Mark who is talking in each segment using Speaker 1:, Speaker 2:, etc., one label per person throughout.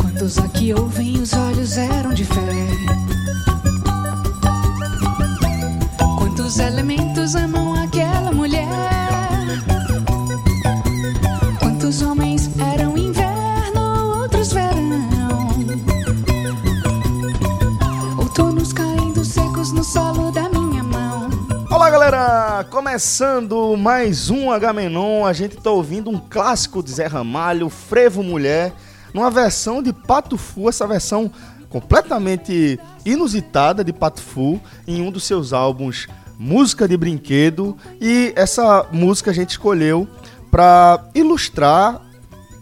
Speaker 1: Quantos aqui ouvem, os olhos eram de fé. Quantos elementos amam aquela mulher? Quantos homens eram inverno, outros verão? Outonos caindo secos no solo da minha mão.
Speaker 2: Olá galera, começando mais um Agamenon, a gente tá ouvindo um clássico de Zé Ramalho, Frevo Mulher, numa versão de Pato Fu, essa versão completamente inusitada de Pato Fu, em um dos seus álbuns Música de Brinquedo, e essa música a gente escolheu para ilustrar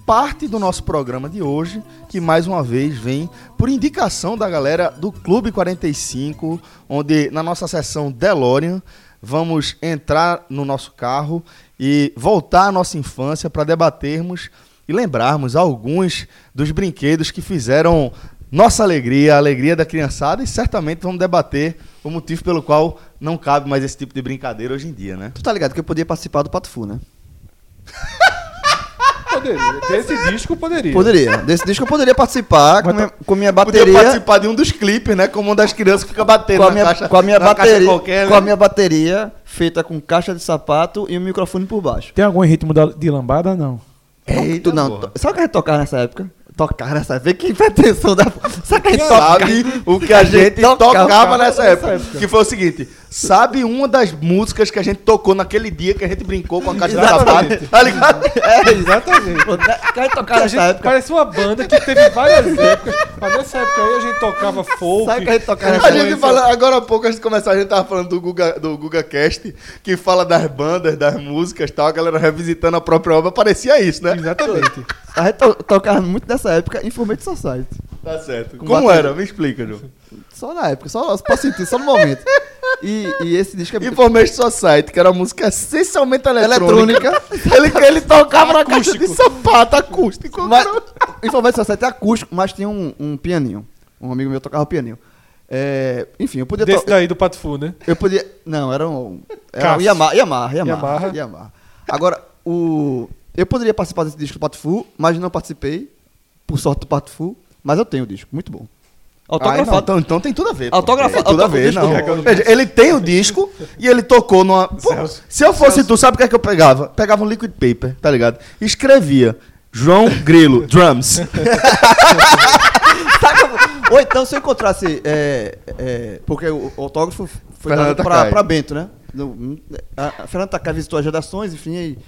Speaker 2: parte do nosso programa de hoje, que mais uma vez vem por indicação da galera do Clube 45, onde na nossa sessão DeLorean vamos entrar no nosso carro e voltar à nossa infância para debatermos e lembrarmos alguns dos brinquedos que fizeram nossa alegria, a alegria da criançada e certamente vamos debater o motivo pelo qual não cabe mais esse tipo de brincadeira hoje em dia, né?
Speaker 3: Tu tá ligado que eu podia participar do Pato Fu, né? Ah,
Speaker 4: Poderia. Desse
Speaker 3: é.
Speaker 4: disco poderia.
Speaker 3: Poderia. Desse disco eu poderia participar com, minha, com minha
Speaker 2: Podia
Speaker 3: bateria.
Speaker 2: participar de um dos clipes, né? Como uma das crianças que fica batendo
Speaker 3: Com a
Speaker 2: na
Speaker 3: minha,
Speaker 2: caixa,
Speaker 3: com a minha
Speaker 2: na caixa
Speaker 3: bateria.
Speaker 2: qualquer,
Speaker 3: Com a
Speaker 2: né?
Speaker 3: minha bateria feita com caixa de sapato e um microfone por baixo.
Speaker 4: Tem algum ritmo da- de lambada? Não.
Speaker 2: Eita,
Speaker 3: tu não.
Speaker 2: porra.
Speaker 3: to- Sabe o que a gente tocava nessa época? Tocar nessa época. Vê que pretensão da. Sabe o que a gente tocava?
Speaker 2: Sabe o que a gente
Speaker 3: Tocava
Speaker 2: tocava nessa
Speaker 3: nessa
Speaker 2: época.
Speaker 3: época.
Speaker 2: Que foi o seguinte: sabe uma das músicas que a gente tocou naquele dia que a gente brincou com a caixa de
Speaker 3: Exatamente.
Speaker 2: sapato? Tá ligado?
Speaker 3: É,
Speaker 4: Exatamente.
Speaker 3: pô, né? O que a gente tocava
Speaker 4: A
Speaker 3: nessa
Speaker 4: gente,
Speaker 3: época?
Speaker 4: parece uma banda que teve várias épocas. Mas nessa época aí a gente tocava folk. é,
Speaker 3: Sabe o que a gente tocava
Speaker 2: A
Speaker 3: nessa
Speaker 2: gente
Speaker 3: época?
Speaker 2: fala, agora há pouco, antes de começar, a gente tava falando do Guga, do Guga Cast, que fala das bandas, das músicas e tal, a galera revisitando a própria obra, parecia isso, né?
Speaker 4: Exatamente.
Speaker 3: A gente to- tocava muito nessa época em Formate Society.
Speaker 2: Tá certo.
Speaker 3: Com
Speaker 2: Como
Speaker 3: bateria.
Speaker 2: era? Me explica, Ju.
Speaker 3: Só na época, só pra sentir, só no momento. E, e esse disco é muito
Speaker 2: Information Society, que era uma música essencialmente eletrônica.
Speaker 3: eletrônica.
Speaker 2: ele, ele tocava na caixa de
Speaker 4: Acústico.
Speaker 2: sapato acústico.
Speaker 3: Mas, Informante Society é acústico, mas tinha um, um pianinho. Um amigo meu tocava o pianinho. É, enfim, eu podia
Speaker 4: Desse
Speaker 3: tocar.
Speaker 4: daí do Pato Fu, né?
Speaker 3: Eu podia. Não, era um. Era um
Speaker 4: Cássio.
Speaker 3: Yamaha, Yamaha, Yamaha,
Speaker 4: Yamaha.
Speaker 3: Yamaha. Agora, o. Eu poderia participar desse disco do Pato Fu, mas não participei, por sorte do Pato Fu, mas eu tenho o disco, muito bom.
Speaker 2: Ai, não,
Speaker 3: Autografado.
Speaker 2: então, então tem tudo a ver. pô.
Speaker 3: Autografa-
Speaker 2: Tem tudo a
Speaker 3: autogra-
Speaker 2: ver,
Speaker 3: disco
Speaker 2: não.
Speaker 3: do-
Speaker 2: Veja, ele tem o disco e ele tocou numa. Pô, se eu fosse tu, sabe o que é que eu pegava? Pegava um liquid paper, tá ligado? Escrevia. João Grilo, drums.
Speaker 3: Saca? Ou então, se eu encontrasse. é, é, porque o o autógrafo foi
Speaker 2: Fernando
Speaker 3: dado pra,
Speaker 2: Takai.
Speaker 3: pra Bento, né? No- A, a Fernanda Takai visitou as redações, enfim, aí,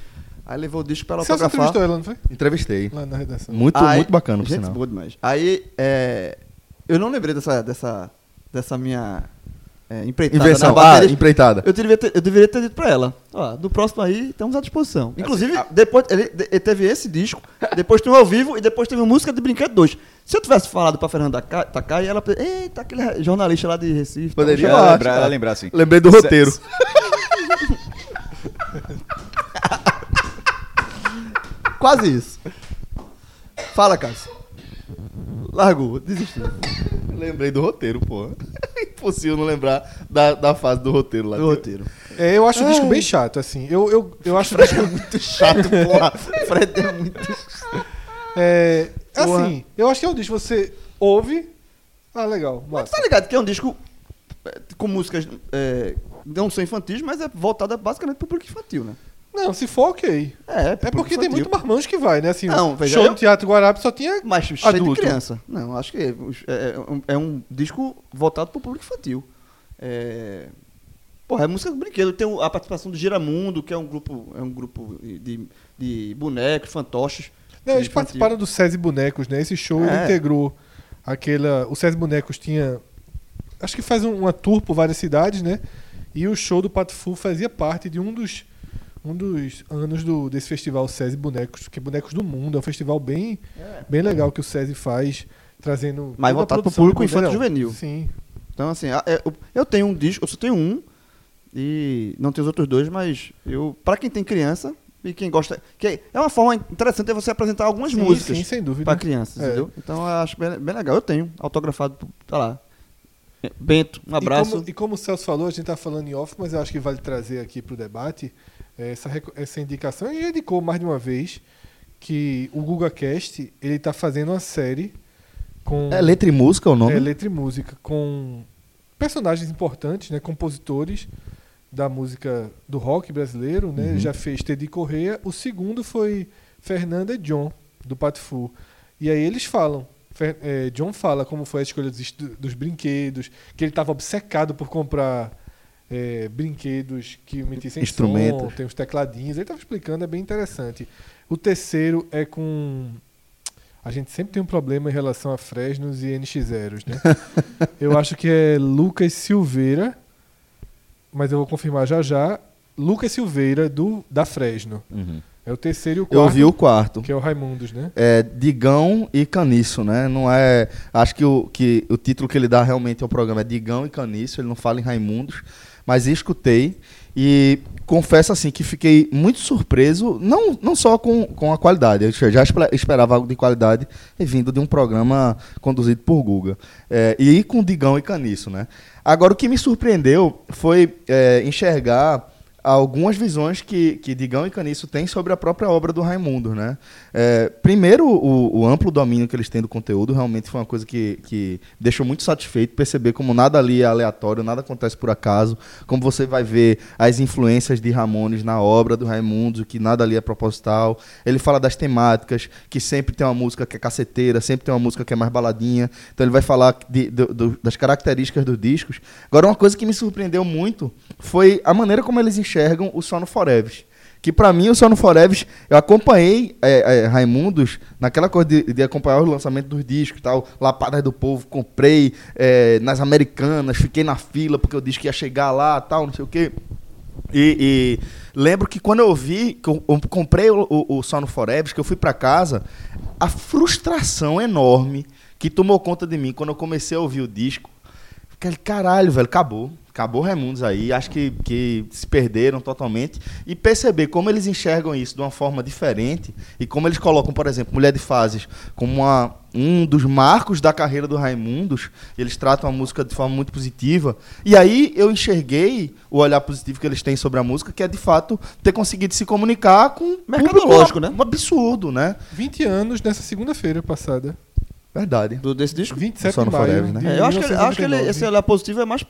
Speaker 3: aí levou o disco pra ela
Speaker 5: Celso
Speaker 3: autografar.
Speaker 5: entrevistou ela, não foi?
Speaker 2: Entrevistei.
Speaker 5: Lá na redação.
Speaker 2: Muito,
Speaker 3: Aí-
Speaker 2: muito bacana, por
Speaker 3: gente,
Speaker 2: sinal.
Speaker 3: boa demais. Aí, é, eu não lembrei dessa, dessa, dessa minha é, empreitada.
Speaker 2: Invenção.
Speaker 3: na bateria.
Speaker 2: Ah, empreitada.
Speaker 3: Eu deveria ter, eu deveria ter dito pra ela, ó, do próximo aí, estamos à
Speaker 2: É,
Speaker 3: disposição.
Speaker 2: assim,
Speaker 3: Inclusive, depois ele, ele teve esse disco, depois teve um ao vivo e depois teve uma música de Brinquedo 2. Se eu tivesse falado pra Fernanda Ca- Takai, ela... Eita, aquele jornalista lá de Recife. tá
Speaker 2: Poderia
Speaker 3: Eu acho,
Speaker 6: lembrar,
Speaker 3: cara.
Speaker 6: ela lembrar assim.
Speaker 2: Lembrei do roteiro.
Speaker 3: Quase isso. Fala, Cássio. Largou, desistiu.
Speaker 2: Lembrei do roteiro, pô. Impossível não lembrar da, da fase do roteiro lá.
Speaker 3: Do roteiro.
Speaker 5: É, eu acho o disco bem chato, assim. Eu, eu, eu acho o disco.
Speaker 3: Chato, porra. Fred é muito...
Speaker 5: É,
Speaker 3: Porra.
Speaker 5: assim, eu acho que é um disco. Você ouve. Ah, legal.
Speaker 3: Mas
Speaker 5: Massa.
Speaker 3: tá ligado que é um disco é, com músicas é, não são infantis, mas é voltada basicamente pro público infantil, né?
Speaker 5: Não, se for, ok.
Speaker 3: É,
Speaker 5: É porque tem muito marmanjo que vai, né? Assim,
Speaker 3: Não, veja,
Speaker 5: show
Speaker 3: eu-
Speaker 5: no Teatro Guarabe só tinha.
Speaker 3: mais cheio
Speaker 5: adulto. né?
Speaker 3: de criança. Não, acho que é, os- é- é um- é um disco voltado pro público infantil. É... Porra, é música do brinquedo. Tem o- a participação do Giramundo, que é um grupo, é um grupo de, de bonecos, fantoches.
Speaker 5: Não, eles
Speaker 3: infantil.
Speaker 5: participaram do SESI Bonecos, né? Esse show ele
Speaker 3: É.
Speaker 5: integrou aquela. O SESI Bonecos tinha. Acho que faz um- uma tour por várias cidades, né? E o show do Pato Fu fazia parte de um dos, um dos anos do, desse festival SESI Bonecos, que é Bonecos do Mundo. É um festival bem, bem legal que o SESI faz, trazendo.
Speaker 3: Mas
Speaker 5: toda a
Speaker 3: É. voltado pro
Speaker 5: produção de
Speaker 3: público
Speaker 5: boneco.
Speaker 3: infanto-juvenil.
Speaker 5: Sim.
Speaker 3: Então, assim, a- é, eu- eu tenho um disco, eu só tenho um, e não tenho os outros dois, mas eu, pra quem tem criança e quem gosta. Que é- é uma forma interessante de você apresentar algumas
Speaker 5: Sim,
Speaker 3: músicas
Speaker 5: sim, sem dúvida.
Speaker 3: pra crianças,
Speaker 5: É.
Speaker 3: entendeu? Então eu acho bem, bem legal. Eu tenho, autografado, por- tá lá. Bento, um abraço.
Speaker 5: E como, e como o Celso falou, a gente tá falando em off, mas eu acho que vale trazer aqui para o debate eh, essa, reco- essa indicação. Ele já indicou mais de uma vez, que o GugaCast, ele tá fazendo uma série com...
Speaker 2: É letra e música o nome?
Speaker 5: É, letra e música, com personagens importantes, né? Compositores da música do rock brasileiro, né? Já fez Teddy Correia. O segundo foi Fernanda e John, do Patifu. E aí eles falam. Fer- eh, John fala como foi a escolha dos, estu- dos brinquedos, que ele estava obcecado por comprar eh, brinquedos que emitissem
Speaker 2: Instrumentos.
Speaker 5: som, tem os tecladinhos. Ele estava explicando, é bem interessante. O terceiro é com a gente sempre tem um problema em relação a Fresnos e NX0, né? eu acho que é Lucas Silveira, mas eu vou confirmar já já. Lucas Silveira, do, da Fresno.
Speaker 2: Uhum.
Speaker 5: É o terceiro e o quarto,
Speaker 2: Eu ouvi o quarto.
Speaker 5: que é o Raimundos, né?
Speaker 2: É Digão e Caniço, né? Não é. Acho que o, que o título que ele dá realmente ao programa é Digão e Caniço, ele não fala em Raimundos, mas escutei e confesso assim que fiquei muito surpreso, não, não só com, com a qualidade, eu já espe- esperava algo de qualidade e vindo de um programa conduzido por Guga. É, e com Digão e Caniço, né? Agora o que me surpreendeu foi é, enxergar algumas visões que, que Digão e Caniço têm sobre a própria obra do Raimundo, né? É, primeiro, o, o amplo domínio que eles têm do conteúdo realmente foi uma coisa que, que deixou muito satisfeito perceber como nada ali é aleatório, nada acontece por acaso, como você vai ver as influências de Ramones na obra do Raimundo, que nada ali é proposital. Ele fala das temáticas, que sempre tem uma música que é caceteira, sempre tem uma música que é mais baladinha. Então ele vai falar de- do- do- das características dos discos. Agora, uma coisa que me surpreendeu muito foi a maneira como eles enxergam o Sono Forever. Que pra mim, o Sono Forever, eu acompanhei é, é, Raimundos naquela coisa de, de acompanhar o lançamento dos discos e tal. Lapadas do Povo, comprei é, nas Americanas, fiquei na fila porque o disco ia chegar lá tal, não sei o quê. E, e lembro que quando eu vi, que eu, eu comprei o, o, o Sono Forever, que eu fui pra casa, a frustração enorme que tomou conta de mim quando eu comecei a ouvir o disco. Aquele caralho, velho, acabou. Acabou o Raimundos aí. Acho que, que se perderam totalmente. E perceber como eles enxergam isso de uma forma diferente e como eles colocam, por exemplo, Mulher de Fases como uma, um dos marcos da carreira do Raimundos. Eles tratam a música de forma muito positiva. E aí eu enxerguei o olhar positivo que eles têm sobre a música, que é de fato ter conseguido se comunicar com um
Speaker 3: Mercadológico,
Speaker 2: público
Speaker 3: né?
Speaker 2: Um absurdo, né?
Speaker 5: 20 anos nessa segunda-feira passada.
Speaker 2: Verdade.
Speaker 3: Do, desse disco?
Speaker 5: 27
Speaker 2: Só
Speaker 5: de
Speaker 2: no
Speaker 5: maio.
Speaker 2: Forever, né?
Speaker 5: de
Speaker 3: É, eu acho que, acho que ele-
Speaker 5: 1999.
Speaker 3: esse olhar positivo é mais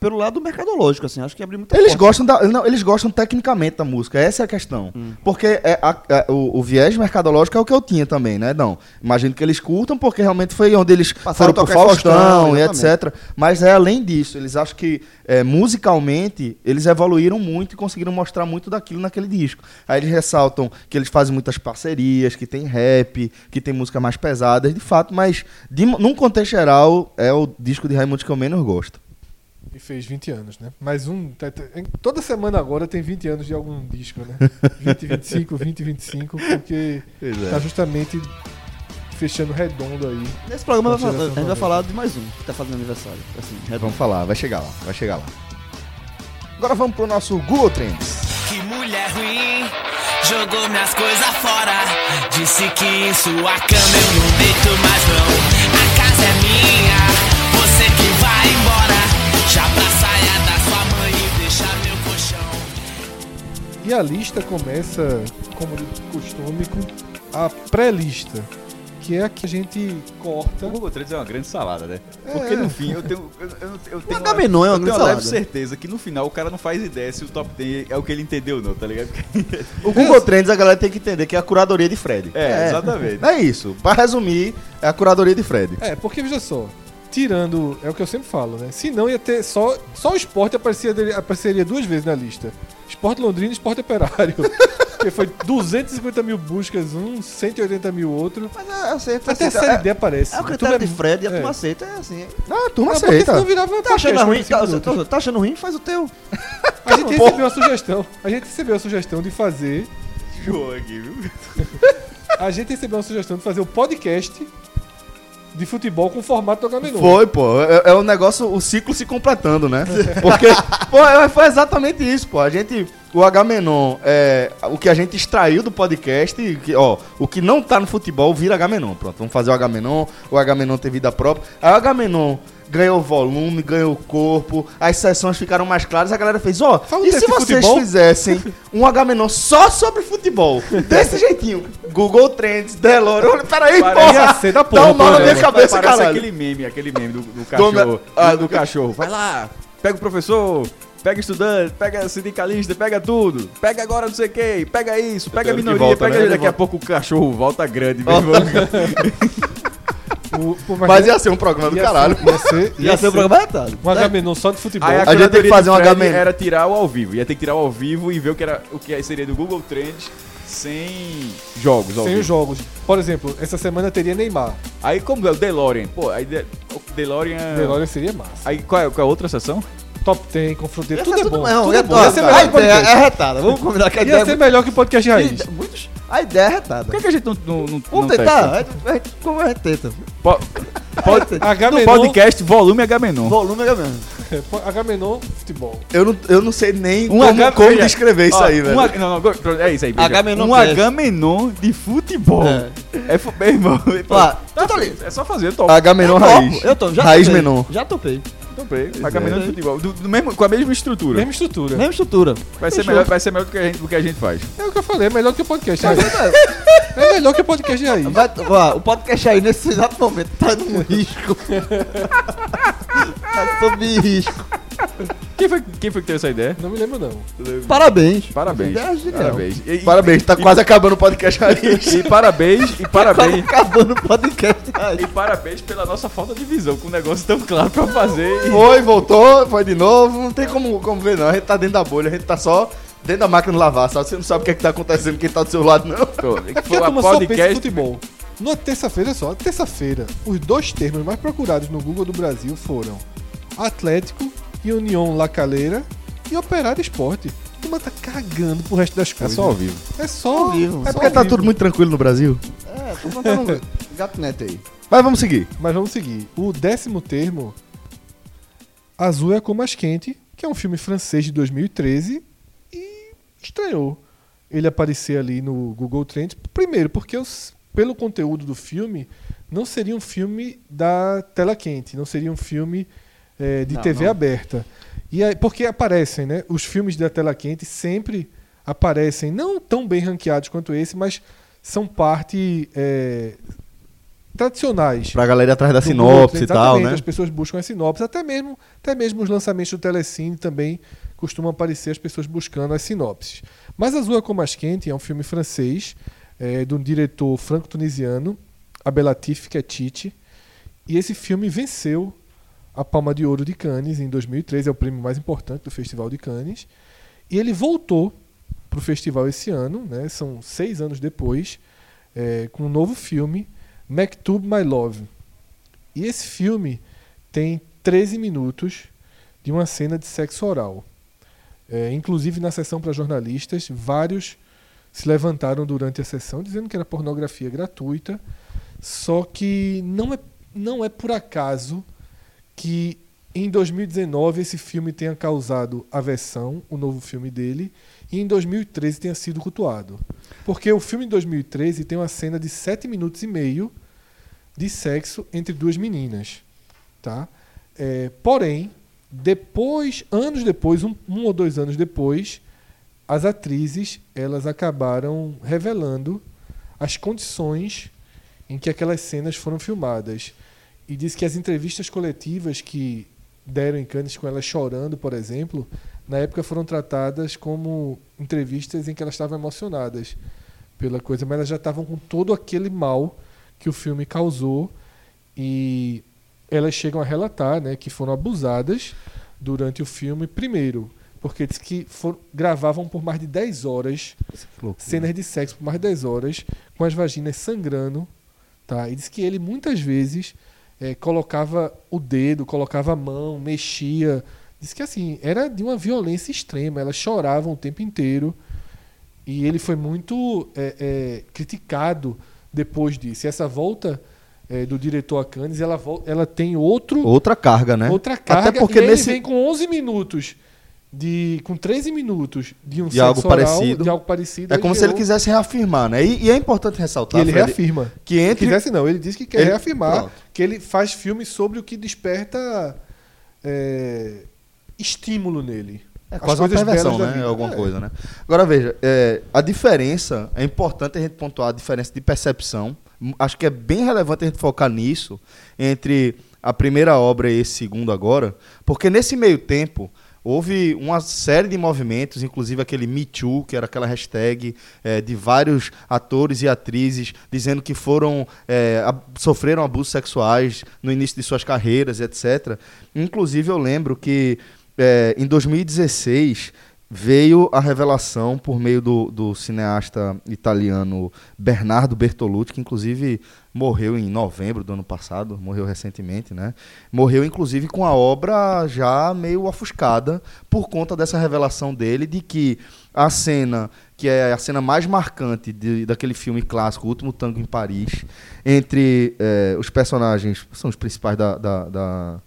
Speaker 3: pelo lado mercadológico, assim. Acho que abre muita
Speaker 2: Eles
Speaker 3: porta.
Speaker 2: gostam, da, não, eles gostam tecnicamente da música, essa é a questão.
Speaker 3: Hum.
Speaker 2: Porque é a- é o, o viés mercadológico é o que eu tinha também, né? Não, imagino que eles curtam, porque realmente foi onde eles
Speaker 3: Passaram
Speaker 2: foram
Speaker 3: a
Speaker 2: pro
Speaker 3: tocar
Speaker 2: Faustão,
Speaker 3: Faustão,
Speaker 2: e
Speaker 3: exatamente.
Speaker 2: etc. Mas é além disso, eles acham que é, musicalmente eles evoluíram muito e conseguiram mostrar muito daquilo naquele disco. Aí eles ressaltam que eles fazem muitas parcerias, que tem rap, que tem música mais pesada, de fato, mas de- num contexto geral, é o disco de Raimundo que eu menos gosto.
Speaker 3: é
Speaker 5: E fez 20 anos, né? Mais um. tá- tá- Toda semana agora tem 20 anos de algum disco, né? 20, 25, 20, 25, porque
Speaker 2: Pois é.
Speaker 5: tá justamente fechando redondo aí.
Speaker 3: Nesse programa
Speaker 5: Pode
Speaker 3: vai falar-
Speaker 5: tirar
Speaker 3: a gente vai
Speaker 5: essa
Speaker 3: falar de mais um que tá fazendo aniversário. Assim,
Speaker 2: É, Vamos falar, vai chegar lá, vai chegar lá. Agora vamos pro nosso Google Trends.
Speaker 6: Que mulher ruim jogou minhas coisas fora. Disse que em sua cama eu não deito mais não. A casa é minha, você que vai embora. Já pra saia da sua mãe e deixar meu colchão.
Speaker 5: E a lista começa, como de costume, com a pré-lista, que é a que a gente corta.
Speaker 7: O Google Trends é uma grande salada, né?
Speaker 2: É.
Speaker 7: Porque no fim eu tenho. Eu, eu, eu tenho
Speaker 3: Agamenon é uma
Speaker 7: eu tenho
Speaker 3: grande
Speaker 7: leve
Speaker 3: salada.
Speaker 7: certeza que no final o cara não faz ideia se o top 10 é o que ele entendeu, ou não, tá ligado? Porque-
Speaker 2: O Google Trends a galera tem que entender que é a curadoria de Fred.
Speaker 7: É, exatamente.
Speaker 2: É isso. Pra resumir, é a curadoria de Fred.
Speaker 5: É, porque veja só, tirando. É o que eu sempre falo, né? Se não ia ter. Só, só o esporte aparecia, dele- apareceria duas vezes na lista: Esporte Londrina e Esporte Operário. Porque foi 250 mil buscas um, 180 mil outro.
Speaker 3: Mas é, assim,
Speaker 5: A terceira ideia aparece.
Speaker 3: É o
Speaker 5: Tudo
Speaker 3: critério de Fred e a
Speaker 5: é. Tá
Speaker 3: turma aceita, é assim.
Speaker 2: Ah, a turma
Speaker 5: Não, porque
Speaker 2: aceita.
Speaker 5: senão virava
Speaker 3: Tá achando,
Speaker 5: podcast,
Speaker 3: ruim,
Speaker 5: 45
Speaker 3: tá,
Speaker 5: minutos.
Speaker 3: tá- tá achando ruim? Faz o teu.
Speaker 5: A gente recebeu a sugestão. A gente recebeu a sugestão de fazer.
Speaker 7: João aqui, viu?
Speaker 5: A gente recebeu a sugestão de fazer o podcast de futebol com o formato do HMNU.
Speaker 2: Foi, pô. É, é um negócio, o ciclo se completando, né? Porque, pô, é- foi exatamente isso, pô. A gente o Agamenon é o que a gente extraiu do podcast, e que, ó, o que não tá no futebol vira Agamenon. Pronto, vamos fazer o Agamenon, o Agamenon tem vida própria. Aí o Agamenon ganhou volume, ganhou corpo, as sessões ficaram mais claras, a galera fez, ó,
Speaker 5: Fala um
Speaker 2: e se
Speaker 5: teste de
Speaker 2: vocês
Speaker 5: futebol?
Speaker 2: fizessem um Agamenon só sobre futebol, desse jeitinho, Google Trends, Deloro, peraí,
Speaker 7: Parece-
Speaker 2: porra,
Speaker 5: Ia ser da
Speaker 2: dá
Speaker 5: porra,
Speaker 2: um mal na
Speaker 5: porra,
Speaker 2: minha
Speaker 5: né?
Speaker 2: cabeça,
Speaker 7: Parece
Speaker 2: caralho.
Speaker 7: aquele meme, aquele meme do, do
Speaker 2: Toma-
Speaker 7: cachorro.
Speaker 2: Ah,
Speaker 7: do cachorro. Vai lá, pega o professor, pega estudante, pega sindicalista, pega tudo. Pega agora não sei quem, pega isso, pega a Tanto que minoria, volta, pega né? daqui a pouco o cachorro volta grande. meu irmão.
Speaker 5: O- pô,
Speaker 2: Mas
Speaker 3: é-
Speaker 2: ia ser um programa do caralho.
Speaker 5: Ia ser,
Speaker 3: Ia ser o programa retado. Né?
Speaker 5: Um Agamenon só de futebol.
Speaker 7: Aí a,
Speaker 2: gente tem que
Speaker 7: curadoria
Speaker 2: fazer
Speaker 7: do
Speaker 2: um
Speaker 7: Fred
Speaker 2: HMM.
Speaker 7: Era tirar o ao vivo, ia ter que tirar o ao vivo e ver o que era o que seria do Google Trends sem jogos ao
Speaker 5: Sem
Speaker 7: vivo.
Speaker 5: os jogos. Por exemplo, essa semana teria Neymar.
Speaker 7: Aí como é o DeLorean? Pô, aí De- o DeLorean.
Speaker 5: Velório seria massa.
Speaker 7: Aí qual é, qual é a outra sessão?
Speaker 5: Top 10, confronteiro, tudo é bom.
Speaker 3: Não,
Speaker 5: tudo
Speaker 3: é,
Speaker 5: é bom.
Speaker 3: ó,
Speaker 5: Ia ser melhor
Speaker 3: a
Speaker 5: que
Speaker 3: ideia
Speaker 5: podcast.
Speaker 3: é retada. Vamos combinar que a ideia é
Speaker 5: Ia ser melhor que o podcast raiz.
Speaker 3: Ide- muitos- A ideia é retada.
Speaker 7: Por que, que a gente não. não, não
Speaker 3: Vamos
Speaker 7: não
Speaker 3: tentar?
Speaker 7: testa?
Speaker 3: A gente- a gente- Como a gente tenta?
Speaker 7: Po-
Speaker 3: Pode ser.
Speaker 5: Agamenon,
Speaker 7: podcast volume H-Menon.
Speaker 3: Volume é mesmo.
Speaker 5: Agamenon, futebol.
Speaker 2: Eu não, eu não sei nem como,
Speaker 7: Um H-
Speaker 2: como
Speaker 7: veja,
Speaker 2: descrever isso
Speaker 7: ó,
Speaker 2: aí,
Speaker 7: um
Speaker 2: velho.
Speaker 7: H- não, não, é isso aí. veja.
Speaker 3: H-Menon
Speaker 7: um
Speaker 3: cast.
Speaker 7: H-Menon de futebol.
Speaker 3: É.
Speaker 7: É, fu- meu irmão.
Speaker 3: Ó,
Speaker 7: tá
Speaker 3: tu tá ali.
Speaker 7: É só fazer, top.
Speaker 2: H menor raiz.
Speaker 3: Topo, Eu tô, já
Speaker 2: Raiz
Speaker 3: topei.
Speaker 2: menor.
Speaker 3: Já topei.
Speaker 7: Topei. H-Menon
Speaker 2: é
Speaker 7: de futebol. é Do- do mesmo, com a mesma estrutura.
Speaker 5: Mesma estrutura.
Speaker 3: Mesma estrutura.
Speaker 7: Vai, ser melhor, vai ser melhor do que a gente, do que a gente faz.
Speaker 5: É o que eu falei, é melhor que o podcast raiz. é melhor que o podcast raiz.
Speaker 3: Vai, ó, o podcast aí nesse exato momento tá num risco. tá sob risco.
Speaker 7: Quem foi, quem foi que teve essa ideia?
Speaker 5: Não me lembro, não.
Speaker 3: Parabéns.
Speaker 7: Parabéns.
Speaker 3: Ideia genial.
Speaker 7: Parabéns. E, e-
Speaker 2: Parabéns, tá quase acabando o podcast raiz.
Speaker 7: E parabéns, e
Speaker 3: Quase
Speaker 7: parabéns.
Speaker 3: acabando o podcast aí.
Speaker 7: E parabéns pela nossa falta de visão, com um negócio tão claro pra fazer. e-
Speaker 2: Foi, voltou, foi de novo. Não tem como, como ver, não. A gente tá dentro da bolha, a gente tá só dentro da máquina de lavar, sabe? Você não sabe o que é que tá acontecendo, quem tá do seu lado, não.
Speaker 7: Pô,
Speaker 3: é
Speaker 5: É Porque
Speaker 7: Foi
Speaker 5: a
Speaker 7: uma
Speaker 5: turma só pensa em
Speaker 7: podcast.
Speaker 5: futebol. Numa terça-feira só, terça-feira, os dois termos mais procurados no Google do Brasil foram Atlético e União Lacaleira e Operário Esporte. A turma tá cagando pro resto das coisas.
Speaker 7: vivo.
Speaker 5: É só ao vivo.
Speaker 2: É porque tá tudo muito tranquilo no Brasil.
Speaker 3: É, tô mandando um gato neto aí.
Speaker 2: Mas vamos seguir.
Speaker 5: Mas vamos seguir. O décimo termo, Azul é a Cor Mais Quente, que é um filme francês de 2013 e estranhou ele aparecer ali no Google Trends. Primeiro, porque os- pelo conteúdo do filme, não seria um filme da tela quente, não seria um filme eh, de
Speaker 7: Não,
Speaker 5: TV
Speaker 7: não.
Speaker 5: aberta. E aí, porque aparecem, né? Os filmes da tela quente sempre aparecem, não tão bem ranqueados quanto esse, mas são parte eh, tradicionais
Speaker 2: Tipo, Pra galera atrás da
Speaker 5: do
Speaker 2: sinopse
Speaker 5: Google,
Speaker 2: e tal,
Speaker 5: exatamente,
Speaker 2: né?
Speaker 5: As pessoas buscam a sinopse, até mesmo, até mesmo os lançamentos do Telecine também costumam aparecer as pessoas buscando as sinopses. Mas Azul é como as quente é um filme francês eh, de um diretor franco-tunisiano, Abelatif que é Tite, e esse filme venceu a Palma de Ouro de Cannes em 2013, é o prêmio mais importante do Festival de Cannes, e ele voltou para o festival esse ano, né? são seis anos depois, eh, com um novo filme, Maktub My Love. E esse filme tem 13 minutos de uma cena de sexo oral. É, inclusive na sessão para jornalistas, vários se levantaram durante a sessão dizendo que era pornografia gratuita. Só que não é, não é por acaso que em 2019 esse filme tenha causado aversão, o novo filme dele, e em 2013 tenha sido cultuado. Porque o filme de 2013 tem uma cena de 7 minutos e meio de sexo entre duas meninas, tá? É, porém, depois, anos depois, um, um ou dois anos depois, as atrizes elas acabaram revelando as condições em que aquelas cenas foram filmadas e diz que as entrevistas coletivas que deram em Cannes com elas chorando, por exemplo, na época foram tratadas como entrevistas em que elas estavam emocionadas pela coisa, mas elas já estavam com todo aquele mal que o filme causou e elas chegam a relatar, né, que foram abusadas durante o filme primeiro, porque diz que for- gravavam por mais de 10 horas cenas de sexo por mais de 10 horas com as vaginas sangrando, tá? E diz que ele muitas vezes eh, colocava o dedo, colocava a mão, mexia. Diz que assim, era de uma violência extrema, elas choravam o tempo inteiro. E ele foi muito eh, eh, criticado depois disso. E essa volta eh, do diretor a Cannes, ela, vol- ela tem outro,
Speaker 2: Outra carga, né?
Speaker 5: outra carga.
Speaker 2: Até porque
Speaker 5: e ele
Speaker 2: nesse.
Speaker 5: vem com 11 minutos de com 13 minutos de um
Speaker 2: De algo
Speaker 5: sexo oral,
Speaker 2: parecido.
Speaker 5: de algo parecido.
Speaker 2: É
Speaker 5: ele
Speaker 2: como se ele
Speaker 5: gerou-
Speaker 2: quisesse reafirmar, né? E, e é importante
Speaker 5: E
Speaker 2: ressaltar,
Speaker 5: ele
Speaker 2: Fred,
Speaker 5: reafirma.
Speaker 2: que
Speaker 5: Se
Speaker 2: entre...
Speaker 5: quisesse não, ele disse que quer
Speaker 2: Ele-
Speaker 5: reafirmar
Speaker 2: Pronto.
Speaker 5: que ele faz filmes sobre o que desperta é, estímulo nele.
Speaker 2: É
Speaker 5: As
Speaker 2: quase uma
Speaker 5: coisas
Speaker 2: perversão,
Speaker 5: belas da
Speaker 2: né?
Speaker 5: vida.
Speaker 2: Alguma
Speaker 5: É.
Speaker 2: coisa, né? Agora veja, é, a diferença, é importante a gente pontuar a diferença de percepção. M- Acho que é bem relevante a gente focar nisso, entre a primeira obra e esse segundo agora, porque nesse meio tempo houve uma série de movimentos, inclusive aquele Me Too, que era aquela hashtag é, de vários atores e atrizes dizendo que foram é, ab- sofreram abusos sexuais no início de suas carreiras, etc. Inclusive eu lembro que é, em 2016 veio a revelação por meio do, do cineasta italiano Bernardo Bertolucci, que inclusive morreu em novembro do ano passado, morreu recentemente, né? Morreu inclusive com a obra já meio ofuscada por conta dessa revelação dele de que a cena que é a cena mais marcante de- daquele filme clássico, O Último Tango em Paris, entre eh, os personagens, são os principais da- da- da,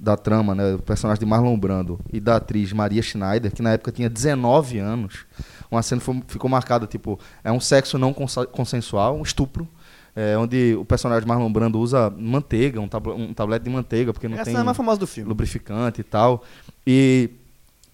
Speaker 2: da trama, né, do personagem de Marlon Brando e da atriz Maria Schneider, que na época tinha 19 anos, uma cena foi- ficou marcada, tipo, é um sexo não consa- consensual, um estupro, é, onde o personagem de Marlon Brando usa manteiga, um, tabla- um tablete de manteiga, porque não
Speaker 3: Essa
Speaker 2: tem
Speaker 3: é a mais famosa do filme.
Speaker 2: lubrificante e tal. E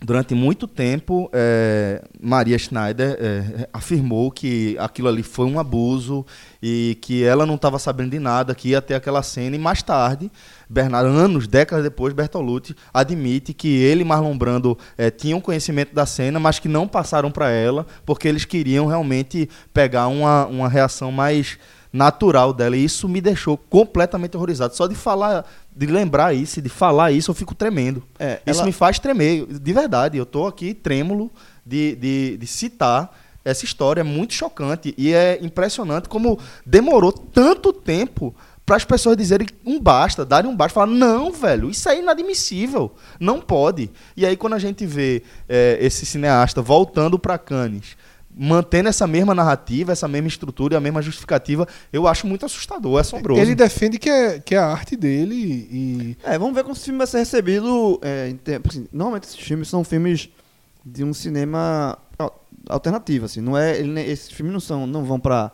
Speaker 2: durante muito tempo, eh, Maria Schneider eh, afirmou que aquilo ali foi um abuso e que ela não estava sabendo de nada, que ia ter aquela cena. E mais tarde, Bernardo, anos, décadas depois, Bertolucci admite que ele e Marlon Brando eh, tinham conhecimento da cena, mas que não passaram para ela, porque eles queriam realmente pegar uma, uma reação mais natural dela. E isso me deixou completamente horrorizado. Só de falar, de lembrar isso, e de falar isso, eu fico tremendo.
Speaker 3: É,
Speaker 2: isso
Speaker 3: ela-
Speaker 2: me faz tremer, de verdade. Eu tô aqui trêmulo de, de, de citar essa história. É muito chocante e é impressionante como demorou tanto tempo para as pessoas dizerem um basta, darem um basta, falar, não, velho, isso é inadmissível, não pode. E aí quando a gente vê eh, esse cineasta voltando para Cannes, mantendo essa mesma narrativa, essa mesma estrutura e a mesma justificativa, eu acho muito assustador, é assombroso.
Speaker 5: Ele defende que é, que é a arte dele e.
Speaker 3: É, vamos ver como esse filme vai ser recebido é, em tempo. assim, normalmente esses filmes são filmes de um cinema al- alternativo, assim. Não é, ele nem- esses filmes não são, não vão pra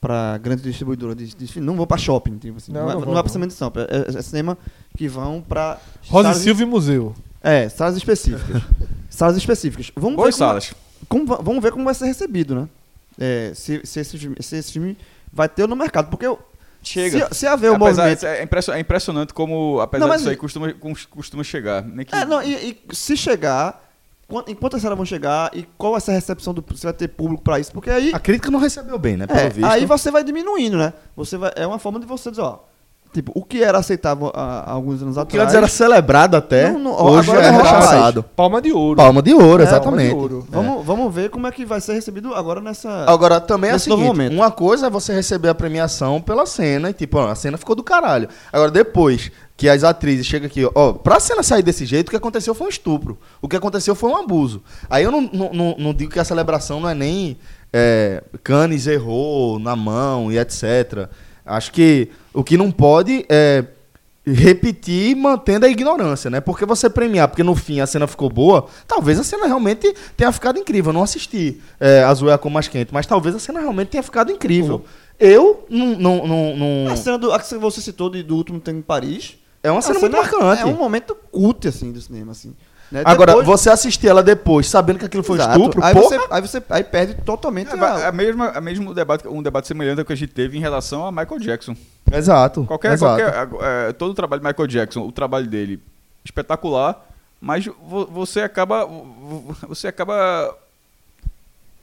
Speaker 3: para grande distribuidora de, de filme, não vão pra shopping, tipo assim.
Speaker 5: Não,
Speaker 3: Não, é-
Speaker 5: não
Speaker 3: não,
Speaker 5: vão,
Speaker 3: é pra
Speaker 5: não.
Speaker 3: cinema de São Paulo, é, é- é cinema que vão pra
Speaker 5: Rosa e
Speaker 3: salas-
Speaker 5: Silva e Museu.
Speaker 3: É, salas específicas. salas específicas. Vamos ver
Speaker 7: Boas
Speaker 3: como-
Speaker 7: salas.
Speaker 3: como va- vamos ver como vai ser recebido, né? É, se, se esse, filme- se esse filme vai ter no mercado, porque eu-
Speaker 7: Chega.
Speaker 3: Se, se haver o
Speaker 7: Apesar-
Speaker 3: movimento
Speaker 7: é, impressio- é impressionante como, apesar
Speaker 3: Não, mas-
Speaker 7: disso aí, costuma, cons- costuma chegar. Nem que-
Speaker 3: É, não, e, e se chegar, quan- em quantas salas vão chegar e qual vai ser a recepção do se vai ter público pra isso? Porque aí,
Speaker 2: A crítica não recebeu bem, né? Pelo
Speaker 3: é,
Speaker 2: visto.
Speaker 3: aí você vai diminuindo, né? Você vai, é uma forma de você dizer, ó, tipo, o que era aceitável há, há alguns anos
Speaker 2: O que
Speaker 3: atrás.
Speaker 2: antes era celebrado até,
Speaker 3: Não, não,
Speaker 2: hoje
Speaker 3: agora
Speaker 2: é
Speaker 3: não rola mais.
Speaker 2: rechaçado.
Speaker 5: Palma de ouro.
Speaker 2: Palma de ouro,
Speaker 3: É,
Speaker 2: exatamente.
Speaker 3: palma de ouro. Vamos, vamos ver como é que vai ser recebido agora nessa.
Speaker 2: Agora, também é o
Speaker 3: Nesse novo
Speaker 2: seguinte,
Speaker 3: momento.
Speaker 2: uma coisa é você receber a premiação pela cena, e tipo, ó, a cena ficou do caralho. Agora, depois que as atrizes chegam aqui, ó, pra cena sair desse jeito, o que aconteceu foi um estupro. O que aconteceu foi um abuso. Aí eu não, não, não- não digo que a celebração não é nem é, Cannes errou na mão e etc. Acho que o que não pode é repetir mantendo a ignorância, né? Porque você premiar, porque no fim a cena ficou boa, talvez a cena realmente tenha ficado incrível. Eu não assisti é, Azul é a cor mais quente, mas talvez a cena realmente tenha ficado incrível. Eu não... não, não, não-
Speaker 3: A cena do, a que É, você citou de- do último tempo em Paris.
Speaker 2: É uma
Speaker 3: a
Speaker 2: cena muito marcante.
Speaker 3: É um momento cult, assim, do cinema, assim. né?
Speaker 2: Agora,
Speaker 3: Depois-
Speaker 2: você assistir ela depois, sabendo que aquilo foi um
Speaker 3: Exato.
Speaker 2: estupro,
Speaker 3: aí
Speaker 2: porra,
Speaker 3: você, aí você aí perde totalmente
Speaker 7: É,
Speaker 3: a-
Speaker 7: ba- a mesma, a mesmo debate, um debate semelhante ao que a gente teve em relação a Michael Jackson.
Speaker 2: Exato.
Speaker 7: Qualquer,
Speaker 2: exato.
Speaker 7: qualquer é, é, todo o trabalho de Michael Jackson, o trabalho dele espetacular, mas vo- você acaba vo- você acaba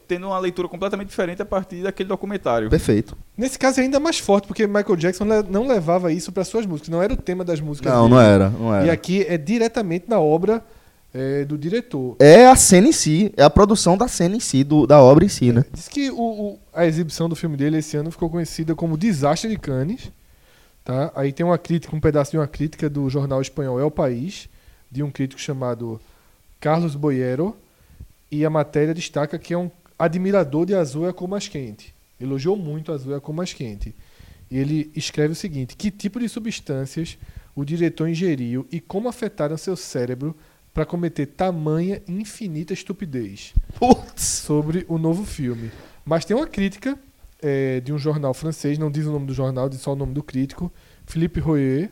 Speaker 7: tendo uma leitura completamente diferente a partir daquele documentário.
Speaker 2: Perfeito.
Speaker 5: Nesse caso é ainda mais forte, porque Michael Jackson le- não levava isso para suas músicas, não era o tema das músicas
Speaker 2: Não,
Speaker 5: dele.
Speaker 2: não era, não
Speaker 5: E
Speaker 2: era.
Speaker 5: aqui é diretamente na obra é, do diretor.
Speaker 2: É a cena em si, é a produção da cena em si, do- da obra em si, né?
Speaker 5: Diz que o- o- a exibição do filme dele esse ano ficou conhecida como Desastre de Cannes. Tá? Aí tem uma crítica, um pedaço de uma crítica do jornal espanhol El País, de um crítico chamado Carlos Boyero. E a matéria destaca que é um admirador de Azul é a Cor mais quente. Elogiou muito Azul é a Cor mais quente. E ele escreve o seguinte: que tipo de substâncias o diretor ingeriu e como afetaram seu cérebro pra cometer tamanha e infinita estupidez
Speaker 2: Putz.
Speaker 5: sobre o novo filme. Mas tem uma crítica eh, de um jornal francês, não diz o nome do jornal, diz só o nome do crítico, Philippe Royer,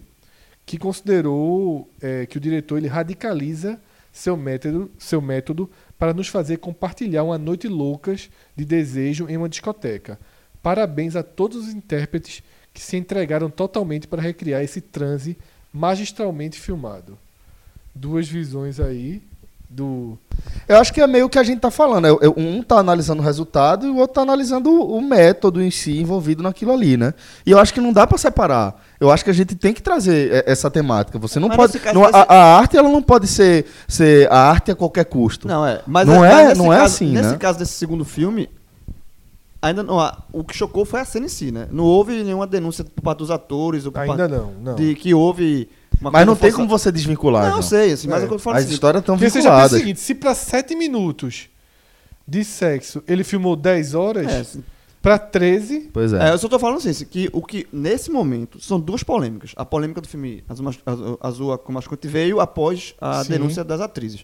Speaker 5: que considerou eh, que o diretor ele radicaliza seu método, seu método para nos fazer compartilhar uma noite loucas de desejo em uma discoteca. Parabéns a todos os intérpretes que se entregaram totalmente para recriar esse transe magistralmente filmado. Duas visões aí do
Speaker 2: Eu acho que é meio que a gente tá falando. Eu- eu- um tá analisando o resultado e o outro tá analisando o, o método em si envolvido naquilo ali, né? E eu acho que não dá pra separar. Eu acho que a gente tem que trazer é, essa temática. Você não
Speaker 3: Mas
Speaker 2: pode.
Speaker 3: nesse caso
Speaker 2: não- a-
Speaker 3: desse-
Speaker 2: a, arte ela não pode ser, ser a arte a qualquer custo.
Speaker 3: Não é. Mas
Speaker 2: Não é-
Speaker 3: mas nesse
Speaker 2: não é
Speaker 3: caso-
Speaker 2: assim,
Speaker 3: Nesse
Speaker 2: né?
Speaker 3: caso desse segundo filme, ainda não. há- O que chocou foi a cena em si, né? Não houve nenhuma denúncia por parte dos atores ou por
Speaker 5: ainda
Speaker 3: parte
Speaker 5: não, não.
Speaker 3: de que houve. Uma
Speaker 2: Mas não
Speaker 3: coisa
Speaker 2: tem
Speaker 3: força-
Speaker 2: como você desvincular.
Speaker 3: Não,
Speaker 2: João.
Speaker 3: eu sei, assim, mas
Speaker 5: É.
Speaker 3: eu quando falo
Speaker 2: As
Speaker 3: assim,
Speaker 2: histórias estão
Speaker 5: Porque você já pensa o
Speaker 2: vinculadas.
Speaker 5: seguinte, se pra 7 minutos de sexo ele filmou 10 horas,
Speaker 3: É, assim,
Speaker 5: pra 13,
Speaker 2: Pois
Speaker 3: é,
Speaker 2: é.
Speaker 3: eu só tô falando assim, assim, que o que nesse momento são duas polêmicas. A polêmica do filme Azul, Mas- Azul, Azul como Mascote veio após a
Speaker 5: Sim.
Speaker 3: denúncia das atrizes.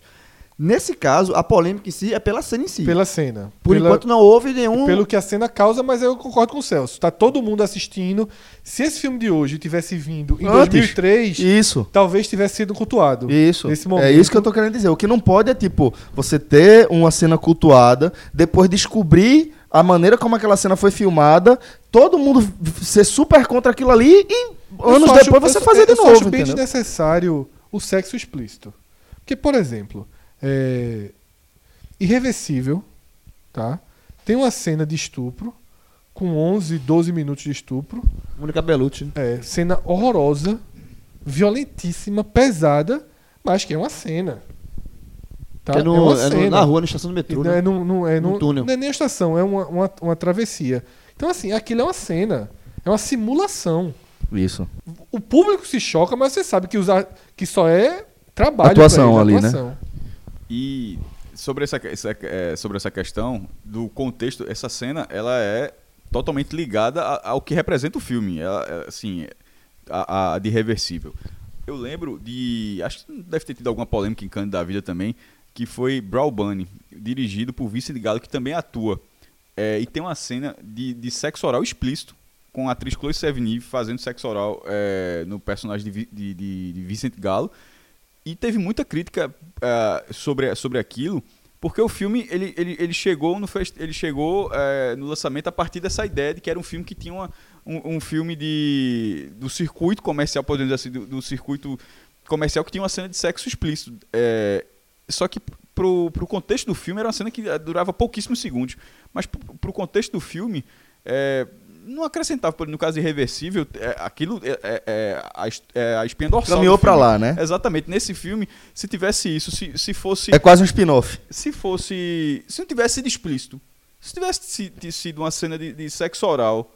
Speaker 3: Nesse caso, a polêmica em si é pela cena em si.
Speaker 5: pela cena.
Speaker 3: Por
Speaker 5: pela-
Speaker 3: enquanto não houve nenhum.
Speaker 5: Pelo que a cena causa, mas eu concordo com o Celso. Tá todo mundo assistindo. Se esse filme de hoje tivesse vindo em
Speaker 2: Antes.
Speaker 5: 2003,
Speaker 2: Isso.
Speaker 5: talvez tivesse sido cultuado.
Speaker 2: Isso.
Speaker 5: Nesse momento.
Speaker 2: É isso que eu tô querendo dizer. O que não pode é, tipo, você ter uma cena cultuada, depois descobrir a maneira como aquela cena foi filmada, todo mundo f- ser super contra aquilo ali e
Speaker 5: Eu
Speaker 2: anos
Speaker 5: só acho-
Speaker 2: depois você
Speaker 5: eu só-
Speaker 2: fazer de
Speaker 5: eu só
Speaker 2: novo,
Speaker 5: acho bem
Speaker 2: entendeu?
Speaker 5: desnecessário o sexo explícito. Porque, por exemplo, é, Irreversível, tá? Tem uma cena de estupro, com 11, 12 minutos de estupro.
Speaker 3: Mônica Bellucci.
Speaker 5: É, cena horrorosa, violentíssima, pesada, mas que é uma cena. Tá?
Speaker 3: que é, no-
Speaker 5: é uma
Speaker 3: é no-
Speaker 5: cena.
Speaker 3: na rua, na estação do
Speaker 5: E
Speaker 3: metrô.
Speaker 5: não
Speaker 3: né?
Speaker 5: é, num- não, é
Speaker 3: Num
Speaker 5: num-
Speaker 3: túnel.
Speaker 5: não é nem uma estação, é uma, uma, uma travessia. Então, assim, aquilo é uma cena. É uma simulação.
Speaker 2: Isso.
Speaker 5: O público se choca, mas você sabe que, usar, que só é trabalho.
Speaker 2: Atuação
Speaker 5: pra
Speaker 2: ali, né?
Speaker 5: né?
Speaker 7: E sobre essa, que- essa- é, sobre essa questão do contexto, essa cena ela é totalmente ligada a- ao que representa o filme, ela, é, assim, a, a de reversível. Eu lembro de, acho que deve ter tido alguma polêmica em Cannes da vida também, que foi Brawl Bunny, dirigido por Vince de Galo, que também atua. É, e tem uma cena de, de sexo oral explícito, com a atriz Chloe Sevigny fazendo sexo oral é, no personagem de, Vi- de, de, de Vincent Galo. E teve muita crítica ah, sobre, sobre aquilo, porque o filme ele, ele, ele chegou, no, fest- ele chegou eh, no lançamento a partir dessa ideia de que era um filme que tinha uma, um, um filme de, do circuito comercial, podemos dizer assim, do, do circuito comercial que tinha uma cena de sexo explícito. Eh, só que pro, pro contexto do filme era uma cena que ah, durava pouquíssimos segundos. Mas pro, pro contexto do filme, eh, não acrescentava, por- no caso de Irreversível, eh, aquilo é, é- é a, es- é a espinha dorsal. do
Speaker 2: Caminhou pra
Speaker 7: filme. é,
Speaker 2: lá, né?
Speaker 7: Exatamente. Nesse filme, se tivesse isso, se, se fosse.
Speaker 2: É quase um spin-off.
Speaker 7: Se fosse. Se não tivesse sido explícito. Se tivesse si- ti- sido uma cena de, de sexo oral.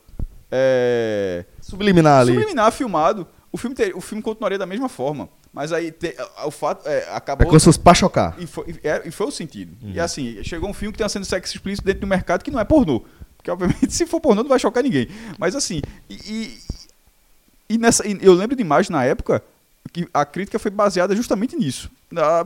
Speaker 7: É,
Speaker 2: Subliminar ali.
Speaker 7: subliminar filmado, o filme, ter- o filme continuaria da mesma forma. Mas aí te- a- o fato. é,
Speaker 2: É
Speaker 7: acabou.
Speaker 2: como se fosse pra chocar.
Speaker 7: E foi, e era- e foi o sentido.
Speaker 2: Uhum.
Speaker 7: E assim, chegou um filme que tem uma cena de sexo explícito dentro do mercado que não é pornô. Porque, obviamente, se for pornô, não vai chocar ninguém. Mas assim, e, e, e nessa, e eu lembro demais na época que a crítica foi baseada justamente nisso. Na-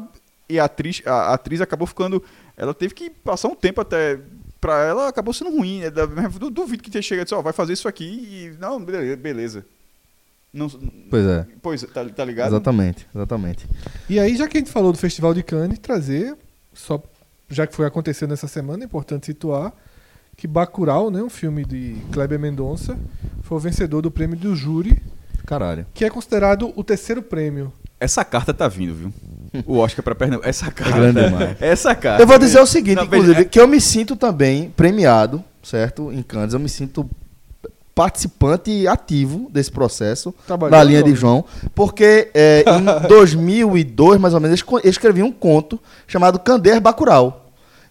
Speaker 7: e a atriz, a, a atriz acabou ficando. Ela teve que passar um tempo até. Pra ela acabou sendo ruim. né? Da- eu duvido que tenha chegado e disse, ó, vai fazer isso aqui e. Não, beleza. beleza. Não,
Speaker 2: Pois é.
Speaker 7: pois, tá, tá ligado?
Speaker 2: Exatamente, exatamente.
Speaker 5: E aí, já que a gente falou do Festival de Cannes, trazer, só já que foi acontecendo nessa semana, é importante situar que Bacurau, né, um filme de Kleber Mendonça, foi o vencedor do prêmio do júri,
Speaker 2: Caralho.
Speaker 5: que é considerado o terceiro prêmio.
Speaker 7: Essa carta tá vindo, viu? O Oscar pra Pernambuco. Essa carta.
Speaker 2: É grande demais.
Speaker 7: Essa carta.
Speaker 2: Eu vou dizer o seguinte,
Speaker 7: Não, veja,
Speaker 2: inclusive,
Speaker 7: é-
Speaker 2: que eu me sinto também premiado, certo? Em Cannes, eu me sinto participante ativo desse processo
Speaker 7: Tá
Speaker 5: Trabalhou,
Speaker 7: então
Speaker 2: da linha de
Speaker 5: João.
Speaker 2: João, porque é, em 2002, mais ou menos, eu esco- eu escrevi um conto chamado Candeia Bacurau.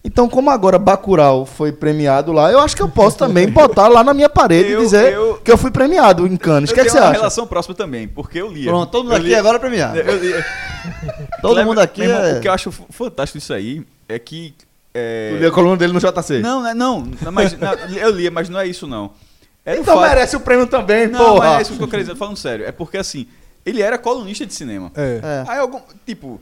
Speaker 2: Então, como agora Bacurau foi premiado lá, eu acho que eu posso também botar lá na minha parede
Speaker 7: Eu-
Speaker 2: e dizer
Speaker 7: eu-
Speaker 2: que eu fui premiado em Cannes. O
Speaker 7: eu
Speaker 2: que, é que
Speaker 7: tenho
Speaker 2: você
Speaker 7: uma
Speaker 2: acha?
Speaker 7: relação próxima também, porque eu li.
Speaker 3: Pronto, todo mundo
Speaker 7: Eu
Speaker 3: aqui
Speaker 7: li-
Speaker 3: agora é premiado.
Speaker 7: Eu lia.
Speaker 3: Todo
Speaker 7: Lembra-
Speaker 3: mundo aqui
Speaker 7: meu irmão,
Speaker 3: é.
Speaker 7: O que eu acho f- fantástico disso aí é que. é,
Speaker 2: Eu li a coluna dele no JC.
Speaker 7: Não, não, não, não, mas, não, eu lia, mas não é isso não. Era um
Speaker 2: então
Speaker 7: fato-
Speaker 2: merece o prêmio também,
Speaker 7: Não,
Speaker 2: porra.
Speaker 7: mas é isso que eu quero dizer, falando sério. É porque assim, ele era colunista de cinema.
Speaker 5: É.
Speaker 3: É.
Speaker 7: Aí algum. Tipo.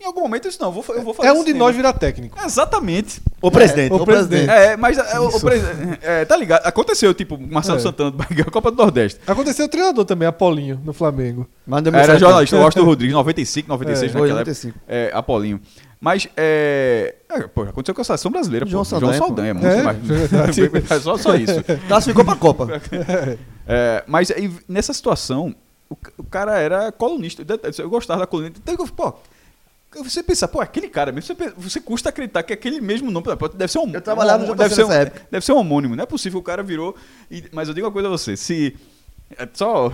Speaker 7: Em algum momento eu disse, não, eu vou, fa- eu vou fazer
Speaker 5: É um de
Speaker 7: cinema.
Speaker 5: nós virar técnico.
Speaker 7: Exatamente.
Speaker 2: Ô, presidente.
Speaker 5: Ô, presidente.
Speaker 7: assim, né? É, mas é, o, o pres- é, tá ligado? Aconteceu, tipo, Marcelo
Speaker 5: É.
Speaker 7: Santana do Bahia, Copa do Nordeste.
Speaker 5: Aconteceu o treinador também, Apolinho, no Flamengo.
Speaker 3: Mas deu
Speaker 7: Era
Speaker 3: certo.
Speaker 7: jornalista, o Austin Rodrigues, 95, 96
Speaker 5: É,
Speaker 7: naquela
Speaker 3: foi,
Speaker 7: época.
Speaker 3: 95.
Speaker 7: É, Apolinho. Mas, é... é, Pô, aconteceu com a seleção brasileira, pô.
Speaker 3: João Saldanha, pô.
Speaker 7: João Saldanha, é muito
Speaker 5: É,
Speaker 7: mais.
Speaker 5: verdade.
Speaker 7: É só, só isso.
Speaker 3: Classificou pra Copa.
Speaker 7: É, mas aí, nessa situação, o, ca- o cara era colunista. Eu det- Eu gostava da colunista. Então, eu, pô, você pensa, pô, aquele cara mesmo, você, pe- você custa acreditar que é aquele mesmo nome. pô, Deve ser um
Speaker 3: Eu trabalhava no
Speaker 7: um,
Speaker 3: Jornal
Speaker 7: deve, ser um,
Speaker 3: nessa época.
Speaker 7: deve ser um homônimo. Não é possível, o cara virou. e- mas eu digo uma coisa a você: se. é Só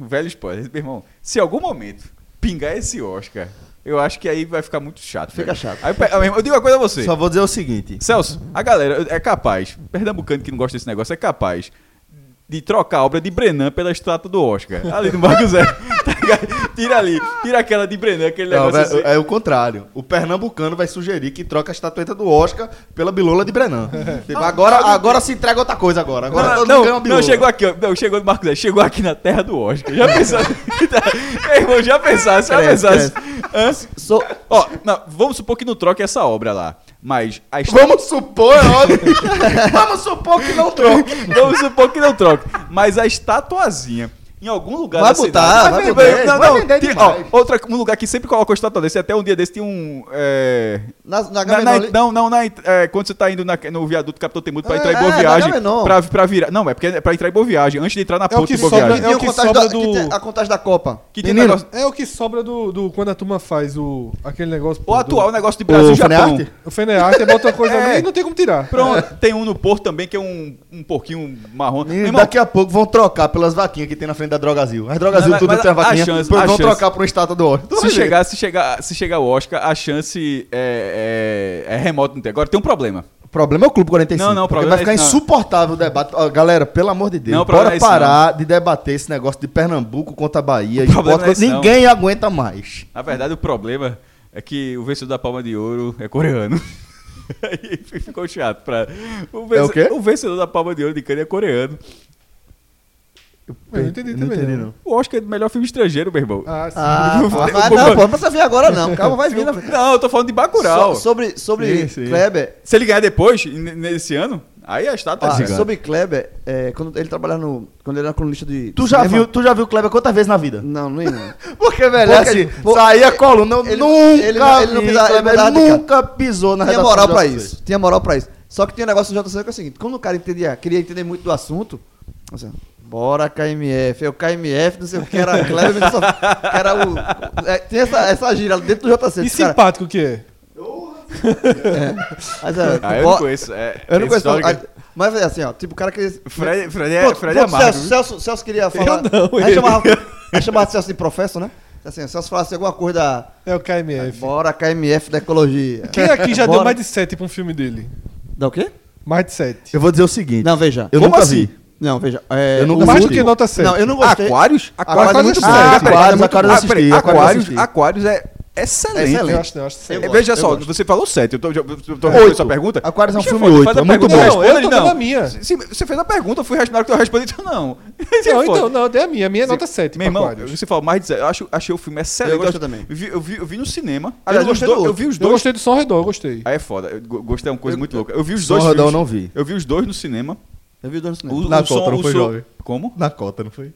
Speaker 7: um velho spoiler, meu irmão. Se em algum momento pingar esse Oscar, eu acho que aí vai ficar muito chato.
Speaker 3: Fica
Speaker 7: velho.
Speaker 3: chato.
Speaker 7: Aí, pe- eu digo uma coisa a você.
Speaker 2: Só vou dizer o seguinte.
Speaker 7: Celso, a galera é capaz, pernambucano que não gosta desse negócio, é capaz de trocar a obra de Brenan pela estátua do Oscar. Ali do Marco Zé. Tá ligado? tira ali, tira aquela de Brenan, aquele
Speaker 2: Não,
Speaker 7: negócio assim.
Speaker 2: vai- é, o contrário. O pernambucano vai sugerir que troca a estatueta do Oscar pela bilola de Brenan. Tipo, agora, agora se entrega outra coisa agora. Agora
Speaker 7: Não,
Speaker 2: todo
Speaker 7: não,
Speaker 2: mundo ganha uma bilola.
Speaker 7: chegou aqui, ó. Não, chegou do Marco Zé, chegou aqui na terra do Oscar. Já pensasse. Meu irmão, já pensasse, já
Speaker 3: Cresce,
Speaker 7: pensasse. Hã?
Speaker 3: Sou-
Speaker 7: Ó, não, vamos supor que não troque essa obra lá. Mas a estátua.
Speaker 2: Vamos supor, é óbvio. Vamos supor que não troque.
Speaker 7: Vamos supor que não troque. Mas a estatuazinha. Em algum lugar
Speaker 3: Vai
Speaker 7: da cidade-
Speaker 3: botar, vai vender,
Speaker 7: Não,
Speaker 2: vai
Speaker 7: não,
Speaker 2: vender
Speaker 7: tem-
Speaker 2: demais.
Speaker 7: ó, outra, um lugar que sempre coloca uma estátua desse, até um dia desse tinha um. é,
Speaker 3: Na, na,
Speaker 7: na-
Speaker 3: Gamenon
Speaker 7: na-
Speaker 3: ali-
Speaker 7: não, não, na, é, quando você tá indo na- no viaduto Capitão Temudo pra
Speaker 3: É,
Speaker 7: entrar em
Speaker 3: é,
Speaker 7: boa
Speaker 3: na
Speaker 7: viagem.
Speaker 3: Gamenon.
Speaker 7: Pra, pra virar. Não, é porque é pra entrar em boa viagem, antes de entrar na
Speaker 5: o
Speaker 7: ponte
Speaker 5: que
Speaker 7: de boa
Speaker 5: sobra-
Speaker 7: viagem.
Speaker 5: é o
Speaker 3: Viu
Speaker 5: que
Speaker 3: a contagem
Speaker 5: sobra
Speaker 3: da- que
Speaker 5: do-
Speaker 3: tem a contagem da Copa.
Speaker 7: Que tem um
Speaker 2: Menino,
Speaker 7: negócio.
Speaker 5: É o que sobra do, do- quando a turma faz o aquele negócio.
Speaker 7: O
Speaker 5: do-
Speaker 7: atual negócio de Brasil e Japão.
Speaker 2: Fenearte?
Speaker 5: O Fenearte bota uma coisa
Speaker 7: É.
Speaker 5: ali e não tem como tirar.
Speaker 7: Pronto, tem um no Porto também que é um, um porquinho marrom. Meu
Speaker 2: E
Speaker 7: irmão,
Speaker 2: daqui a pouco vão trocar pelas vaquinhas que tem na frente da Drogazil. As Drogazil
Speaker 7: Mas-
Speaker 2: tudo
Speaker 7: mas
Speaker 2: tem a
Speaker 7: a
Speaker 2: vaquinha.
Speaker 7: chance,
Speaker 2: depois
Speaker 7: a
Speaker 2: vão
Speaker 7: chance.
Speaker 2: trocar por uma estátua do Oscar. Tu vai
Speaker 7: Se
Speaker 2: ver.
Speaker 7: chegar, se chegar, se chegar o Oscar, a chance é, é, é remota. não tem. Agora tem um problema.
Speaker 2: O problema é o Clube 45.
Speaker 7: Não, não, o
Speaker 2: porque
Speaker 7: problema
Speaker 2: Vai ficar
Speaker 7: é esse, não.
Speaker 2: insuportável o debate. Ó, galera, pelo amor de Deus,
Speaker 7: Não, o problema
Speaker 2: bora
Speaker 7: é esse,
Speaker 2: parar de debater esse negócio de Pernambuco contra a Bahia.
Speaker 7: O
Speaker 2: e
Speaker 7: problema
Speaker 2: Porto-
Speaker 7: é esse, não.
Speaker 2: Ninguém aguenta mais.
Speaker 7: Na verdade, o problema é que o vencedor da Palma de Ouro é coreano. Aí ficou chato pra. O vence-
Speaker 2: É o quê?
Speaker 7: vencedor da Palma de Ouro de Cannes é coreano.
Speaker 5: É. Eu não entendi
Speaker 2: Eu
Speaker 5: também. não.
Speaker 7: O Oscar é do melhor filme estrangeiro, meu irmão.
Speaker 5: Ah, sim.
Speaker 3: Ah, mas não, pô, não precisa vir agora não. Calma, vai vir né? na frente.
Speaker 7: Não, eu tô falando de Bacurau.
Speaker 3: So- sobre sobre
Speaker 2: Sim, sim.
Speaker 3: Kleber,
Speaker 7: Se ele ganhar depois, n- nesse ano, aí a estátua
Speaker 3: ah,
Speaker 7: é gigante.
Speaker 3: sobre Kleber, é, quando ele trabalhava no, quando ele era colunista de
Speaker 2: Tu já,
Speaker 3: cinema-
Speaker 2: viu, tu já viu o Kleber quantas vezes na vida?
Speaker 3: Não, não ia. não.
Speaker 2: Porque, velho,
Speaker 3: Porque
Speaker 2: é assim,
Speaker 3: ele- pô,
Speaker 2: saía a coluna, eu
Speaker 3: ele-
Speaker 2: nunca
Speaker 3: ele não- ele não
Speaker 2: vi,
Speaker 3: pisava- ele
Speaker 2: Kleber
Speaker 3: mudava de
Speaker 2: nunca pisou na
Speaker 3: tinha
Speaker 2: redação
Speaker 3: moral
Speaker 2: do
Speaker 3: pra
Speaker 2: JC.
Speaker 3: isso. Tinha moral pra isso. Só que tinha um negócio do JC que é o seguinte: quando o cara entendia, queria entender muito do assunto, assim, bora KMF, é o KMF, não sei o que, era Kleber, Mendonça Filho, que era o. é, tinha essa, essa gira dentro do JC.
Speaker 5: E
Speaker 3: esse cara-
Speaker 5: simpático que é.
Speaker 3: Mas, é,
Speaker 7: Ah, eu
Speaker 3: bo-
Speaker 7: não conheço. É,
Speaker 3: Eu não conheço.
Speaker 7: esse
Speaker 3: a- Mas é assim, ó, tipo, o cara queria.
Speaker 7: Fred, Fred, é,
Speaker 3: Pronto,
Speaker 7: Fred é
Speaker 3: pronto,
Speaker 7: amargo.
Speaker 3: Celso,
Speaker 7: viu?
Speaker 3: Celso, Celso queria falar.
Speaker 5: não,
Speaker 3: aí
Speaker 5: ele.
Speaker 3: chamava, aí chamava Celso de professor, né? Assim, o Celso falasse alguma coisa da.
Speaker 5: É o KMF.
Speaker 3: Tá, Bora KMF da ecologia.
Speaker 5: Quem aqui já deu
Speaker 3: Bora-
Speaker 5: mais de 7 pra um filme dele?
Speaker 3: Dá o quê?
Speaker 5: Mais de 7.
Speaker 2: Eu vou dizer o seguinte.
Speaker 3: Não, veja.
Speaker 2: Eu
Speaker 7: Como
Speaker 2: nunca
Speaker 7: assim?
Speaker 2: vi.
Speaker 3: Não, veja. é,
Speaker 2: Eu nunca
Speaker 3: o
Speaker 5: Mais do
Speaker 2: assisti.
Speaker 5: que nota 7.
Speaker 3: Não, eu não gostei.
Speaker 7: Aquários?
Speaker 3: Aquários é muito bom.
Speaker 2: Ah,
Speaker 3: Aquários é
Speaker 2: Aquários,
Speaker 3: muito
Speaker 2: Aquários eu
Speaker 7: Ah,
Speaker 2: assisti, Aquários
Speaker 7: peraí,
Speaker 2: eu
Speaker 7: Aquários,
Speaker 2: assisti.
Speaker 7: Aquários é excelente.
Speaker 3: É excelente.
Speaker 5: Eu acho, Então, não, eu acho
Speaker 3: Eu
Speaker 5: 7.
Speaker 3: gosto,
Speaker 7: Veja
Speaker 3: eu
Speaker 7: só,
Speaker 3: gosto.
Speaker 7: você falou 7, eu tô, eu tô- eu
Speaker 2: Oito.
Speaker 7: tô respondendo sua pergunta.
Speaker 2: Aquários é um
Speaker 7: Bicho,
Speaker 2: filme
Speaker 7: foda,
Speaker 2: oito,
Speaker 7: faz a
Speaker 2: é muito
Speaker 7: pergunta,
Speaker 2: bom.
Speaker 7: responda
Speaker 5: Não, eu
Speaker 7: ele,
Speaker 5: tô dando a minha.
Speaker 7: Se- você fez a pergunta, eu fui responder o que eu respondi, então não.
Speaker 5: Não,
Speaker 7: Foda.
Speaker 5: então, não, eu dei a minha. A minha é nota 7
Speaker 7: Meu
Speaker 5: pra
Speaker 7: irmão,
Speaker 5: Aquarius.
Speaker 7: você falou mais de 7, eu acho, achei o filme excelente.
Speaker 3: Eu gostei
Speaker 7: acho-
Speaker 3: também.
Speaker 7: Vi, eu, vi, eu vi no cinema.
Speaker 3: Aliás, eu
Speaker 7: os
Speaker 3: gostei
Speaker 7: dois-
Speaker 3: do
Speaker 7: eu
Speaker 3: outro.
Speaker 7: vi os
Speaker 5: Eu
Speaker 7: dois.
Speaker 5: gostei do São Redor, eu gostei.
Speaker 7: Aí é foda, eu go- gostei, é uma coisa muito louca. Eu vi os
Speaker 2: Só
Speaker 7: dois
Speaker 2: Rodão
Speaker 7: filmes.
Speaker 2: eu não vi.
Speaker 7: Eu vi os dois no cinema.
Speaker 3: Eu vi o dono do cinema.
Speaker 7: O,
Speaker 2: Na
Speaker 7: o som,
Speaker 2: Copa, não
Speaker 7: o
Speaker 2: foi,
Speaker 7: som-
Speaker 2: jovem?
Speaker 7: Como?
Speaker 2: Na cota, não foi?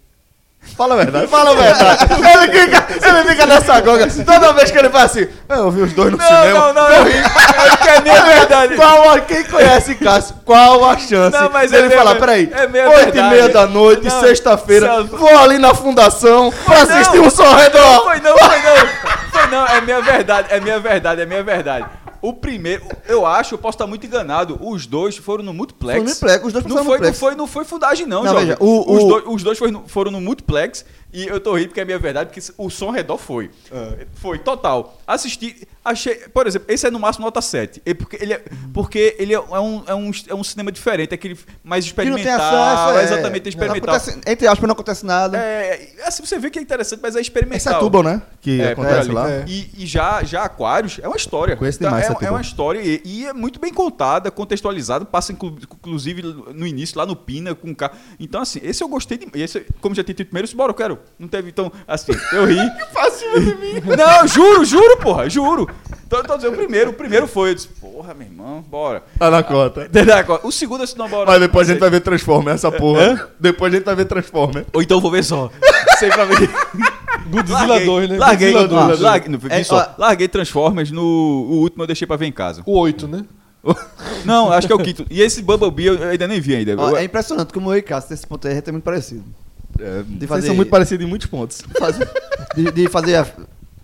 Speaker 2: Fala a verdade, fala a verdade. ele, fica, ele fica nessa goga. Toda vez que ele fala assim, "Ah, eu vi os dois no cinema.
Speaker 7: não, não, eu vi. É que é nem verdade.
Speaker 2: Qual a- quem conhece Cássio, qual a chance
Speaker 7: Não, mas é
Speaker 2: ele
Speaker 7: meio-
Speaker 2: falar, peraí,
Speaker 7: é meio
Speaker 2: oito e
Speaker 7: verdade.
Speaker 2: meia da noite,
Speaker 7: Não,
Speaker 2: sexta-feira,
Speaker 7: Celso.
Speaker 2: vou ali na fundação pra
Speaker 7: não.
Speaker 2: assistir um só
Speaker 7: Não,
Speaker 2: redor.
Speaker 7: foi não, foi não. Foi não, é minha verdade, é minha verdade, é minha verdade. O primeiro, eu acho, eu posso estar muito enganado, os dois foram no multiplex.
Speaker 3: Foi no multiplex, os dois
Speaker 7: não
Speaker 3: passaram no
Speaker 7: foi, não
Speaker 3: multiplex.
Speaker 7: foi, não foi fundagem não,
Speaker 3: Não,
Speaker 7: jovem.
Speaker 3: veja, o-
Speaker 7: os,
Speaker 3: o-
Speaker 7: dois, os dois foi no- foram no multiplex e eu tô rindo porque é minha verdade, porque o som ao redor foi.
Speaker 3: É.
Speaker 7: Foi total. Assisti, achei, por exemplo, esse é no máximo nota 7. É porque ele é, porque ele é um, é um, é um cinema diferente, é aquele mais
Speaker 3: Que não tem ação,
Speaker 7: experimental,
Speaker 3: isso é-
Speaker 7: exatamente experimental.
Speaker 3: Não acontece- entre aspas, não acontece nada.
Speaker 7: É, assim, você vê que é interessante, mas é experimental.
Speaker 2: Esse é Tubal, né? Que
Speaker 7: É, por
Speaker 2: acontece
Speaker 7: ali.
Speaker 2: lá.
Speaker 5: É.
Speaker 7: E, e já, já Aquários é uma história.
Speaker 2: Conheço demais
Speaker 7: é,
Speaker 2: essa
Speaker 7: é
Speaker 2: turma.
Speaker 7: uma história e, e é muito bem contada, contextualizada, passa inclu- inclusive no início lá no Pina com o carro. Então assim, esse eu gostei de, esse como já tinha tido primeiro, esse bora eu quero. Não teve, então, assim, eu ri. Não, juro, juro, porra, juro. Então, eu tô dizendo, o primeiro, o primeiro foi, eu disse, porra, meu irmão, bora.
Speaker 2: Tá na cota.
Speaker 7: O segundo, eu disse, não, bora.
Speaker 2: Mas depois a gente vai ver Transformer, essa porra. Depois a gente vai ver Transformer.
Speaker 7: Ou então vou ver só. Sei pra ver.
Speaker 5: Godzilla 2, né?
Speaker 7: Larguei,
Speaker 5: Godzilla dois.
Speaker 7: larguei, larguei, não, vi
Speaker 3: É,
Speaker 7: só.
Speaker 3: ó.
Speaker 7: larguei Transformers no o último eu deixei pra ver em casa.
Speaker 5: O 8, né?
Speaker 7: Não, acho que é o quinto. E esse Bumblebee eu ainda nem vi ainda.
Speaker 3: Ó,
Speaker 7: Eu-
Speaker 3: é impressionante como eu e Cássio, esse ponto aí, é muito parecido.
Speaker 7: é,
Speaker 3: de
Speaker 2: Vocês
Speaker 3: fazer,
Speaker 2: são muito parecidos em muitos pontos.
Speaker 3: fazer- de, de fazer a-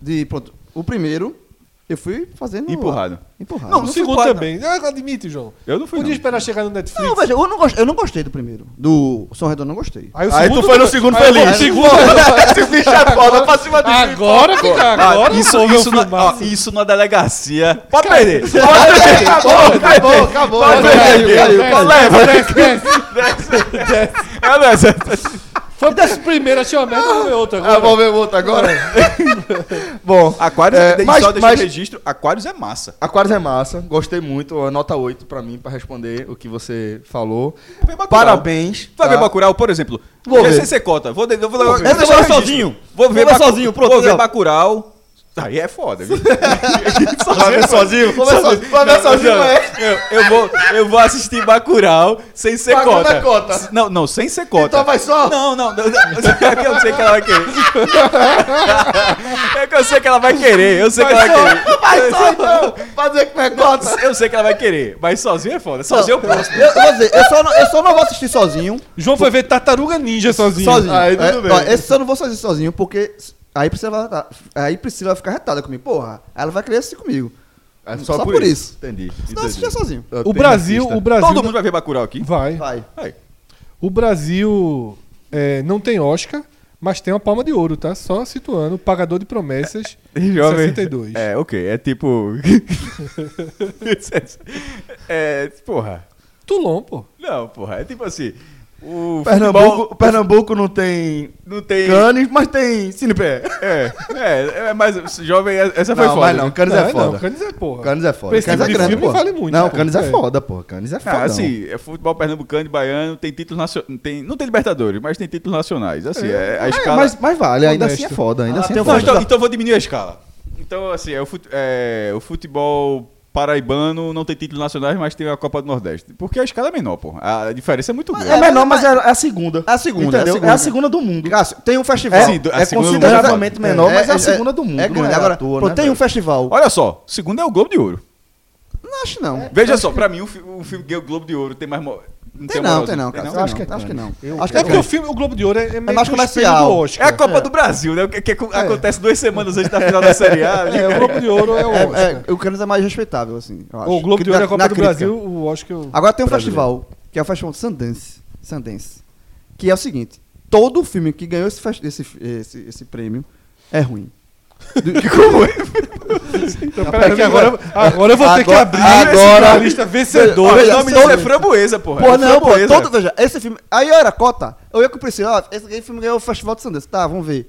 Speaker 3: de, pronto, o primeiro, eu fui fazendo...
Speaker 7: Empurrado.
Speaker 3: Empurrado.
Speaker 7: Não,
Speaker 5: o
Speaker 7: fui
Speaker 5: segundo
Speaker 7: quatro,
Speaker 5: também. Ah, admite, João.
Speaker 7: Eu não fui,
Speaker 5: Podia
Speaker 7: não.
Speaker 5: esperar chegar no Netflix.
Speaker 3: Não, veja, eu não, gostei, eu não gostei do primeiro. Do Som Redondo, eu não gostei.
Speaker 5: Aí, o
Speaker 2: Aí tu foi no segundo
Speaker 5: Aí eu
Speaker 2: feliz.
Speaker 5: fui no
Speaker 2: Esse bicho é foda pra cima de mim.
Speaker 5: Agora, cara,
Speaker 7: Ah,
Speaker 5: agora
Speaker 7: isso,
Speaker 5: resolveu
Speaker 7: isso, na, ó,
Speaker 5: filmaço.
Speaker 7: isso na delegacia. Pode perder.
Speaker 2: Acabou, acabou. né?
Speaker 7: É, né, Zé?
Speaker 5: Foi pra esse primeiro, achei uma merda, vou ver outra
Speaker 2: Ah,
Speaker 5: agora.
Speaker 2: vamos ver o outro agora? Bom,
Speaker 7: Aquários,
Speaker 2: É,
Speaker 7: é,
Speaker 2: mas-
Speaker 7: só deixa
Speaker 2: mas-
Speaker 7: o registro. Aquários é massa.
Speaker 2: Aquários é massa, gostei muito, ó, nota 8 pra mim, pra responder o que você falou.
Speaker 7: Vem Bacurau.
Speaker 2: Parabéns.
Speaker 7: Vai ver
Speaker 2: tá?
Speaker 7: Bacurau, por exemplo.
Speaker 2: Vou
Speaker 7: Vou ver.
Speaker 2: ver.
Speaker 7: Sem ser cota. Vou, de- vou, vou,
Speaker 3: ver. Essa eu vou ver sozinho.
Speaker 7: Vou
Speaker 3: Vou
Speaker 7: ver
Speaker 3: ver
Speaker 7: Bacu-
Speaker 3: sozinho, pronto,
Speaker 7: Vou ver
Speaker 3: legal.
Speaker 7: Bacurau. Aí é foda, viu?
Speaker 2: Vai ver sozinho? Vai ver sozinho, vai ver sozinho, é.
Speaker 7: eu, eu vou, eu vou assistir Bacurau sem ser
Speaker 2: Bagulho
Speaker 7: cota.
Speaker 2: é cota.
Speaker 7: Não, não, sem ser cota.
Speaker 2: Então vai só?
Speaker 7: Não, não. não, não. É que eu sei que ela vai querer. É que eu sei que ela vai querer. Eu sei que ela vai querer.
Speaker 2: Vai só então, pra dizer que não é cota.
Speaker 7: Eu sei que ela vai querer. Mas sozinho é foda. Sozinho eu posso.
Speaker 3: Eu, eu vou dizer, eu só, não, eu só não vou assistir sozinho.
Speaker 5: João foi ver Tartaruga Ninja sozinho.
Speaker 3: Sozinho.
Speaker 2: Aí tudo
Speaker 3: É,
Speaker 2: bem.
Speaker 3: ó, esse só não vou sozinho sozinho, porque aí Priscila, vai tá- aí Priscila vai ficar retada comigo. Porra, ela vai querer assistir comigo.
Speaker 2: É
Speaker 7: Hum,
Speaker 3: só por isso.
Speaker 2: Entendi.
Speaker 3: Senão eu assistia sozinho.
Speaker 5: O Brasil, o Brasil.
Speaker 7: Todo mundo vai ver Bacurau aqui.
Speaker 5: Vai.
Speaker 3: Vai.
Speaker 5: O Brasil é, não tem Oscar, mas tem uma palma de ouro, tá? Só situando. Pagador de promessas. 62.
Speaker 7: É, ok. É tipo. é, porra.
Speaker 5: Toulon, pô.
Speaker 7: Não, porra. É tipo assim. O futebol
Speaker 2: Pernambuco, Pernambuco não tem
Speaker 7: não tem.
Speaker 2: Cannes, mas tem Cinepé.
Speaker 7: É, é, é, mas esse jovem, essa foi
Speaker 2: não,
Speaker 7: foda.
Speaker 2: mas não,
Speaker 7: né?
Speaker 2: Cannes
Speaker 5: Não,
Speaker 2: é
Speaker 5: Não,
Speaker 2: foda.
Speaker 5: Cannes é porra.
Speaker 2: Cannes é foda.
Speaker 5: Pra esse
Speaker 2: Cannes
Speaker 3: tipo
Speaker 2: é
Speaker 3: de
Speaker 2: grande,
Speaker 5: filme
Speaker 2: pô.
Speaker 5: vale muito,
Speaker 2: Não,
Speaker 5: pô.
Speaker 2: Cannes é
Speaker 5: É.
Speaker 2: foda, pô. Cannes é foda.
Speaker 7: Ah, assim, é futebol pernambucano e baiano, tem títulos nacionais. Tem, não tem Libertadores, mas tem títulos nacionais. Assim, é, a escala.
Speaker 2: mas, mas vale, ainda
Speaker 5: Honesto.
Speaker 2: assim é foda. Ainda
Speaker 3: Ah,
Speaker 2: assim
Speaker 3: tem
Speaker 2: é
Speaker 3: um
Speaker 7: Não,
Speaker 2: foda.
Speaker 7: então, então eu vou diminuir a escala. Então, assim, é o, fut- é, o futebol paraibano não tem títulos nacionais, mas tem a Copa do Nordeste. Porque a escala é menor, pô. A diferença é muito grande.
Speaker 2: É menor, mas é é a segunda.
Speaker 3: É a segunda, é a
Speaker 2: Entendeu? É
Speaker 3: segunda.
Speaker 2: a segunda do mundo.
Speaker 3: Cássio, tem um festival.
Speaker 7: Sim, do- a segunda do mundo é
Speaker 2: consideravelmente menor, mas é a segunda do mundo,
Speaker 3: É
Speaker 2: não
Speaker 3: grande.
Speaker 2: é à
Speaker 3: Agora,
Speaker 2: toa,
Speaker 3: pô,
Speaker 2: né,
Speaker 3: tem
Speaker 2: velho?
Speaker 3: um festival.
Speaker 7: Olha só, o segundo é o Globo de Ouro.
Speaker 3: Não acho não.
Speaker 7: Veja só, pra mim o, fi- o filme que é o Globo de Ouro tem mais. mo- Não
Speaker 3: Tem
Speaker 7: moral, assim?
Speaker 3: não, tem não,
Speaker 7: Tem
Speaker 3: Cássio.
Speaker 7: não?
Speaker 3: Acho que
Speaker 2: um
Speaker 3: é,
Speaker 2: Tem não.
Speaker 3: acho que não.
Speaker 2: Eu-
Speaker 3: Acho que
Speaker 5: É
Speaker 3: é
Speaker 5: porque o
Speaker 3: grande.
Speaker 5: filme, o Globo de Ouro é, é meio
Speaker 3: mais
Speaker 5: que um espelho
Speaker 3: comercial.
Speaker 5: do
Speaker 7: É a
Speaker 5: Oscar.
Speaker 7: Copa do Brasil, né? Que, que
Speaker 3: É.
Speaker 7: acontece duas semanas antes da final da Série A. né?
Speaker 5: É, o Globo de Ouro é o Oscar.
Speaker 3: É, é, o Cannes é mais respeitável, assim. eu acho.
Speaker 5: o Globo de
Speaker 3: Na-
Speaker 5: Ouro é a Copa
Speaker 3: na
Speaker 5: do
Speaker 3: crítica.
Speaker 5: Brasil, o Oscar. eu-
Speaker 3: Agora tem um festival, que é o Festival Sundance, Sundance, que é o seguinte, todo filme que ganhou esse, fes- esse, esse, esse prêmio é ruim.
Speaker 7: Como é?
Speaker 5: Então, peraí, que agora, agora eu vou ter que
Speaker 3: Agora-
Speaker 5: abrir
Speaker 3: agora-
Speaker 5: essa lista
Speaker 7: Ó,
Speaker 5: vencedora.
Speaker 7: o
Speaker 3: Veja,
Speaker 7: nome
Speaker 3: só-
Speaker 7: dele é Framboesa, porra.
Speaker 3: Pô,
Speaker 7: É
Speaker 3: não, pô,
Speaker 7: Framboesa.
Speaker 3: todo, veja, esse filme, aí eu era cota, eu ia com o Priscila, ó, esse filme ganhou o Festival de Sundance, tá, vamos ver,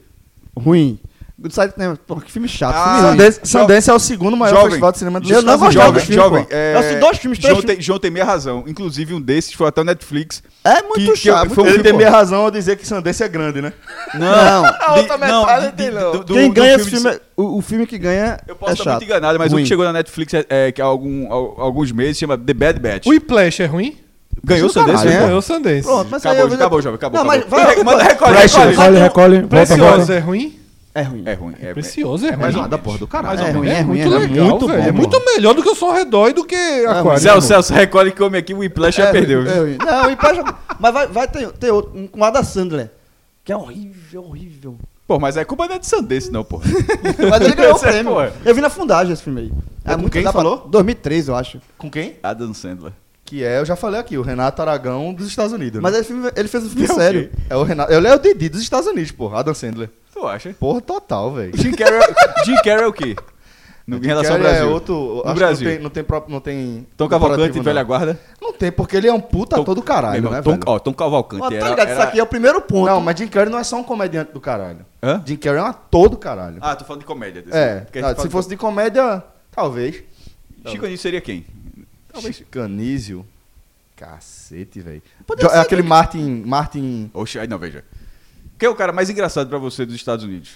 Speaker 3: ruim. Good Side Cinema, pô, que filme chato,
Speaker 7: Ah,
Speaker 3: filme ruim.
Speaker 2: Sundance, Sundance é o segundo maior
Speaker 7: Jovem.
Speaker 2: festival de cinema É, do
Speaker 3: Eu não
Speaker 2: Estados
Speaker 3: gostava
Speaker 2: Unidos.
Speaker 3: desse
Speaker 7: Jovem,
Speaker 3: filme,
Speaker 7: jovem. É,
Speaker 3: pô. Eu assisti dois filmes, três
Speaker 7: João tem, João tem meia razão. Inclusive, um desses foi até o Netflix.
Speaker 3: É muito
Speaker 7: que- que eu-
Speaker 3: chato.
Speaker 7: foi um
Speaker 2: Ele
Speaker 7: filme,
Speaker 2: tem
Speaker 7: pô.
Speaker 2: minha razão ao dizer que Sundance é grande, né?
Speaker 3: Não,
Speaker 7: A outra
Speaker 3: é
Speaker 7: metade tem não.
Speaker 3: quem ganha esse filme, é- o, o filme que ganha
Speaker 7: Eu
Speaker 3: é
Speaker 7: posso estar
Speaker 3: chato.
Speaker 7: muito enganado, mas o
Speaker 3: Ruim.
Speaker 7: que chegou na Netflix é, é, que há algum- há alguns meses chama The Bad Batch.
Speaker 5: O Whiplash é ruim?
Speaker 7: Ganhou o Sundance,
Speaker 3: caralho,
Speaker 7: pô.
Speaker 5: É, o Sundance.
Speaker 3: né? Pronto, mas aí
Speaker 7: Acabou,
Speaker 3: eu vou-
Speaker 7: acabou, jovem, acabou.
Speaker 3: Não, mas
Speaker 7: acabou.
Speaker 3: vai-
Speaker 7: Re- manda recolhe, recolhe.
Speaker 8: Recolhe, recolhe, volta,
Speaker 5: Precioso
Speaker 8: volta.
Speaker 5: é ruim?
Speaker 3: É ruim.
Speaker 7: É ruim. É, é-
Speaker 5: Precioso é ruim.
Speaker 7: mais ou
Speaker 2: nada, porra, do caralho.
Speaker 7: Mais ou
Speaker 3: É ruim,
Speaker 7: menos.
Speaker 3: é ruim, é
Speaker 5: muito É,
Speaker 3: ruim.
Speaker 5: legal,
Speaker 2: muito
Speaker 5: velho.
Speaker 2: bom,
Speaker 5: É
Speaker 2: mano.
Speaker 5: muito melhor do que o Som ao Redor e do que Aquário.
Speaker 7: É
Speaker 5: né,
Speaker 7: Celso, Celso, recolhe que o homem aqui, o Whiplash já perdeu.
Speaker 3: É ruim. Não, e pra jogar- Mas vai, vai ter, ter outro, um com o Adam Sandler. Que é horrível, horrível.
Speaker 7: Pô, mas é culpa não é de Sundance, não, pô.
Speaker 3: Mas ele ganhou o
Speaker 7: Essa é
Speaker 3: prêmio.
Speaker 7: boa. É
Speaker 3: Eu vi na fundagem esse filme aí. É
Speaker 2: com quem
Speaker 3: dá pra-
Speaker 2: falou?
Speaker 3: 2003, eu acho.
Speaker 2: Com quem?
Speaker 7: Adam Sandler.
Speaker 2: Que é, eu já falei aqui, o Renato Aragão dos Estados Unidos.
Speaker 3: Mas
Speaker 2: né?
Speaker 3: ele, filme- ele fez um filme
Speaker 7: É o
Speaker 3: sério.
Speaker 2: é... o Renato. Ele é o Didi dos Estados Unidos, porra. Adam Sandler.
Speaker 7: Tu acha?
Speaker 2: Porra, total, velho.
Speaker 7: Jim Carrey, Jim Carrey é o quê? No, em relação ao
Speaker 2: Carrey
Speaker 7: Brasil.
Speaker 2: É outro, acho
Speaker 7: no
Speaker 2: que
Speaker 7: Brasil.
Speaker 2: Não tem, não tem, pró- não tem
Speaker 7: Tom
Speaker 2: comparativo,
Speaker 7: Cavalcante,
Speaker 2: não.
Speaker 7: velha guarda.
Speaker 2: Não tem, porque ele é um puta todo caralho,
Speaker 7: Meu irmão,
Speaker 2: né,
Speaker 7: Tom,
Speaker 2: velho?
Speaker 7: ó, Tom Cavalcante.
Speaker 3: Ó, tá
Speaker 7: era-
Speaker 3: ligado? Isso
Speaker 7: era-
Speaker 3: aqui é o primeiro ponto.
Speaker 2: Não, mas Jim Carrey não é só um comediante do caralho.
Speaker 7: Hã?
Speaker 2: Jim Carrey é uma todo caralho.
Speaker 7: Ah, tô falando de comédia. desse-
Speaker 2: um- é,
Speaker 7: porque a
Speaker 2: tá,
Speaker 7: gente
Speaker 2: se
Speaker 7: fala-
Speaker 2: fosse de comédia, talvez.
Speaker 7: Chico Anísio seria quem?
Speaker 2: Talvez. Canísio. Cacete, velho.
Speaker 3: Poderia
Speaker 2: Jo- É
Speaker 3: ser
Speaker 2: aquele Martin, Martin...
Speaker 7: Oxe, aí não, veja. Quem é o cara mais engraçado pra você dos Estados Unidos?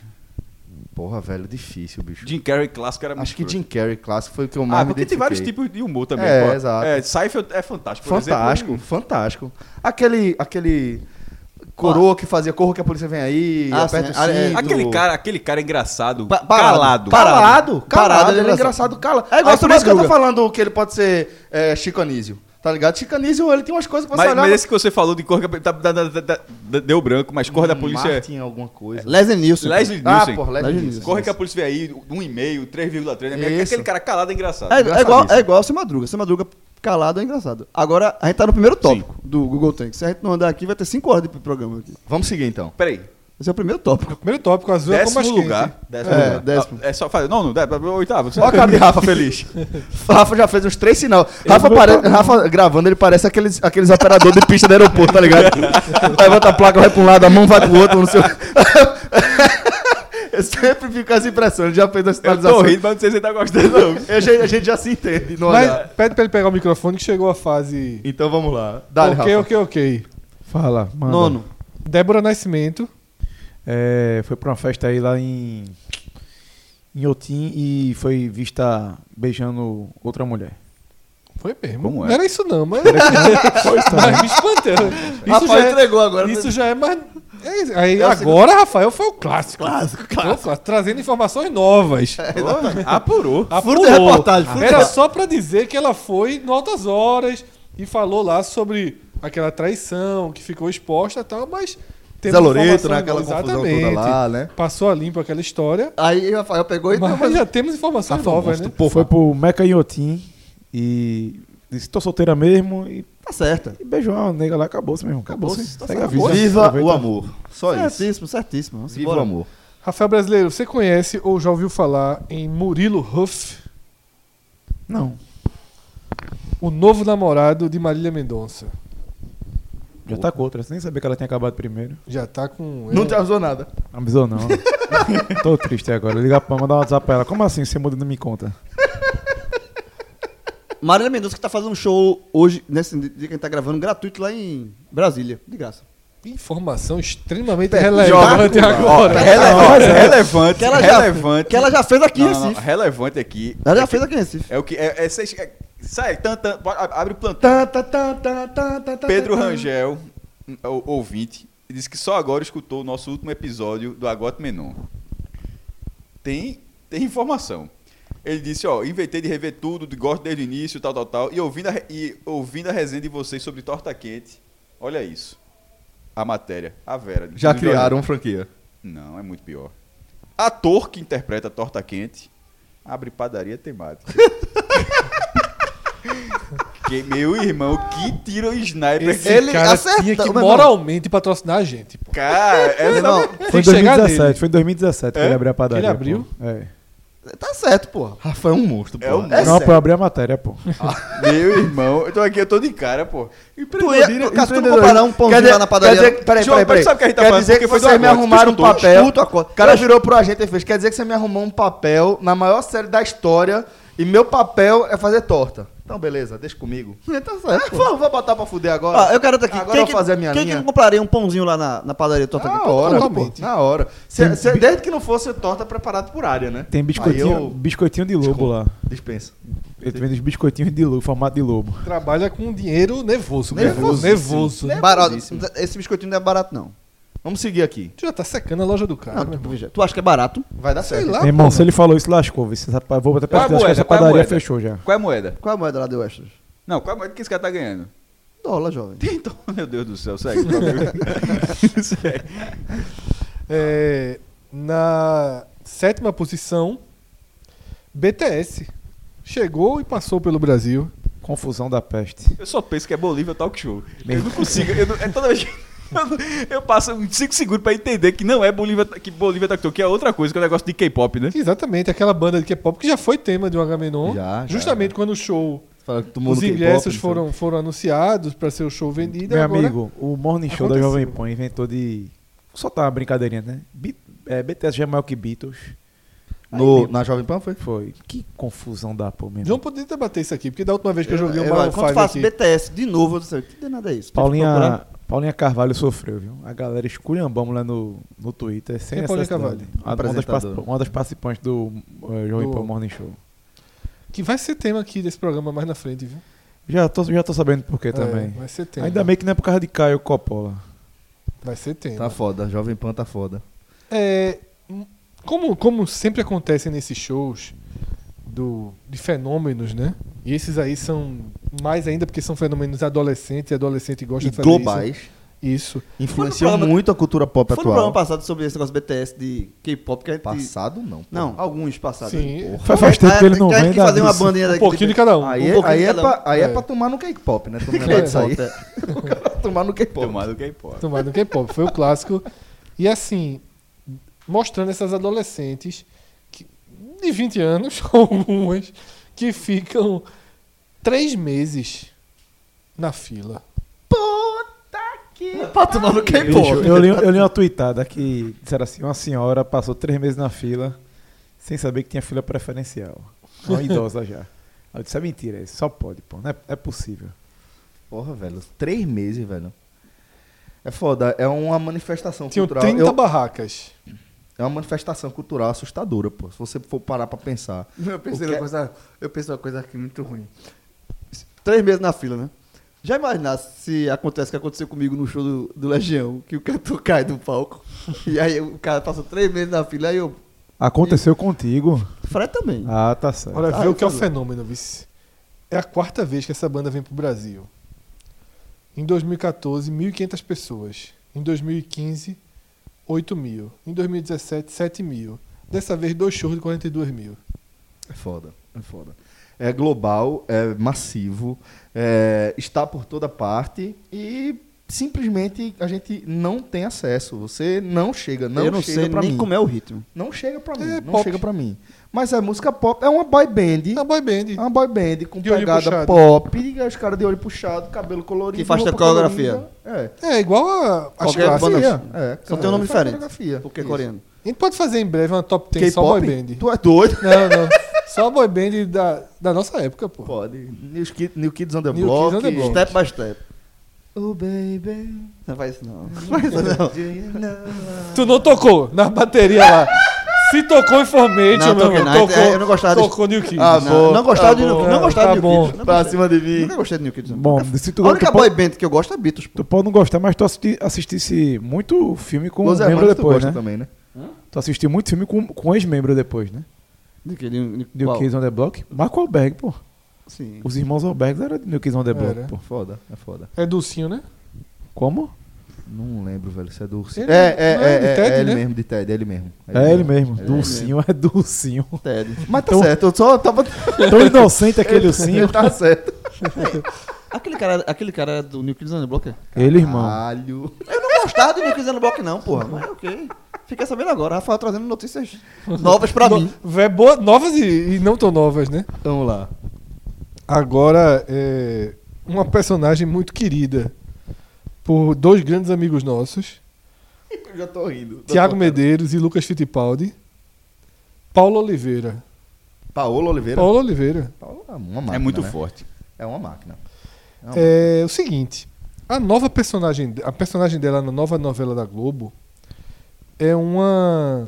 Speaker 2: Porra, velho, difícil, bicho.
Speaker 7: Jim Carrey clássico era
Speaker 2: Acho que
Speaker 7: muito
Speaker 2: Jim Carrey clássico foi o que eu mais
Speaker 7: Ah,
Speaker 2: me
Speaker 7: porque tem vários
Speaker 2: identifiquei.
Speaker 7: tipos de humor também.
Speaker 2: É,
Speaker 7: pô.
Speaker 2: exato.
Speaker 7: É, Seinfeld é fantástico. por
Speaker 2: Fantástico,
Speaker 7: exemplo. um-
Speaker 2: fantástico. Aquele, aquele coroa que fazia corro que a polícia vem aí,
Speaker 3: Ah,
Speaker 2: aperta
Speaker 3: sim.
Speaker 2: o
Speaker 3: Ah, é.
Speaker 2: cinto.
Speaker 7: Aquele cara, aquele cara engraçado,
Speaker 3: Pa-
Speaker 7: calado.
Speaker 3: parado.
Speaker 2: Parado,
Speaker 3: Parado,
Speaker 2: calado, ele é engraçado,
Speaker 3: engraçado.
Speaker 2: calado.
Speaker 3: É igual
Speaker 2: Aí por isso que eu tô
Speaker 3: Madruga.
Speaker 2: falando que ele pode ser é, Chico Anísio, tá ligado? Chico Anísio, ele tem umas coisas que você
Speaker 7: Mas,
Speaker 2: olhava-
Speaker 7: mas esse que você falou de cor tá, tá- tá- tá- tá- deu branco, mas corre da polícia é.
Speaker 2: Martin, alguma coisa.
Speaker 3: Leslie Nielsen.
Speaker 7: Leslie
Speaker 2: Ah,
Speaker 7: Nielsen.
Speaker 2: porra, Leslie
Speaker 3: Leslie
Speaker 2: Nielsen.
Speaker 7: corre que a polícia vem aí, 1,5, 3,3. Né?
Speaker 2: Isso.
Speaker 7: Aquele cara calado é engraçado.
Speaker 3: É, é igual,
Speaker 2: Engraçadíssimo.
Speaker 3: é igual o Seu Madruga. Seu Madruga calado é engraçado. Agora, a gente tá no primeiro tópico do Google Tank. Se a gente não andar aqui, vai ter 5 horas de programa aqui.
Speaker 2: Vamos seguir então.
Speaker 7: Peraí.
Speaker 3: Esse é o primeiro tópico.
Speaker 5: Primeiro tópico, azul é como mais
Speaker 7: Décimo
Speaker 5: quente.
Speaker 7: lugar. Décimo
Speaker 3: É,
Speaker 7: lugar.
Speaker 3: décimo.
Speaker 7: Ah, É só fazer. Não, não, dá- oitavo.
Speaker 2: Ó a cara de Rafa feliz. Rafa já fez uns três sinal. Rafa, pare... Rafa gravando, ele parece aqueles, aqueles operadores de pista do aeroporto, tá ligado? Levanta a placa, vai pra um lado, a mão vai pro outro, não sei o Eu sempre fico com essa impressão, ele já fez a
Speaker 7: Eu tô
Speaker 2: sinalização.
Speaker 7: rindo, mas não sei se você tá gostando, não.
Speaker 2: Eu já- a gente já se entende no olhar.
Speaker 5: Mas pede pra ele pegar o microfone que chegou a fase.
Speaker 2: Então vamos lá. Dá-lhe,
Speaker 5: ok,
Speaker 2: Rafa.
Speaker 5: ok, ok.
Speaker 8: Fala, manda.
Speaker 3: Nono.
Speaker 5: Débora Nascimento.
Speaker 8: É, foi pra uma festa aí lá em. Em Otim e foi vista beijando outra mulher.
Speaker 5: Foi mesmo.
Speaker 7: Como é?
Speaker 5: Não era isso não, mas. mas me espantei. Isso, já é,
Speaker 3: entregou agora.
Speaker 5: isso já é mais. é isso. Aí,
Speaker 3: É o segundo-
Speaker 5: agora, Rafael, foi o clássico. Clássico, clássico. trazendo informações novas.
Speaker 7: Apurou.
Speaker 5: Apurou.
Speaker 3: de reportagem, É, furo de
Speaker 5: Era
Speaker 3: reportagem.
Speaker 5: só pra dizer que ela foi no Altas Horas e falou lá sobre aquela traição que ficou exposta e tal, mas... teve
Speaker 2: Zé Loreto,
Speaker 5: informação-
Speaker 2: né? Aquela confusão toda
Speaker 5: Exatamente.
Speaker 2: lá, né?
Speaker 5: Passou a limpo aquela história,
Speaker 3: Aí o Rafael pegou e... Tá
Speaker 5: mas já temos informações novas, né?
Speaker 8: Foi pro Meca em Otim e disse: tô solteira mesmo e,
Speaker 3: Tá certa.
Speaker 8: e beijou uma nega lá, acabou-se mesmo. Acabou, -se,
Speaker 3: Acabou-se, tá
Speaker 8: segue a
Speaker 3: certo.
Speaker 8: vida.
Speaker 2: Viva o
Speaker 8: Aproveita.
Speaker 2: amor. Só isso.
Speaker 3: Certíssimo, certíssimo. Vamos
Speaker 2: Viva o
Speaker 3: embora.
Speaker 2: amor.
Speaker 5: Rafael Brasileiro, você conhece ou já ouviu falar em Murilo Huff,
Speaker 8: Não,
Speaker 5: o novo namorado de Marília Mendonça?
Speaker 8: já tá com outra. Você nem sabia que ela tinha acabado primeiro.
Speaker 5: Já tá com...
Speaker 2: Não te avisou nada.
Speaker 8: Não avisou, não. né? Tô triste agora. Ligar pra mandar um WhatsApp pra ela. Como assim você muda e não me conta?
Speaker 3: Marília Mendonça que tá fazendo um show hoje, nesse dia que a gente tá gravando, gratuito lá em Brasília. De graça.
Speaker 5: Informação extremamente relevante
Speaker 2: Joga.
Speaker 5: agora.
Speaker 7: Relevante. Relevante.
Speaker 3: Que ela já-
Speaker 7: relevante.
Speaker 3: Que ela já fez aqui em
Speaker 7: Não, não, não.
Speaker 3: Recife.
Speaker 7: Relevante aqui.
Speaker 3: Ela já fez aqui em Recife.
Speaker 7: É o que. É, é, seis- é- sai, tan, tan, bora, a- abre o plantão.
Speaker 2: Tá, tá, tá, tá, tá, tá, tá,
Speaker 7: Pedro
Speaker 2: tá.
Speaker 7: Rangel, um, o- ouvinte, disse que só agora escutou o nosso último episódio do Agote Menon. Tem, tem informação. Ele disse, ó, inventei de rever tudo, de gosto desde o início, tal, tal, tal. E ouvindo a, re- e ouvindo a resenha de vocês sobre torta quente, olha isso. A matéria, a Vera.
Speaker 2: Já
Speaker 7: Do-
Speaker 2: criaram uma franquia.
Speaker 7: Não, é muito pior. Ator que interpreta torta quente abre padaria temática. que, meu irmão, que tiro sniper.
Speaker 5: Esse
Speaker 7: que-
Speaker 3: Ele
Speaker 5: cara
Speaker 3: acerta,
Speaker 5: tinha que
Speaker 3: meu irmão.
Speaker 5: moralmente patrocinar a gente, pô.
Speaker 7: Cara, essa
Speaker 3: Não,
Speaker 8: Foi em
Speaker 5: que chegar
Speaker 8: 2017, foi em 2017
Speaker 7: É?
Speaker 8: que ele abriu a padaria.
Speaker 5: Ele abriu?
Speaker 8: pô. É.
Speaker 3: Tá certo, porra.
Speaker 2: Rafa é um monstro, pô.
Speaker 7: É um monstro.
Speaker 8: não, pô, eu abri a matéria, pô.
Speaker 7: Meu irmão, eu tô aqui, eu tô de cara, pô.
Speaker 3: Tu
Speaker 7: né?
Speaker 3: ia, cara, tu não comparar um pãozinho lá na padaria.
Speaker 2: Quer dizer, peraí,
Speaker 7: João,
Speaker 2: peraí,
Speaker 7: mas
Speaker 2: peraí.
Speaker 7: sabe o que a gente tá
Speaker 2: quer
Speaker 7: falando?
Speaker 2: dizer
Speaker 7: Porque
Speaker 2: que
Speaker 7: foi do
Speaker 2: você me
Speaker 7: Agosto,
Speaker 2: arrumaram um
Speaker 7: escutou,
Speaker 2: papel.
Speaker 3: escuta a co-
Speaker 2: O cara virou pro agente e fez: Quer dizer que você me arrumou um papel na maior série da história e meu papel é fazer torta. Então, beleza, deixa comigo.
Speaker 3: tá
Speaker 2: Ah,
Speaker 3: certo,
Speaker 2: vou, vou botar pra fuder agora.
Speaker 3: Ó, eu quero tá aqui.
Speaker 2: Agora
Speaker 3: quem
Speaker 2: eu
Speaker 3: que,
Speaker 2: vou fazer a minha
Speaker 3: quem
Speaker 2: linha. Ah.
Speaker 3: que Tá compraria um pãozinho lá na, na padaria torta
Speaker 2: Na
Speaker 3: quente?
Speaker 2: hora, pô,
Speaker 5: Totalmente.
Speaker 2: na hora. Se- se- desde que não fosse torta preparada por área, né?
Speaker 8: Tem biscoitinho,
Speaker 2: Aí eu
Speaker 8: biscoitinho de lobo lá.
Speaker 2: dispensa.
Speaker 8: Ele vende os biscoitinhos de lobo, formato de lobo.
Speaker 5: Trabalha com dinheiro nervoso, meu irmão.
Speaker 2: Nervosíssimo.
Speaker 5: Nervoso.
Speaker 2: Né?
Speaker 3: Barato.
Speaker 2: Nervosíssimo.
Speaker 3: Esse biscoitinho não é barato, não.
Speaker 2: Vamos seguir aqui.
Speaker 5: Tu já tá secando a loja do cara,
Speaker 3: Não,
Speaker 5: meu
Speaker 3: tipo,
Speaker 5: irmão.
Speaker 3: veja, tu acha que é barato?
Speaker 2: Vai dar certo.
Speaker 5: lá.
Speaker 8: Meu irmão, se ele falou isso, lascou. viu? Você sabe, eu vou até
Speaker 7: Qual é a
Speaker 8: pesquisar, acho que
Speaker 7: moeda?
Speaker 8: essa
Speaker 7: Qual é a
Speaker 8: padaria
Speaker 7: moeda?
Speaker 8: fechou já.
Speaker 7: Qual é a moeda?
Speaker 3: Qual é a moeda lá de Westros?
Speaker 7: Não, qual é a moeda que esse cara tá ganhando?
Speaker 3: Dólar, jovem.
Speaker 7: Então, meu Deus do céu, segue. Segue.
Speaker 5: É, na sétima posição, BTS. Chegou e passou pelo Brasil.
Speaker 8: Confusão da peste.
Speaker 7: eu só penso que é Bolívia talk show. Eu não consigo, eu não, é toda vez que- eu, não- eu passo uns 5 segundos pra entender que não é Bolívia, que Bolívia talk show, que é outra coisa, que é o negócio de K-pop, né?
Speaker 5: Exatamente, aquela banda de K-pop que já foi tema de um Agamenon.
Speaker 2: Já, já,
Speaker 5: justamente quando o show,
Speaker 2: Fala que tu muda
Speaker 5: os
Speaker 2: o K-pop, então.
Speaker 5: ingressos
Speaker 2: não sei.
Speaker 5: foram, foram anunciados para ser o show vendido.
Speaker 8: Meu
Speaker 5: agora-
Speaker 8: amigo, o Morning Show da
Speaker 5: aconteceu.
Speaker 8: Jovem Pan inventou de. Só tá uma brincadeirinha, né? Bi- é, BTS já é maior que Beatles.
Speaker 2: No, na Jovem Pan foi?
Speaker 8: Foi. Que confusão da pô, meu
Speaker 5: João
Speaker 8: irmão.
Speaker 5: poderia debater isso aqui, porque da última vez que eu joguei
Speaker 3: Eu,
Speaker 5: o Mario
Speaker 3: É, quando
Speaker 5: 5
Speaker 3: faço
Speaker 5: aqui.
Speaker 3: BTS de novo, eu disse, que danada é isso? Tem que procurar.
Speaker 8: Paulinha, Paulinha Carvalho sofreu, viu? A galera esculhambamos lá no, no Twitter, sem
Speaker 5: Quem é Paulinha
Speaker 8: necessidade. A- Uma das,
Speaker 2: Apresentadora.
Speaker 8: participa- uma das participantes do eh, João
Speaker 5: Do-
Speaker 8: Pan Morning Show.
Speaker 5: Que vai ser tema aqui desse programa mais na frente, viu?
Speaker 8: Já tô, já tô sabendo por quê
Speaker 5: É,
Speaker 8: também.
Speaker 5: vai ser tema.
Speaker 8: Ainda bem que não é por causa de Caio Coppola.
Speaker 5: Vai ser tema.
Speaker 2: Tá foda, Jovem Pan tá foda.
Speaker 5: É, como, como sempre acontece nesses shows do, de fenômenos, né? E esses aí são mais ainda porque são fenômenos adolescentes e adolescente gosta
Speaker 2: E
Speaker 5: de fazer isso.
Speaker 2: globais
Speaker 5: Isso.
Speaker 2: influenciam
Speaker 3: Foi no programa-
Speaker 2: muito a cultura pop
Speaker 3: Foi no programa
Speaker 2: atual.
Speaker 3: passado sobre esse negócio BTS de K-pop que a gente.
Speaker 2: Passado não. pô.
Speaker 3: Não, alguns passados.
Speaker 5: Sim.
Speaker 8: Faz, faz tempo que ele não
Speaker 3: A
Speaker 8: vem
Speaker 3: gente que fazer uma
Speaker 8: da
Speaker 3: bandinha
Speaker 5: Um
Speaker 3: daqui.
Speaker 5: pouquinho de cada um.
Speaker 2: Aí,
Speaker 3: pouquinho
Speaker 2: aí, é,
Speaker 3: cada um.
Speaker 2: pra, aí é.
Speaker 5: É.
Speaker 2: pra tomar no K-pop, né? Tu me
Speaker 5: É.
Speaker 2: lembra disso aí? tomar no K-pop.
Speaker 7: Tomado que aí, pô.
Speaker 5: Tomar no K-pop. Foi o clássico. E assim, mostrando essas adolescentes que- de 20 anos, algumas, que ficam três meses na fila.
Speaker 3: Pra tomar no
Speaker 8: Bicho,
Speaker 3: K-pop.
Speaker 8: eu, li, eu li uma tweetada que disseram assim: uma senhora passou três meses na fila sem saber que tinha fila preferencial. Uma idosa já. Aí Eu disse: é mentira, isso só pode, pô. Não é, é possível.
Speaker 2: Porra, velho. Três meses, velho. É foda, é uma manifestação
Speaker 5: Tinham
Speaker 2: cultural.
Speaker 5: 30
Speaker 2: Eu-
Speaker 5: barracas.
Speaker 2: é uma manifestação cultural assustadora, pô. Se você for parar pra pensar.
Speaker 3: Eu
Speaker 2: pensei
Speaker 3: pensei
Speaker 2: numa
Speaker 3: uma coisa. Eu pensei uma coisa aqui muito ruim. Três meses na fila, né? Já imaginasse se acontece o que aconteceu comigo no show do, do Legião, que o cantor cai do palco. E aí o cara passou três meses na fila, aí eu.
Speaker 8: Aconteceu contigo.
Speaker 3: Fred também.
Speaker 8: Ah, tá certo.
Speaker 5: Olha,
Speaker 3: Ah,
Speaker 5: vê
Speaker 3: eu
Speaker 5: o que é o
Speaker 3: falei.
Speaker 5: fenômeno, vice. É a quarta vez que essa banda vem pro Brasil. Em 2014, 1.500 pessoas. Em 2015, 8 mil. Em 2017, 7 mil. Dessa vez, dois shows de 42 mil.
Speaker 2: É foda, é foda. É global, é massivo, é, está por toda parte e simplesmente a gente não tem acesso. Você não chega, não,
Speaker 3: eu não
Speaker 2: chega
Speaker 3: sei
Speaker 2: pra
Speaker 3: nem
Speaker 2: mim.
Speaker 3: como é o ritmo.
Speaker 2: Não chega pra mim,
Speaker 5: É
Speaker 2: não
Speaker 5: pop.
Speaker 2: chega pra mim. Mas é música pop, é uma boy band.
Speaker 5: Na boy band.
Speaker 2: É uma boy band com
Speaker 5: De olho
Speaker 2: pegada
Speaker 5: puxado.
Speaker 2: pop, e os caras de olho puxado, cabelo colorido.
Speaker 3: Que faz
Speaker 2: roupa
Speaker 3: coreografia.
Speaker 2: colorida. É.
Speaker 5: É igual a, as
Speaker 3: Qualquer
Speaker 5: clássicas.
Speaker 3: banda-
Speaker 2: Coreografia, É,
Speaker 3: Só tem um nome
Speaker 2: faz
Speaker 3: diferente.
Speaker 2: coreografia.
Speaker 3: Porque é
Speaker 2: Isso.
Speaker 3: coreano.
Speaker 5: A gente pode fazer em breve uma top 10 só boy
Speaker 2: K-pop?
Speaker 5: band.
Speaker 2: Tu é doido?
Speaker 5: Não, não. Só a boy band da, da nossa época, pô.
Speaker 2: Pode. New Kids, New Kids on the
Speaker 5: New
Speaker 2: Block.
Speaker 5: Kids on the Block.
Speaker 3: Step by step.
Speaker 2: Oh, baby.
Speaker 3: Não faz isso não. Não faz isso não.
Speaker 2: do you know?
Speaker 5: Tu não tocou na bateria lá. Se tocou Information,
Speaker 3: Não,
Speaker 5: meu
Speaker 3: toquei
Speaker 5: irmão,
Speaker 3: não.
Speaker 5: tocou,
Speaker 3: Eu não gostava disso.
Speaker 5: tocou New Kids.
Speaker 2: Ah,
Speaker 3: Não,
Speaker 2: bom,
Speaker 3: não gostava
Speaker 2: tá
Speaker 3: de
Speaker 5: bom.
Speaker 3: Não gostava
Speaker 5: Tá
Speaker 3: de
Speaker 5: bom.
Speaker 3: New Kids. Não
Speaker 2: Pra
Speaker 3: gostava.
Speaker 2: cima de mim.
Speaker 3: Nunca gostei de New Kids. não.
Speaker 8: Bom, se tu,
Speaker 3: A única
Speaker 8: tu,
Speaker 3: boy
Speaker 8: pode,
Speaker 3: band que eu gosto é Beatles, pô.
Speaker 8: tu pode não gostar, mas tu assisti, assistisse muito filme com
Speaker 2: Los
Speaker 8: membro
Speaker 2: Hermanos é tu
Speaker 8: depois,
Speaker 2: gosta
Speaker 8: né?
Speaker 2: também, né?
Speaker 8: Tu assistiu muito filme com, com ex-membro depois, né?
Speaker 3: De que? De, de,
Speaker 8: New
Speaker 3: qual?
Speaker 8: Kids on the Block. Marco Alberg, pô.
Speaker 3: Sim.
Speaker 8: Os irmãos Alberg eram de New Kids on the Block,
Speaker 5: Era.
Speaker 8: pô.
Speaker 2: Foda, é foda.
Speaker 5: É Dulcinho, né?
Speaker 8: Como?
Speaker 2: Não lembro, velho, se é do Ursinho.
Speaker 5: Ele-
Speaker 2: É, é,
Speaker 5: não é
Speaker 2: é,
Speaker 5: de
Speaker 2: é,
Speaker 5: Ted,
Speaker 2: é ele
Speaker 5: né?
Speaker 2: mesmo, de Ted, é ele mesmo.
Speaker 8: É ele mesmo. Dulcinho, é Dulcinho.
Speaker 3: Ted.
Speaker 2: Mas tá
Speaker 8: Então-
Speaker 2: certo, eu só tava...
Speaker 8: Tão inocente aquele ursinho.
Speaker 2: Ele tá certo.
Speaker 3: Aquele cara, aquele cara era do New Kids on the Block? é?
Speaker 8: Ele,
Speaker 2: Ah.
Speaker 8: irmão.
Speaker 2: Caralho.
Speaker 3: Eu não gostava do New Kids on the Block não, porra. Mas ok. Fiquei sabendo agora. Rafael trazendo notícias novas pra mim.
Speaker 5: No- é boa- novas e, e não tão novas, né?
Speaker 2: Vamos lá.
Speaker 5: Agora, é uma personagem muito querida por dois grandes amigos nossos,
Speaker 2: Eu já tô rindo.
Speaker 5: Tiago Medeiros e Lucas Fittipaldi. Paulo Oliveira.
Speaker 2: Paola Oliveira.
Speaker 5: Paulo Oliveira.
Speaker 2: Paola é uma máquina,
Speaker 7: É muito
Speaker 2: né?
Speaker 7: forte.
Speaker 2: É uma máquina. Não,
Speaker 5: É o seguinte, a nova personagem, a personagem dela na nova novela da Globo é uma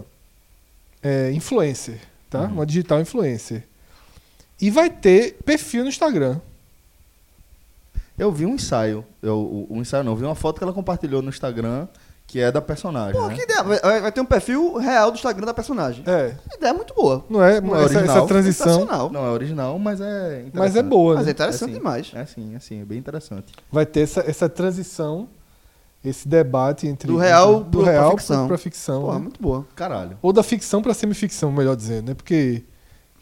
Speaker 5: é, influencer, tá?
Speaker 3: Uhum.
Speaker 5: Uma digital influencer. E vai ter perfil no Instagram.
Speaker 2: Eu vi um ensaio, eu, o- um ensaio não, eu vi uma foto que ela compartilhou no Instagram, que é da personagem,
Speaker 3: Pô,
Speaker 2: né?
Speaker 3: que ideia. Vai, vai ter um perfil real do Instagram da personagem.
Speaker 5: É,
Speaker 3: Que ideia muito boa.
Speaker 5: não é,
Speaker 2: Não é
Speaker 5: essa,
Speaker 2: original,
Speaker 5: essa transição,
Speaker 3: Sensacional.
Speaker 2: Não é original, mas é interessante.
Speaker 5: mas é boa, né?
Speaker 3: Mas é interessante
Speaker 2: É sim.
Speaker 3: demais.
Speaker 2: É sim, é sim, é bem interessante.
Speaker 5: Vai ter essa, essa transição, esse debate entre
Speaker 3: Do real
Speaker 5: entre-
Speaker 3: pro- pra ficção.
Speaker 5: pro- pra ficção,
Speaker 3: Porra,
Speaker 5: né?
Speaker 3: muito boa.
Speaker 2: Caralho.
Speaker 5: ou da ficção pra semificção, melhor dizendo, né? Porque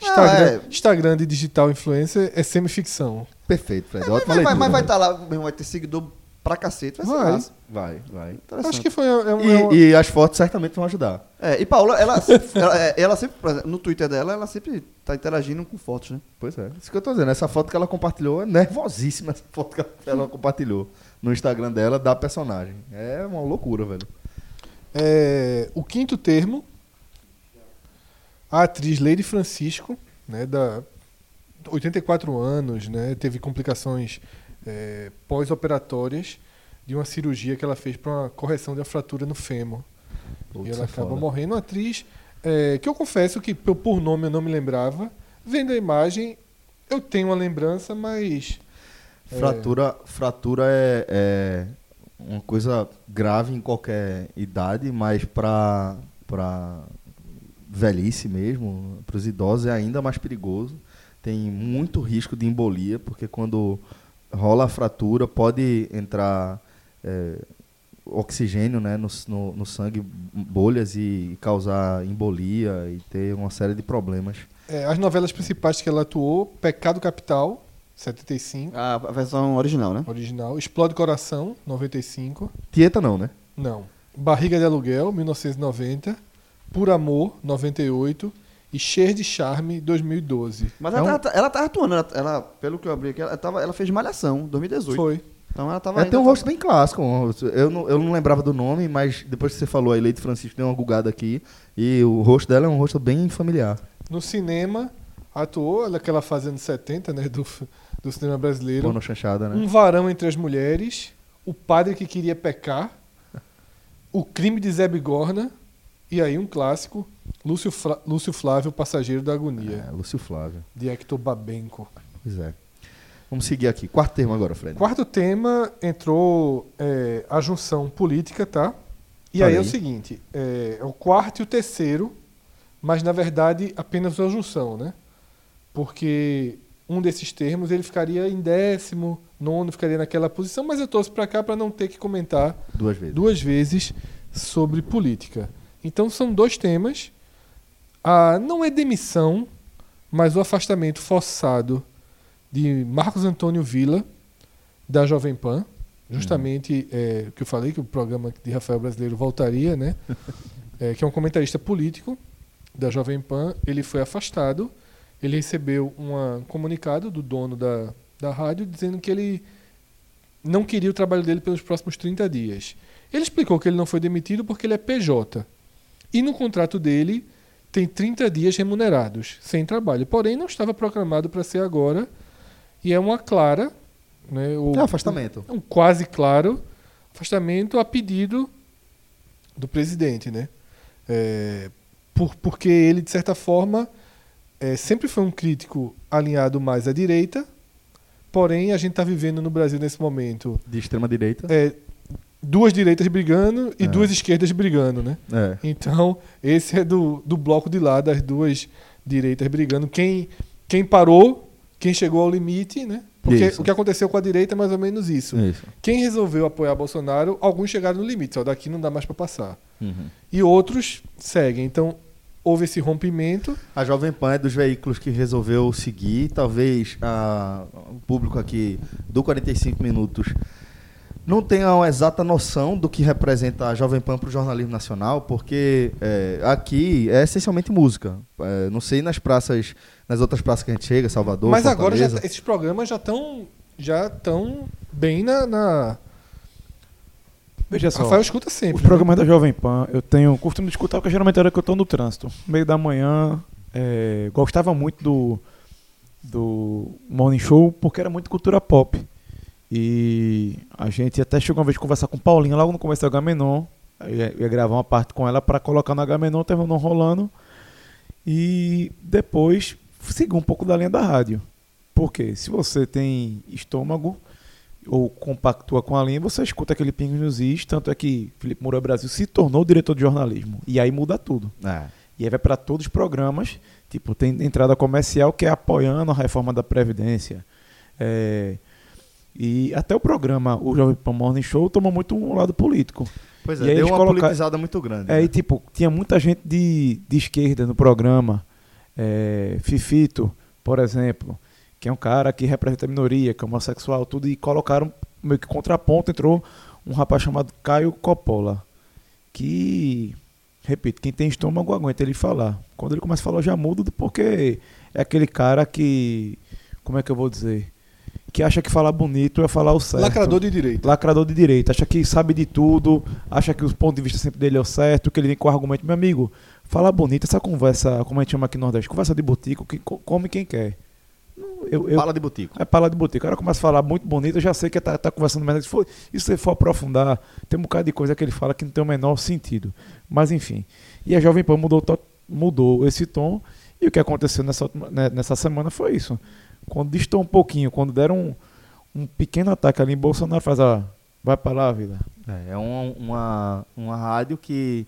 Speaker 3: Ah,
Speaker 5: Instagram,
Speaker 3: é.
Speaker 5: Instagram de digital influencer é semificção.
Speaker 2: Perfeito, Fred.
Speaker 3: Mas,
Speaker 2: ótima
Speaker 3: vai- vai- mas vai
Speaker 2: leitura.
Speaker 3: estar lá, meu irmão, vai ter seguidor pra cacete. Vai, ser
Speaker 5: Vai.
Speaker 3: massa.
Speaker 2: né? Vai, vai.
Speaker 3: Interessante.
Speaker 5: Acho que foi é um- é um-
Speaker 2: E, e as fotos certamente vão ajudar.
Speaker 3: É, e Paola, ela, ela, é, ela sempre, por exemplo, no Twitter dela, ela sempre tá interagindo com fotos, né?
Speaker 2: Pois é. Isso que eu tô dizendo. Essa foto que ela compartilhou é nervosíssima. Essa foto que ela- ela compartilhou no Instagram dela da personagem. É uma loucura, velho.
Speaker 5: É, o quinto termo, a atriz Lady Francisco, né, da 84 anos, né, teve complicações é, pós-operatórias de uma cirurgia que ela fez para uma correção de uma fratura no fêmur. e ela acaba morrendo. Uma atriz é, que eu confesso que p- por nome eu não me lembrava. Vendo a imagem, eu tenho uma lembrança, mas. é,
Speaker 2: Fratura, fratura é, é uma coisa grave em qualquer idade, mas para para velhice mesmo, para os idosos é ainda mais perigoso. Tem muito risco de embolia, porque quando rola a fratura pode entrar é, oxigênio né, no, s- no, no sangue, bolhas e causar embolia e ter uma série de problemas.
Speaker 5: é, as novelas principais que ela atuou: Pecado Capital, 75,
Speaker 3: A a versão original, né?
Speaker 5: original. Explode Coração, 95.
Speaker 2: Tieta não, né?
Speaker 5: Não. Barriga de Aluguel, 1990. Por Amor, 98. E Cheio de Charme, 2012.
Speaker 3: Mas
Speaker 2: Então-
Speaker 3: ela, tava, ela tava atuando, ela, ela- pelo que eu abri aqui, ela, tava, ela fez Malhação, 2018.
Speaker 5: Foi.
Speaker 3: Então ela tava.
Speaker 2: É,
Speaker 3: ainda-
Speaker 2: tem um rosto bem clássico. um rosto- Eu não, eu não lembrava do nome, mas depois que você falou aí, Leite Francisco deu uma gugada aqui. E o rosto dela é um rosto bem familiar.
Speaker 5: No cinema, atuou naquela fase anos 70, né? Do, do cinema brasileiro.
Speaker 2: Bono chanchada, né?
Speaker 5: Um varão entre as mulheres. O padre que queria pecar. O crime de Zé Bigorna. E aí um clássico. Lúcio, Fra- Lúcio Flávio, Passageiro da Agonia,
Speaker 2: É, Lúcio Flávio.
Speaker 5: de Hector Babenco.
Speaker 2: Pois é. Vamos seguir aqui. Quarto termo agora, Fred.
Speaker 5: Quarto tema entrou é, a junção política, tá? E
Speaker 2: Olha
Speaker 5: aí é o
Speaker 2: aí.
Speaker 5: seguinte: é, é o quarto e o terceiro, mas na verdade apenas uma junção, né? Porque um desses termos ele ficaria em décimo, nono ficaria naquela posição, mas eu torço pra cá pra não ter que comentar
Speaker 2: Duas vezes.
Speaker 5: duas vezes sobre política. Então são dois temas. A não é demissão, mas o afastamento forçado de Marcos Antônio Vila da Jovem Pan, justamente
Speaker 2: Uhum.
Speaker 5: é, o que eu falei que o programa de Rafael Brasileiro voltaria, né? É, que é um comentarista político da Jovem Pan, ele foi afastado. Ele recebeu uma- um comunicado do dono da, da rádio dizendo que ele não queria o trabalho dele pelos próximos 30 dias. Ele explicou que ele não foi demitido porque ele é PJ. E no contrato dele tem 30 dias remunerados, sem trabalho. Porém, não estava programado para ser agora. E é uma clara. Né, ou-
Speaker 2: É afastamento.
Speaker 5: é um quase claro afastamento a pedido do presidente, né? É, por, porque ele, de certa forma, é, sempre foi um crítico alinhado mais à direita, porém a gente está vivendo no Brasil nesse momento
Speaker 2: De extrema direita.
Speaker 5: é, duas direitas brigando e
Speaker 2: É.
Speaker 5: duas esquerdas brigando, né?
Speaker 2: É.
Speaker 5: Então, esse é do, do bloco de lá, das duas direitas brigando. Quem, quem parou, quem chegou ao limite, né? Porque
Speaker 2: Isso.
Speaker 5: o que aconteceu com a direita é mais ou menos isso.
Speaker 2: Isso.
Speaker 5: Quem resolveu apoiar Bolsonaro, alguns chegaram no limite, ó, daqui não dá mais para passar.
Speaker 2: Uhum.
Speaker 5: E outros seguem. Então, houve esse rompimento.
Speaker 2: A Jovem Pan é dos veículos que resolveu seguir. Talvez a- o público aqui do 45 Minutos não tenha uma exata noção do que representa a Jovem Pan para o jornalismo nacional, porque é, aqui é essencialmente música. É, não sei nas praças, nas outras praças que a gente chega, Salvador,
Speaker 5: Mas agora já
Speaker 2: Fortaleza.
Speaker 5: tá- esses programas já estão já tão bem na. na...
Speaker 8: Veja só.
Speaker 5: Rafael escuta sempre. né?
Speaker 8: Os programas da Jovem Pan, eu tenho o costume de escutar, porque geralmente era que eu tô no trânsito. Meio da manhã, é, gostava muito do, do Morning Show, porque era muito cultura pop. E a gente até chegou uma vez a conversar com Paulinha, logo no começo do Agamenon. Eu ia, ia gravar uma parte com ela para colocar no Agamenon, terminou rolando. E depois seguir um pouco da linha da rádio. Porque se você tem estômago, ou compactua com a linha, você escuta aquele ping nos is, tanto é que Felipe Moura Brasil se tornou diretor de jornalismo. E aí muda tudo.
Speaker 2: É.
Speaker 8: E aí vai para todos os programas, tipo, tem entrada comercial que é apoiando a reforma da Previdência. É, e até o programa, o Jovem Pan Morning Show, tomou muito um lado político.
Speaker 2: Pois
Speaker 8: E
Speaker 2: é,
Speaker 8: aí
Speaker 2: deu
Speaker 8: eles
Speaker 2: uma
Speaker 8: coloca-
Speaker 2: politizada muito grande.
Speaker 8: É,
Speaker 2: né?
Speaker 8: e tipo, tinha muita gente de, de esquerda no programa. É, Fifito, por exemplo, que é um cara que representa a minoria, que é homossexual, tudo, e colocaram meio que contraponto, entrou um rapaz chamado Caio Coppola. Que, repito, quem tem estômago aguenta ele falar. Quando ele começa a falar, eu já mudo, porque é aquele cara que. Como é que eu vou dizer? Que acha que falar bonito é falar o certo
Speaker 5: Lacrador de direito.
Speaker 8: lacrador de direita, acha que sabe de tudo, acha que o ponto de vista sempre dele é o certo, que ele vem com argumento. Meu amigo, fala bonito essa conversa, como a gente chama aqui no Nordeste, conversa de botico, que co- come quem quer. Não, eu, eu
Speaker 2: Fala de botico.
Speaker 8: é palavra de boteco. O cara começa a falar muito bonito, eu já sei que tá, tá conversando merda. Se, for, e se você for aprofundar, tem um bocado de coisa que ele fala que não tem o menor sentido. Mas enfim. E a Jovem Pan mudou, o to- mudou esse tom. E o que aconteceu nessa, última- né, nessa semana foi isso. Quando distou um pouquinho, quando deram um, um pequeno ataque ali em Bolsonaro, faz a. Vai pra lá, Vila.
Speaker 2: É, é uma, uma, uma rádio que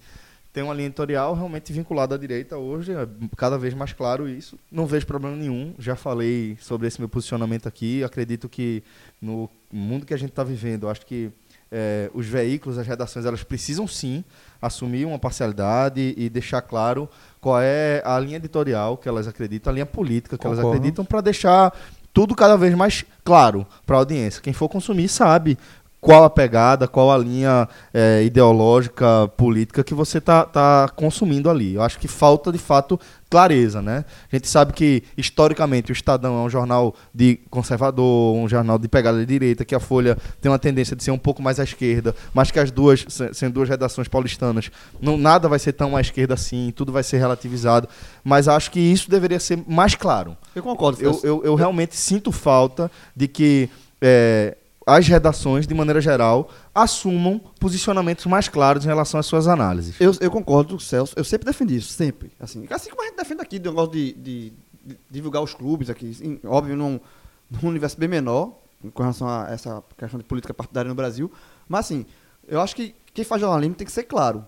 Speaker 2: tem uma linha editorial realmente vinculada à direita hoje, é cada vez mais claro isso. Não vejo problema nenhum, já falei sobre esse meu posicionamento aqui. Acredito que no mundo que a gente está vivendo, eu acho que é, os veículos, as redações, elas precisam sim assumir uma parcialidade e deixar claro qual é a linha editorial que elas acreditam, a linha política que elas
Speaker 8: Concordo.
Speaker 2: acreditam, para deixar tudo cada vez mais claro para a audiência. Quem for consumir sabe qual a pegada, qual a linha é, ideológica, política que você tá, tá consumindo ali. Eu acho que falta, de fato, clareza, né? A gente sabe que, historicamente, o Estadão é um jornal de conservador, um jornal de pegada de direita, que a Folha tem uma tendência de ser um pouco mais à esquerda, mas que as duas, se- sendo duas redações paulistanas, não, nada vai ser tão à esquerda assim, tudo vai ser relativizado, mas acho que isso deveria ser mais claro.
Speaker 3: Eu concordo.
Speaker 2: Eu, eu, eu realmente sinto falta de que é, as redações, de maneira geral, assumam posicionamentos mais claros em relação às suas análises.
Speaker 7: É,
Speaker 3: Eu, eu concordo com o Celso. Eu sempre defendi isso, sempre. Assim, assim como a gente defende aqui, do negócio de, de- de divulgar os clubes aqui, em- óbvio, num, num universo bem menor, com relação a essa questão de política partidária no Brasil. Mas, assim, eu acho que quem faz jornalismo tem que ser claro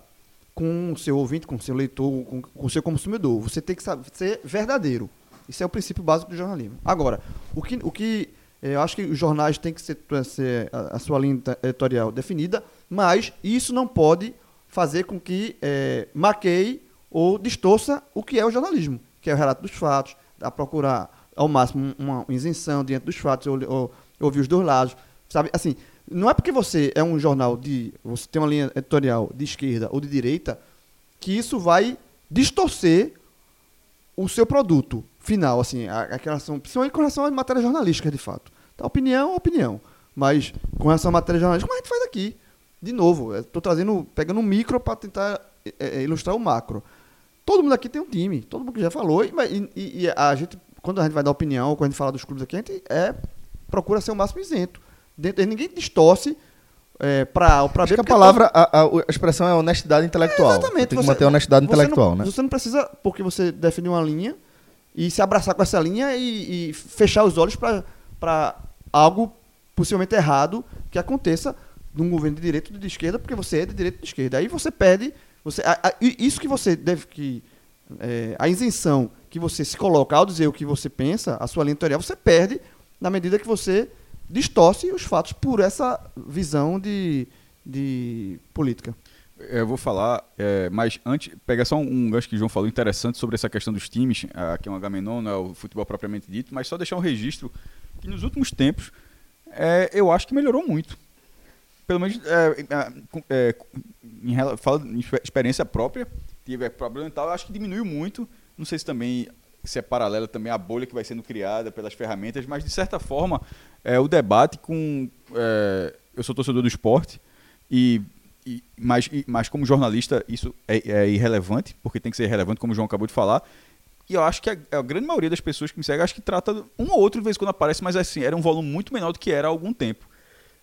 Speaker 3: com o seu ouvinte, com o seu leitor, com, com o seu consumidor. Você tem que saber ser verdadeiro. Isso é o princípio básico do jornalismo. Agora, o que, o que eh, eu acho que os jornais têm que ser, ser a, a sua linha edita- editorial definida, mas isso não pode fazer com que eh, maqueie ou distorça o que é o jornalismo, que é o relato dos fatos, a procurar ao máximo um, uma isenção diante dos fatos, ou, ou ouvir os dois lados, sabe? Assim, não é porque você é um jornal de, você tem uma linha editorial de esquerda ou de direita, que isso vai distorcer o seu produto final, assim, a- aquela ação, principalmente com relação às matérias jornalísticas, de fato. Então, opinião, é opinião. Mas com relação à matéria jornalística, como a gente faz aqui? De novo, estou trazendo, pegando um micro para tentar eh, eh, ilustrar o macro. Todo mundo aqui tem um time, todo mundo que já falou, e, mas- e- e- e a gente, quando a gente vai dar opinião, ou quando a gente fala dos clubes aqui, a gente é, procura ser o máximo isento. Dentro, ninguém distorce é, para para
Speaker 2: Acho que a palavra,
Speaker 7: então-
Speaker 2: a, a- a expressão é honestidade intelectual.
Speaker 3: Exatamente.
Speaker 2: Tem que
Speaker 3: você-
Speaker 2: manter a honestidade
Speaker 3: você
Speaker 2: intelectual,
Speaker 3: não,
Speaker 2: né?
Speaker 3: Você não precisa, porque você definiu uma linha e se abraçar com essa linha e, e fechar os olhos para algo possivelmente errado que aconteça num governo de direita ou de esquerda, porque você é de direita ou de esquerda. Aí você perde. Você, a- a- e isso que você deve. Que, é, a isenção que você se coloca ao dizer o que você pensa, a sua linha editorial, você perde na medida que você distorce os fatos por essa visão de, de política.
Speaker 7: Eu vou falar, é, mas antes, pegar só um, um gancho que o João falou interessante sobre essa questão dos times, ah, que é um Agamenon, não é o futebol propriamente dito, mas só deixar um registro que nos últimos tempos é, eu acho que melhorou muito. Pelo menos é, é, com- é, em, rela- falo em exper- experiência própria, tive é, problema e tal, eu acho que diminuiu muito. Não sei se também se é paralela também a bolha que vai sendo criada pelas ferramentas, mas de certa forma é, o debate com. é, eu sou torcedor do esporte e e- mas, e- mas como jornalista isso é, é irrelevante, porque tem que ser irrelevante, como o João acabou de falar. E eu acho que a, a grande maioria das pessoas que me seguem, acho que trata um ou outro de vez em quando aparece, mas assim, era um volume muito menor do que era há algum tempo.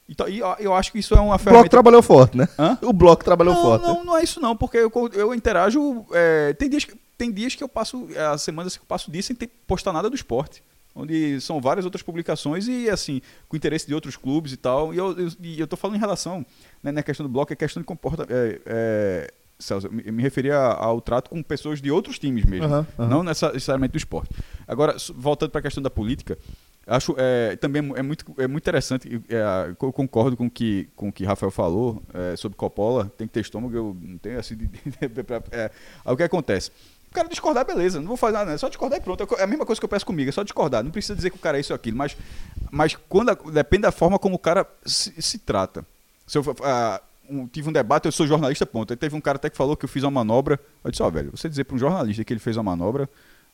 Speaker 7: Então, e eu, eu acho que isso é uma
Speaker 2: O bloco
Speaker 7: ferramenta
Speaker 2: trabalhou forte, né?
Speaker 7: Hã?
Speaker 2: O bloco trabalhou
Speaker 7: não,
Speaker 2: forte. né?
Speaker 7: Não, não é isso não, porque eu, co- eu interajo. é, tem, dias, que- tem dias que eu passo, é, as semanas que eu passo disso sem ter, postar nada do esporte. Onde são várias outras publicações e, assim, com interesse de outros clubes e tal. E eu, eu, e eu tô falando em relação, né, na questão do bloco, é questão de comportamento. É, é, Celso, eu me, eu me referia ao trato com pessoas de outros times mesmo.
Speaker 2: Aham, aham.
Speaker 7: Não nessa- necessariamente do esporte. Agora, s- voltando para a questão da política, acho é, também é mu- é muito, é muito interessante. e, é, co- eu concordo com o que, com o que Rafael falou é, sobre Coppola. Tem que ter estômago, eu não tenho assim. de- de- de- pra- é, aí o que acontece? O cara discordar, beleza, não vou fazer nada, é só discordar e pronto. É co- É a mesma coisa que eu peço comigo, é só discordar. Não precisa dizer que o cara é isso ou aquilo, mas, mas quando a- depende da forma como o cara se, se trata. Se eu, fa- ah, um- tive um debate, eu sou jornalista, ponto. Aí teve um cara até que falou que eu fiz uma manobra. Eu disse, ó, velho, você dizer para um jornalista que ele fez uma manobra,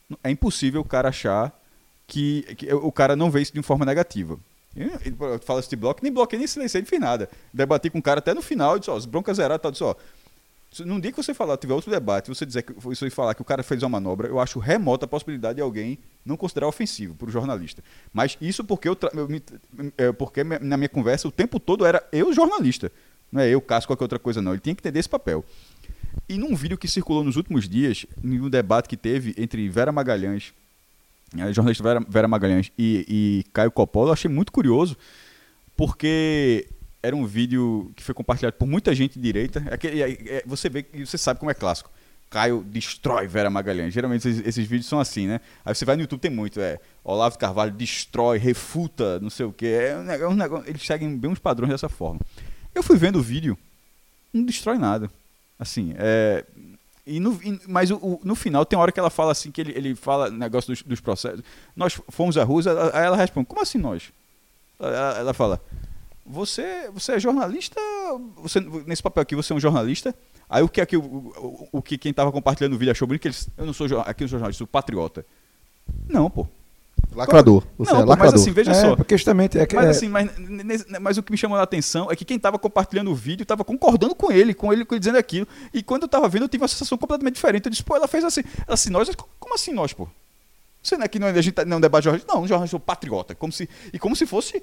Speaker 7: n- é impossível o cara achar que, que o o cara não vê isso de uma forma negativa. Ele ele fala isso de bloco, nem bloqueei, nem silenciei, nem fiz nada. Debati com o cara até no final, eu disse, ó, as broncas zeraram, e tal, eu disse, ó, Se- Num dia que você falar, tiver outro debate, você dizer que você falar que o cara fez uma manobra, eu acho remota a possibilidade de alguém não considerar ofensivo para o jornalista. Mas isso porque eu, tra- eu me- é, porque me- na minha conversa o tempo todo era eu jornalista, não é eu caso qualquer outra coisa não. Ele tinha que entender esse papel. E num vídeo que circulou nos últimos dias, em um debate que teve entre Vera Magalhães, a É, jornalista Vera, Vera Magalhães e, e Caio Coppola, eu achei muito curioso, porque era um vídeo que foi compartilhado por muita gente de direita. É que- é- é- você vê e você sabe como é clássico. Caio destrói Vera Magalhães. Geralmente esses, esses vídeos são assim, né? Aí você vai no YouTube, tem muito, é. Olavo de Carvalho destrói, refuta, não sei o quê. É um neg- é um negócio, eles seguem bem uns padrões dessa forma. Eu fui vendo o vídeo, não destrói nada. Assim, é. E no, e- mas o- o- no final tem hora que ela fala assim, que ele, ele fala negócio dos, dos processos. Nós fomos à Rússia, ela- aí ela responde, como assim nós? Ela, ela fala, você, você é jornalista, você, nesse papel aqui você é um jornalista. Aí o que aqui, o, o, o que quem estava compartilhando o vídeo achou bonito, que eles, eu não sou jor- aqui eu sou jornalista, eu sou patriota. Não, pô.
Speaker 3: Lacrador. Você
Speaker 7: não,
Speaker 3: é
Speaker 7: pô,
Speaker 3: lacrador.
Speaker 7: mas assim, veja
Speaker 8: é,
Speaker 7: só.
Speaker 8: porque justamente é que
Speaker 7: Mas
Speaker 8: é-
Speaker 7: assim, mas, n- n- mas o que me chamou a atenção é que quem tava compartilhando o vídeo tava concordando com ele, com ele com ele dizendo aquilo. E quando eu tava vendo, eu tive uma sensação completamente diferente. Eu disse, pô, ela fez assim. Ela assim, nós, co- como assim nós, pô? Você não é que não, a gente tá- não debate jornalista? Não, jornalista é um patriota. Como se, e como se fosse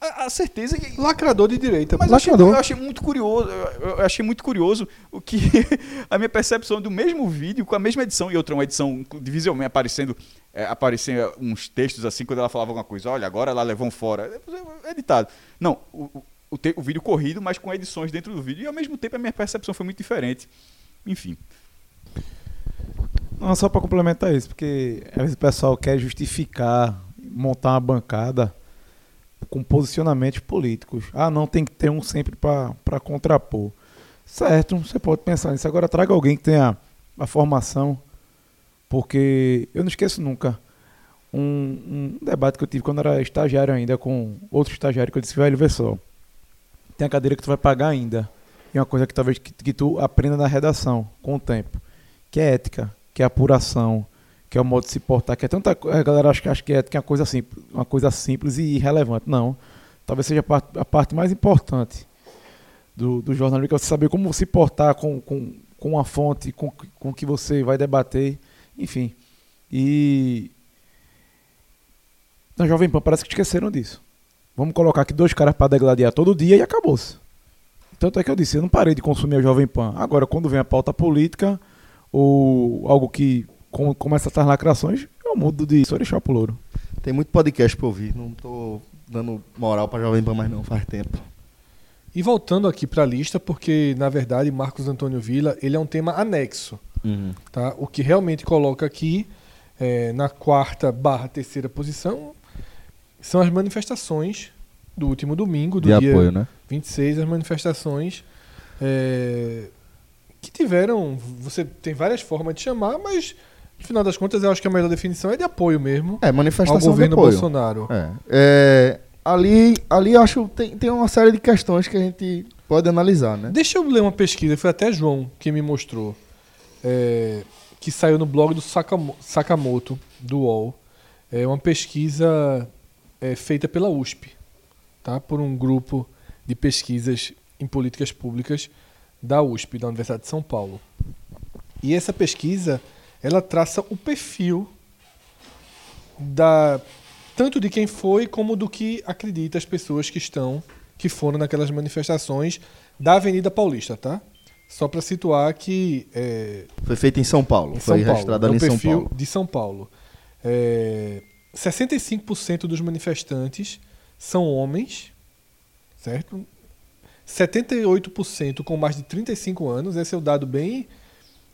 Speaker 7: a, a certeza. e-
Speaker 4: Lacrador de direita.
Speaker 7: mas eu achei,
Speaker 4: lacrador.
Speaker 7: eu achei muito curioso, eu eu achei muito curioso o que a minha percepção do mesmo vídeo, com a mesma edição, e outra uma edição de visualmente aparecendo, é, aparecendo uns textos assim, quando ela falava alguma coisa, olha, agora lá levam fora. É editado. Não, o, o- o, te- o vídeo corrido, mas com edições dentro do vídeo, e ao mesmo tempo a minha percepção foi muito diferente. Enfim.
Speaker 8: Não, só para complementar isso, porque às vezes o pessoal quer justificar, montar uma bancada com posicionamentos políticos. Ah, não, tem que ter um sempre para contrapor. Certo, você pode pensar nisso. Agora traga alguém que tenha a formação, porque eu não esqueço nunca um, um debate que eu tive quando era estagiário ainda com outro estagiário que eu disse, velho, vê só, tem a cadeira que tu vai pagar ainda. E é uma coisa que talvez que, que tu aprenda na redação com o tempo que é ética, que é apuração, que é o modo de se portar, que é tanta coisa. A galera acha, que- acha que ética é uma coisa, simples, uma coisa simples e irrelevante. Não. Talvez seja a parte, a parte mais importante do, do jornalismo, que é você saber como se portar com, com, com a fonte, com, com o que você vai debater, enfim. E. Na Jovem Pan parece que esqueceram disso. Vamos colocar aqui dois caras para degladiar todo dia e acabou-se. Tanto é que eu disse, eu não parei de consumir a Jovem Pan. Agora, quando vem a pauta política ou algo que com- começa essas lacrações, eu mudo de Sorixá pro Louro.
Speaker 2: Tem muito podcast pra ouvir. Não tô dando moral pra Jovem Pan mais não, faz tempo.
Speaker 5: E voltando aqui para a lista, porque na verdade Marcos Antônio Vila ele é um tema anexo, tá? O que realmente coloca aqui eh, na quarta barra terceira posição são as manifestações do último domingo, do dia
Speaker 2: né?
Speaker 5: 26, as manifestações eh, que tiveram. Você tem várias formas de chamar, mas no final das contas eu acho que a melhor definição é de apoio mesmo
Speaker 2: É,
Speaker 5: ao
Speaker 2: manifestação de
Speaker 5: governo
Speaker 2: apoio.
Speaker 5: Bolsonaro.
Speaker 2: É. É, ali, ali eu acho que tem, tem uma série de questões que a gente pode analisar, né?
Speaker 5: Deixa eu ler uma pesquisa, foi até João que me mostrou, é, que saiu no blog do Sakamo- Sakamoto, do UOL. É uma pesquisa é, feita pela USP, tá? por um grupo de pesquisas em políticas públicas da USP, da Universidade de São Paulo. E essa pesquisa, ela traça o perfil da tanto de quem foi como do que acredita as pessoas que estão, que foram naquelas manifestações da Avenida Paulista, tá? Só para situar que é,
Speaker 2: Foi feito em São Paulo. foi
Speaker 5: em São Paulo,
Speaker 2: registrado
Speaker 5: é
Speaker 2: ali
Speaker 5: um
Speaker 2: em São
Speaker 5: perfil
Speaker 2: Paulo.
Speaker 5: de São Paulo. É, 65% dos manifestantes são homens, certo? 78% com mais de 35 anos, esse é um dado bem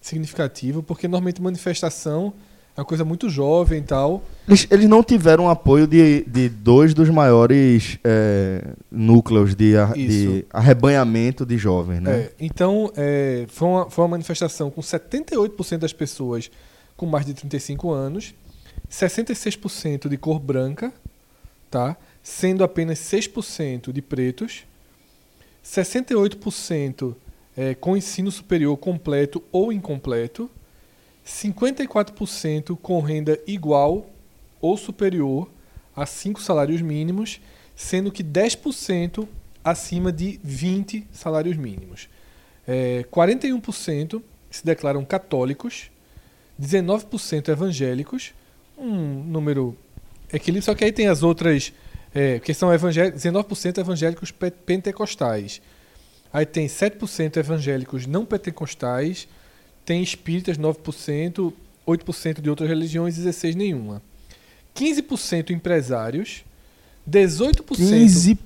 Speaker 5: significativo, porque normalmente manifestação é uma coisa muito jovem e tal.
Speaker 2: Eles, eles não tiveram apoio de, de dois dos maiores é, núcleos de, ar- de
Speaker 5: Isso.
Speaker 2: arrebanhamento de jovens, né?
Speaker 5: É, então, é, foi, uma, foi uma manifestação com 78% das pessoas com mais de 35 anos, 66% de cor branca, tá? sendo apenas 6% de pretos, 68% é, com ensino superior completo ou incompleto, 54% com renda igual ou superior a 5 salários mínimos, sendo que 10% acima de 20 salários mínimos. é, 41% se declaram católicos, 19% evangélicos, um número equilíbrio, só que aí tem as outras, é, que são evangé- 19% evangélicos pe- pentecostais. Aí tem 7% evangélicos não pentecostais, tem espíritas 9%, 8% de outras religiões, 16% nenhuma. 15% empresários, 18%...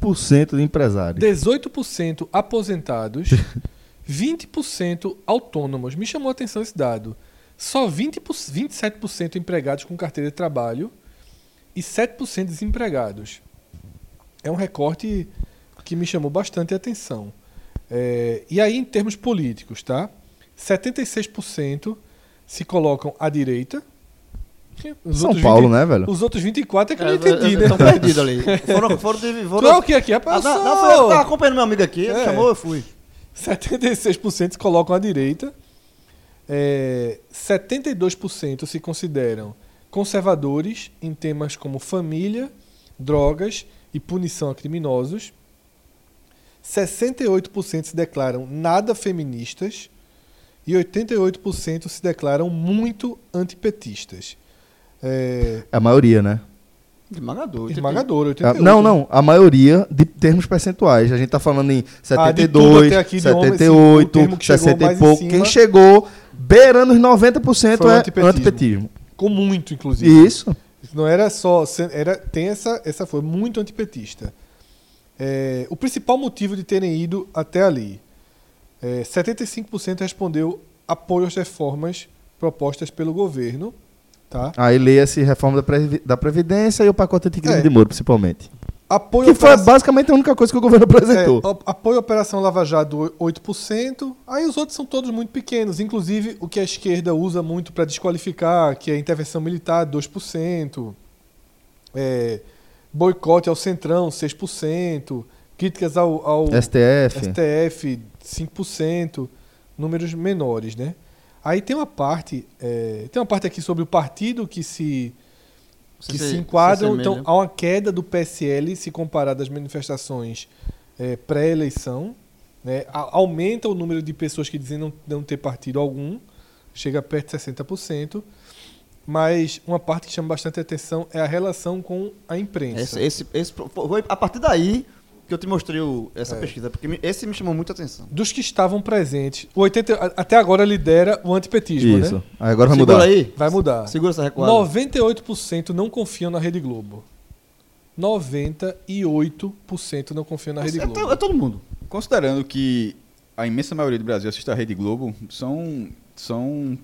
Speaker 2: 15% de empresários.
Speaker 5: 18% aposentados, 20% autônomos. Me chamou a atenção esse dado. Só 20%, 27% empregados com carteira de trabalho e 7% desempregados. É um recorte que me chamou bastante a atenção. É, e aí, em termos políticos, tá? 76% se colocam à direita. Os
Speaker 2: São
Speaker 5: outros
Speaker 2: Paulo,
Speaker 5: 20
Speaker 2: né, velho?
Speaker 5: Os outros 24 é que eu não
Speaker 3: É,
Speaker 5: entendi,
Speaker 3: eu-
Speaker 5: né?
Speaker 3: eu- Tão perdido ali. Foram, foram, de-
Speaker 5: Tu é o
Speaker 3: foram,
Speaker 5: que aqui?
Speaker 3: Ah,
Speaker 5: Rapaz,
Speaker 3: não,
Speaker 5: sou-
Speaker 3: não, foi eu que tava acompanhando meu amigo aqui, ele
Speaker 5: É.
Speaker 3: chamou, eu fui.
Speaker 5: 76% se colocam à direita, é, 72% se consideram conservadores em temas como família, drogas e punição a criminosos, 68% se declaram nada feministas e 88% se declaram muito antipetistas. É,
Speaker 2: A maioria, né?
Speaker 3: Esmagador.
Speaker 5: esmagador,
Speaker 2: Ah,
Speaker 5: 88%.
Speaker 2: Não, não. A maioria de termos percentuais. A gente tá falando em
Speaker 5: né? Ah, de tudo
Speaker 2: 72,
Speaker 5: até aqui de homem, assim, o
Speaker 2: 78,
Speaker 5: termo que chegou
Speaker 2: 60 e
Speaker 5: mais em
Speaker 2: pouco.
Speaker 5: cima-
Speaker 2: Quem chegou beirando os 90%
Speaker 5: Foi o
Speaker 2: é
Speaker 5: antipetismo.
Speaker 2: antipetismo.
Speaker 5: Com muito, inclusive.
Speaker 2: Isso.
Speaker 5: Não era só. Era, tem essa, essa foi muito antipetista. É, o principal motivo de terem ido até ali. É, 75% respondeu apoio às reformas propostas pelo governo. Tá?
Speaker 2: Aí leia-se reforma da, Previ- da Previdência e o pacote anticrime
Speaker 5: É.
Speaker 2: de Moro, principalmente.
Speaker 5: Apoio
Speaker 2: Que foi
Speaker 5: operação-
Speaker 2: basicamente a única coisa que o governo apresentou.
Speaker 5: É, a- apoio à Operação Lava Jato, o- 8%. Aí os outros são todos muito pequenos. Inclusive, o que a esquerda usa muito para desqualificar, que é intervenção militar, 2%. É, boicote ao Centrão, 6%. Críticas ao, ao né?
Speaker 2: STF.
Speaker 5: STF, 5%. Números menores, né? Aí tem uma parte... é, tem uma parte aqui sobre o partido que se que se, enquadram. então, há uma queda do PSL se comparado às manifestações eh, pré-eleição. né? A- Aumenta o número de pessoas que dizem não, não ter partido algum, chega perto de 60%. Mas uma parte que chama bastante atenção é a relação com a imprensa.
Speaker 3: Esse, esse, esse, pro- foi a partir daí que eu te mostrei o- essa
Speaker 5: É.
Speaker 3: pesquisa, porque me- esse me chamou muita atenção.
Speaker 5: Dos que estavam presentes, o 80, a- até agora lidera o antipetismo,
Speaker 2: Isso.
Speaker 5: né?
Speaker 2: Aí agora vai
Speaker 3: Segura
Speaker 2: mudar.
Speaker 3: aí.
Speaker 5: Vai mudar.
Speaker 3: Segura essa recuada.
Speaker 5: 98% não confiam na Rede Globo. 98% não confiam na Rede
Speaker 3: É,
Speaker 5: Globo.
Speaker 3: to- é todo mundo.
Speaker 7: Considerando que a imensa maioria do Brasil assiste a Rede Globo, são, são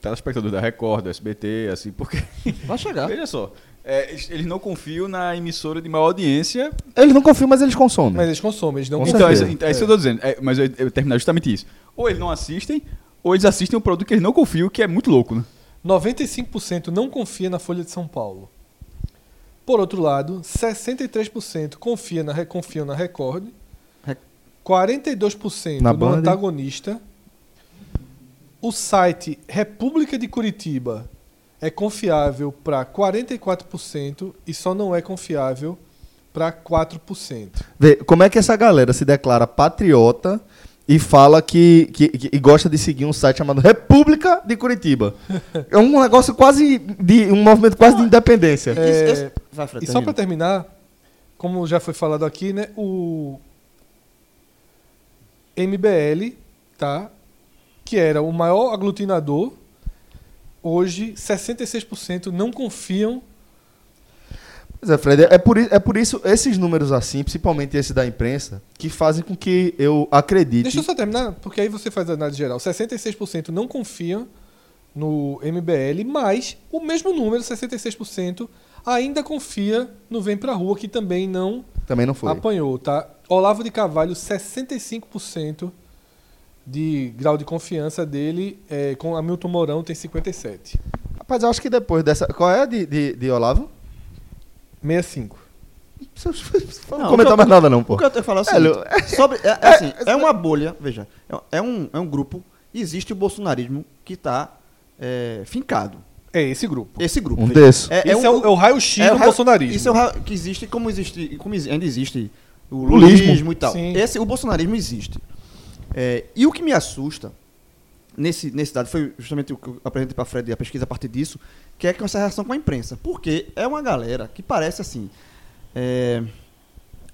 Speaker 7: telespectadores da Record, do SBT, assim, porque,
Speaker 3: Vai chegar.
Speaker 7: veja só, é, eles eles não confiam na emissora de maior audiência.
Speaker 2: Eles não confiam, mas eles consomem.
Speaker 5: Mas eles consomem, eles não
Speaker 2: Com
Speaker 7: Então, é isso
Speaker 2: certeza.
Speaker 7: é isso que eu tô dizendo, É, mas eu, eu ia terminar justamente isso. Ou eles não assistem, ou eles assistem um produto que eles não confiam, que é muito louco, né?
Speaker 5: 95% não confia na Folha de São Paulo. Por outro lado, 63% confia na, confiam na Record,
Speaker 3: Re-
Speaker 5: 42%
Speaker 2: Na
Speaker 5: no
Speaker 2: Band.
Speaker 5: antagonista. O site República de Curitiba é confiável para 44% e só não é confiável para 4%.
Speaker 2: Vê, como é que essa galera se declara patriota e fala que, que, que- e gosta de seguir um site chamado República de Curitiba? É um negócio quase de um movimento quase de independência.
Speaker 3: Isso-
Speaker 5: É,
Speaker 3: isso- Vai, Fred,
Speaker 5: E só para
Speaker 3: termina.
Speaker 5: terminar, como já foi falado aqui, né, o MBL, tá, que era o maior aglutinador, hoje 66% não confiam.
Speaker 2: Pois é, Fred, é por, i- é por isso esses números assim, principalmente esse da imprensa, que fazem com que eu acredite.
Speaker 5: Deixa eu só terminar, porque aí você faz a análise geral. 66% não confiam no MBL, mas o mesmo número, 66%, ainda confia no Vem Pra Rua, que também não
Speaker 2: Também não foi.
Speaker 5: Apanhou, tá? Olavo de Carvalho, 65% de grau de confiança dele, é, com Hamilton Mourão tem 57.
Speaker 2: Rapaz, eu acho que depois dessa. Qual é a de, de, de Olavo?
Speaker 5: 65.
Speaker 2: Não, vou comentar mais nada, não, pô.
Speaker 3: O que eu tenho que falar é o
Speaker 2: Velho,
Speaker 3: seguinte, sobre- é, é assim, é uma bolha, veja, é, é um, é um grupo, existe o bolsonarismo que está fincado.
Speaker 5: É esse grupo.
Speaker 3: Esse grupo.
Speaker 2: Um
Speaker 3: veja.
Speaker 2: desses.
Speaker 3: É, é
Speaker 5: Esse é,
Speaker 3: um-
Speaker 5: o, é o raio-x
Speaker 3: é o
Speaker 5: do
Speaker 3: ra-
Speaker 5: bolsonarismo.
Speaker 3: Isso é o ra- que existe, como existe, como exi- ainda existe o
Speaker 2: Lulismo.
Speaker 3: lulismo e tal.
Speaker 5: Sim.
Speaker 3: Esse, o bolsonarismo existe. É, e o que me assusta nesse, nesse dado foi justamente o que eu apresentei para Fred e a pesquisa a partir disso, que é com essa relação com a imprensa. Porque é uma galera que parece assim. é,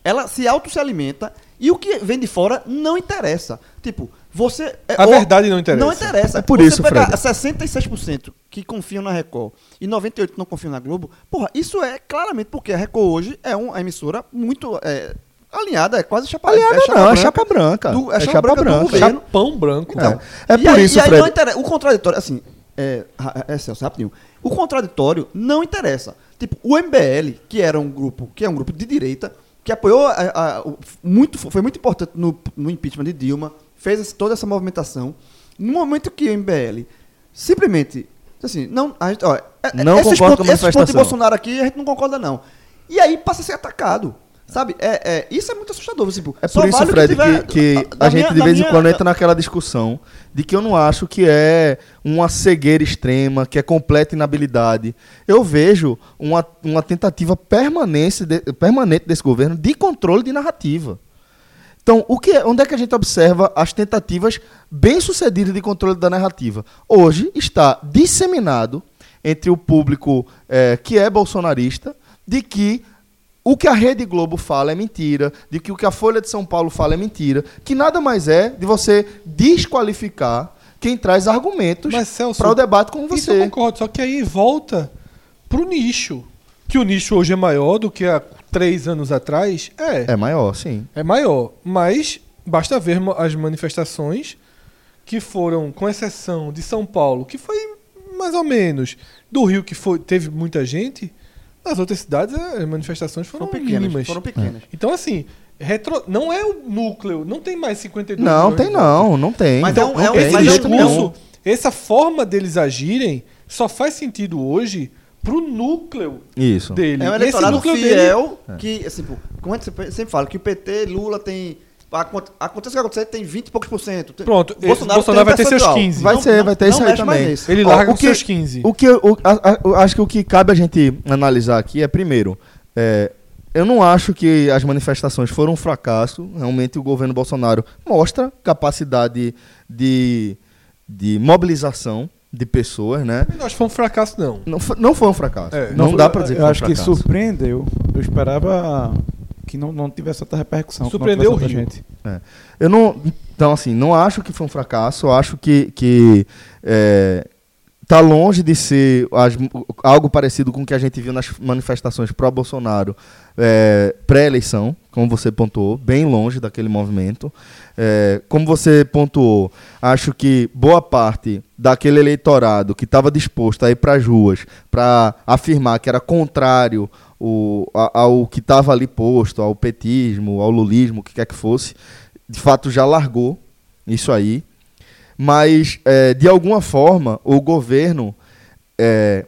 Speaker 3: ela se auto se alimenta e o que vem de fora não interessa. Tipo, você. é,
Speaker 5: A
Speaker 3: ou-
Speaker 5: verdade não interessa.
Speaker 3: Não interessa.
Speaker 2: É por
Speaker 3: você
Speaker 2: isso,
Speaker 3: pega
Speaker 2: Fred.
Speaker 3: 66% que confiam na Record e 98% não confiam na Globo, porra, isso é claramente porque a Record hoje é uma emissora muito é, alinhada, é quase chapa
Speaker 2: Aliada
Speaker 3: chapa
Speaker 2: não, é
Speaker 3: branca.
Speaker 2: chapa branca.
Speaker 3: Do- é
Speaker 2: é
Speaker 3: chapa
Speaker 2: chapa
Speaker 3: branca do
Speaker 2: branca.
Speaker 3: governo.
Speaker 5: Pão branco.
Speaker 2: Então,
Speaker 3: E
Speaker 2: é, por
Speaker 3: aí-
Speaker 2: isso,
Speaker 3: e aí não
Speaker 2: Fred.
Speaker 3: interessa. O contraditório, assim, é, ra- é Celso, rapidinho. O contraditório não interessa. Tipo, o MBL, que era um grupo, que é um grupo de direita, que apoiou a- a- o- muito, foi muito importante no, no impeachment de Dilma, fez esse- toda essa movimentação. No momento que o MBL simplesmente, assim, não, a gente, ó, é-
Speaker 2: Não
Speaker 3: esses
Speaker 2: concordo com a
Speaker 3: pontos, esses pontos de
Speaker 2: manifestação.
Speaker 3: Bolsonaro aqui, a gente não concorda não. E aí passa a ser atacado. Sabe? É, é- isso é muito assustador. Tipo,
Speaker 2: É
Speaker 3: só
Speaker 2: por isso,
Speaker 3: vale o
Speaker 2: Fred, que,
Speaker 3: tiver- Ah,
Speaker 2: que
Speaker 3: da
Speaker 2: a gente
Speaker 3: minha-
Speaker 2: de
Speaker 3: da
Speaker 2: vez em
Speaker 3: minha-
Speaker 2: quando
Speaker 3: da-
Speaker 2: entra naquela discussão de que eu não acho que é uma cegueira extrema, que é completa inabilidade. Eu vejo uma, uma tentativa permanente, de- permanente desse governo de controle de narrativa. Então, o que é- onde é que a gente observa as tentativas bem-sucedidas de controle da narrativa? Hoje está disseminado entre o público eh, que é bolsonarista de que o que a Rede Globo fala é mentira, de que o que a Folha de São Paulo fala é mentira, que nada mais é de você desqualificar quem traz argumentos
Speaker 5: Mas, Celso,
Speaker 2: para o debate com
Speaker 5: Isso eu
Speaker 3: é.
Speaker 2: você.
Speaker 5: concordo, só que aí volta pro nicho. Que o nicho hoje é maior do que há três anos atrás. É,
Speaker 2: É maior, sim.
Speaker 5: é, maior. Mas basta ver ma- as manifestações que foram, com exceção de São Paulo, que foi mais ou menos, do Rio, que foi, teve muita gente, nas outras cidades é, as manifestações foram,
Speaker 3: Foram pequenas.
Speaker 5: mínimas.
Speaker 3: Foram pequenas.
Speaker 5: Então, assim, retro... não é o núcleo, não tem mais 52
Speaker 2: Não,
Speaker 5: milhões
Speaker 2: tem
Speaker 5: de
Speaker 2: não, não tem.
Speaker 3: Mas
Speaker 2: Então,
Speaker 3: é um- é um-
Speaker 2: tem
Speaker 5: esse
Speaker 3: mas é um-
Speaker 2: jeito
Speaker 5: discurso,
Speaker 2: nenhum.
Speaker 5: essa forma deles agirem, só faz sentido hoje pro núcleo
Speaker 2: Isso.
Speaker 5: dele.
Speaker 3: É um
Speaker 5: E esse
Speaker 3: eleitorado
Speaker 5: núcleo dele
Speaker 3: fiel que, assim, pô, como a gente sempre- sempre fala, que o PT, Lula tem. aconte- Acontece o que acontecer, tem 20 e poucos por cento. Tem-
Speaker 5: Pronto, esse Bolsonaro
Speaker 3: tem um
Speaker 5: vai ter seus
Speaker 3: percentual.
Speaker 5: 15.
Speaker 2: Vai
Speaker 3: Não-
Speaker 2: ser,
Speaker 3: não-
Speaker 2: vai ter
Speaker 3: não
Speaker 2: isso aí
Speaker 3: mexe mais
Speaker 2: também.
Speaker 3: nisso.
Speaker 5: Ele
Speaker 2: Ó,
Speaker 5: larga
Speaker 2: o
Speaker 5: com
Speaker 2: que-
Speaker 5: seus 15.
Speaker 2: O que eu, o- a- a- eu acho que o que cabe a gente analisar aqui é, primeiro, é, eu não acho que as manifestações foram um fracasso. Realmente o governo Bolsonaro mostra capacidade de, de mobilização de pessoas, né?
Speaker 5: Eu Acho que foi um fracasso, não.
Speaker 2: Não, fo- não foi um fracasso.
Speaker 5: É,
Speaker 2: não
Speaker 8: foi-
Speaker 2: dá pra dizer que
Speaker 8: Então, Eu
Speaker 2: foi um
Speaker 8: acho que
Speaker 2: fracasso.
Speaker 8: surpreendeu. Eu esperava que não, não tivesse tanta repercussão. que não
Speaker 5: Surpreendeu
Speaker 8: tivesse
Speaker 5: o
Speaker 8: tanta gente.
Speaker 2: É. Eu não. Então, assim, não acho que foi um fracasso. eu Acho que. que é, tá longe de ser as- algo parecido com o que a gente viu nas manifestações pró-Bolsonaro é, pré-eleição, como você pontuou, bem longe daquele movimento. É, como você pontuou, acho que boa parte daquele eleitorado que estava disposto a ir para as ruas para afirmar que era contrário o- a- ao que estava ali posto, ao petismo, ao lulismo, o que quer que fosse, de fato já largou isso aí. Mas, é, de alguma forma, o governo, é,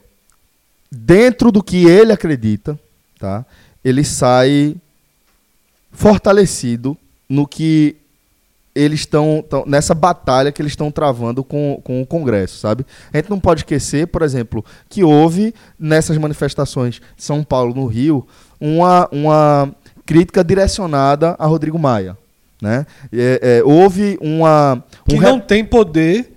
Speaker 2: dentro do que ele acredita, tá? ele sai fortalecido no que eles estão tão- nessa batalha que eles estão travando com, com o Congresso, sabe? A gente não pode esquecer, por exemplo, que houve nessas manifestações de São Paulo no Rio uma, uma crítica direcionada a Rodrigo Maia, né? É, é, houve uma um
Speaker 5: Que
Speaker 2: re-
Speaker 5: não tem poder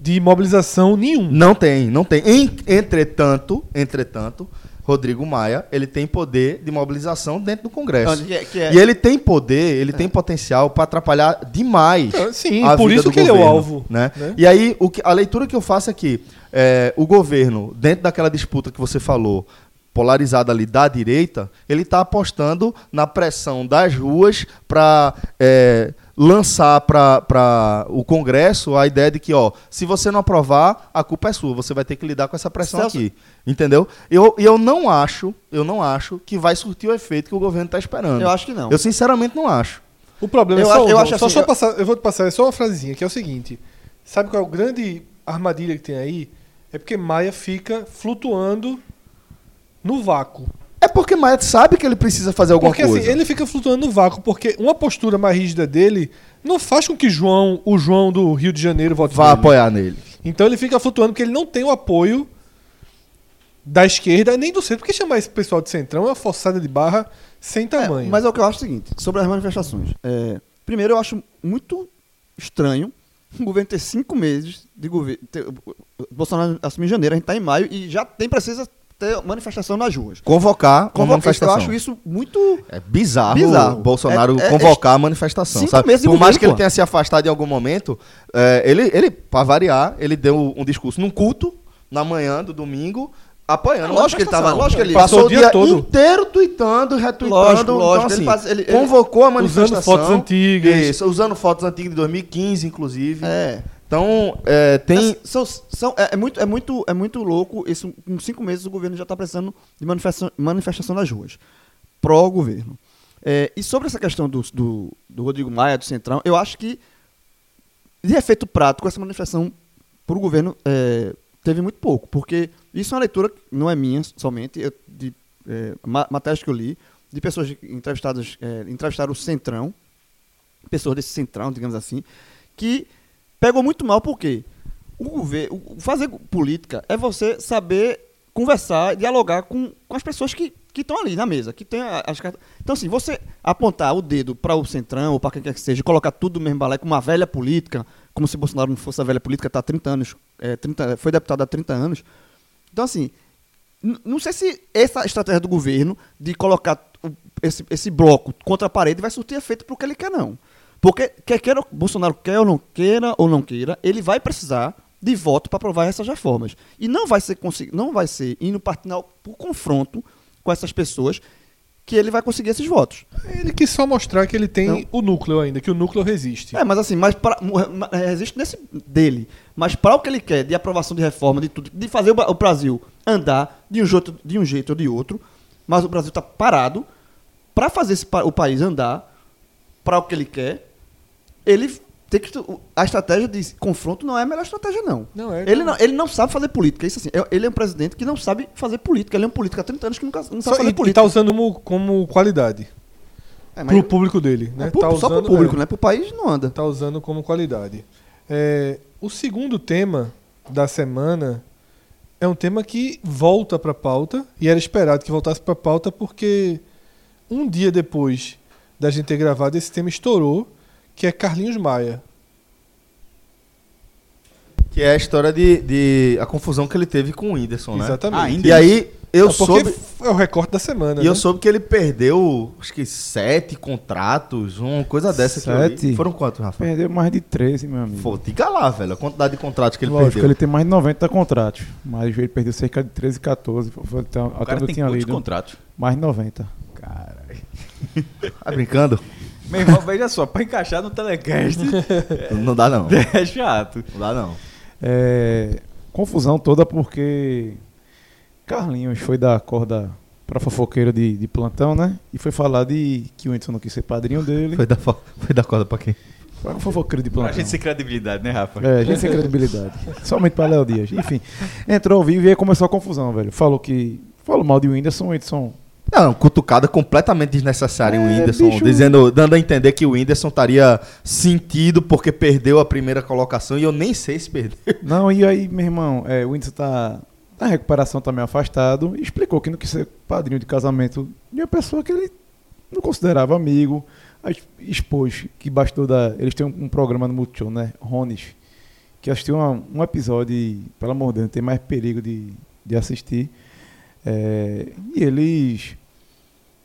Speaker 5: de mobilização nenhum.
Speaker 2: não tem, não tem. Em- entretanto, entretanto, Rodrigo Maia, ele tem poder de mobilização dentro do Congresso.
Speaker 3: Não, que é- que é-
Speaker 2: E ele tem poder, ele tem potencial para atrapalhar demais.
Speaker 5: É. Ah, sim,
Speaker 2: a
Speaker 5: por
Speaker 2: vida
Speaker 5: isso
Speaker 2: do
Speaker 5: que ele é o
Speaker 2: governo,
Speaker 5: alvo,
Speaker 2: Né?
Speaker 5: né?
Speaker 2: E aí, o que, a leitura que eu faço é que é, o governo, dentro daquela disputa que você falou, polarizada ali da direita, ele está apostando na pressão das ruas para lançar para o Congresso a ideia de que, ó, se você não aprovar, a culpa é sua, você vai ter que lidar com essa pressão
Speaker 3: Celso.
Speaker 2: aqui. Entendeu? Eu, eu não acho, eu não acho que vai surtir o efeito que o governo está esperando.
Speaker 3: Eu acho que não.
Speaker 2: Eu sinceramente não acho.
Speaker 5: O problema
Speaker 3: Eu
Speaker 5: é só.
Speaker 3: acho-
Speaker 5: um,
Speaker 3: eu
Speaker 5: João.
Speaker 3: acho
Speaker 5: só
Speaker 3: assim,
Speaker 5: só
Speaker 3: eu-
Speaker 5: passar- eu vou te passar só uma frasezinha, que é o seguinte. Sabe qual é a grande armadilha que tem aí? É porque Maia fica flutuando no vácuo.
Speaker 2: É porque Maia sabe que ele precisa fazer alguma
Speaker 5: porque
Speaker 2: coisa.
Speaker 5: assim, ele fica flutuando no vácuo, porque uma postura mais rígida dele não faz com que João, o João do Rio de Janeiro vote
Speaker 2: Vá
Speaker 5: nele.
Speaker 2: apoiar nele.
Speaker 5: Então ele fica flutuando porque ele não tem o apoio da esquerda nem do centro. Porque chamar esse pessoal de centrão é uma forçada de barra sem
Speaker 3: É,
Speaker 5: tamanho.
Speaker 3: mas é o que eu acho o seguinte, sobre as manifestações. É, primeiro, eu acho muito estranho o governo ter cinco meses de governo. ter- o Bolsonaro assumiu em janeiro, a gente está em maio e já tem precisa ter manifestação nas ruas.
Speaker 2: Convocar uma
Speaker 3: Convoca- Eu
Speaker 2: manifestação.
Speaker 3: acho isso muito.
Speaker 2: É bizarro,
Speaker 3: Bizarro.
Speaker 2: o Bolsonaro
Speaker 3: É- é-
Speaker 2: convocar a manifestação,
Speaker 3: cinco
Speaker 2: sabe?
Speaker 3: meses de
Speaker 2: Por mais
Speaker 3: governo,
Speaker 2: que ele
Speaker 3: pô.
Speaker 2: tenha se afastado em algum momento, é, ele, ele para variar, ele deu um discurso num culto, na manhã do domingo, apoiando.
Speaker 3: É, lógico que ele tava- lógico que ele-
Speaker 2: passou, o dia, todo. inteiro tweetando, retweetando.
Speaker 3: Lógico, lógico, ele
Speaker 2: assim,
Speaker 3: faz- ele- ele-
Speaker 2: convocou a manifestação.
Speaker 5: fotos antigas.
Speaker 2: Isso, usando fotos antigas de 2015, inclusive.
Speaker 3: É.
Speaker 2: Então, é, tem...
Speaker 3: É, são, são, é, é muito, é, muito, é muito louco. Isso, em cinco meses o governo já está precisando de manifestação, manifestação nas ruas. Pró-governo. É, e sobre essa questão do, do, do Rodrigo Maia, do Centrão, eu acho que, de efeito prático, essa manifestação para o governo é, teve muito pouco. Porque isso é uma leitura, que não é minha somente, eu- de é, ma- matérias que eu li, de pessoas entrevistadas, é, entrevistaram o Centrão, pessoas desse centrão, digamos assim, que pegou muito mal porque o governo, o- fazer política é você saber conversar, dialogar com, com as pessoas que que estão ali na mesa, que tem a- as cartas. Então, assim, você apontar o dedo para o centrão ou para quem quer que seja, colocar tudo no mesmo balé com uma velha política, como se Bolsonaro não fosse a velha política, está há 30 anos, é, 30 foi deputado há 30 anos. Então, assim, n- não sei se essa estratégia do governo de colocar o- esse, esse bloco contra a parede vai surtir efeito para o que ele quer, não. Porque quer queira, o- Bolsonaro quer ou não queira, ou não queira, ele vai precisar de voto para aprovar essas reformas. E não vai ser, consi- não vai ser indo partindo ao- pro confronto com essas pessoas que ele vai conseguir esses votos.
Speaker 5: Ele quis só mostrar que ele tem
Speaker 3: Não.
Speaker 5: o núcleo ainda, que o núcleo
Speaker 7: Tipo,
Speaker 5: resiste.
Speaker 3: É, mas assim, mas pra, mu- ma- é, existe nesse dele. Mas para o que ele quer, de aprovação de reforma, de tudo, de fazer o, Ba- o Brasil andar de um, jeito, de um jeito ou de outro, mas o Brasil está parado, para fazer esse pa- o país andar, para o que ele quer, ele tem que. tu- A estratégia de confronto não é a melhor estratégia, não.
Speaker 5: Não, é-
Speaker 3: ele, não, ele não sabe fazer política. Isso assim, é- ele é um presidente que não sabe fazer política. Ele é um político há 30 anos que nunca, não
Speaker 5: Só,
Speaker 3: sabe fazer
Speaker 5: e, e
Speaker 3: política.
Speaker 5: tá usando como, como qualidade.
Speaker 3: É, mas-
Speaker 5: Pro público dele, né?
Speaker 3: é pú-
Speaker 5: Tá
Speaker 3: só para o
Speaker 5: usando-
Speaker 3: público,
Speaker 5: é.
Speaker 3: né? Para o país não anda.
Speaker 5: tá usando como qualidade. É, o segundo tema da semana é um tema que volta para pauta e era esperado que voltasse para pauta porque um dia depois da gente ter gravado esse tema estourou, que é Carlinhos Maia.
Speaker 2: Que é a história de, de- a confusão que ele teve com o Whindersson, né?
Speaker 3: Ah,
Speaker 5: Exatamente.
Speaker 3: é.
Speaker 7: ainda
Speaker 2: E aí, eu
Speaker 5: Não, porque
Speaker 2: soube...
Speaker 5: é o recorte da semana.
Speaker 2: E eu
Speaker 5: né?
Speaker 2: soube que ele perdeu, acho que sete contratos, uma coisa dessa. que eu li.
Speaker 8: Sete? É.
Speaker 2: Foram quantos, Rafa?
Speaker 8: Perdeu mais de 13, meu amigo.
Speaker 2: Pô, diga lá, velho, a quantidade de contratos que ele
Speaker 8: Lógico,
Speaker 2: perdeu.
Speaker 8: ele tem mais de 90 contratos, mas ele perdeu cerca de 13, 14. foi- foi até-
Speaker 7: O
Speaker 8: até
Speaker 7: cara
Speaker 8: onde eu
Speaker 7: tem
Speaker 8: tinha
Speaker 7: quantos
Speaker 8: lido.
Speaker 7: contratos?
Speaker 8: Mais de 90.
Speaker 2: Tá brincando?
Speaker 7: Meu irmão, veja só, pra encaixar no telecast
Speaker 2: Não dá não. Não
Speaker 7: é chato.
Speaker 2: dá não.
Speaker 8: É, confusão toda porque Carlinhos foi dar corda pra fofoqueiro de, de plantão, né? E foi falar de que o Edson não quis ser padrinho dele.
Speaker 2: Foi dar, fo- foi dar corda pra quem?
Speaker 8: Pra fofoqueiro de plantão.
Speaker 7: Pra gente sem credibilidade, né, Rafa?
Speaker 8: É, a gente sem credibilidade. Somente para Léo Dias. Enfim, entrou ao vivo e aí começou a confusão, velho. Falou que. Falou mal de Whindersson, o Edson.
Speaker 2: Não, cutucada completamente desnecessária em
Speaker 8: É,
Speaker 2: Whindersson,
Speaker 8: bicho.
Speaker 2: dizendo, dando a entender que o Whindersson estaria sentido porque perdeu a primeira colocação e eu nem sei se perdeu.
Speaker 8: Não, e aí, meu irmão, é, o Whindersson tá na recuperação, tá meio afastado. E explicou que não quis ser padrinho de casamento de uma pessoa que ele não considerava amigo. Aí expôs que bastou da. Eles têm um, um programa no Multishow, né? Ronis. Que assistiu uma- um episódio e, pelo amor de Deus, não tem mais perigo de, de assistir. É, e eles.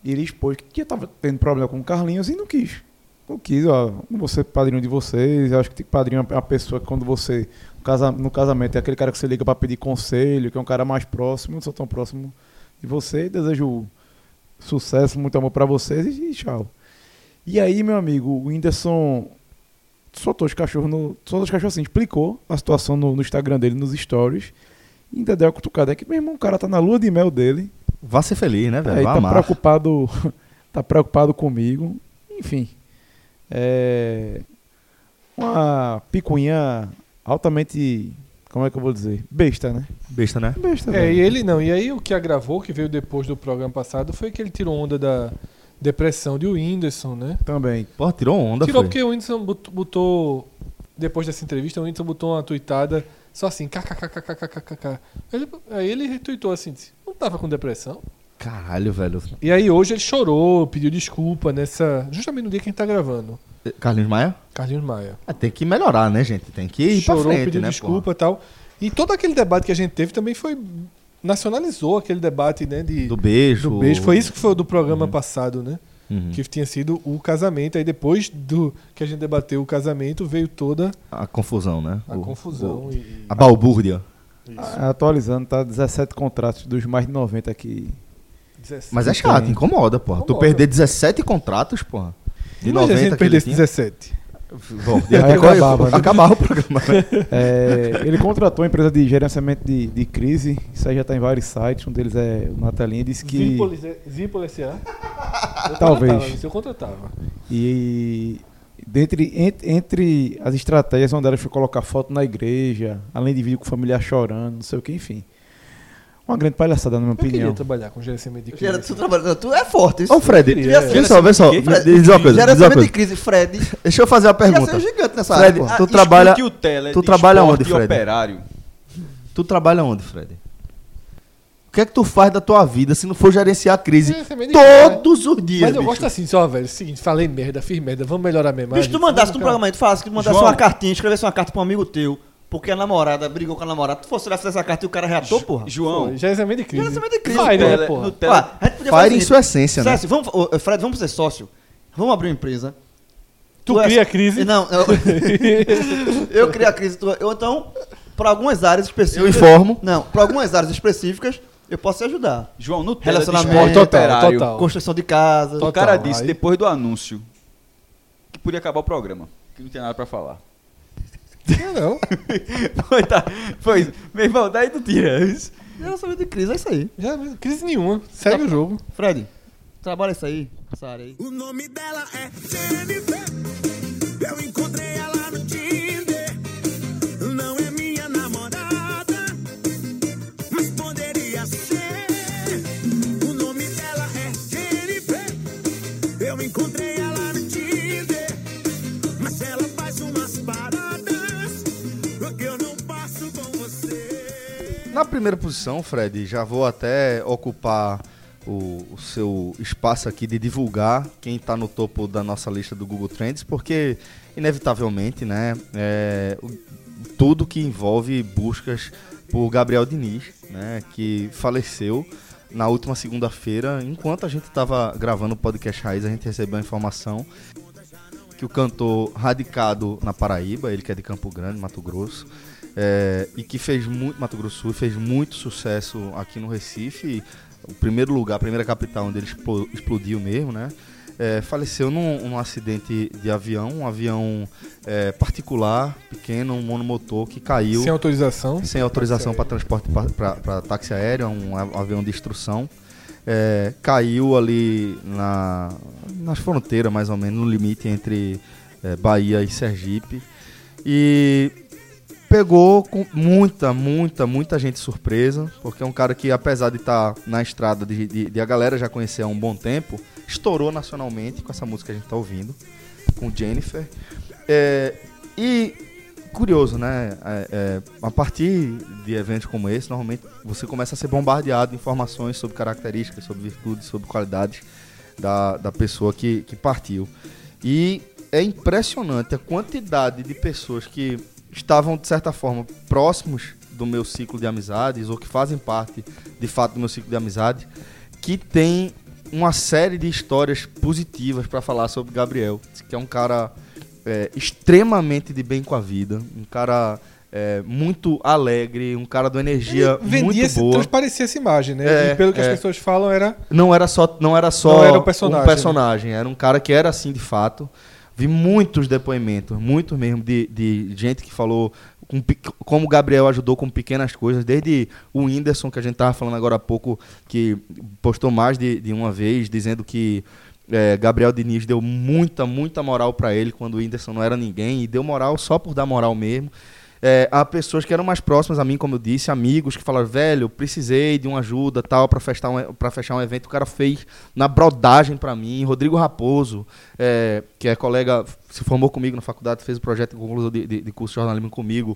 Speaker 8: E ele expôs que tinha- tava tendo problema com o Carlinhos e não quis. Não quis, ó. Não vou ser padrinho de vocês. Eu acho que tem que padrinho é uma pessoa que quando você. no casa- No casamento é aquele cara que você liga pra pedir conselho, que é um cara mais próximo, não sou tão próximo de você. E desejo sucesso, muito amor pra vocês e, e tchau. E aí, meu amigo, o Whindersson soltou os cachorros no. Soltou os cachorros assim, explicou a situação no, no Instagram dele, nos stories. E ainda deu a cutucada. É que, meu irmão, o cara tá na lua de mel dele.
Speaker 2: Vá ser feliz, né, velho?
Speaker 8: Aí
Speaker 2: Vá
Speaker 8: tá
Speaker 2: amar.
Speaker 8: preocupado, tá preocupado comigo. Enfim, é uma picuinha altamente, como é que eu vou dizer? Besta, né?
Speaker 2: Besta, né?
Speaker 8: Besta.
Speaker 5: É,
Speaker 8: velho.
Speaker 5: e ele não. E aí o que agravou, que veio depois do programa passado, foi que ele tirou onda da depressão de Whindersson, né?
Speaker 8: Também.
Speaker 2: Pô, tirou onda, Então,
Speaker 5: Tirou
Speaker 2: foi.
Speaker 5: porque o Whindersson bot- botou. Depois dessa entrevista, o Whindersson botou uma tweetada só assim, kkkkkkkkk. Ele- Aí ele retweetou assim, disse, não tava com depressão.
Speaker 2: Caralho, velho.
Speaker 5: E aí hoje ele chorou, pediu desculpa nessa. Justamente no dia que a gente tá gravando.
Speaker 2: Carlinhos Maia?
Speaker 5: Carlinhos Maia.
Speaker 2: Ah, tem que melhorar, né, gente? Tem que ir
Speaker 5: Chorou,
Speaker 2: pra frente,
Speaker 5: pediu
Speaker 2: né,
Speaker 5: desculpa e tal. E todo aquele debate que a gente teve também foi. Nacionalizou aquele debate, né? De,
Speaker 2: porra? Do beijo.
Speaker 5: do beijo. Foi isso que foi o do programa passado, né?
Speaker 2: Uhum.
Speaker 5: Que tinha sido o casamento. Aí depois do que a gente debateu o casamento, veio toda
Speaker 2: A confusão, né?
Speaker 5: a
Speaker 2: O-
Speaker 5: confusão.
Speaker 2: o-
Speaker 5: e-
Speaker 2: a balbúrdia.
Speaker 8: Atualizando, tá 17 contratos dos mais de 90 aqui.
Speaker 5: e 17.
Speaker 2: Mas é chato,
Speaker 8: Tem.
Speaker 2: incomoda, porra. Tu
Speaker 5: Incomoda.
Speaker 2: perder 17 contratos, porra. De
Speaker 5: Imagina se a
Speaker 2: 90
Speaker 5: gente
Speaker 2: que ele
Speaker 5: perdesse
Speaker 2: tinha.
Speaker 5: 17.
Speaker 2: Bom, de-
Speaker 8: Aí acabava, né?
Speaker 2: acabava o programa. né?
Speaker 8: É, ele contratou uma empresa de gerenciamento de, de crise, isso aí já está em vários sites, um deles é o Natalinha, disse que
Speaker 5: Zipol Zipol S.A. Eu
Speaker 8: Talvez.
Speaker 5: contratava, isso eu contratava.
Speaker 8: e dentre ent- entre as estratégias uma delas foi colocar foto na igreja, além de vídeo com o familiar chorando, não sei o que, enfim. Uma grande palhaçada na minha
Speaker 5: Eu queria né?
Speaker 8: opinião.
Speaker 5: trabalhar com gerenciamento de
Speaker 3: Gera,
Speaker 5: crise.
Speaker 3: tu, trabalha- tu é forte. Isso.
Speaker 2: Ô, Fred,
Speaker 3: Queria ser-
Speaker 2: vê só, vê só.
Speaker 3: Fred-
Speaker 2: Diz uma coisa, diz uma
Speaker 3: Gerenciamento de
Speaker 2: coisa.
Speaker 3: crise, Fred.
Speaker 2: Deixa eu fazer uma
Speaker 3: Queria ser um
Speaker 2: pergunta.
Speaker 3: gigante nessa
Speaker 2: Fred,
Speaker 3: área. pô.
Speaker 2: tu trabalha-
Speaker 5: é
Speaker 7: discutir o tele
Speaker 2: tu
Speaker 7: de
Speaker 2: trabalha
Speaker 7: esporte
Speaker 2: onde,
Speaker 7: e
Speaker 2: Fred?
Speaker 7: Operário.
Speaker 2: Tu trabalha onde, Fred? O que é que tu faz da tua vida se não for gerenciar a crise
Speaker 5: É, também difícil, né?
Speaker 2: todos os dias,
Speaker 5: Mas eu
Speaker 2: bicho?
Speaker 5: gosto assim, só, velho. Seguinte, falei merda, fiz merda, vamos melhorar mesmo. Ah,
Speaker 3: Bicho, tu mandasse num programa aí, tu falasse que tu mandasse
Speaker 7: João.
Speaker 3: uma cartinha, escrevesse uma carta pra um amigo teu, porque a namorada brigou com a namorada, tu fosse lá fazer essa carta e o cara reatou, porra.
Speaker 7: João,
Speaker 5: Gerenciamento de crise.
Speaker 3: Gerenciamento de crise,
Speaker 5: Vai,
Speaker 7: tele-
Speaker 5: né,
Speaker 7: no
Speaker 5: porra?
Speaker 7: tele-
Speaker 3: Ó, a gente podia
Speaker 2: Fire
Speaker 3: fazer
Speaker 2: em
Speaker 3: isso.
Speaker 2: sua essência, né?
Speaker 3: César, vamos, ô, Fred, vamos ser sócio. Vamos abrir uma empresa.
Speaker 5: Tu
Speaker 3: é-
Speaker 5: cria a crise.
Speaker 3: Não, eu, eu crio a crise. Tu, eu, então, pra algumas áreas
Speaker 2: Eu
Speaker 3: específicas.
Speaker 2: informo.
Speaker 3: Não, pra algumas áreas específicas, eu posso te ajudar.
Speaker 7: João, no tele de
Speaker 3: Relacionamento,
Speaker 7: esporte e
Speaker 5: total,
Speaker 7: operário.
Speaker 5: total.
Speaker 3: Construção de casa.
Speaker 7: O
Speaker 5: Total,
Speaker 7: cara disse
Speaker 5: aí-
Speaker 7: depois do anúncio que podia acabar o programa, que não tinha nada pra falar.
Speaker 5: Não, não.
Speaker 7: Foi, tá. Foi isso. Meu irmão, daí tu tira isso.
Speaker 3: Gerenciamento de crise, é isso aí.
Speaker 5: Gerenciamento de crise nenhuma. Segue o jogo.
Speaker 3: Fred, trabalha isso aí, essa área aí.
Speaker 6: O nome dela é Jennifer. Eu encontrei ela no Tinder. Não é minha namorada, mas poderia ser. O nome dela é Jennifer. Eu encontrei ela no Tinder. Mas ela faz umas paradas que eu não faço com você.
Speaker 2: Na primeira posição, Fred, já vou até ocupar o, o seu espaço aqui de divulgar quem tá no topo da nossa lista do Google Trends, porque, inevitavelmente, né, é, o- tudo que envolve buscas por Gabriel Diniz, né, que faleceu na última segunda-feira, enquanto a gente estava gravando o podcast Raiz, a gente recebeu a informação que o cantor radicado na Paraíba, ele que é de Campo Grande, Mato Grosso, é, e que fez muito Mato Grosso do Sul, fez muito sucesso aqui no Recife, o primeiro lugar, a primeira capital onde ele explo- explodiu mesmo, né? É, faleceu num, num acidente de avião, um avião é, particular, pequeno, um monomotor que caiu
Speaker 5: Sem autorização.
Speaker 2: sem autorização para transporte para táxi aéreo, um av- avião de instrução. É, caiu ali na, nas fronteiras, mais ou menos, no limite entre é, Bahia e Sergipe. E pegou com muita, muita, muita gente surpresa, porque é um cara que, apesar de estar na estrada, de, de- de a galera já conhecer há um bom tempo, estourou nacionalmente com essa música que a gente está ouvindo, com Jennifer. É, e curioso, né? É, é, a partir de eventos como esse, normalmente você começa a ser bombardeado de informações sobre características, sobre virtudes, sobre qualidades da, da pessoa que, que partiu. E é impressionante a quantidade de pessoas que estavam, de certa forma, próximos do meu ciclo de amizades, ou que fazem parte, de fato, do meu ciclo de amizade, que tem uma série de histórias positivas para falar sobre Gabriel, que é um cara é, extremamente de bem com a vida, um cara é, muito alegre, um cara de uma energia muito
Speaker 5: Vendia, esse-
Speaker 2: boa.
Speaker 5: transparecia essa imagem, né?
Speaker 2: É,
Speaker 5: e pelo que
Speaker 2: é.
Speaker 5: as pessoas falam, era
Speaker 2: Não era só, não era só
Speaker 5: Não era o personagem, né?
Speaker 2: um personagem, era um cara que era assim de fato. Vi muitos depoimentos, muitos mesmo, de, de gente que falou com pe- como o Gabriel ajudou com pequenas coisas, desde o Whindersson, que a gente estava falando agora há pouco, que postou mais de, de uma vez, dizendo que é, Gabriel Diniz deu muita, muita moral para ele quando o Whindersson não era ninguém, e deu moral só por dar moral mesmo. É, há pessoas que eram mais próximas a mim, como eu disse, amigos que falaram, velho, precisei de uma ajuda tal para fechar, um, pra fechar um evento. O cara fez na brodagem para mim. Rodrigo Raposo, é, que é colega, se formou comigo na faculdade, fez o projeto de conclusão de, de, de curso de jornalismo comigo.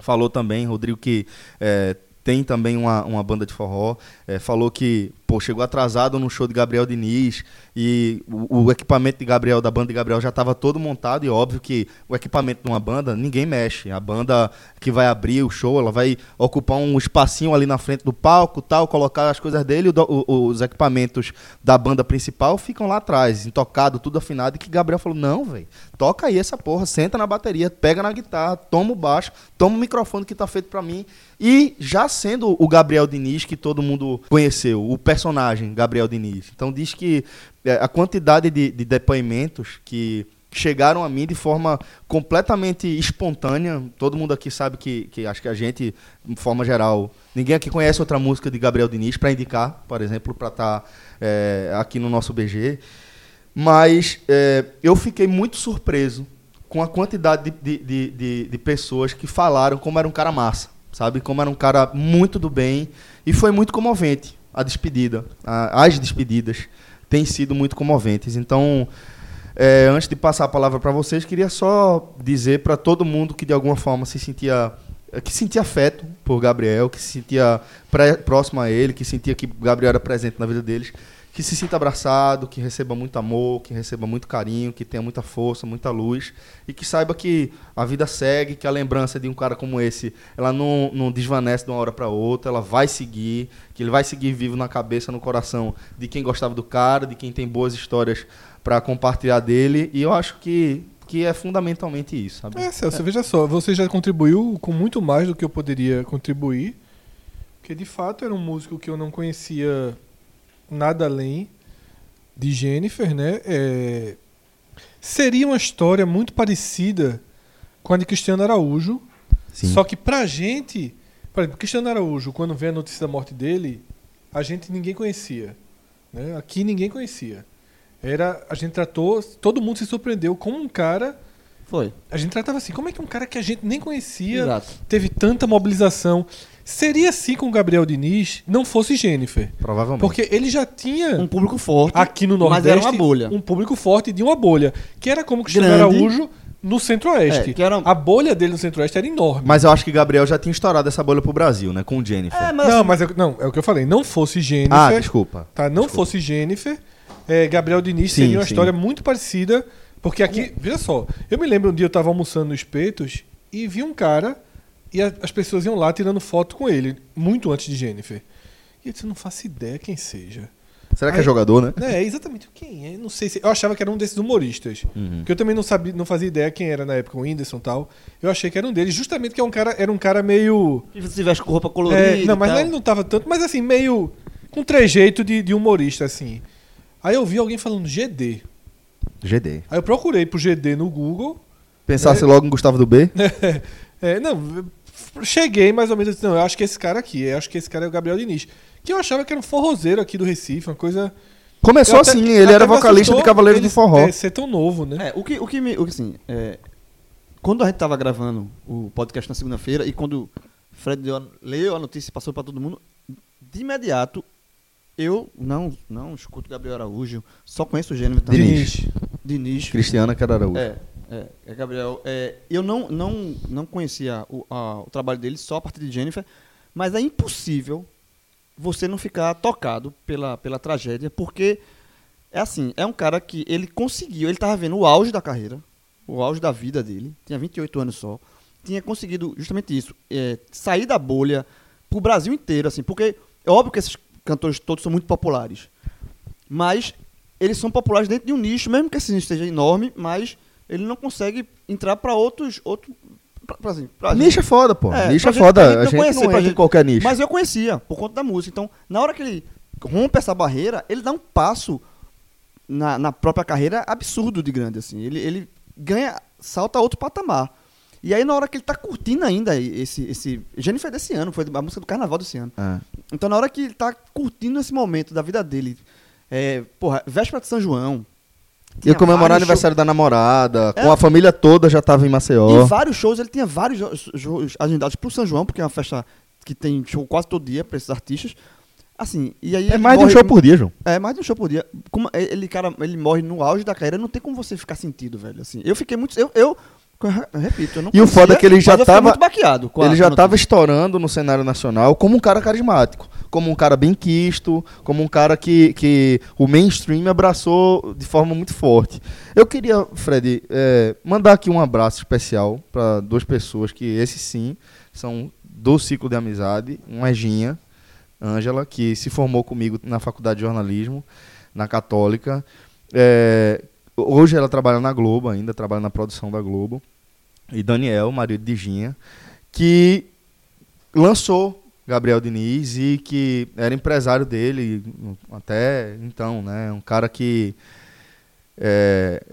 Speaker 2: Falou também, Rodrigo, que é, tem também uma, uma banda de forró. é, falou que pô, pô, chegou atrasado no show de Gabriel Diniz e o, o equipamento de Gabriel, da banda de Gabriel, já estava todo montado e óbvio que o equipamento de uma banda, ninguém mexe. A banda que vai abrir o show, ela vai ocupar um espacinho ali na frente do palco, tal, colocar as coisas dele, o do- o- os equipamentos da banda principal ficam lá atrás, intocado, tudo afinado, e que Gabriel falou, não, velho, toca aí essa porra, senta na bateria, pega na guitarra, toma o baixo, toma o microfone que tá feito pra mim. E já sendo o Gabriel Diniz, que todo mundo conheceu, o personagem Gabriel Diniz. Então diz que é, a quantidade de, de depoimentos que chegaram a mim de forma completamente espontânea. Todo mundo aqui sabe que, que acho que a gente, de forma geral, ninguém aqui conhece outra música de Gabriel Diniz para indicar, por exemplo, para estar aqui no nosso BG. Mas é, eu fiquei muito surpreso com a quantidade de, de- de- de- de pessoas que falaram como era um cara massa, sabe? Como era um cara muito do bem. E foi muito comovente a despedida. a- as despedidas têm sido muito comoventes. Então, é, antes de passar a palavra para vocês, queria só dizer para todo mundo que de alguma forma se sentia é, que sentia afeto por Gabriel, que se sentia pré- próximo a ele, que sentia que Gabriel era presente na vida deles, que se sinta abraçado, que receba muito amor, que receba muito carinho, que tenha muita força, muita luz e que saiba que a vida segue, que a lembrança de um cara como esse, ela não, não desvanece de uma hora para outra, ela vai seguir, que ele vai seguir vivo na cabeça, no coração de quem gostava do cara, de quem tem boas histórias para compartilhar dele. E eu acho que, que é fundamentalmente isso, sabe?
Speaker 5: É, Celso, veja só, você já contribuiu com muito mais do que eu poderia contribuir, porque de fato era um músico que eu não conhecia nada além de Jennifer, né? É, Seria uma história muito parecida com a de Cristiano Araújo, só que pra gente, por exemplo, Cristiano Araújo, quando vê a notícia da morte dele, a gente ninguém conhecia, né? Aqui ninguém conhecia. Era, a gente tratou, todo mundo se surpreendeu como um cara
Speaker 3: Foi.
Speaker 5: a gente tratava assim, como é que um cara que a gente nem conhecia
Speaker 3: Exato.
Speaker 5: teve tanta mobilização? Seria assim com o Gabriel Diniz, não fosse Jennifer.
Speaker 2: Provavelmente.
Speaker 5: Porque ele já tinha
Speaker 3: Um público forte.
Speaker 5: aqui no Nordeste
Speaker 3: Mas era uma bolha.
Speaker 5: um público forte de uma bolha, que era como Cristiano
Speaker 3: Grande.
Speaker 5: Araújo no Centro-Oeste.
Speaker 3: É, que era-
Speaker 5: A bolha dele no Centro-Oeste era enorme.
Speaker 2: Mas eu acho que Gabriel já tinha estourado essa bolha pro Brasil, né? Com o Jennifer.
Speaker 3: É, mas
Speaker 5: Não, mas é, não, é o que eu falei, não fosse Jennifer.
Speaker 2: ah, desculpa.
Speaker 5: Tá, não fosse Jennifer, eh, Gabriel Diniz
Speaker 2: Sim,
Speaker 5: seria uma
Speaker 2: sim.
Speaker 5: história muito parecida. Porque aqui, veja só, eu me lembro um dia eu tava almoçando nos Peitos e vi um cara e a- as pessoas iam lá tirando foto com ele, muito antes de Jennifer. E eu disse, eu não faço ideia quem seja.
Speaker 2: Será que
Speaker 5: Aí-
Speaker 2: é jogador, né?
Speaker 5: É, exatamente quem é, não sei se. Eu achava que era um desses humoristas.
Speaker 2: Uhum.
Speaker 5: Porque eu também não sabia, não fazia ideia quem era na época, o Whindersson e tal. Eu achei que era um deles, justamente que é um cara, era um cara meio.
Speaker 3: se você tivesse com roupa colorida.
Speaker 5: É, não,
Speaker 3: e
Speaker 5: mas
Speaker 3: tal.
Speaker 5: lá ele não tava tanto, mas assim, meio com trejeito de, de humorista, assim. Aí eu vi alguém falando GD.
Speaker 3: É.
Speaker 2: GD.
Speaker 5: Aí eu procurei pro GD no Google.
Speaker 2: Pensasse logo em Gustavo do B?
Speaker 5: É, não, eu cheguei mais ou menos assim, não, eu acho que esse cara aqui, eu acho que esse cara é o Gabriel Diniz. Que eu achava que era um forrozeiro aqui do Recife, uma coisa.
Speaker 2: Começou
Speaker 5: Eu até-
Speaker 2: assim,
Speaker 5: até
Speaker 2: ele era
Speaker 5: me
Speaker 2: vocalista
Speaker 5: assustou
Speaker 2: de Cavaleiros
Speaker 5: ele
Speaker 2: do Forró.
Speaker 5: É, ser tão novo, né?
Speaker 3: É, o que, o que me. O que, assim, é, quando a gente tava gravando o podcast na segunda-feira e quando o Fred deu a- leu a notícia e passou para todo mundo, de imediato, eu não, não escuto Gabriel Araújo, só conheço o gênero também.
Speaker 5: Diniz.
Speaker 3: Diniz.
Speaker 2: Cristiana Cararaújo.
Speaker 3: É, é, é, Gabriel. é, eu não, não, não conhecia o, a- o trabalho dele só a partir de Jennifer, mas é impossível você não ficar tocado pela, pela tragédia, porque é assim, é um cara que ele conseguiu, ele estava vendo o auge da carreira, o auge da vida dele, tinha 28 anos só, tinha conseguido justamente isso, é, sair da bolha pro Brasil inteiro, assim, porque é óbvio que esses cantores todos são muito populares, mas eles são populares dentro de um nicho, mesmo que esse nicho seja enorme, mas ele não consegue entrar para outros, outro, pra, pra, assim, pra
Speaker 2: Nicho é foda, pô.
Speaker 3: É,
Speaker 2: nicho
Speaker 3: pra
Speaker 2: é
Speaker 3: gente- pra gente
Speaker 2: foda. A
Speaker 3: não
Speaker 2: gente não,
Speaker 3: conhecer, pra
Speaker 2: entra
Speaker 3: gente-
Speaker 2: em qualquer nicho.
Speaker 3: mas eu conhecia, por conta da música. Então, na hora que ele rompe essa barreira, ele dá um passo na, na própria carreira absurdo de grande, assim. Ele, ele ganha, salta a outro patamar. E aí, na hora que ele tá curtindo ainda esse... esse Jennifer é desse ano, foi a música do Carnaval desse ano.
Speaker 2: É.
Speaker 3: Então, na hora que ele tá curtindo esse momento da vida dele, é, porra, véspera de São João...
Speaker 2: Ia
Speaker 3: tinha
Speaker 2: comemorar o
Speaker 3: vários shows-
Speaker 2: aniversário da namorada, com
Speaker 3: É.
Speaker 2: a família toda já tava em
Speaker 3: e
Speaker 2: Maceió.
Speaker 3: vários shows, ele tinha vários jo- shows agendados pro São João, porque é uma festa que tem show quase todo dia pra esses artistas. Assim, e aí.
Speaker 2: É
Speaker 3: ele
Speaker 2: mais de um
Speaker 3: morre-
Speaker 2: show por dia, João.
Speaker 3: É, mais de um show por dia. Como é- ele, cara, ele morre no auge da carreira, não tem como você ficar sentido, velho. Assim, eu fiquei muito. Eu, eu, eu repito, eu não
Speaker 2: E o foda
Speaker 3: conhecia,
Speaker 2: é que ele já
Speaker 3: mas eu fiquei
Speaker 2: tava-
Speaker 3: muito baqueado com a-
Speaker 2: ele já
Speaker 3: com a
Speaker 2: estava
Speaker 3: notícia.
Speaker 2: estourando no cenário nacional como um cara carismático, como um cara bem quisto, como um cara que, que o mainstream abraçou de forma muito forte. Eu queria, Fred, eh, mandar aqui um abraço especial para duas pessoas que, esses sim, são do ciclo de amizade. Uma é Ginha, Ângela, que se formou comigo na faculdade de jornalismo, na Católica. Eh, hoje ela trabalha na Globo ainda, trabalha na produção da Globo. E Daniel, marido de Ginha, que lançou Gabriel Diniz e que era empresário dele até então, né? Um cara que é,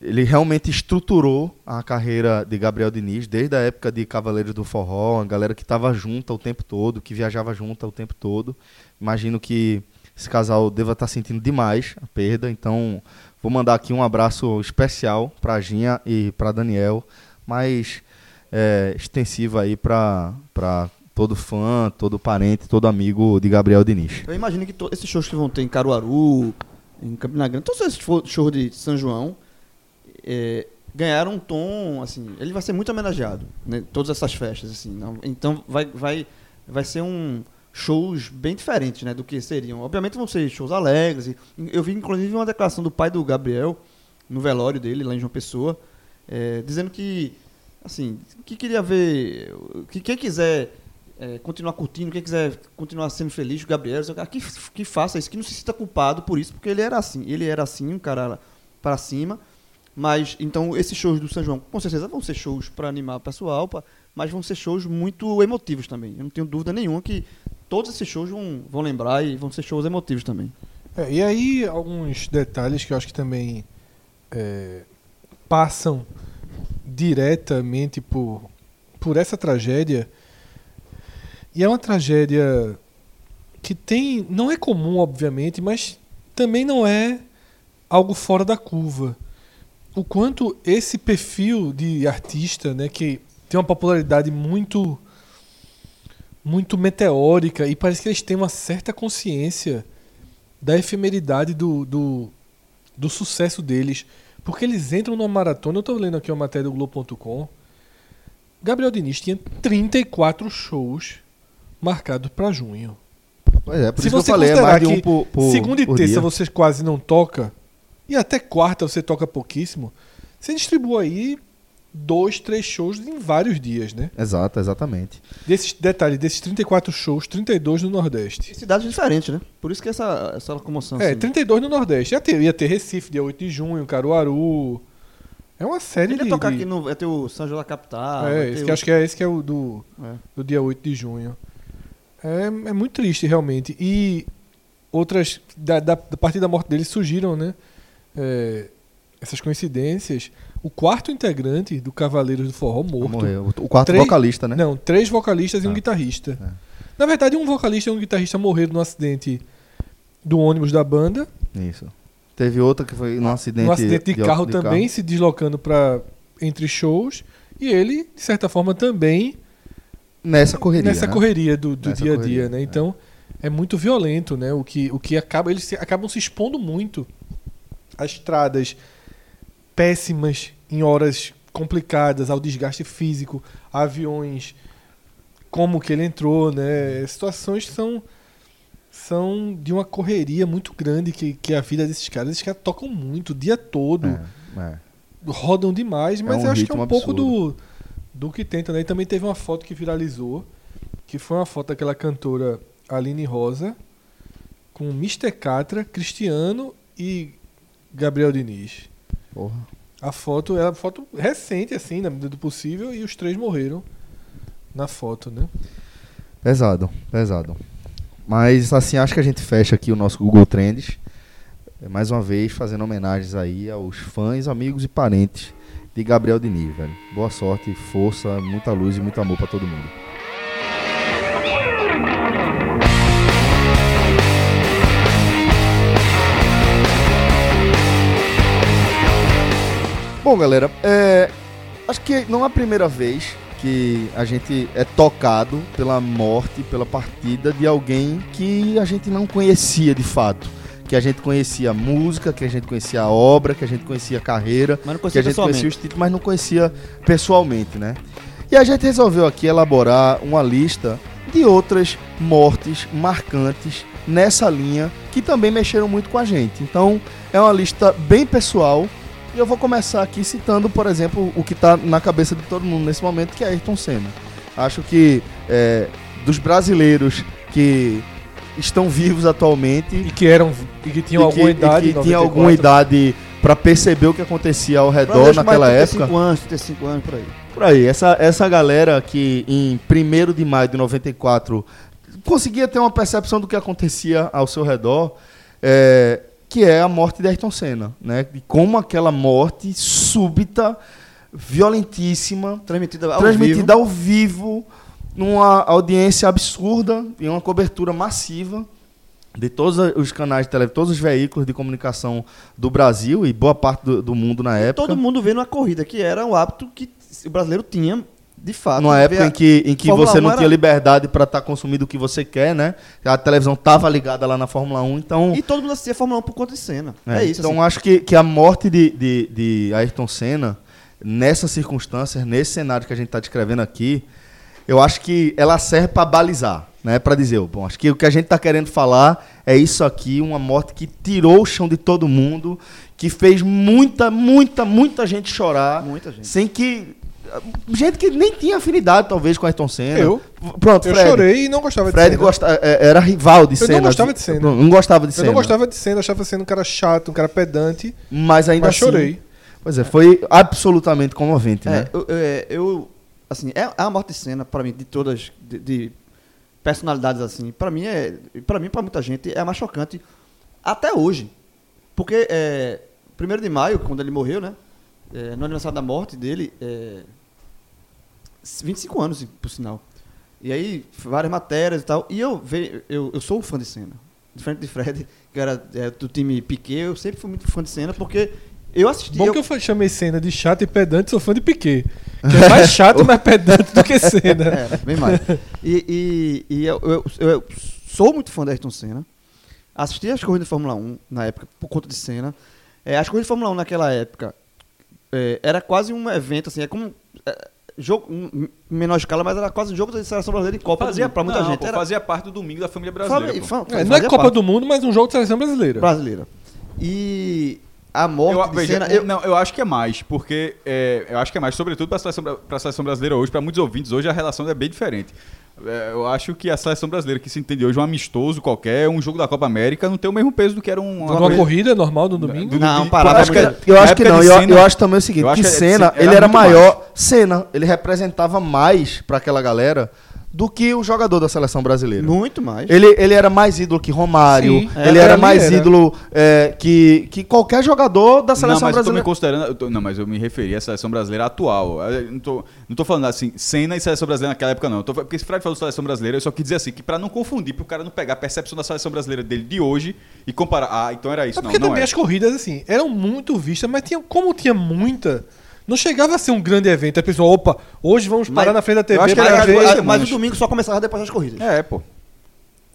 Speaker 2: ele realmente estruturou a carreira de Gabriel Diniz desde a época de Cavaleiros do Forró, a galera que estava junta o tempo todo, que viajava junta o tempo todo. Imagino que esse casal deva estar sentindo demais a perda, então vou mandar aqui um abraço especial para Ginha e para Daniel, mas é, extensiva aí para todo fã, todo parente, todo amigo de Gabriel Diniz.
Speaker 3: Eu imagino que to- esses shows que vão ter em Caruaru, em Campina Grande, todos esses fo- shows de São João eh, ganharam um tom, assim, ele vai ser muito homenageado, né, todas essas festas, assim. não- então vai, vai, vai ser um shows bem diferentes, né, do que seriam. Obviamente vão ser shows alegres. e- eu vi inclusive uma declaração do pai do Gabriel no velório dele lá em João Pessoa, eh, dizendo que assim, que queria ver, que quem quiser eh, continuar curtindo, quem quiser continuar sendo feliz, o Gabriel, sei lá, que, que faça isso, que não se sinta culpado por isso, porque ele era assim, ele era assim, um cara para cima. Mas então esses shows do São João, com certeza vão ser shows para animar o pessoal, pra- mas vão ser shows muito emotivos também. Eu não tenho dúvida nenhuma que todos esses shows vão, vão lembrar e vão ser shows emotivos também.
Speaker 5: É, e aí, alguns detalhes que eu acho que também é, passam diretamente por, por essa tragédia. E é uma tragédia que tem. Não é comum, obviamente, mas também não é algo fora da curva. O quanto esse perfil de artista, né, que tem uma popularidade muito muito meteórica e parece que eles têm uma certa consciência da efemeridade do, do, do sucesso deles. Porque eles entram numa maratona. Eu tô lendo aqui uma matéria do Globo.com. Gabriel Diniz tinha 34 shows marcados para junho.
Speaker 2: Pois é, por
Speaker 5: Se
Speaker 2: isso que eu
Speaker 5: você
Speaker 2: falei, é
Speaker 5: considerar
Speaker 2: mais de
Speaker 5: que
Speaker 2: um por, por
Speaker 5: segunda e
Speaker 2: por
Speaker 5: terça
Speaker 2: dia.
Speaker 5: você quase não toca, e até quarta você toca pouquíssimo, você distribui aí dois, três shows em vários dias, né?
Speaker 2: Exato, exatamente.
Speaker 5: Desses, detalhe, desses 34 shows, 32 no Nordeste.
Speaker 3: E cidades diferentes, né? Por isso que essa, essa locomoção
Speaker 5: É,
Speaker 3: assim.
Speaker 5: 32 no Nordeste. Ia ter, ia ter Recife, dia 8 de junho, Caruaru. É uma série
Speaker 3: Ele
Speaker 5: de...
Speaker 3: ia tocar
Speaker 5: de-
Speaker 3: aqui no. Vai ter o São João da Capital.
Speaker 5: é,
Speaker 3: vai
Speaker 5: esse
Speaker 3: ter
Speaker 5: que
Speaker 3: o-
Speaker 5: acho que é esse que é o do,
Speaker 3: É.
Speaker 5: do dia 8 de junho. É, é muito triste, realmente. E outras. Da, da, da partir da morte dele surgiram, né? é, essas coincidências. O quarto integrante do Cavaleiros do Forró morto.
Speaker 2: Morreu. O quarto
Speaker 5: Três-
Speaker 2: vocalista, né?
Speaker 5: Não, três vocalistas e um
Speaker 2: Ah.
Speaker 5: guitarrista. Na verdade, um vocalista e um guitarrista morreram no acidente do ônibus da banda.
Speaker 2: Isso. Teve outra Né, que foi num acidente,
Speaker 5: no Ah, Um acidente de, carro também,
Speaker 2: carro.
Speaker 5: se deslocando para entre shows. E ele, de certa forma, também
Speaker 2: Nessa correria.
Speaker 5: nessa
Speaker 2: né?
Speaker 5: correria do, do
Speaker 2: Nessa
Speaker 5: dia a
Speaker 2: correria,
Speaker 5: dia, né?
Speaker 2: é.
Speaker 5: Então é. muito violento, né? O que, o que acaba. Eles se- acabam se expondo muito às estradas péssimas em horas complicadas, ao desgaste físico, a aviões, como que ele entrou, né? Situações que são são de uma correria muito grande que, que é a vida desses caras. Esses caras tocam muito o dia todo
Speaker 2: É, é.
Speaker 5: rodam demais, mas
Speaker 2: um
Speaker 5: eu acho que é um
Speaker 2: ritmo
Speaker 5: pouco do, do que tenta, né? E também teve uma foto que viralizou, que foi uma foto daquela cantora Aline Rosa, com Mr. Catra, Cristiano e Gabriel Diniz.
Speaker 2: Porra.
Speaker 5: A foto é uma foto recente, assim, na medida do possível, e os três morreram na foto, né?
Speaker 2: Pesado, pesado. Mas assim, acho que a gente fecha aqui o nosso Google Trends. É, Mais uma vez, fazendo homenagens aí aos fãs, amigos e parentes de Gabriel Diniz, velho. Boa sorte, força, muita luz e muito amor pra todo mundo. Bom, galera, é, acho que não é a primeira vez que a gente é tocado pela morte, pela partida de alguém que a gente não conhecia de fato. Que a gente conhecia a música, que a gente conhecia a obra, que a gente conhecia a carreira,
Speaker 3: Mas não
Speaker 2: que
Speaker 3: consigo
Speaker 2: a gente conhecia
Speaker 3: pessoalmente.
Speaker 2: os títulos, mas não conhecia pessoalmente, né? E a gente resolveu aqui elaborar uma lista de outras mortes marcantes nessa linha que também mexeram muito com a gente. Então é uma lista bem pessoal e eu vou começar aqui citando, por exemplo, o que está na cabeça de todo mundo nesse momento, que é Ayrton Senna. Acho que é, dos brasileiros que estão vivos atualmente,
Speaker 5: E que eram. E que tinham
Speaker 2: e
Speaker 5: alguma
Speaker 2: que-
Speaker 5: idade.
Speaker 2: e que tinha alguma idade pra perceber o que acontecia ao redor
Speaker 3: Deixa mais
Speaker 2: naquela época.
Speaker 3: 35 anos, 35 anos, por aí.
Speaker 2: Por aí, essa, essa galera que em 1 de maio de 94 conseguia ter uma percepção do que acontecia ao seu redor, é, que é a morte de Ayrton Senna, né? E como aquela morte súbita, violentíssima,
Speaker 3: Transmitida ao
Speaker 2: transmitida ao vivo, numa audiência absurda e uma cobertura massiva de todos os canais de televisão, todos os veículos de comunicação do Brasil e boa parte do, do mundo na
Speaker 3: vivo.
Speaker 2: época.
Speaker 3: Todo mundo vendo a corrida, que era um hábito que o brasileiro tinha, de fato.
Speaker 2: Numa
Speaker 3: de
Speaker 2: época
Speaker 3: ver
Speaker 2: em que, em que
Speaker 3: Fórmula
Speaker 2: você
Speaker 3: 1
Speaker 2: não
Speaker 3: era-
Speaker 2: tinha liberdade para estar consumindo o que você quer, né? A televisão tava ligada lá na Fórmula 1, então.
Speaker 3: E todo mundo assistia a Fórmula 1 por conta de cena.
Speaker 2: É,
Speaker 3: É, isso.
Speaker 2: Então
Speaker 3: assim.
Speaker 2: acho que, que a morte de, de, de Ayrton Senna, nessas circunstâncias, nesse cenário que a gente está descrevendo aqui, eu acho que ela serve para balizar, né? Para dizer, bom, acho que o que a gente está querendo falar é isso aqui, uma morte que tirou o chão de todo mundo, que fez muita, muita, muita gente chorar,
Speaker 3: Muita gente.
Speaker 2: sem que gente que nem tinha afinidade talvez com Ayrton Senna.
Speaker 5: Eu?
Speaker 2: pronto,
Speaker 5: Eu
Speaker 2: Fred.
Speaker 5: chorei e não gostava
Speaker 2: Fred
Speaker 5: de Senna.
Speaker 2: gosta- é, era rival de
Speaker 5: Eu não
Speaker 2: Senna.
Speaker 5: gostava de Senna.
Speaker 2: Não gostava de
Speaker 5: Eu
Speaker 2: Senna.
Speaker 5: não gostava de Senna, achava Senna um cara chato, um cara pedante.
Speaker 2: Mas ainda
Speaker 5: Mas
Speaker 2: assim-
Speaker 5: chorei.
Speaker 2: Pois é, foi absolutamente comovente,
Speaker 3: É,
Speaker 2: né?
Speaker 3: eu, eu- é, eu- assim, é é a morte de cena para mim de todas de, de personalidades assim. Para mim é, para mim para muita gente é a mais chocante até hoje. Porque é, 1 de maio, quando ele morreu, né? é, no aniversário da morte dele, é, 25 anos, por sinal. E aí, várias matérias e tal. E eu, ve- eu, eu sou um fã de cena. Diferente de Fred, que era é, do time Piquet, eu sempre fui muito fã de cena, porque eu assisti.
Speaker 5: Bom
Speaker 3: eu-
Speaker 5: que eu fa- chamei Senna de chato e pedante, sou fã de Piquet. Que é mais chato e mais pedante do que Senna.
Speaker 3: É, bem mais. E, e, e eu, eu- eu sou muito fã da Ayrton Senna. Assisti as corridas de Fórmula 1 na época, por conta de Senna. É, as corridas de Fórmula 1 naquela época é, era quase um evento, assim, é como. é, jogo, um, em menor escala, mas era quase um jogo da seleção brasileira em Copa do Mundo, pra muita
Speaker 7: não,
Speaker 3: gente.
Speaker 7: pô,
Speaker 3: era,
Speaker 7: Fazia parte do domingo da família
Speaker 3: Fala-
Speaker 7: brasileira. pô.
Speaker 3: fala-
Speaker 5: É, não é
Speaker 3: fazia
Speaker 5: Copa
Speaker 3: parte
Speaker 5: do Mundo, mas um jogo de seleção brasileira.
Speaker 3: brasileira. E a
Speaker 7: Eu,
Speaker 3: morte de
Speaker 7: veja,
Speaker 3: Senna. eu-
Speaker 7: Não, eu acho que é mais, porque é, eu acho que é mais, sobretudo para a seleção, bra- pra seleção brasileira hoje, para muitos ouvintes hoje a relação é bem diferente. É, eu acho que a seleção brasileira que se entende hoje um amistoso qualquer, um jogo da Copa América, não tem o mesmo peso do que era um,
Speaker 5: Uma corrida normal no domingo.
Speaker 3: Não,
Speaker 7: de-
Speaker 3: parava
Speaker 7: eu acho que
Speaker 3: muito.
Speaker 7: era-
Speaker 2: eu
Speaker 7: na
Speaker 2: acho que
Speaker 7: época
Speaker 2: não,
Speaker 7: de
Speaker 2: eu,
Speaker 7: Senna-
Speaker 2: eu acho também o seguinte,
Speaker 7: eu acho
Speaker 2: que
Speaker 7: que era-
Speaker 2: Senna,
Speaker 7: era
Speaker 2: ele era
Speaker 7: muito
Speaker 2: maior, Senna, ele representava mais pra aquela galera do que o jogador da seleção brasileira.
Speaker 3: muito mais.
Speaker 2: Ele, ele era mais ídolo que Romário,
Speaker 5: Sim,
Speaker 2: ele
Speaker 5: é,
Speaker 2: era
Speaker 5: ele
Speaker 2: mais
Speaker 5: era.
Speaker 2: ídolo é, que, que qualquer jogador da
Speaker 7: Não, mas
Speaker 2: seleção
Speaker 7: eu tô me
Speaker 2: brasileira.
Speaker 7: considerando. eu tô- não, mas eu me referi à seleção brasileira atual. Eu não, tô, não tô falando assim, Senna e seleção brasileira naquela época, não. Eu tô- porque se Fred falou seleção brasileira, eu só quis dizer assim, que pra não confundir, pro cara não pegar a percepção da seleção brasileira dele de hoje e comparar. Ah, então era isso.
Speaker 5: É
Speaker 7: não,
Speaker 5: porque
Speaker 7: não
Speaker 5: também
Speaker 7: é.
Speaker 5: as corridas, assim, eram muito vistas, mas tinha, como tinha muita, não chegava a ser um grande evento. A pessoa, opa, hoje vamos parar
Speaker 3: Mas-
Speaker 5: na frente da TV
Speaker 7: acho que
Speaker 5: pra
Speaker 7: era-
Speaker 5: ver.
Speaker 7: eu acho-
Speaker 3: mas, mas o domingo só começava depois das corridas.
Speaker 7: É, pô.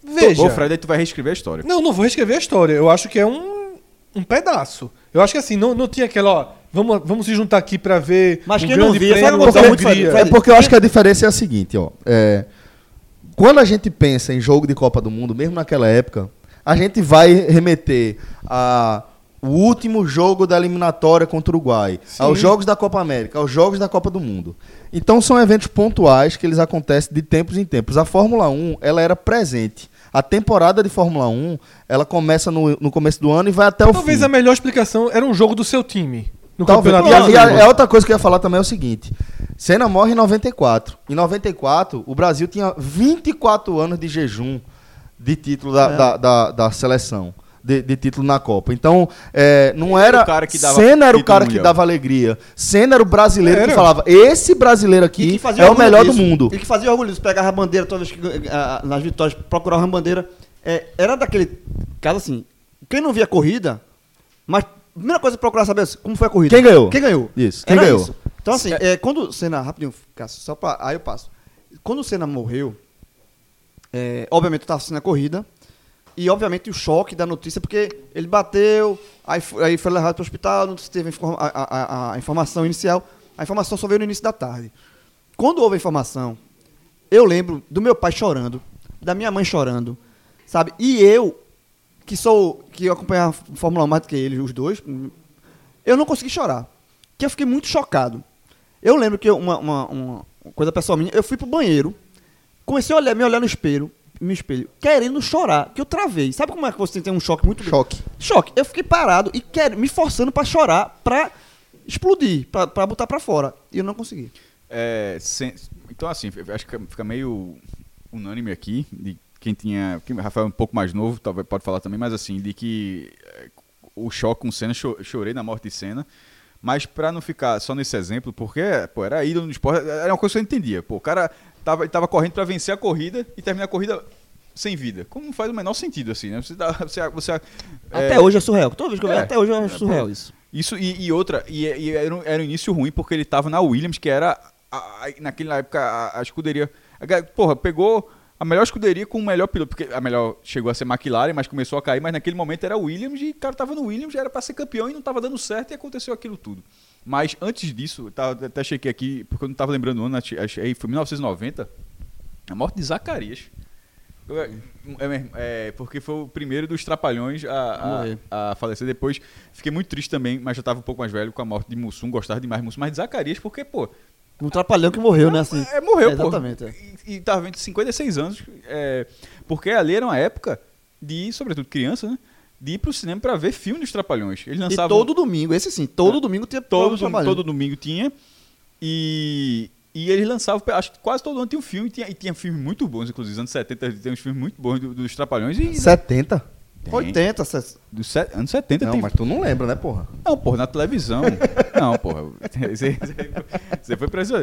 Speaker 5: Veja.
Speaker 7: Ô, Fred, aí tu vai reescrever a história.
Speaker 5: Não, não vou reescrever a história. Eu acho que é um, um pedaço. Eu acho que assim, não, não tinha aquela, ó, vamos, vamos se juntar aqui pra ver
Speaker 3: Mas
Speaker 5: um
Speaker 3: quem não
Speaker 5: grande
Speaker 3: via, sabe
Speaker 5: prêmio
Speaker 3: uma
Speaker 5: da
Speaker 3: coisa muito
Speaker 5: Hungria.
Speaker 3: Fred,
Speaker 2: É porque eu acho que a diferença é a seguinte, ó. é, quando a gente pensa em jogo de Copa do Mundo, mesmo naquela época, a gente vai remeter a o último jogo da eliminatória contra o Uruguai, aos jogos da Copa América, aos jogos da Copa do Mundo. Então são eventos pontuais que eles acontecem de tempos em tempos. A Fórmula 1, ela era presente. A temporada de Fórmula 1, ela começa no, no começo do ano e vai até o fim.
Speaker 5: Talvez a melhor explicação era um jogo do seu time. No
Speaker 2: Talvez. Tá E a-
Speaker 5: campeonato
Speaker 2: E, a,
Speaker 5: brasileiro.
Speaker 2: é outra coisa que eu ia falar também é o seguinte: Senna morre em 94. Em 94, o Brasil tinha 24 anos de jejum de título da, da, da- da seleção. De, de título na Copa. Então, é, não
Speaker 7: Ele era
Speaker 2: era.
Speaker 7: o cara que dava
Speaker 2: Senna era o
Speaker 7: título
Speaker 2: cara que
Speaker 7: mundial.
Speaker 2: dava alegria. Senna era o brasileiro
Speaker 5: Era.
Speaker 2: que falava: esse brasileiro
Speaker 3: E
Speaker 2: aqui
Speaker 3: que fazia
Speaker 2: é o
Speaker 3: orgulho
Speaker 2: melhor
Speaker 3: disso.
Speaker 2: do mundo.
Speaker 3: E que fazia orgulho disso, pegava a bandeira todas que, ah, ah, nas vitórias, procurava a bandeira. É, era daquele caso assim, quem não via a corrida, mas a primeira coisa que procurava saber é assim, como foi a corrida.
Speaker 2: Quem ganhou?
Speaker 3: Quem ganhou.
Speaker 2: Isso, quem
Speaker 3: Era
Speaker 2: ganhou.
Speaker 3: Então assim, é, quando o Senna, rapidinho, Cássio, só pra, aí eu passo. Quando o Senna morreu, é, obviamente eu tava assistindo a corrida, e obviamente o choque da notícia, porque ele bateu, aí, fo- aí foi levado para o hospital, não se teve a informa- a, a- a informação inicial. A informação só veio no início da tarde. Quando houve a informação, eu lembro do meu pai chorando, da minha mãe chorando, sabe? E eu, que sou. que eu acompanhava a Fórmula 1 mais do que eles, os dois, eu não consegui chorar. Que eu fiquei muito chocado. Eu lembro que eu- uma, uma- uma coisa pessoal minha, eu fui pro banheiro, comecei a olhar, me olhar no espelho, no espelho, querendo chorar, que eu travei. Sabe como é que você tem um choque muito grande?
Speaker 2: Choque.
Speaker 3: Choque. Eu fiquei parado e quero, me forçando pra chorar, pra explodir, pra, pra botar pra fora. E eu não consegui.
Speaker 7: É, sem- então, assim, eu acho que fica meio unânime aqui, de quem tinha. Quem, Rafael é um pouco mais novo, talvez pode falar também, mas assim, de que é, o choque com cena, chorei na morte de cena. Mas pra não ficar só nesse exemplo, porque, pô, era ídolo no esporte, era uma coisa que eu entendia. Pô, o cara tava, ele tava correndo pra vencer a corrida e termina a corrida sem vida. Como não faz o menor sentido, assim, né? Você, dá- você, você,
Speaker 3: Até hoje é surreal. Toda vez que eu vejo,
Speaker 7: É.
Speaker 3: até hoje é surreal isso.
Speaker 7: Isso e, e outra, e, e era, um, era um início ruim porque ele tava na Williams, que era a- a- naquela época a, a escuderia. a ga- porra, pegou a melhor escuderia com o melhor piloto, porque a melhor chegou a ser McLaren, mas começou a cair, mas naquele momento era a Williams e o cara tava no Williams, já era pra ser campeão e não tava dando certo e aconteceu aquilo tudo. Mas antes disso, eu tava- até chequei aqui, porque eu não tava lembrando o ano, achei- achei- foi 1990, a morte de Zacarias. Eu- é, é, é, porque foi o primeiro dos trapalhões a,
Speaker 3: morrer.
Speaker 7: a, a falecer. Depois fiquei muito triste também, mas já tava um pouco mais velho com a morte de Mussum. Gostava demais de Mussum, mas de Zacarias, porque, pô,
Speaker 3: Um trapalhão que morreu, né? Assim.
Speaker 7: é, morreu, pô.
Speaker 3: Exatamente. é.
Speaker 7: E, e tava vendo 56 anos. é, porque ali era uma época de, sobretudo criança, né? De ir pro cinema pra ver filme dos Trapalhões. Eles
Speaker 3: E
Speaker 7: lançavam
Speaker 3: todo domingo, esse sim, É. todo domingo tinha
Speaker 7: todo, dom-
Speaker 3: trabalhando.
Speaker 7: todo domingo tinha. E, e eles lançavam, acho que quase todo ano tinha um filme. Tinha, e tinha filmes muito bons, inclusive, nos anos 70 tem uns filmes muito bons do- dos Trapalhões. E, né?
Speaker 2: 70?
Speaker 7: Tem.
Speaker 3: 80, ses-
Speaker 7: dos se- anos 70
Speaker 2: Não,
Speaker 7: tem.
Speaker 2: mas tu não lembra, né, porra?
Speaker 7: Não, porra, na televisão. não, porra. Você, você foi pra isso.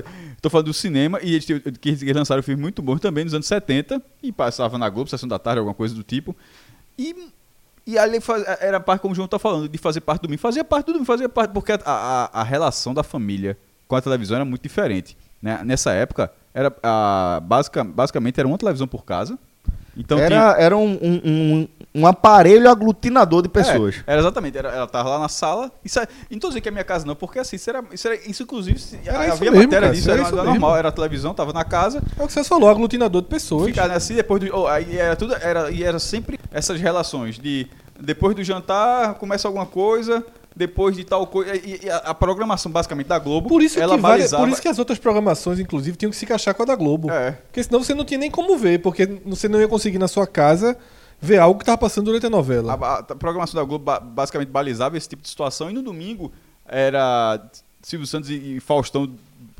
Speaker 7: Tô falando do cinema e eles, te- que eles lançaram um filme muito bom também nos anos 70 e passava na Globo, Sessão da Tarde, alguma coisa do tipo. E, e ali faz- era parte, como o João tá falando, de fazer parte do domingo. Fazia parte do domingo, fazia parte, porque a, a, a relação da família com a televisão era muito diferente. né? Nessa época, era a, basica- basicamente era uma televisão por casa. Então tinha-
Speaker 2: era era um, um, um, um aparelho aglutinador de pessoas.
Speaker 7: é, era exatamente, era, ela tava lá na sala. Isso, é- e não tô dizendo que é minha casa, não, porque assim, isso, era, isso, era- isso, inclusive, se-
Speaker 5: Era
Speaker 7: havia
Speaker 5: isso mesmo,
Speaker 7: matéria
Speaker 5: cara,
Speaker 7: disso,
Speaker 5: era
Speaker 7: era,
Speaker 5: isso
Speaker 7: era
Speaker 5: mesmo.
Speaker 7: normal, era a televisão, tava na casa,
Speaker 5: É o que você falou, aglutinador de pessoas.
Speaker 7: ficava assim, depois do. oh, aí era tudo, era, e era sempre essas relações de depois do jantar, começa alguma coisa, depois de tal coisa. E, e a, a programação basicamente da Globo,
Speaker 5: Por isso,
Speaker 7: ela
Speaker 5: que várias-
Speaker 7: balizava.
Speaker 5: por isso que as outras programações, inclusive, tinham que se encaixar com a da Globo.
Speaker 7: É.
Speaker 5: Porque senão você não tinha nem como ver, porque você não ia conseguir na sua casa ver algo que tava passando durante a novela.
Speaker 7: A, a- a programação da Globo ba- basicamente balizava esse tipo de situação e no domingo era Silvio Santos e, e Faustão.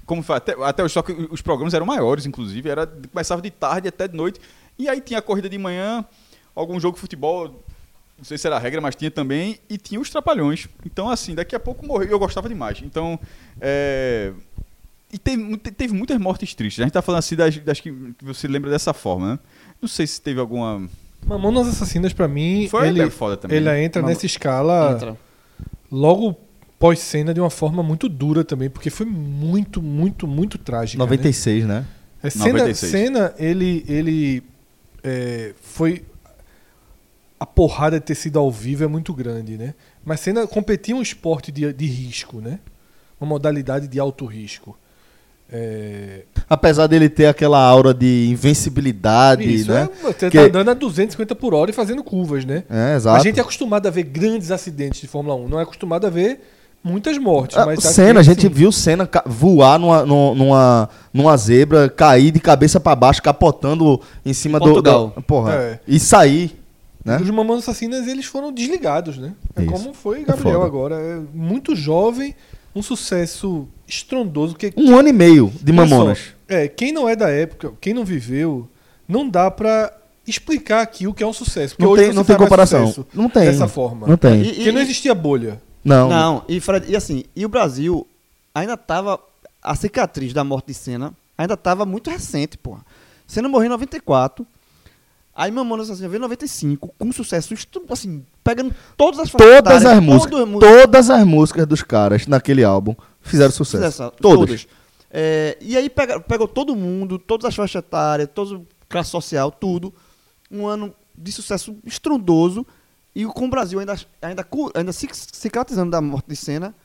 Speaker 7: Como foi, até, até os, só que os programas eram maiores, inclusive, era, começava de tarde até de noite. E aí tinha a corrida de manhã, algum jogo de futebol, não sei se era a regra, mas tinha também, e tinha os trapalhões. Então, assim, daqui a pouco morreu, e eu gostava demais. Então, é, e teve, mu- te- teve muitas mortes tristes. A gente tá falando assim das, das que que você lembra dessa forma, né? Não sei se teve alguma.
Speaker 5: Mamonas Assassinas, pra mim,
Speaker 7: Foi
Speaker 5: ele,
Speaker 7: bem foda também,
Speaker 5: ele
Speaker 7: né?
Speaker 5: entra
Speaker 7: Mam-
Speaker 5: nessa escala
Speaker 3: Entra.
Speaker 5: logo pós-cena de uma forma muito dura também, porque foi muito, muito, muito trágica. né?
Speaker 2: 96, né?
Speaker 5: É, Senna,
Speaker 7: 96.
Speaker 5: Senna, ele, ele é, foi. A porrada de ter sido ao vivo é muito grande, né? Mas Senna competia um esporte de, de risco, né? Uma modalidade de alto risco. É,
Speaker 2: Apesar dele ter aquela aura de invencibilidade,
Speaker 5: isso
Speaker 2: né?
Speaker 5: é, você
Speaker 2: Que-
Speaker 5: tá andando a 250 por hora e fazendo curvas, né?
Speaker 2: É, exato.
Speaker 5: A gente é acostumado a ver grandes acidentes de Fórmula 1, não é acostumado a ver muitas mortes.
Speaker 2: Ah,
Speaker 5: mas
Speaker 2: Senna, a
Speaker 5: aqui,
Speaker 2: gente
Speaker 5: assim, sim.
Speaker 2: viu Senna ca- voar numa, nu- numa, numa zebra, cair de cabeça pra baixo, capotando em cima
Speaker 3: Em
Speaker 2: do-
Speaker 3: Portugal.
Speaker 2: do. Porra.
Speaker 5: É.
Speaker 2: E sair, né?
Speaker 5: Os Mamonas Assassinas, eles foram desligados, né? É
Speaker 2: Isso.
Speaker 5: como foi Gabriel
Speaker 2: foda.
Speaker 5: agora. É muito jovem, um sucesso estrondoso. Que,
Speaker 2: Um ano e meio de Mamonas.
Speaker 5: É, quem não é da época, quem não viveu, não dá pra explicar aqui o que é um sucesso. Porque
Speaker 2: Não
Speaker 5: hoje
Speaker 2: tem,
Speaker 5: você
Speaker 2: não tem
Speaker 5: faz mais
Speaker 2: comparação.
Speaker 5: sucesso
Speaker 2: Não tem.
Speaker 5: Dessa forma.
Speaker 2: Não tem.
Speaker 3: E-
Speaker 5: Porque não existia bolha.
Speaker 2: não.
Speaker 3: Não, e, Fred, e assim, e o Brasil ainda tava. A cicatriz da morte de Senna ainda tava muito recente, porra. Senna morreu em 94. Aí Mamonas assim, veio em 95, com sucesso, estru- assim, pegando todas as faixas
Speaker 2: Todas
Speaker 3: etárias,
Speaker 2: as
Speaker 3: todo
Speaker 2: músicas.
Speaker 3: mu-
Speaker 2: Todas as músicas dos caras naquele álbum fizeram sucesso.
Speaker 3: sucesso,
Speaker 2: Todas.
Speaker 3: É, e aí pega- pegou todo mundo, todas as faixas etárias, toda classe social, tudo. Um ano de sucesso estrondoso. E com o Brasil ainda, ainda, cu- ainda cic- cicatrizando da morte de Senna,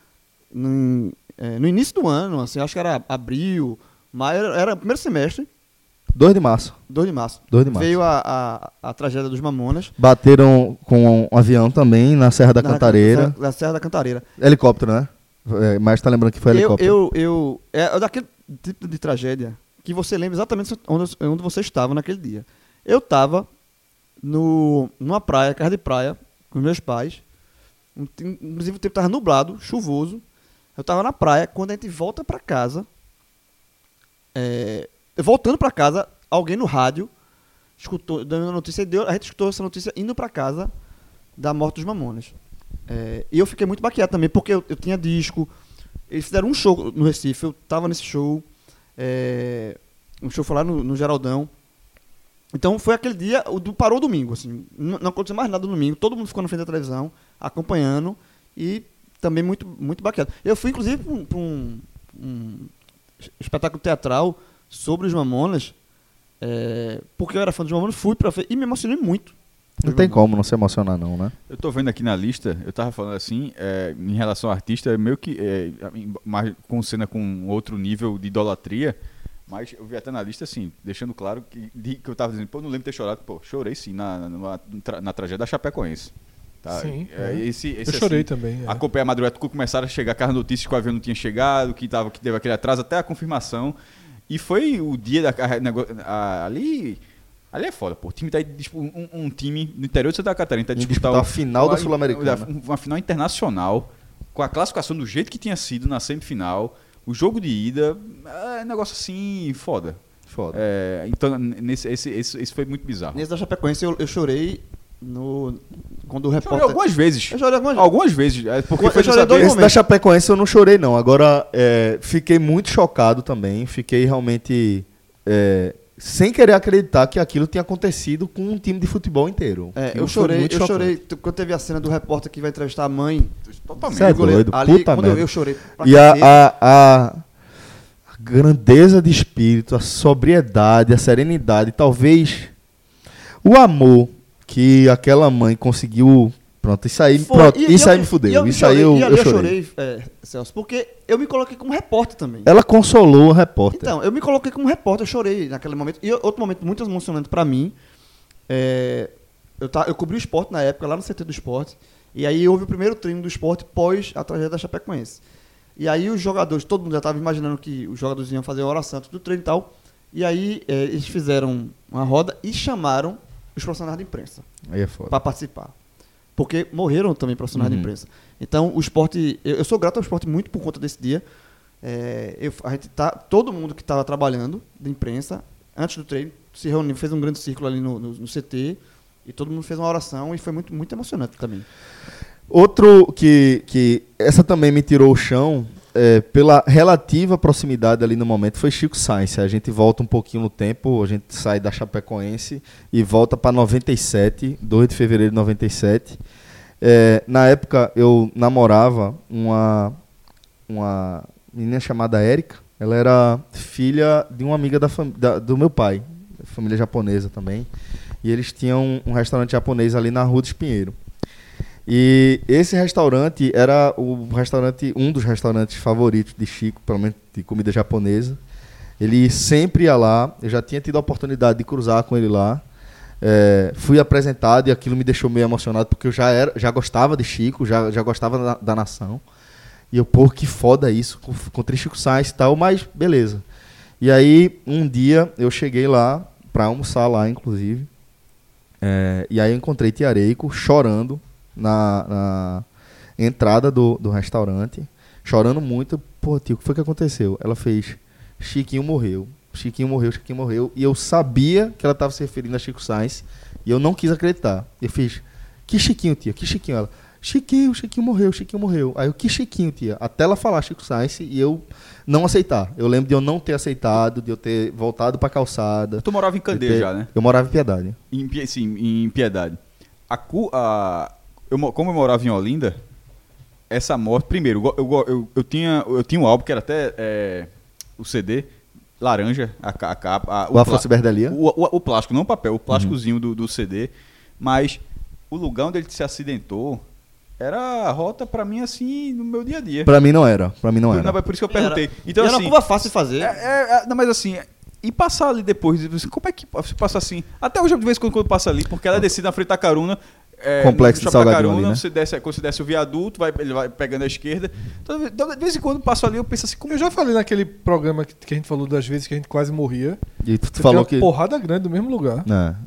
Speaker 3: no, é, no início do ano, assim, acho que era abril, maio, era, era primeiro semestre.
Speaker 2: 2 de março.
Speaker 3: 2 de março.
Speaker 2: 2 de março.
Speaker 3: Veio a, a, a tragédia dos Mamonas.
Speaker 2: Bateram com um avião também na Serra da
Speaker 3: na-
Speaker 2: Cantareira.
Speaker 3: Na, na Serra da Cantareira.
Speaker 2: Helicóptero, né? É, mas tá lembrando que foi
Speaker 3: eu,
Speaker 2: helicóptero.
Speaker 3: eu, eu, é daquele tipo de tragédia que você lembra exatamente onde, onde você estava naquele dia. Eu estava no, numa praia, casa de praia, com meus pais. Um ti- Inclusive o tempo estava nublado, chuvoso. Eu estava na praia. Quando a gente volta para casa, é, voltando para casa, alguém no rádio escutou, dando a notícia, e deu, a gente escutou essa notícia indo para casa da morte dos Mamonas. É, e eu fiquei muito baqueado também, porque eu, eu tinha disco. Eles fizeram um show no Recife, eu tava nesse show. é, um show foi lá no, no Geraldão. Então foi aquele dia, o do, parou o domingo, assim. Não, não aconteceu mais nada no domingo, todo mundo ficou na frente da televisão, acompanhando e também muito, muito baqueado. Eu fui, inclusive, para um, pra um- um es- espetáculo teatral sobre os Mamonas, é, porque eu era fã dos Mamonas, fui pra ver e me emocionei muito.
Speaker 2: Não tem como não se emocionar, não, né?
Speaker 7: Eu tô vendo aqui na lista, eu tava falando assim, é, em relação ao artista, é meio que. É, em- mais com cena com outro nível de idolatria, mas eu vi até na lista, assim, deixando claro que, de- que eu tava dizendo, pô, não lembro de ter chorado, pô, chorei sim na, na, na, tra- na tragédia da Chapecoense. Tá?
Speaker 5: Sim,
Speaker 7: É,
Speaker 5: é.
Speaker 7: Esse, esse,
Speaker 5: Eu chorei também, é.
Speaker 7: Acompanhei a madrugada, quando começaram a chegar com as notícias que o avião não tinha chegado, que, tava, que teve aquele atraso, até a confirmação. E foi o dia da. a- nego- a- ali. Ali é foda, pô. O time tá, aí, dispu- um, um time do interior de Santa Catarina tá
Speaker 2: Indo
Speaker 7: disputar
Speaker 2: disputar
Speaker 7: o-
Speaker 2: a final da
Speaker 7: uma-
Speaker 2: Sul-Americana.
Speaker 7: uma- Uma final internacional, com a classificação do jeito que tinha sido na semifinal, o jogo de ida, é um negócio assim, foda.
Speaker 2: Foda.
Speaker 7: É, então, n- nesse, esse, esse, esse foi muito bizarro.
Speaker 3: Nesse da Chapecoense eu, eu chorei no, quando o
Speaker 7: Chorei
Speaker 3: repórter.
Speaker 7: algumas vezes.
Speaker 3: é- Eu chorei algumas
Speaker 7: Algumas vezes. é, Porque
Speaker 3: Eu
Speaker 7: foi
Speaker 3: chorei
Speaker 7: dessa
Speaker 3: dois
Speaker 7: vez-
Speaker 2: Esse da Chapecoense eu não chorei, não. Agora, é, fiquei muito chocado também. Fiquei realmente é, sem querer acreditar que aquilo tinha acontecido com um time de futebol inteiro.
Speaker 3: É,
Speaker 2: Aquilo
Speaker 3: eu
Speaker 2: foi
Speaker 3: chorei,
Speaker 2: muito
Speaker 3: eu
Speaker 2: chocante.
Speaker 3: chorei t- quando teve a cena do repórter que vai entrevistar a mãe.
Speaker 7: Totalmente.
Speaker 2: Cê é
Speaker 3: do goleiro.
Speaker 2: doido,
Speaker 3: ali,
Speaker 2: puta
Speaker 3: quando
Speaker 2: merda.
Speaker 3: eu chorei. pra
Speaker 2: E a,
Speaker 3: cacete.
Speaker 2: a- a- a grandeza de espírito, a sobriedade, a serenidade, talvez o amor que aquela mãe conseguiu. Pronto, isso aí,
Speaker 3: Foi,
Speaker 2: pronto,
Speaker 3: e-
Speaker 2: isso
Speaker 3: e
Speaker 2: aí
Speaker 3: eu-
Speaker 2: me
Speaker 3: e eu
Speaker 2: fudeu.
Speaker 3: me
Speaker 2: Isso aí eu,
Speaker 3: e ali
Speaker 2: eu chorei.
Speaker 3: é, Celso, porque eu me coloquei como repórter também.
Speaker 2: Ela consolou a repórter.
Speaker 3: Então, eu me coloquei como repórter, eu chorei naquele momento. E outro momento muito emocionante pra mim, é, eu, ta- eu cobri o esporte na época, lá no CT do esporte, e aí houve o primeiro treino do esporte pós a tragédia da Chapecoense. E aí os jogadores, todo mundo já estava imaginando que os jogadores iam fazer a hora santa do treino e tal, e aí é, eles fizeram uma roda e chamaram os profissionais da imprensa
Speaker 2: aí é foda.
Speaker 3: para participar. Porque morreram também profissionais de imprensa. Então, o esporte. Eu, eu sou grato ao esporte muito por conta desse dia. É, eu- a gente tá, todo mundo que estava trabalhando de imprensa, antes do treino, se reuniu, fez um grande círculo ali no, no- no CT. E todo mundo fez uma oração e foi muito, muito emocionante também.
Speaker 2: Outro que, que essa também me tirou o chão é, pela relativa proximidade ali no momento foi Chico Sainz. A gente volta um pouquinho no tempo, a gente sai da Chapecoense e volta para 97, 2 de fevereiro de 97. É, na época eu namorava uma, uma menina chamada Érica. Ela era filha de uma amiga da fam- da- do meu pai, família japonesa também. E eles tinham um restaurante japonês ali na Rua do Espinheiro. E esse restaurante era o restaurante, um dos restaurantes favoritos de Chico, pelo menos de comida japonesa. Ele sempre ia lá, eu já tinha tido a oportunidade de cruzar com ele lá. É, fui apresentado e aquilo me deixou meio emocionado, porque eu já, era, já gostava de Chico, já, já gostava da, da nação. E eu, pô, que foda isso, con- encontrei Chico Sainz e tal, mas beleza. E aí, um dia, eu cheguei lá, pra almoçar lá, inclusive. É, e aí eu encontrei Tiareico chorando na, na entrada do, do restaurante, chorando muito. Pô, tio, o que foi que aconteceu? Ela fez, Chiquinho morreu, Chiquinho morreu, Chiquinho morreu. E eu sabia que ela estava se referindo a Chico Sainz e eu não quis acreditar. Eu fiz, que Chiquinho, tia, que Chiquinho? Ela, Chiquinho, Chiquinho morreu, Chiquinho morreu. Aí eu, que Chiquinho, tia? Até ela falar Chico Sainz e eu não aceitar. Eu lembro de eu não ter aceitado, de eu ter voltado pra calçada.
Speaker 7: Tu morava em
Speaker 2: de
Speaker 7: Candeia
Speaker 2: ter-
Speaker 7: já, né?
Speaker 2: Eu morava em Piedade.
Speaker 7: Em, Pie- sim, em Piedade. A, cu- a- eu, mo- como eu morava em Olinda, essa morte. Primeiro, go- eu, go- eu- eu tinha, eu tinha um álbum que era até é, o CD, laranja, a, ca- a capa. a-
Speaker 2: O Afro Uhum.
Speaker 7: pla-
Speaker 2: Ciberdelia?
Speaker 7: O, o- o plástico, não o papel, o plásticozinho do, do CD. Mas o lugar onde ele se acidentou era a rota pra mim assim no meu dia a dia.
Speaker 2: Pra mim não era, pra mim não
Speaker 7: Por-
Speaker 2: era.
Speaker 7: não, mas por isso que eu perguntei. Então,
Speaker 3: e era
Speaker 7: assim,
Speaker 3: uma curva fácil de fazer.
Speaker 7: é, é, é, não, mas assim, E passar ali depois, e você, como é que você passa assim? Até hoje, de vez em quando, quando passa ali, porque ela desce na frente da caruna. é,
Speaker 2: Complexo
Speaker 7: no
Speaker 2: de
Speaker 7: shopping da
Speaker 2: Salgadinho
Speaker 7: caruna,
Speaker 2: ali, né?
Speaker 7: você desce, quando você desce o viaduto, vai, ele vai pegando a esquerda. Então, de vez em quando passo ali, eu penso assim, como
Speaker 5: Eu já falei naquele programa que, que a gente falou das vezes que a gente quase morria.
Speaker 2: E tu
Speaker 5: Você
Speaker 2: falou
Speaker 5: tem
Speaker 2: que.
Speaker 5: uma porrada grande do mesmo lugar.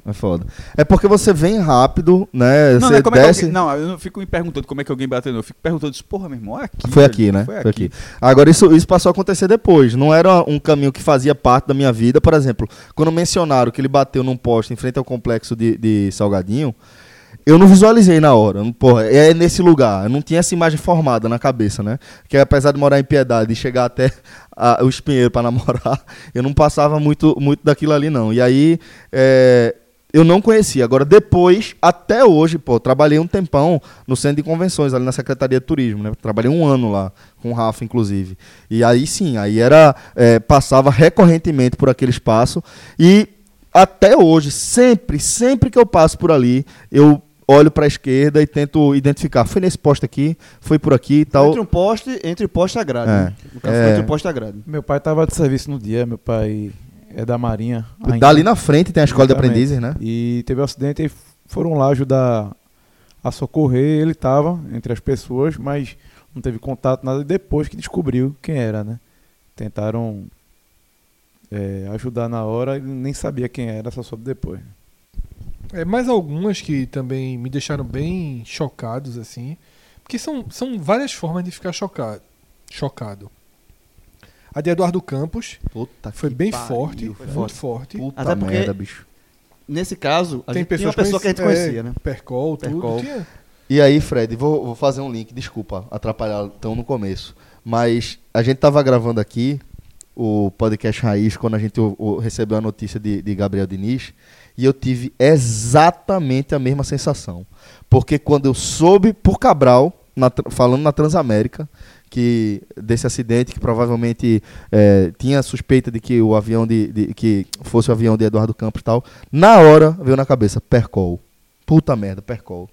Speaker 2: É, é foda. É porque você vem rápido, né?
Speaker 7: Não,
Speaker 2: você
Speaker 7: né, como é que
Speaker 2: desce.
Speaker 7: alguém- não, eu não fico me perguntando como é que alguém bateu, não. Eu fico perguntando isso, porra, meu irmão, é aqui.
Speaker 2: Foi
Speaker 7: velho.
Speaker 2: aqui, né? Foi aqui. Agora, isso, isso passou a acontecer depois. Não era um caminho que fazia parte da minha vida. Por exemplo, quando mencionaram que ele bateu num poste em frente ao complexo de, de Salgadinho, eu não visualizei na hora. Não- Porra, é nesse lugar. Eu não tinha essa imagem formada na cabeça, né? Que apesar de morar em Piedade e chegar até a- o Espinheiro para namorar, eu não passava muito, muito daquilo ali, não. E aí. é, eu não conhecia. Agora, depois, até hoje, pô, trabalhei um tempão no centro de convenções, ali na Secretaria de Turismo, né? Trabalhei um ano lá, com o Rafa, inclusive. E aí sim, aí era. eh, passava recorrentemente por aquele espaço. E até hoje, sempre, sempre que eu passo por ali, eu olho para a esquerda e tento identificar. Foi nesse posto aqui, foi por aqui e tal.
Speaker 3: Entre um poste, entre o poste e a grade.
Speaker 2: É.
Speaker 3: né? No caso,
Speaker 2: É.
Speaker 3: entre o poste e a grade.
Speaker 8: Meu pai tava de serviço no dia, meu pai é da Marinha. ainda.
Speaker 2: Dali na frente tem a escola de
Speaker 8: Exatamente.
Speaker 2: aprendizes, né?
Speaker 8: E teve um acidente e foram lá ajudar a socorrer. Ele estava entre as pessoas, mas não teve contato, nada. E depois que descobriu quem era, né? Tentaram é, ajudar na hora, ele nem sabia quem era, só soube depois.
Speaker 5: É, mais algumas que também me deixaram bem chocados, assim. Porque são, são várias formas de ficar chocado. chocado. A de Eduardo Campos
Speaker 2: Puta
Speaker 5: foi bem forte, muito forte.
Speaker 2: Puta
Speaker 3: Até porque-
Speaker 2: merda, bicho.
Speaker 3: Nesse caso, a
Speaker 5: Tem
Speaker 3: gente tinha uma
Speaker 5: pessoas
Speaker 3: pessoa que a gente conhecia,
Speaker 5: é,
Speaker 3: né?
Speaker 5: Percol, tudo.
Speaker 2: Percol.
Speaker 5: Tinha-
Speaker 2: E aí, Fred, vou, vou fazer um link, desculpa atrapalhar tão no começo. Mas a gente tava gravando aqui o podcast Raiz quando a gente o- o- recebeu a notícia de, de Gabriel Diniz e eu tive exatamente a mesma sensação. Porque quando eu soube por Cabral, na tra- falando na Transamérica, que desse acidente que provavelmente eh, tinha suspeita de que o avião de, de- que fosse o avião de Eduardo Campos e tal, na hora veio na cabeça Percol. Puta merda, Percol.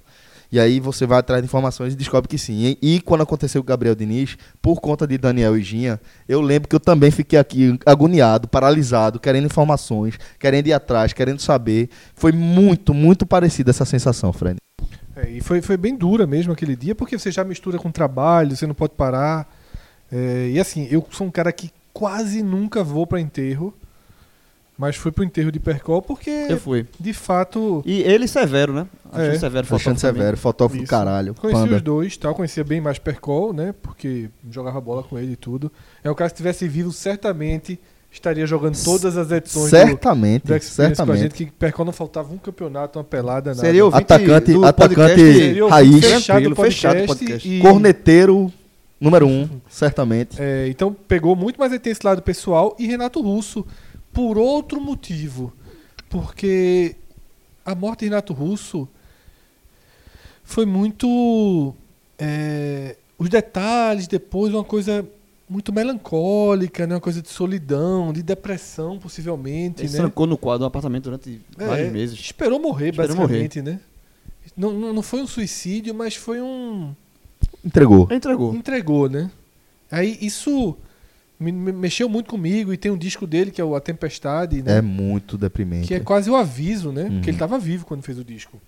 Speaker 2: E aí você vai atrás de informações e descobre que sim. E, e quando aconteceu com o Gabriel Diniz, por conta de Daniel e Ginha, eu lembro que eu também fiquei aqui agoniado, paralisado, querendo informações, querendo ir atrás, querendo saber. Foi muito, muito parecida essa sensação, Fred.
Speaker 5: É, e foi, foi bem dura mesmo aquele dia, porque você já mistura com trabalho, você não pode parar. É, e assim, eu sou um cara que quase nunca vou para enterro, mas fui pro enterro de Percol porque,
Speaker 3: Eu fui.
Speaker 5: de fato,
Speaker 3: E ele e Severo, né?
Speaker 5: É.
Speaker 3: Alexandre Severo faltou
Speaker 2: Alexandre
Speaker 3: também.
Speaker 2: Severo, fotógrafo do
Speaker 5: Isso.
Speaker 2: caralho.
Speaker 5: conheci os
Speaker 2: Panda.
Speaker 5: dois, tal, conhecia bem mais Percol, né? Porque jogava bola com ele e tudo. É um cara que se tivesse vivo, certamente estaria jogando todas as edições do-
Speaker 2: Certamente,
Speaker 5: do, Experience com a gente,
Speaker 2: certamente.
Speaker 5: que Percol não faltava um campeonato, uma pelada, nada.
Speaker 3: Seria ouvinte
Speaker 2: Atacante-
Speaker 3: do
Speaker 2: atacante-
Speaker 3: podcast.
Speaker 5: Seria o
Speaker 2: Raiz.
Speaker 5: fechado do
Speaker 3: Tranquilo, fechado
Speaker 5: podcast,
Speaker 3: do podcast.
Speaker 5: e-
Speaker 2: Corneteiro número um, certamente.
Speaker 5: É, então pegou muito, mas aí tem esse lado pessoal. E Renato Russo, por outro motivo. Porque a morte de Renato Russo foi muito. é, os detalhes depois, uma coisa muito melancólica, né? uma coisa de solidão, de depressão, possivelmente.
Speaker 3: Ele se
Speaker 5: né?
Speaker 3: trancou no quadro, no apartamento durante
Speaker 5: É,
Speaker 3: vários meses.
Speaker 5: Esperou morrer,
Speaker 3: Esperou
Speaker 5: basicamente, né? Não, não, não foi um suicídio, mas foi um.
Speaker 2: Entregou.
Speaker 3: Ele entregou.
Speaker 5: entregou, né? Aí isso me, me- mexeu muito comigo e tem um disco dele que é o A Tempestade,
Speaker 2: É
Speaker 5: né?
Speaker 2: muito deprimente.
Speaker 5: que é quase o aviso, né?
Speaker 2: Uhum.
Speaker 5: Porque ele tava vivo quando fez o disco.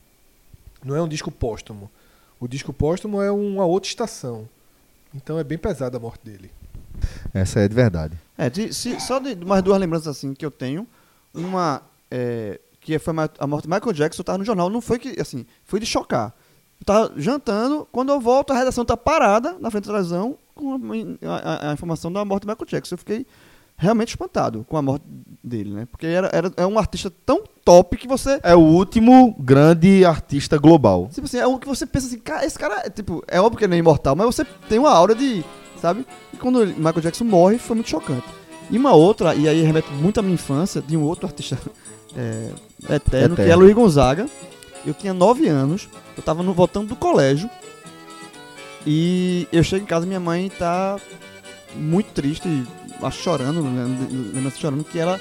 Speaker 5: Não é um disco póstumo. O disco póstumo é uma outra estação. Então é bem pesada a morte dele.
Speaker 2: Essa é de verdade.
Speaker 3: É, de- se- só de mais duas lembranças assim que eu tenho. Uma é, que foi ma- a morte de Michael Jackson, eu tava no jornal, não foi que, assim, foi de chocar. Eu tava jantando, quando eu volto, a redação tá parada na frente da televisão com a, a- a informação da morte de Michael Jackson. Eu fiquei realmente espantado com a morte dele, né? Porque era, era, é um artista tão top que você
Speaker 2: É o último grande artista global.
Speaker 3: Tipo assim, é o que você pensa assim, cara, esse cara, é, tipo, é óbvio que ele é imortal, mas você tem uma aura de, sabe? E quando ele- Michael Jackson morre, foi muito chocante. E uma outra, e aí remete muito à minha infância, de um outro artista é, eterno, que é
Speaker 2: Eterno.
Speaker 3: Luiz Gonzaga. Eu tinha 9 anos, eu tava no, voltando do colégio, e eu chego em casa, minha mãe tá muito triste, acho chorando, né, lembrança chorando, que ela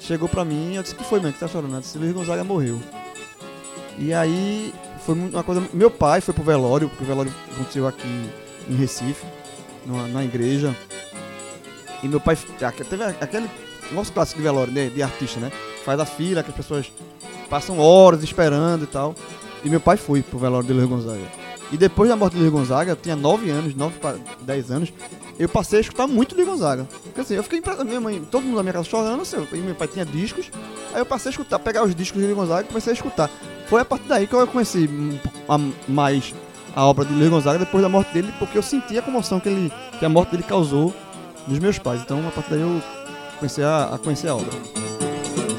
Speaker 3: chegou pra mim, eu disse, que foi, mãe, que tá chorando? Ela disse, Luiz Gonzaga morreu. E aí foi mu- uma coisa. Meu pai foi pro velório, porque o velório aconteceu aqui em Recife, numa- na igreja. E meu pai. aque- Teve a- aquele Igual os clássicos de velório, né? De artista, né? Faz a fila, que as pessoas passam horas esperando e tal. E meu pai foi pro velório de Luiz Gonzaga. E depois da morte do Luiz Gonzaga, eu tinha 9 anos, 9 para 10 anos, eu passei a escutar muito Luiz Gonzaga. Porque assim, eu fiquei impressionado, minha mãe, todo mundo na minha casa chorando, assim, e meu pai tinha discos, aí eu passei a escutar, pegar os discos de Luiz Gonzaga e comecei a escutar. Foi a partir daí que eu conheci um pouco a- mais a obra de Luiz Gonzaga depois da morte dele, porque eu senti a comoção que, ele, que a morte dele causou nos meus pais. Então a partir daí eu comecei a, a conhecer a obra.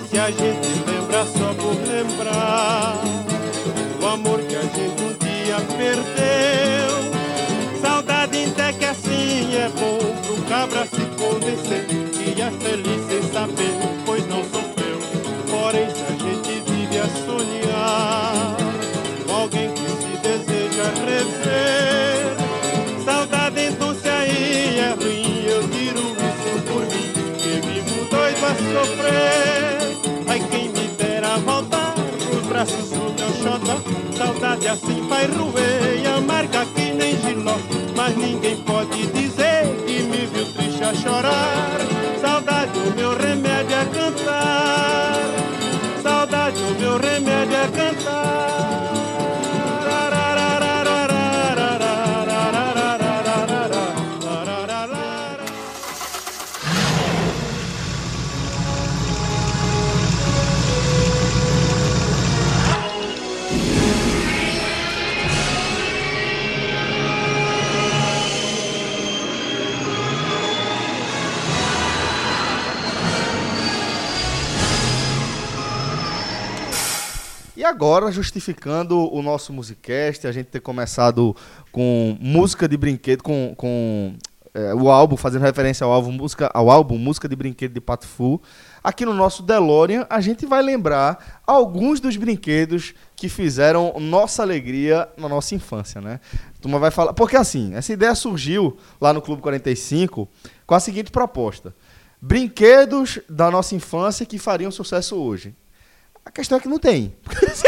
Speaker 9: Se a gente lembrar só por lembrar O amor que a gente um dia perdeu Saudade até que assim é bom Pro cabra se convencer Que é feliz sem saber, pois não sofreu Porém se a gente vive a sonhar Com alguém que se deseja rever Saudade então se aí é ruim Eu tiro isso por mim Que vivo doido a sofrer Ai quem me dera voltar Pros braços do meu xodó Saudade assim vai roer E amarga que nem giló Mas ninguém pode dizer Que me viu triste a chorar Saudade o meu remédio é cantar Saudade o meu remédio é cantar
Speaker 2: E agora, justificando o nosso musicast, a gente ter começado com música de brinquedo, com, com é, o álbum, fazendo referência ao álbum, música, ao álbum Música de Brinquedo de Pato Fu. Aqui no nosso DeLorean, a gente vai lembrar alguns dos brinquedos que fizeram nossa alegria na nossa infância, né? A turma vai falar. Porque assim, essa ideia surgiu lá no Clube 45 com a seguinte proposta: brinquedos da nossa infância que fariam sucesso hoje. A questão é que não tem. Se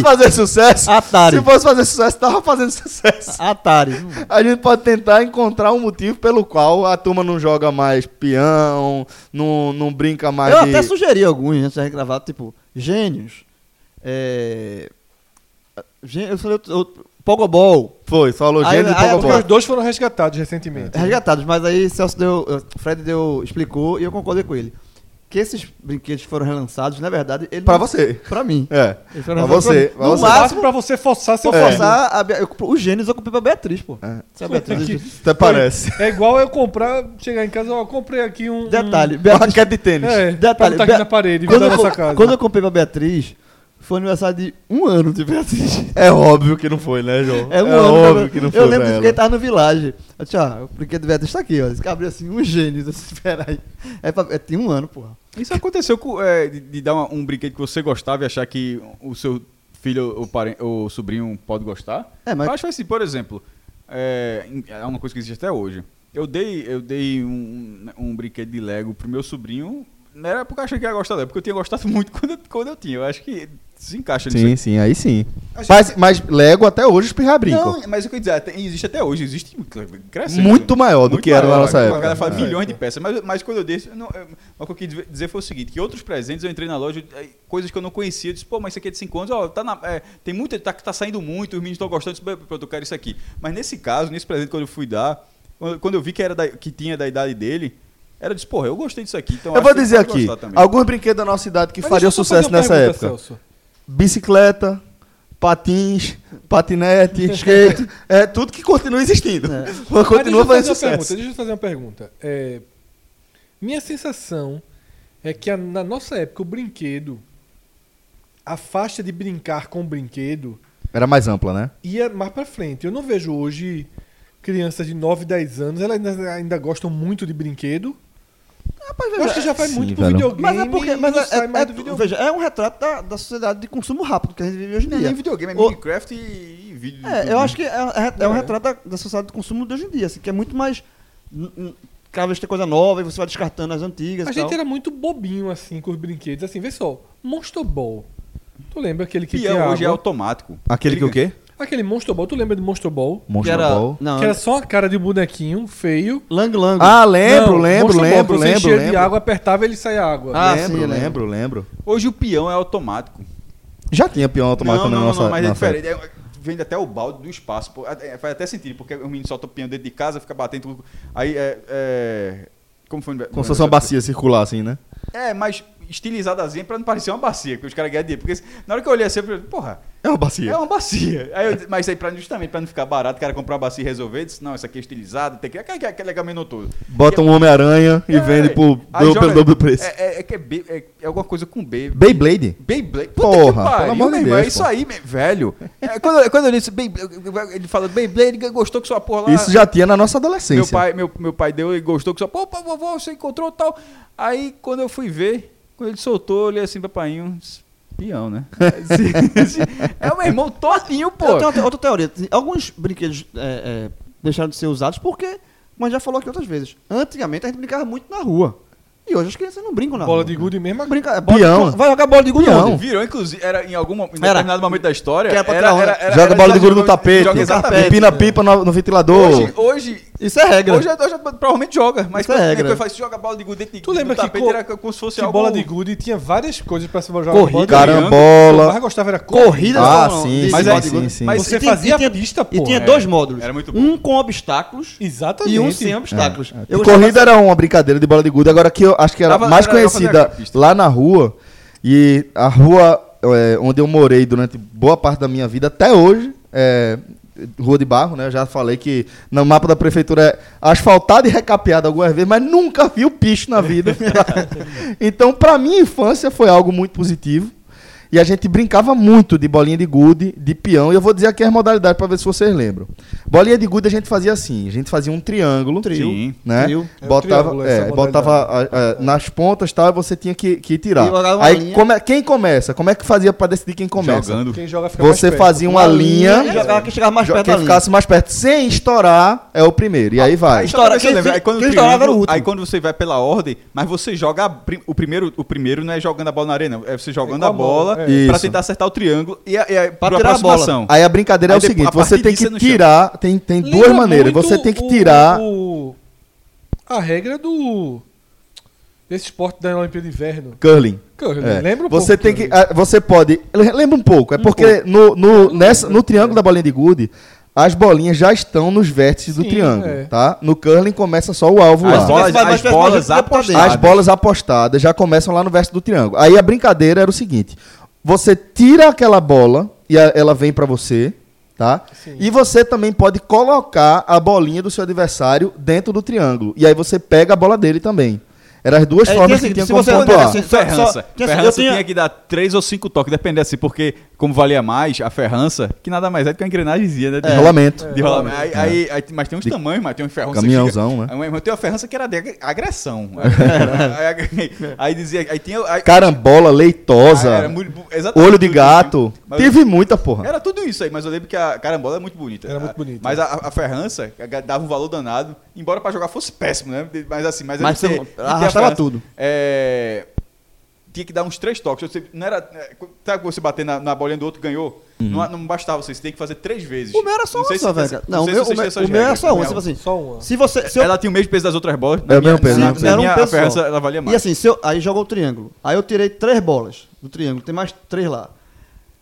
Speaker 2: fosse fazer sucesso,
Speaker 3: Atari.
Speaker 2: se fosse fazer sucesso, tava fazendo sucesso.
Speaker 3: Atari!
Speaker 2: A gente pode tentar encontrar um motivo pelo qual a turma não joga mais peão, não, não brinca mais
Speaker 3: Eu
Speaker 2: de-
Speaker 3: até sugeri alguns antes de gravar, tipo, gênios. É. Gen- Eu falei outro, outro- Pogobol.
Speaker 2: Foi, falou
Speaker 3: Aí-
Speaker 2: gênio de
Speaker 3: aí-
Speaker 2: Pogobol.
Speaker 5: Porque os dois foram resgatados
Speaker 2: É.
Speaker 5: recentemente.
Speaker 3: Resgatados, mas aí Celso deu. eh, Fred deu. explicou e eu concordei com ele. Que esses brinquedos que foram relançados, na verdade, ele.
Speaker 2: Pra
Speaker 3: não-
Speaker 2: você.
Speaker 3: Pra mim.
Speaker 2: É.
Speaker 3: Eles
Speaker 2: Pra
Speaker 3: relançados
Speaker 2: você,
Speaker 3: mim.
Speaker 2: pra
Speaker 3: no
Speaker 2: você. É.
Speaker 5: Fácil
Speaker 3: máximo,
Speaker 5: pra você forçar seu
Speaker 3: vou
Speaker 5: forçar.
Speaker 3: forçar. A, Bea- eu, compro- os gênios eu comprei pra Beatriz, pô. Se a Beatriz.
Speaker 2: Até parece.
Speaker 5: É igual eu comprar, chegar em casa, ó, comprei aqui um.
Speaker 3: Detalhe,
Speaker 2: Uma
Speaker 3: Beatriz.
Speaker 2: raquete de tênis.
Speaker 5: É,
Speaker 3: Detalhe,
Speaker 5: tá aqui
Speaker 3: Bea-
Speaker 5: na parede,
Speaker 3: quando,
Speaker 5: da
Speaker 3: eu,
Speaker 5: nossa
Speaker 3: co-
Speaker 5: casa.
Speaker 3: quando eu comprei pra Beatriz, foi aniversário de um ano de Beatriz.
Speaker 2: É óbvio que não foi, né, João?
Speaker 3: É um ano.
Speaker 2: óbvio
Speaker 3: eu-
Speaker 2: que não foi.
Speaker 3: eu lembro
Speaker 2: pra
Speaker 3: disso
Speaker 2: ela.
Speaker 3: que ele tava no Village. Eu disse, ó, o brinquedo do Beatriz tá aqui, ó. Diz que abriu assim, um gênio. Eu disse, Espera aí. É, pra- é, tem um ano, porra.
Speaker 7: Isso aconteceu com, é, de, de dar uma- um brinquedo que você gostava e achar que o seu filho ou, paren- ou sobrinho pode gostar?
Speaker 3: É, mas-
Speaker 7: Eu acho assim, por exemplo, é, em- é uma coisa que existe até hoje. Eu dei, eu dei um, um brinquedo de Lego pro meu sobrinho, não era porque eu achei que ia gostar dele, é porque eu tinha gostado muito quando, eu- quando eu tinha. Eu acho que se encaixa nisso.
Speaker 2: Sim, sim, aí sim. Mas, mas Lego até hoje os pirra
Speaker 7: aí.
Speaker 2: brincam.
Speaker 7: Não, mas o que eu ia dizer, tem- existe até hoje, existe crescendo.
Speaker 2: Muito maior do que era na nossa
Speaker 7: A
Speaker 2: época.
Speaker 7: galera fala
Speaker 2: É.
Speaker 7: milhões de peças, mas, mas quando eu dei, eu não- eu- mas o que eu quis dizer foi o seguinte, que outros presentes eu entrei na loja, aí, coisas que eu não conhecia, eu disse, pô, mas isso aqui é de 5 anos, ó, tá na, é, tem muito, tá, tá saindo muito, os meninos estão gostando, eu disse, "Bem, pronto, eu quero isso aqui. Mas nesse caso, nesse presente quando eu fui dar, quando, quando eu vi que, era da- que tinha da idade dele, era disso, porra, eu gostei disso aqui, então
Speaker 2: Eu
Speaker 7: acho
Speaker 2: vou
Speaker 7: que
Speaker 2: dizer
Speaker 7: pode
Speaker 2: aqui,
Speaker 7: gostar também."
Speaker 2: alguns brinquedos da nossa idade que
Speaker 5: Mas deixa
Speaker 2: fariam
Speaker 5: eu só fazer
Speaker 2: sucesso
Speaker 5: uma
Speaker 2: nessa
Speaker 5: pergunta,
Speaker 2: época.
Speaker 5: Celso.
Speaker 2: bicicleta, patins, patinete, skate, é tudo que continua existindo.
Speaker 5: Mas
Speaker 2: Continua fazendo
Speaker 5: deixa eu fazer uma pergunta,
Speaker 2: sucesso.
Speaker 5: Deixa eu fazer uma pergunta. É, minha sensação é que a- na nossa época o brinquedo, a faixa de brincar com o brinquedo,
Speaker 2: Era mais ampla, né?
Speaker 5: ia mais pra frente. Eu não vejo hoje crianças de 9, 10 anos, elas ainda, ainda gostam muito de brinquedo. eu acho que já vai
Speaker 2: sim,
Speaker 5: muito pro
Speaker 2: velho.
Speaker 5: videogame
Speaker 3: Mas é porque. Mas
Speaker 5: e
Speaker 3: é,
Speaker 5: não sai
Speaker 3: é-
Speaker 5: mais
Speaker 3: é-
Speaker 5: do videogame.
Speaker 3: veja, é um retrato da, da sociedade de consumo rápido que a gente vive hoje em
Speaker 7: Não é
Speaker 3: dia.
Speaker 7: nem videogame, é
Speaker 3: Ô-
Speaker 7: Minecraft e, e vídeo. de
Speaker 3: É,
Speaker 7: YouTube.
Speaker 3: eu acho que é, é- é um
Speaker 5: É.
Speaker 3: retrato da, da sociedade de consumo de hoje em dia, assim, que é muito mais. n- n- Cada vez tem coisa nova e você vai descartando as antigas.
Speaker 5: A
Speaker 3: e tal.
Speaker 5: gente era muito bobinho assim com os brinquedos. Assim, vê só, Monster Ball. Tu lembra aquele que
Speaker 7: Pião
Speaker 5: tinha
Speaker 7: hoje é
Speaker 5: água?
Speaker 7: automático.
Speaker 2: Aquele que o quê?
Speaker 5: Aquele Monster Ball, tu lembra de Monster Ball?
Speaker 2: Monstro
Speaker 3: que era,
Speaker 2: Ball.
Speaker 3: Não,
Speaker 5: Que era só uma cara de bonequinho feio.
Speaker 3: Lang Lang.
Speaker 2: Ah, lembro, lembro,
Speaker 5: Não, Monster Ball,
Speaker 2: lembro,
Speaker 5: você
Speaker 2: lembro,
Speaker 5: enchia de
Speaker 2: lembro.
Speaker 5: água, apertava ele saía água.
Speaker 3: Ah, sim,
Speaker 2: lembro,
Speaker 3: lembro.
Speaker 2: lembro, lembro.
Speaker 7: Hoje o peão é automático.
Speaker 2: Já tinha peão automático
Speaker 7: não,
Speaker 2: na
Speaker 7: não,
Speaker 2: nossa.
Speaker 7: não, mas é
Speaker 2: na
Speaker 7: diferente. É, Vende até o balde do espaço. pô. É, é, Faz até sentido, porque o menino solta o peão dentro de casa, fica batendo. Aí é. é- como foi?
Speaker 2: Como se fosse uma bacia circular, assim, né?
Speaker 7: É, mas estilizadazinha pra não parecer uma bacia, que os caras ganham dinheiro. Porque se- na hora que eu olhei assim, eu falei, porra,
Speaker 2: É uma bacia.
Speaker 7: é uma bacia. Aí eu- mas aí, pra, justamente pra não ficar barato, o cara comprar uma bacia e resolver, disse, não, essa aqui é estilizada, tem que. Aquele, aquele gamenu todo. É,
Speaker 2: Bota um Homem-Aranha e vende por,
Speaker 7: Aí
Speaker 2: pelo-
Speaker 7: joga-
Speaker 2: pelo dobro do preço.
Speaker 7: É, é, é que é, B- é, é alguma coisa com B.
Speaker 2: Beyblade?
Speaker 7: Beyblade.
Speaker 2: Porra,
Speaker 7: que pariu,
Speaker 2: pelo amor de
Speaker 7: meu irmão,
Speaker 2: Deus,
Speaker 7: É isso
Speaker 2: pô.
Speaker 7: aí, meu- velho. É, quando, eu- quando eu disse Beyblade, ele fala Beyblade, ele gostou que sua porra lá.
Speaker 2: Isso já é tinha na nossa adolescência.
Speaker 7: meu pai, meu, meu pai deu e gostou que sua porra, pô, vovô, você encontrou tal. Aí quando eu fui ver, quando ele soltou, eu olhei assim, papainho, peão, né? é o meu irmão todinho, pô.
Speaker 3: Eu tenho outra- outra teoria. Alguns brinquedos é, é, deixaram de ser usados porque, mas já falou aqui outras vezes, antigamente a gente brincava muito na rua. E hoje as crianças não brincam na
Speaker 5: Bola
Speaker 3: rua.
Speaker 5: de gude mesmo.
Speaker 3: Mas brinca- é bola de-
Speaker 2: Peão.
Speaker 3: vai jogar bola de gude
Speaker 2: Peão.
Speaker 3: onde?
Speaker 7: Virou, inclusive, era em algum mo- em
Speaker 3: Era.
Speaker 7: determinado momento da história.
Speaker 3: Que era pra
Speaker 7: era,
Speaker 3: tirar
Speaker 7: era,
Speaker 3: onda.
Speaker 7: era-
Speaker 2: Joga
Speaker 7: era
Speaker 2: bola de gude no
Speaker 7: joga-
Speaker 2: tapete.
Speaker 7: Joga né? exatamente.
Speaker 2: Empina a pipa no, no ventilador.
Speaker 7: Hoje, hoje,
Speaker 3: Isso é regra.
Speaker 7: Hoje, hoje provavelmente joga, mas
Speaker 3: Isso é
Speaker 7: quando-
Speaker 3: regra.
Speaker 7: quando faz joga bola de gude dentro de-
Speaker 5: Tu lembra
Speaker 7: do
Speaker 5: que,
Speaker 7: tapete,
Speaker 5: co-
Speaker 7: era como se fosse
Speaker 5: que
Speaker 7: algo...
Speaker 5: bola de gude tinha várias coisas pra se jogar
Speaker 3: é Corrida,
Speaker 5: bola de gude. O que eu mais
Speaker 2: Carambola.
Speaker 5: gostava era corrida.
Speaker 3: Corrida
Speaker 2: Ah,
Speaker 3: de Fórmula 1,
Speaker 2: sim,
Speaker 3: de-
Speaker 2: sim,
Speaker 3: de bola de
Speaker 2: sim,
Speaker 3: gude.
Speaker 2: sim.
Speaker 5: Mas
Speaker 3: Mas
Speaker 5: você
Speaker 3: e tinha-
Speaker 5: fazia
Speaker 3: e tinha-
Speaker 5: a pista, pô.
Speaker 3: E tinha
Speaker 5: É.
Speaker 3: dois módulos.
Speaker 7: Era muito bom. É,
Speaker 3: Um com obstáculos
Speaker 5: Exatamente.
Speaker 3: e um sem obstáculos.
Speaker 2: E
Speaker 3: Eu gostava-
Speaker 2: É, corrida era uma brincadeira de bola de gude, agora que eu acho que era
Speaker 7: Tava-
Speaker 2: mais
Speaker 7: era- era
Speaker 2: conhecida
Speaker 7: pista.
Speaker 2: lá na rua. E a rua é, onde eu morei durante boa parte da minha vida, até hoje, é Rua de Barro, né? Eu já falei que no mapa da prefeitura é asfaltada e recapeada algumas vezes, mas nunca vi o picho na vida. então, pra minha infância, foi algo muito positivo. E a gente brincava muito de bolinha de gude, de peão, e eu vou dizer aqui as modalidades pra ver se vocês lembram. Bolinha de gude a gente fazia assim, a gente fazia um triângulo,
Speaker 7: Sim.
Speaker 2: né?
Speaker 3: Trio.
Speaker 5: É o triângulo,
Speaker 2: Botava,
Speaker 5: essa
Speaker 2: é,
Speaker 5: modalidade.
Speaker 2: botava a- a- nas pontas tal, e você tinha que, que tirar.
Speaker 3: E jogava uma
Speaker 2: Aí
Speaker 3: linha.
Speaker 2: come- quem começa? Como é que fazia pra decidir quem começa?
Speaker 7: Jogando.
Speaker 5: Quem joga fica mais
Speaker 2: Você
Speaker 5: perto.
Speaker 2: fazia uma, linha,
Speaker 3: e assim, jogava quem chegava mais
Speaker 2: jo-
Speaker 3: perto
Speaker 2: quem
Speaker 3: da linha.
Speaker 2: ficasse mais perto sem estourar é o primeiro. E aí vai.
Speaker 7: Aí, toda vez
Speaker 3: Quem
Speaker 7: eu lembro,
Speaker 3: fi-
Speaker 7: aí quando o
Speaker 3: quem estourava
Speaker 7: triângulo-
Speaker 3: era o último.
Speaker 7: Aí quando você vai pela ordem, mas você joga a pri- o primeiro, o primeiro não é jogando a bola na arena, é você jogando
Speaker 5: com
Speaker 7: a
Speaker 5: a
Speaker 7: bola,
Speaker 5: bola,
Speaker 2: é.
Speaker 7: pra
Speaker 2: Isso.
Speaker 7: tentar acertar o triângulo e, a- e a- por
Speaker 3: tirar a bola.
Speaker 7: aproximação.
Speaker 2: Aí a brincadeira
Speaker 7: Aí
Speaker 2: é o
Speaker 7: depo- a
Speaker 2: seguinte:
Speaker 7: partir
Speaker 2: você tem
Speaker 7: disso é
Speaker 2: que
Speaker 7: no chão.
Speaker 2: tirar, tem, tem
Speaker 5: Lembra
Speaker 2: duas maneiras.
Speaker 5: muito
Speaker 2: Você tem que
Speaker 5: o-
Speaker 2: tirar.
Speaker 5: o- a regra do. Desse esporte da Olimpíada de Inverno.
Speaker 2: Curling.
Speaker 5: Curling.
Speaker 2: É.
Speaker 5: Lembra um
Speaker 2: você
Speaker 5: pouco
Speaker 2: tem
Speaker 5: do
Speaker 2: que ah, você pode lembra um pouco é porque no, no nessa no triângulo da bolinha de gude as bolinhas já estão nos vértices do
Speaker 5: Sim,
Speaker 2: triângulo
Speaker 5: é.
Speaker 2: tá no curling começa só o alvo
Speaker 7: As
Speaker 2: lá
Speaker 7: bolas-
Speaker 3: Mas vai- mas
Speaker 7: as
Speaker 3: vai-
Speaker 7: bolas
Speaker 3: mas vai-
Speaker 7: apostadas.
Speaker 2: as bolas apostadas já começam lá no verso do triângulo. Aí a brincadeira era o seguinte: você tira aquela bola e a- ela vem pra você, tá? E você também pode colocar a bolinha do seu adversário dentro do triângulo. E aí você pega a bola dele também. Eram as duas
Speaker 3: É,
Speaker 2: formas
Speaker 3: tinha
Speaker 2: que tinha
Speaker 3: assim,
Speaker 2: como
Speaker 3: se você-
Speaker 2: pontuar.
Speaker 3: assim, só-
Speaker 7: Ferrança.
Speaker 3: só- tinha-
Speaker 7: ferrança
Speaker 3: eu tinha-
Speaker 7: tinha que dar três ou cinco toques, dependendo assim, porque como valia mais a ferrança, que nada mais é do que uma engrenagemzinha, né? de-
Speaker 2: É, rolamento.
Speaker 7: De
Speaker 3: É.
Speaker 7: rolamento. Aí, aí- aí- mas tem uns
Speaker 2: De-
Speaker 7: tamanhos, mas tem uns ferrões.
Speaker 2: Caminhãozão, né?
Speaker 7: Mas É, tem uma ferrança que era de ag- agressão. aí, aí- aí dizia. Aí tinha. Aí,
Speaker 2: Carambola, leitosa,
Speaker 7: Ah, Era muito bu- exatamente
Speaker 2: olho de
Speaker 7: tudo isso.
Speaker 2: gato.
Speaker 7: Mas-
Speaker 2: Tive muita porra.
Speaker 7: Era tudo isso aí, mas eu lembro que a carambola é muito bonita.
Speaker 5: Era muito
Speaker 7: A-
Speaker 5: bonita.
Speaker 7: Mas a, a ferrança a- dava um valor danado, embora pra jogar fosse péssimo, né? De- Mas assim, mas,
Speaker 3: Mas
Speaker 7: ele
Speaker 3: você
Speaker 7: ter- ter a
Speaker 3: arrastava
Speaker 7: ferrança,
Speaker 3: tudo.
Speaker 7: É, tinha que dar uns três toques. Você, não era, é, co- sabe quando você bater na, na bolinha do outro ganhou? Não, não bastava, você tem que fazer três vezes.
Speaker 3: Hum. O meu era só
Speaker 7: Não
Speaker 3: uma
Speaker 7: sei
Speaker 3: só,
Speaker 7: se-
Speaker 3: velho.
Speaker 7: Não,
Speaker 3: Não, o
Speaker 7: sei
Speaker 3: meu-
Speaker 7: se
Speaker 3: o
Speaker 7: vocês
Speaker 3: meu
Speaker 7: têm
Speaker 3: o
Speaker 7: essas
Speaker 3: meu era
Speaker 7: regras.
Speaker 3: só
Speaker 7: O
Speaker 3: um.
Speaker 7: meu-
Speaker 3: Tipo assim,
Speaker 5: Só uma.
Speaker 3: se você... se eu-
Speaker 7: Ela tinha o mesmo peso das outras bolas.
Speaker 2: É o mesmo peso, né?
Speaker 7: Na, na
Speaker 3: Era um
Speaker 7: minha, a
Speaker 3: peso só.
Speaker 7: ferrança ela valia mais.
Speaker 3: E assim, se eu, aí jogou o triângulo. Aí eu tirei três bolas do triângulo, tem mais três lá.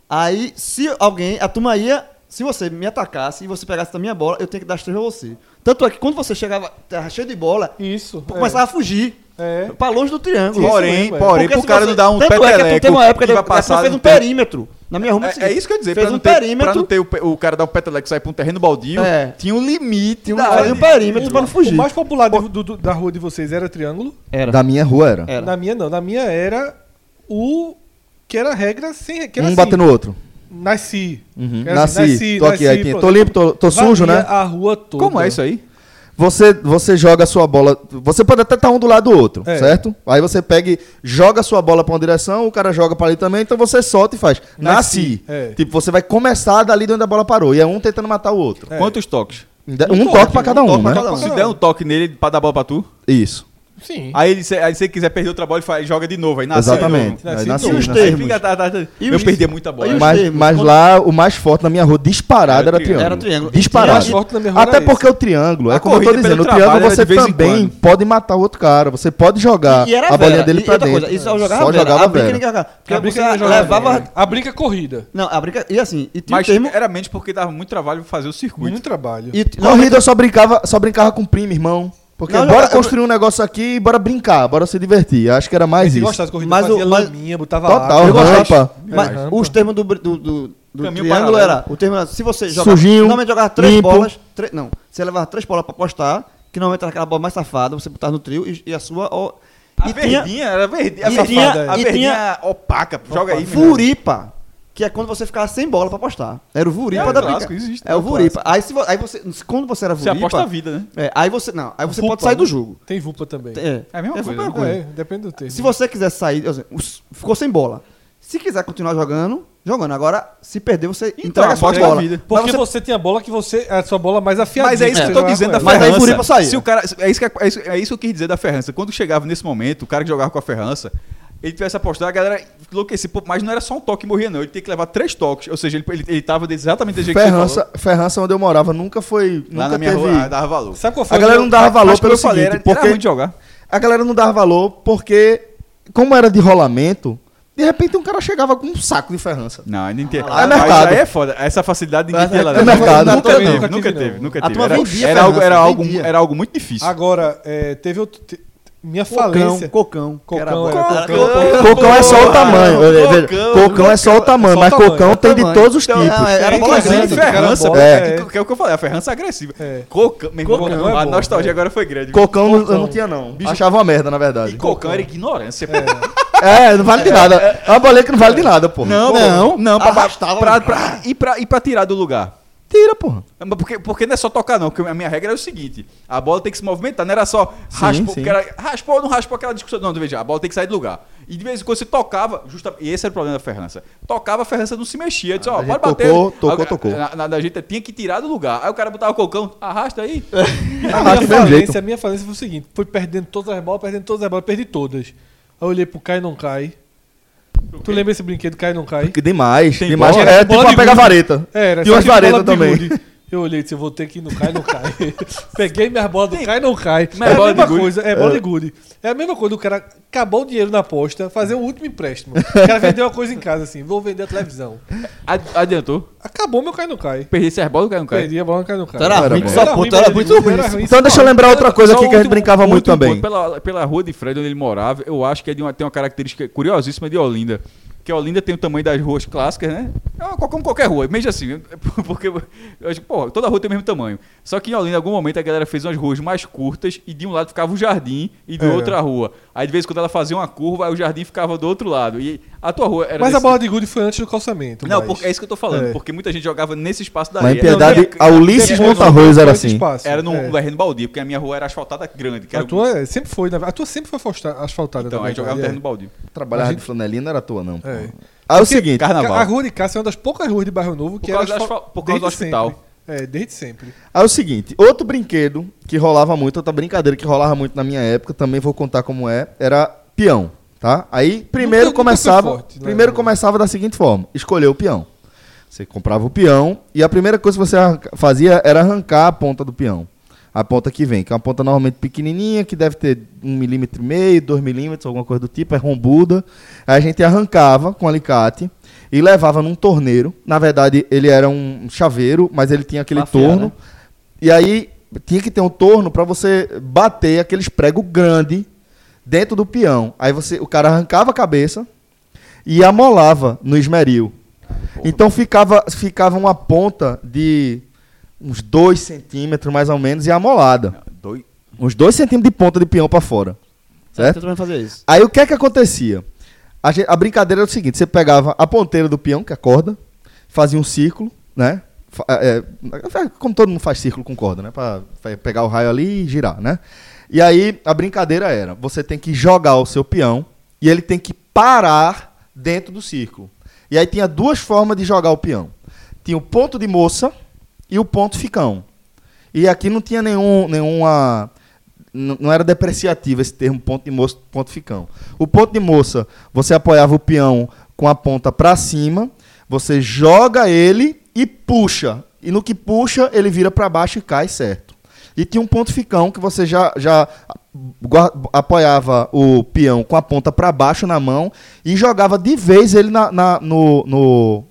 Speaker 3: Aí, se alguém, a turma ia, se você me atacasse e você pegasse da minha bola, eu tenho que dar as três pra você. Tanto é que quando você chegava, tava cheio de bola,
Speaker 5: Isso.
Speaker 3: eu começava a fugir.
Speaker 5: É.
Speaker 3: Pra longe do triângulo.
Speaker 7: Porém,
Speaker 5: mesmo, é.
Speaker 7: porém, pro
Speaker 3: se
Speaker 7: cara
Speaker 3: você-
Speaker 7: não dar um
Speaker 3: tanto é que
Speaker 7: peteleco
Speaker 3: teve uma época
Speaker 7: que
Speaker 3: da,
Speaker 7: vai
Speaker 3: da turma
Speaker 7: passar
Speaker 3: fez um
Speaker 7: no tempo.
Speaker 3: perímetro. Na minha rua,
Speaker 7: É, é isso que eu ia dizer.
Speaker 3: Fez
Speaker 7: pra,
Speaker 3: um
Speaker 7: não ter,
Speaker 3: perímetro.
Speaker 7: pra não ter o, pe- o cara dar um peteleco e sair pra um terreno baldio,
Speaker 3: É.
Speaker 7: tinha um limite.
Speaker 3: Tinha um,
Speaker 7: da área
Speaker 3: um
Speaker 7: de-
Speaker 3: perímetro pra não fugir.
Speaker 5: O mais popular de- do- do- da rua de vocês era triângulo.
Speaker 3: Era.
Speaker 2: Da minha rua era.
Speaker 7: É,
Speaker 3: Era.
Speaker 5: Na minha não. Na minha era o. Que era a regra sem. Que era
Speaker 2: um
Speaker 5: assim,
Speaker 2: batendo no outro.
Speaker 5: Nasci.
Speaker 2: Uhum.
Speaker 5: Era
Speaker 2: Nasci,
Speaker 5: assim,
Speaker 2: tô aqui, aí, tinha-
Speaker 5: pronto.
Speaker 2: tô limpo, tô, tô
Speaker 5: Valia
Speaker 2: sujo, né?
Speaker 5: a rua toda.
Speaker 7: Como é isso aí?
Speaker 2: Você, você joga a sua bola. Você pode até estar um do lado do outro,
Speaker 5: É.
Speaker 2: certo? Aí você pega e joga a sua bola pra uma direção, o cara joga pra ali também, então você solta e faz. Nasci.
Speaker 5: Nasci, é.
Speaker 2: Tipo, você vai começar dali de onde a bola parou. E é um tentando matar o outro.
Speaker 5: É.
Speaker 7: Quantos toques?
Speaker 2: Um, toque pra cada um, né?
Speaker 7: Se der um toque nele pra dar bola pra tu,
Speaker 2: Isso.
Speaker 3: É.
Speaker 5: Sim.
Speaker 7: Aí, se- aí se ele quiser perder o trabalho, ele faz- joga de novo. Aí nasce
Speaker 2: Exatamente.
Speaker 7: De
Speaker 2: Aí
Speaker 7: novo.
Speaker 2: nasce
Speaker 7: de novo.
Speaker 2: os
Speaker 7: Aí
Speaker 3: termos.
Speaker 7: fica atrás- atrás-
Speaker 3: E
Speaker 7: eu
Speaker 3: os-
Speaker 7: perdia muita bola.
Speaker 3: e os-
Speaker 7: Mas-
Speaker 2: Mas,
Speaker 3: termos,
Speaker 2: mas
Speaker 3: quando-
Speaker 2: lá o mais forte na minha rua disparado
Speaker 7: Era
Speaker 2: era,
Speaker 7: o triângulo.
Speaker 2: triângulo.
Speaker 3: Era triângulo.
Speaker 2: Disparado.
Speaker 5: E o mais forte na minha rua
Speaker 2: Até
Speaker 5: era
Speaker 2: porque o triângulo,
Speaker 7: A
Speaker 2: é como eu tô
Speaker 7: corrida
Speaker 2: dizendo,
Speaker 7: pelo
Speaker 2: o triângulo
Speaker 7: trabalho era
Speaker 2: você
Speaker 7: de vez em
Speaker 2: também
Speaker 7: quando.
Speaker 2: pode matar o outro cara, você pode jogar
Speaker 3: E era
Speaker 2: a bolinha
Speaker 3: Vera.
Speaker 2: dele
Speaker 3: E- e
Speaker 2: pra
Speaker 3: outra
Speaker 2: dentro.
Speaker 3: Coisa, isso eu jogava
Speaker 2: só
Speaker 3: Vera.
Speaker 2: jogava
Speaker 3: a brinca
Speaker 2: Vera.
Speaker 3: ninguém jogava. Porque
Speaker 5: A brinca
Speaker 3: você
Speaker 5: ninguém jogava
Speaker 3: levava...
Speaker 5: Vera. A brinca é corrida.
Speaker 3: Não, a brinca... E assim, e tinha
Speaker 7: Mas é
Speaker 3: o termo...
Speaker 7: era menos porque dava muito trabalho fazer o circuito.
Speaker 5: Muito trabalho.
Speaker 3: E, t- não,
Speaker 2: Corrida eu só brincava, só brincava com primo, irmão. Porque
Speaker 3: Não, eu
Speaker 2: bora
Speaker 3: jogava-
Speaker 2: construir um negócio aqui e bora brincar, bora se divertir. Acho que era mais
Speaker 5: Mas
Speaker 2: isso.
Speaker 5: gostava de corrida,
Speaker 3: Mas o-
Speaker 5: fazia
Speaker 3: mas-
Speaker 5: laminha, botava
Speaker 2: Total, né?
Speaker 5: água.
Speaker 2: rampa.
Speaker 3: Mas
Speaker 5: Rampa.
Speaker 3: os termos do, br- do, do, do
Speaker 7: É, Caminho
Speaker 3: triângulo
Speaker 7: paralelo.
Speaker 3: era. O termo era, se você jogava.
Speaker 2: Sujinho,
Speaker 3: normalmente jogava três
Speaker 2: limpo.
Speaker 3: bolas. três- não. Você levava três bolas pra apostar, que normalmente era aquela bola mais safada, você botava no trio e, e a sua. ó,
Speaker 7: A
Speaker 3: e tinha
Speaker 7: verdinha era verdinha. A
Speaker 3: e
Speaker 7: verdinha,
Speaker 3: tinha-
Speaker 7: a
Speaker 3: e
Speaker 7: verdinha opaca. pô, Joga aí, meu irmão.
Speaker 3: Vuripa. Que é quando você ficava sem bola pra apostar. Era o Vuripa
Speaker 7: É,
Speaker 3: da
Speaker 7: é clássico,
Speaker 3: brinca.
Speaker 7: existe,
Speaker 3: é
Speaker 7: é
Speaker 3: o
Speaker 7: um
Speaker 3: Vuripa. Aí, se vo- aí você. Quando você era
Speaker 7: Você
Speaker 3: Vuripa.
Speaker 7: aposta a vida, né?
Speaker 3: É, aí você. Não, aí você
Speaker 5: Vupa,
Speaker 3: pode sair do
Speaker 5: né?
Speaker 3: jogo.
Speaker 5: Tem vulpa também.
Speaker 3: É,
Speaker 7: É a mesma
Speaker 3: foi
Speaker 7: coisa, né?
Speaker 3: uma
Speaker 5: É, depende do termo.
Speaker 3: Se você quiser sair, assim, os- ficou sem bola. Se quiser continuar jogando, jogando. Agora, se perder, você entrega a sua
Speaker 7: aposta a
Speaker 3: bola.
Speaker 7: Então, vida.
Speaker 5: Porque
Speaker 3: Mas
Speaker 5: você...
Speaker 3: você-
Speaker 5: tem a bola que você. A sua bola mais afiada.
Speaker 7: Mas é isso que eu tô dizendo da
Speaker 3: né? Mas aí
Speaker 7: ferrança.
Speaker 3: Furipa saía.
Speaker 7: Se o cara, é, isso que, é, isso, é isso que eu quis dizer da ferrança. Quando chegava nesse momento, o cara que jogava com a ferrança, ele tivesse apostado, a galera enlouquecia. Pô, mas não era só um toque e morria, não. Ele tinha que levar três toques. Ou seja, ele, ele, ele tava exatamente do jeito
Speaker 2: Ferrança, Ferrança onde eu morava nunca foi,
Speaker 7: que você falou. Lá
Speaker 2: nunca
Speaker 7: na minha
Speaker 2: teve.
Speaker 7: rua, ah, dava valor.
Speaker 5: Sabe qual foi
Speaker 2: A galera não dava valor
Speaker 7: Mas como
Speaker 2: pelo
Speaker 7: eu falei,
Speaker 2: seguinte,
Speaker 7: era, era ruim
Speaker 2: porque
Speaker 7: de jogar.
Speaker 2: a galera não dava valor porque como era de rolamento, de repente um cara chegava com um saco de Ferrança.
Speaker 7: Não, ainda tinha.
Speaker 2: é mercado.
Speaker 7: aí é foda. Essa facilidade ninguém
Speaker 2: Mas
Speaker 7: tinha lá.
Speaker 2: é
Speaker 7: dentro.
Speaker 2: mercado.
Speaker 7: Nunca
Speaker 2: Não,
Speaker 7: teve,
Speaker 5: não.
Speaker 7: nunca teve,
Speaker 5: Não.
Speaker 7: nunca
Speaker 3: A
Speaker 7: teve.
Speaker 3: turma
Speaker 7: Era,
Speaker 3: vendia
Speaker 7: era algo, era,
Speaker 3: Ferrança,
Speaker 7: algo,
Speaker 3: vendia.
Speaker 7: era algo muito difícil.
Speaker 5: Agora, é, teve outro. te- Minha falência.
Speaker 3: Cocão, cocão. que era
Speaker 5: Cocão,
Speaker 3: a bola.
Speaker 5: era
Speaker 7: Cocão.
Speaker 5: cocão.
Speaker 2: Cocão é só o tamanho. olha, veja, Cocão, é só o tamanho,
Speaker 5: só o
Speaker 2: mas
Speaker 5: tamanho,
Speaker 2: cocão
Speaker 5: é o
Speaker 2: tem de
Speaker 3: tamanho.
Speaker 2: todos os
Speaker 3: Então,
Speaker 2: tipos.
Speaker 3: não, era bola
Speaker 7: Inclusive,
Speaker 3: grande.
Speaker 5: cara,
Speaker 7: ferrança,
Speaker 5: bola,
Speaker 7: é.
Speaker 5: é.
Speaker 7: que é o que eu falei, a ferrança agressiva.
Speaker 5: É.
Speaker 7: Cocão, meu irmão,
Speaker 5: Cocão é
Speaker 7: a
Speaker 5: bom,
Speaker 7: nostalgia
Speaker 5: é.
Speaker 2: né?
Speaker 7: agora foi grande.
Speaker 2: Cocão não- eu não tinha, não. Achava uma merda, na
Speaker 7: E
Speaker 2: verdade.
Speaker 7: cocão era ignorância. pô.
Speaker 2: É, não vale de nada. É uma bolinha que não vale de nada, porra.
Speaker 7: pô,
Speaker 3: não,
Speaker 7: não, pra,
Speaker 3: arrastava.
Speaker 7: pra- pra- e, pra, e pra tirar do lugar.
Speaker 2: Tira, porra.
Speaker 7: Mas Porque, porque não é só tocar, não. Porque a minha regra era o seguinte: a bola tem que se movimentar, não era só raspou,
Speaker 2: sim.
Speaker 7: porque era- raspou ou não raspou aquela discussão. Não, veja, a bola tem que sair do lugar. E de vez em quando você tocava, justa, e esse era o problema da Ferrança. Tocava, a Ferrança não se mexia. Disse, ó,
Speaker 2: Ah, gente
Speaker 7: pode bater.
Speaker 2: tocou, tocou,
Speaker 7: Agora,
Speaker 2: tocou.
Speaker 7: Na, na, da gente tinha que tirar do lugar. Aí o cara botava o cocão, arrasta aí.
Speaker 5: A
Speaker 2: Ah,
Speaker 5: minha
Speaker 2: do mesmo jeito.
Speaker 5: falência, a minha falência foi o seguinte: fui perdendo todas as bolas, perdendo todas as bolas, perdi todas. Aí eu olhei pro cai não cai. Tu lembra esse brinquedo cai não cai?
Speaker 2: Que demais,
Speaker 7: Tem
Speaker 2: demais.
Speaker 7: bola?
Speaker 2: É tipo
Speaker 5: Bola de
Speaker 2: uma
Speaker 5: gude.
Speaker 2: pega-vareta.
Speaker 5: É, era
Speaker 2: E umas
Speaker 5: só de bola
Speaker 2: varetas também.
Speaker 5: bigude. Eu olhei e disse, eu vou ter que ir no cai, não cai. Peguei minhas bolas do cai, não cai.
Speaker 7: Mas
Speaker 5: é
Speaker 7: bola
Speaker 5: a
Speaker 7: de
Speaker 5: mesma
Speaker 7: gude.
Speaker 5: coisa, é bola de gude. É a mesma coisa, o cara acabou o dinheiro na aposta, fazer o último empréstimo. O cara vendeu uma coisa em casa, assim, vou vender a televisão.
Speaker 7: Ad- Adiantou.
Speaker 5: Acabou meu cai, não cai.
Speaker 7: Perdi essas bolas, o cara não cai.
Speaker 5: Perdi a bola no cai, não cai.
Speaker 3: Era ruim,
Speaker 5: bom.
Speaker 3: só
Speaker 5: Era ruim,
Speaker 3: puta, era
Speaker 5: bola de
Speaker 3: muito
Speaker 5: gude, era
Speaker 3: ruim.
Speaker 5: ruim.
Speaker 2: Então deixa eu lembrar outra coisa aqui que a gente brincava muito
Speaker 7: último
Speaker 2: também.
Speaker 7: ponto, Pela, pela rua de Fred, onde ele morava, eu acho que é de uma- tem uma característica curiosíssima de Olinda. Que Olinda tem o tamanho das ruas clássicas, né? É uma- como qualquer rua, mesmo assim. Porque eu acho que, pô, toda rua tem o mesmo tamanho. Só que em Olinda, em algum momento, a galera fez umas ruas mais curtas e de um lado ficava o jardim e do
Speaker 2: É.
Speaker 5: Era.
Speaker 7: outro a rua. Aí de vez em quando ela fazia uma curva, aí o jardim ficava do outro lado. E a tua rua era.
Speaker 5: Mas a
Speaker 7: desse-
Speaker 5: bola de gude foi antes do calçamento.
Speaker 7: Não,
Speaker 5: mas-
Speaker 7: porque é isso que eu tô falando.
Speaker 5: É.
Speaker 7: Porque muita gente jogava nesse espaço da
Speaker 2: Mas em piedade,
Speaker 7: Não,
Speaker 2: a Ulisses
Speaker 5: Tem-
Speaker 2: Montarroz era
Speaker 5: tem esse
Speaker 2: assim.
Speaker 5: espaço,
Speaker 7: Era num
Speaker 5: é.
Speaker 7: terreno baldio, porque a minha rua era asfaltada grande. Que
Speaker 5: A
Speaker 7: era
Speaker 5: tua é, sempre foi, na verdade. A tua sempre foi afasta- asfaltada.
Speaker 7: Então,
Speaker 5: na
Speaker 7: aí jogava
Speaker 5: verdade,
Speaker 7: no terreno baldio.
Speaker 2: Trabalhava
Speaker 5: Mas-
Speaker 2: de flanelinha não era à toa, não. pô.
Speaker 5: É.
Speaker 2: Aí é o seguinte,
Speaker 5: A rua de Cássio é uma das poucas ruas de Bairro Novo que
Speaker 7: Por causa
Speaker 5: era
Speaker 7: do
Speaker 5: asfal-
Speaker 7: asfal- por causa do
Speaker 5: desde
Speaker 7: hospital.
Speaker 5: sempre. É, desde sempre.
Speaker 2: aí é o seguinte, outro brinquedo que rolava muito, outra brincadeira que rolava muito na minha época, também vou contar como é, era peão, tá? Aí primeiro
Speaker 5: nunca foi
Speaker 2: começava,
Speaker 5: forte, né?
Speaker 2: primeiro começava da seguinte forma, escolher o peão. Você comprava o peão e a primeira coisa que você arranca- fazia era arrancar a ponta do peão. A ponta que vem, que é uma ponta normalmente pequenininha, que deve ter um milímetro e meio, dois milímetros, alguma coisa do tipo, é rombuda. Aí a gente arrancava com alicate e levava num torneiro. Na verdade, ele era um chaveiro, mas ele tinha aquele
Speaker 3: Afiar,
Speaker 2: torno.
Speaker 3: né?
Speaker 2: E aí tinha que ter um torno para você bater aqueles pregos grande dentro do peão. Aí você, o cara arrancava a cabeça e amolava no esmeril. Então ficava, ficava uma ponta de uns 2 centímetros mais ou menos e amolada.
Speaker 7: Dois.
Speaker 2: Uns 2 centímetros de ponta de peão para fora.
Speaker 3: Eu
Speaker 2: Certo?
Speaker 3: também fazia isso.
Speaker 2: Aí o que é que acontecia? A, gen- a brincadeira era o seguinte: você pegava a ponteira do peão, que é a corda, fazia um círculo, né? Fa- é, é, como todo mundo faz círculo com corda, né? Pra, pra pegar o raio ali e girar, né? E aí a brincadeira era: você tem que jogar o seu peão e ele tem que parar dentro do círculo. E aí tinha duas formas de jogar o peão: tinha o ponto de moça e o ponto ficão. E aqui não tinha nenhum, nenhuma n- não era depreciativo esse termo ponto de moço, ponto ficão. O ponto de moça, você apoiava o peão com a ponta para cima, você joga ele e puxa. E no que puxa, ele vira para baixo e cai certo. E tinha um ponto ficão que você já, já gua- apoiava o peão com a ponta para baixo na mão e jogava de vez ele na, na- no- no,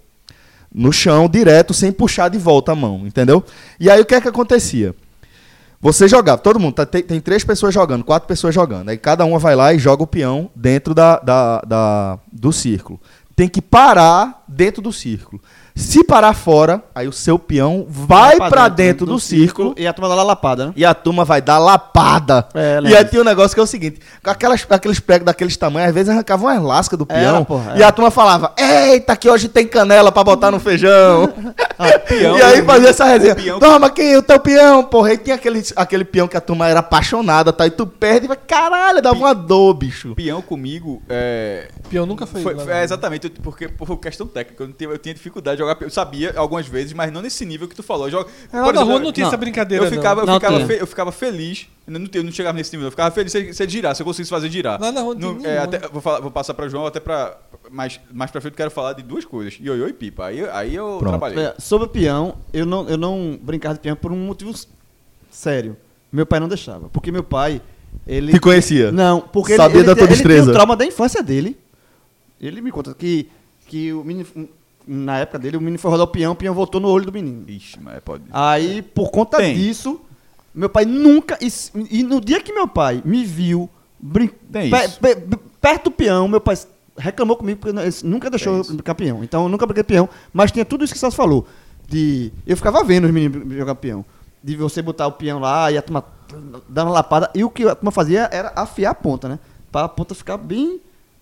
Speaker 2: no chão direto, sem puxar de volta a mão, entendeu? E aí o que é que acontecia? Você jogava, todo mundo, tá- tem, tem três pessoas jogando, quatro pessoas jogando. Aí cada uma vai lá e joga o peão dentro da, da- da- do círculo. Tem que parar dentro do círculo. Se parar fora, aí o seu peão vai
Speaker 3: Lapada
Speaker 2: para dentro do círculo
Speaker 3: E a turma da lapada, né?
Speaker 2: e a turma vai dar lapada.
Speaker 3: É, lembra
Speaker 2: e aí
Speaker 3: disso.
Speaker 2: tem um negócio que é o seguinte: com aquelas, aqueles pregos daqueles tamanhos, às vezes arrancavam umas lascas do peão.
Speaker 3: Era, porra,
Speaker 2: E a turma falava: Eita, que hoje tem canela pra botar no feijão. e aí fazia essa resenha: Toma aqui, o teu peão, porra. E tinha aquele, aquele peão que a turma era apaixonada, tá? E tu perde, e vai, caralho, dava uma dor, bicho.
Speaker 7: Peão comigo é.
Speaker 5: Peão nunca foi.
Speaker 7: Foi,
Speaker 5: lá,
Speaker 7: é,
Speaker 5: né?
Speaker 7: exatamente, eu- porque por questão técnica, eu, não tinha, eu tinha dificuldade de jogar. Eu sabia algumas vezes, mas não nesse nível que tu falou. Eu jogo-
Speaker 5: É, Lá
Speaker 7: por
Speaker 5: na rua
Speaker 7: exemplo,
Speaker 5: não tinha
Speaker 3: não,
Speaker 5: essa brincadeira.
Speaker 7: Eu ficava, eu
Speaker 3: Não
Speaker 7: ficava,
Speaker 3: tinha.
Speaker 7: fe- eu ficava feliz. Eu não, tinha- eu não chegava nesse nível, eu ficava feliz se ele, se ele girar, se eu conseguisse fazer girar.
Speaker 5: Lá na rua não tem
Speaker 7: é,
Speaker 5: nenhum,
Speaker 7: até-
Speaker 5: né?
Speaker 7: vou, falar- vou passar pra João até pra. Mais, mais pra frente eu quero falar de duas coisas: ioiô e pipa. Aí, aí eu trabalhei.
Speaker 3: É, sobre o peão, eu não, eu não brincava de peão por um motivo s- sério. Meu pai não deixava. Porque meu pai, ele...
Speaker 2: Te conhecia?
Speaker 3: Não, porque
Speaker 2: Sabia
Speaker 3: ele,
Speaker 2: da
Speaker 3: ele,
Speaker 2: tua
Speaker 3: tem- ele tem
Speaker 2: destreza.
Speaker 3: o trauma da infância dele. Ele me conta que, que o menino, na época dele, o menino foi rodar o peão, o peão voltou no olho do menino.
Speaker 7: Ixi, mas pode.
Speaker 3: Aí, por conta
Speaker 7: Tem.
Speaker 3: disso, meu pai nunca. E, s- e no dia que meu pai me viu brin-
Speaker 7: Tem
Speaker 3: pe-
Speaker 7: isso.
Speaker 3: pe- pe- perto do peão, meu pai s- reclamou comigo porque ele nunca deixou eu
Speaker 7: isso.
Speaker 3: brincar peão. Então eu nunca brinquei peão, mas tinha tudo isso que você falou. De, eu ficava vendo os meninos br- jogar peão. De você botar o peão lá e a turma dar uma lapada. E o que a turma fazia era afiar a ponta, né? Pra a ponta ficar bem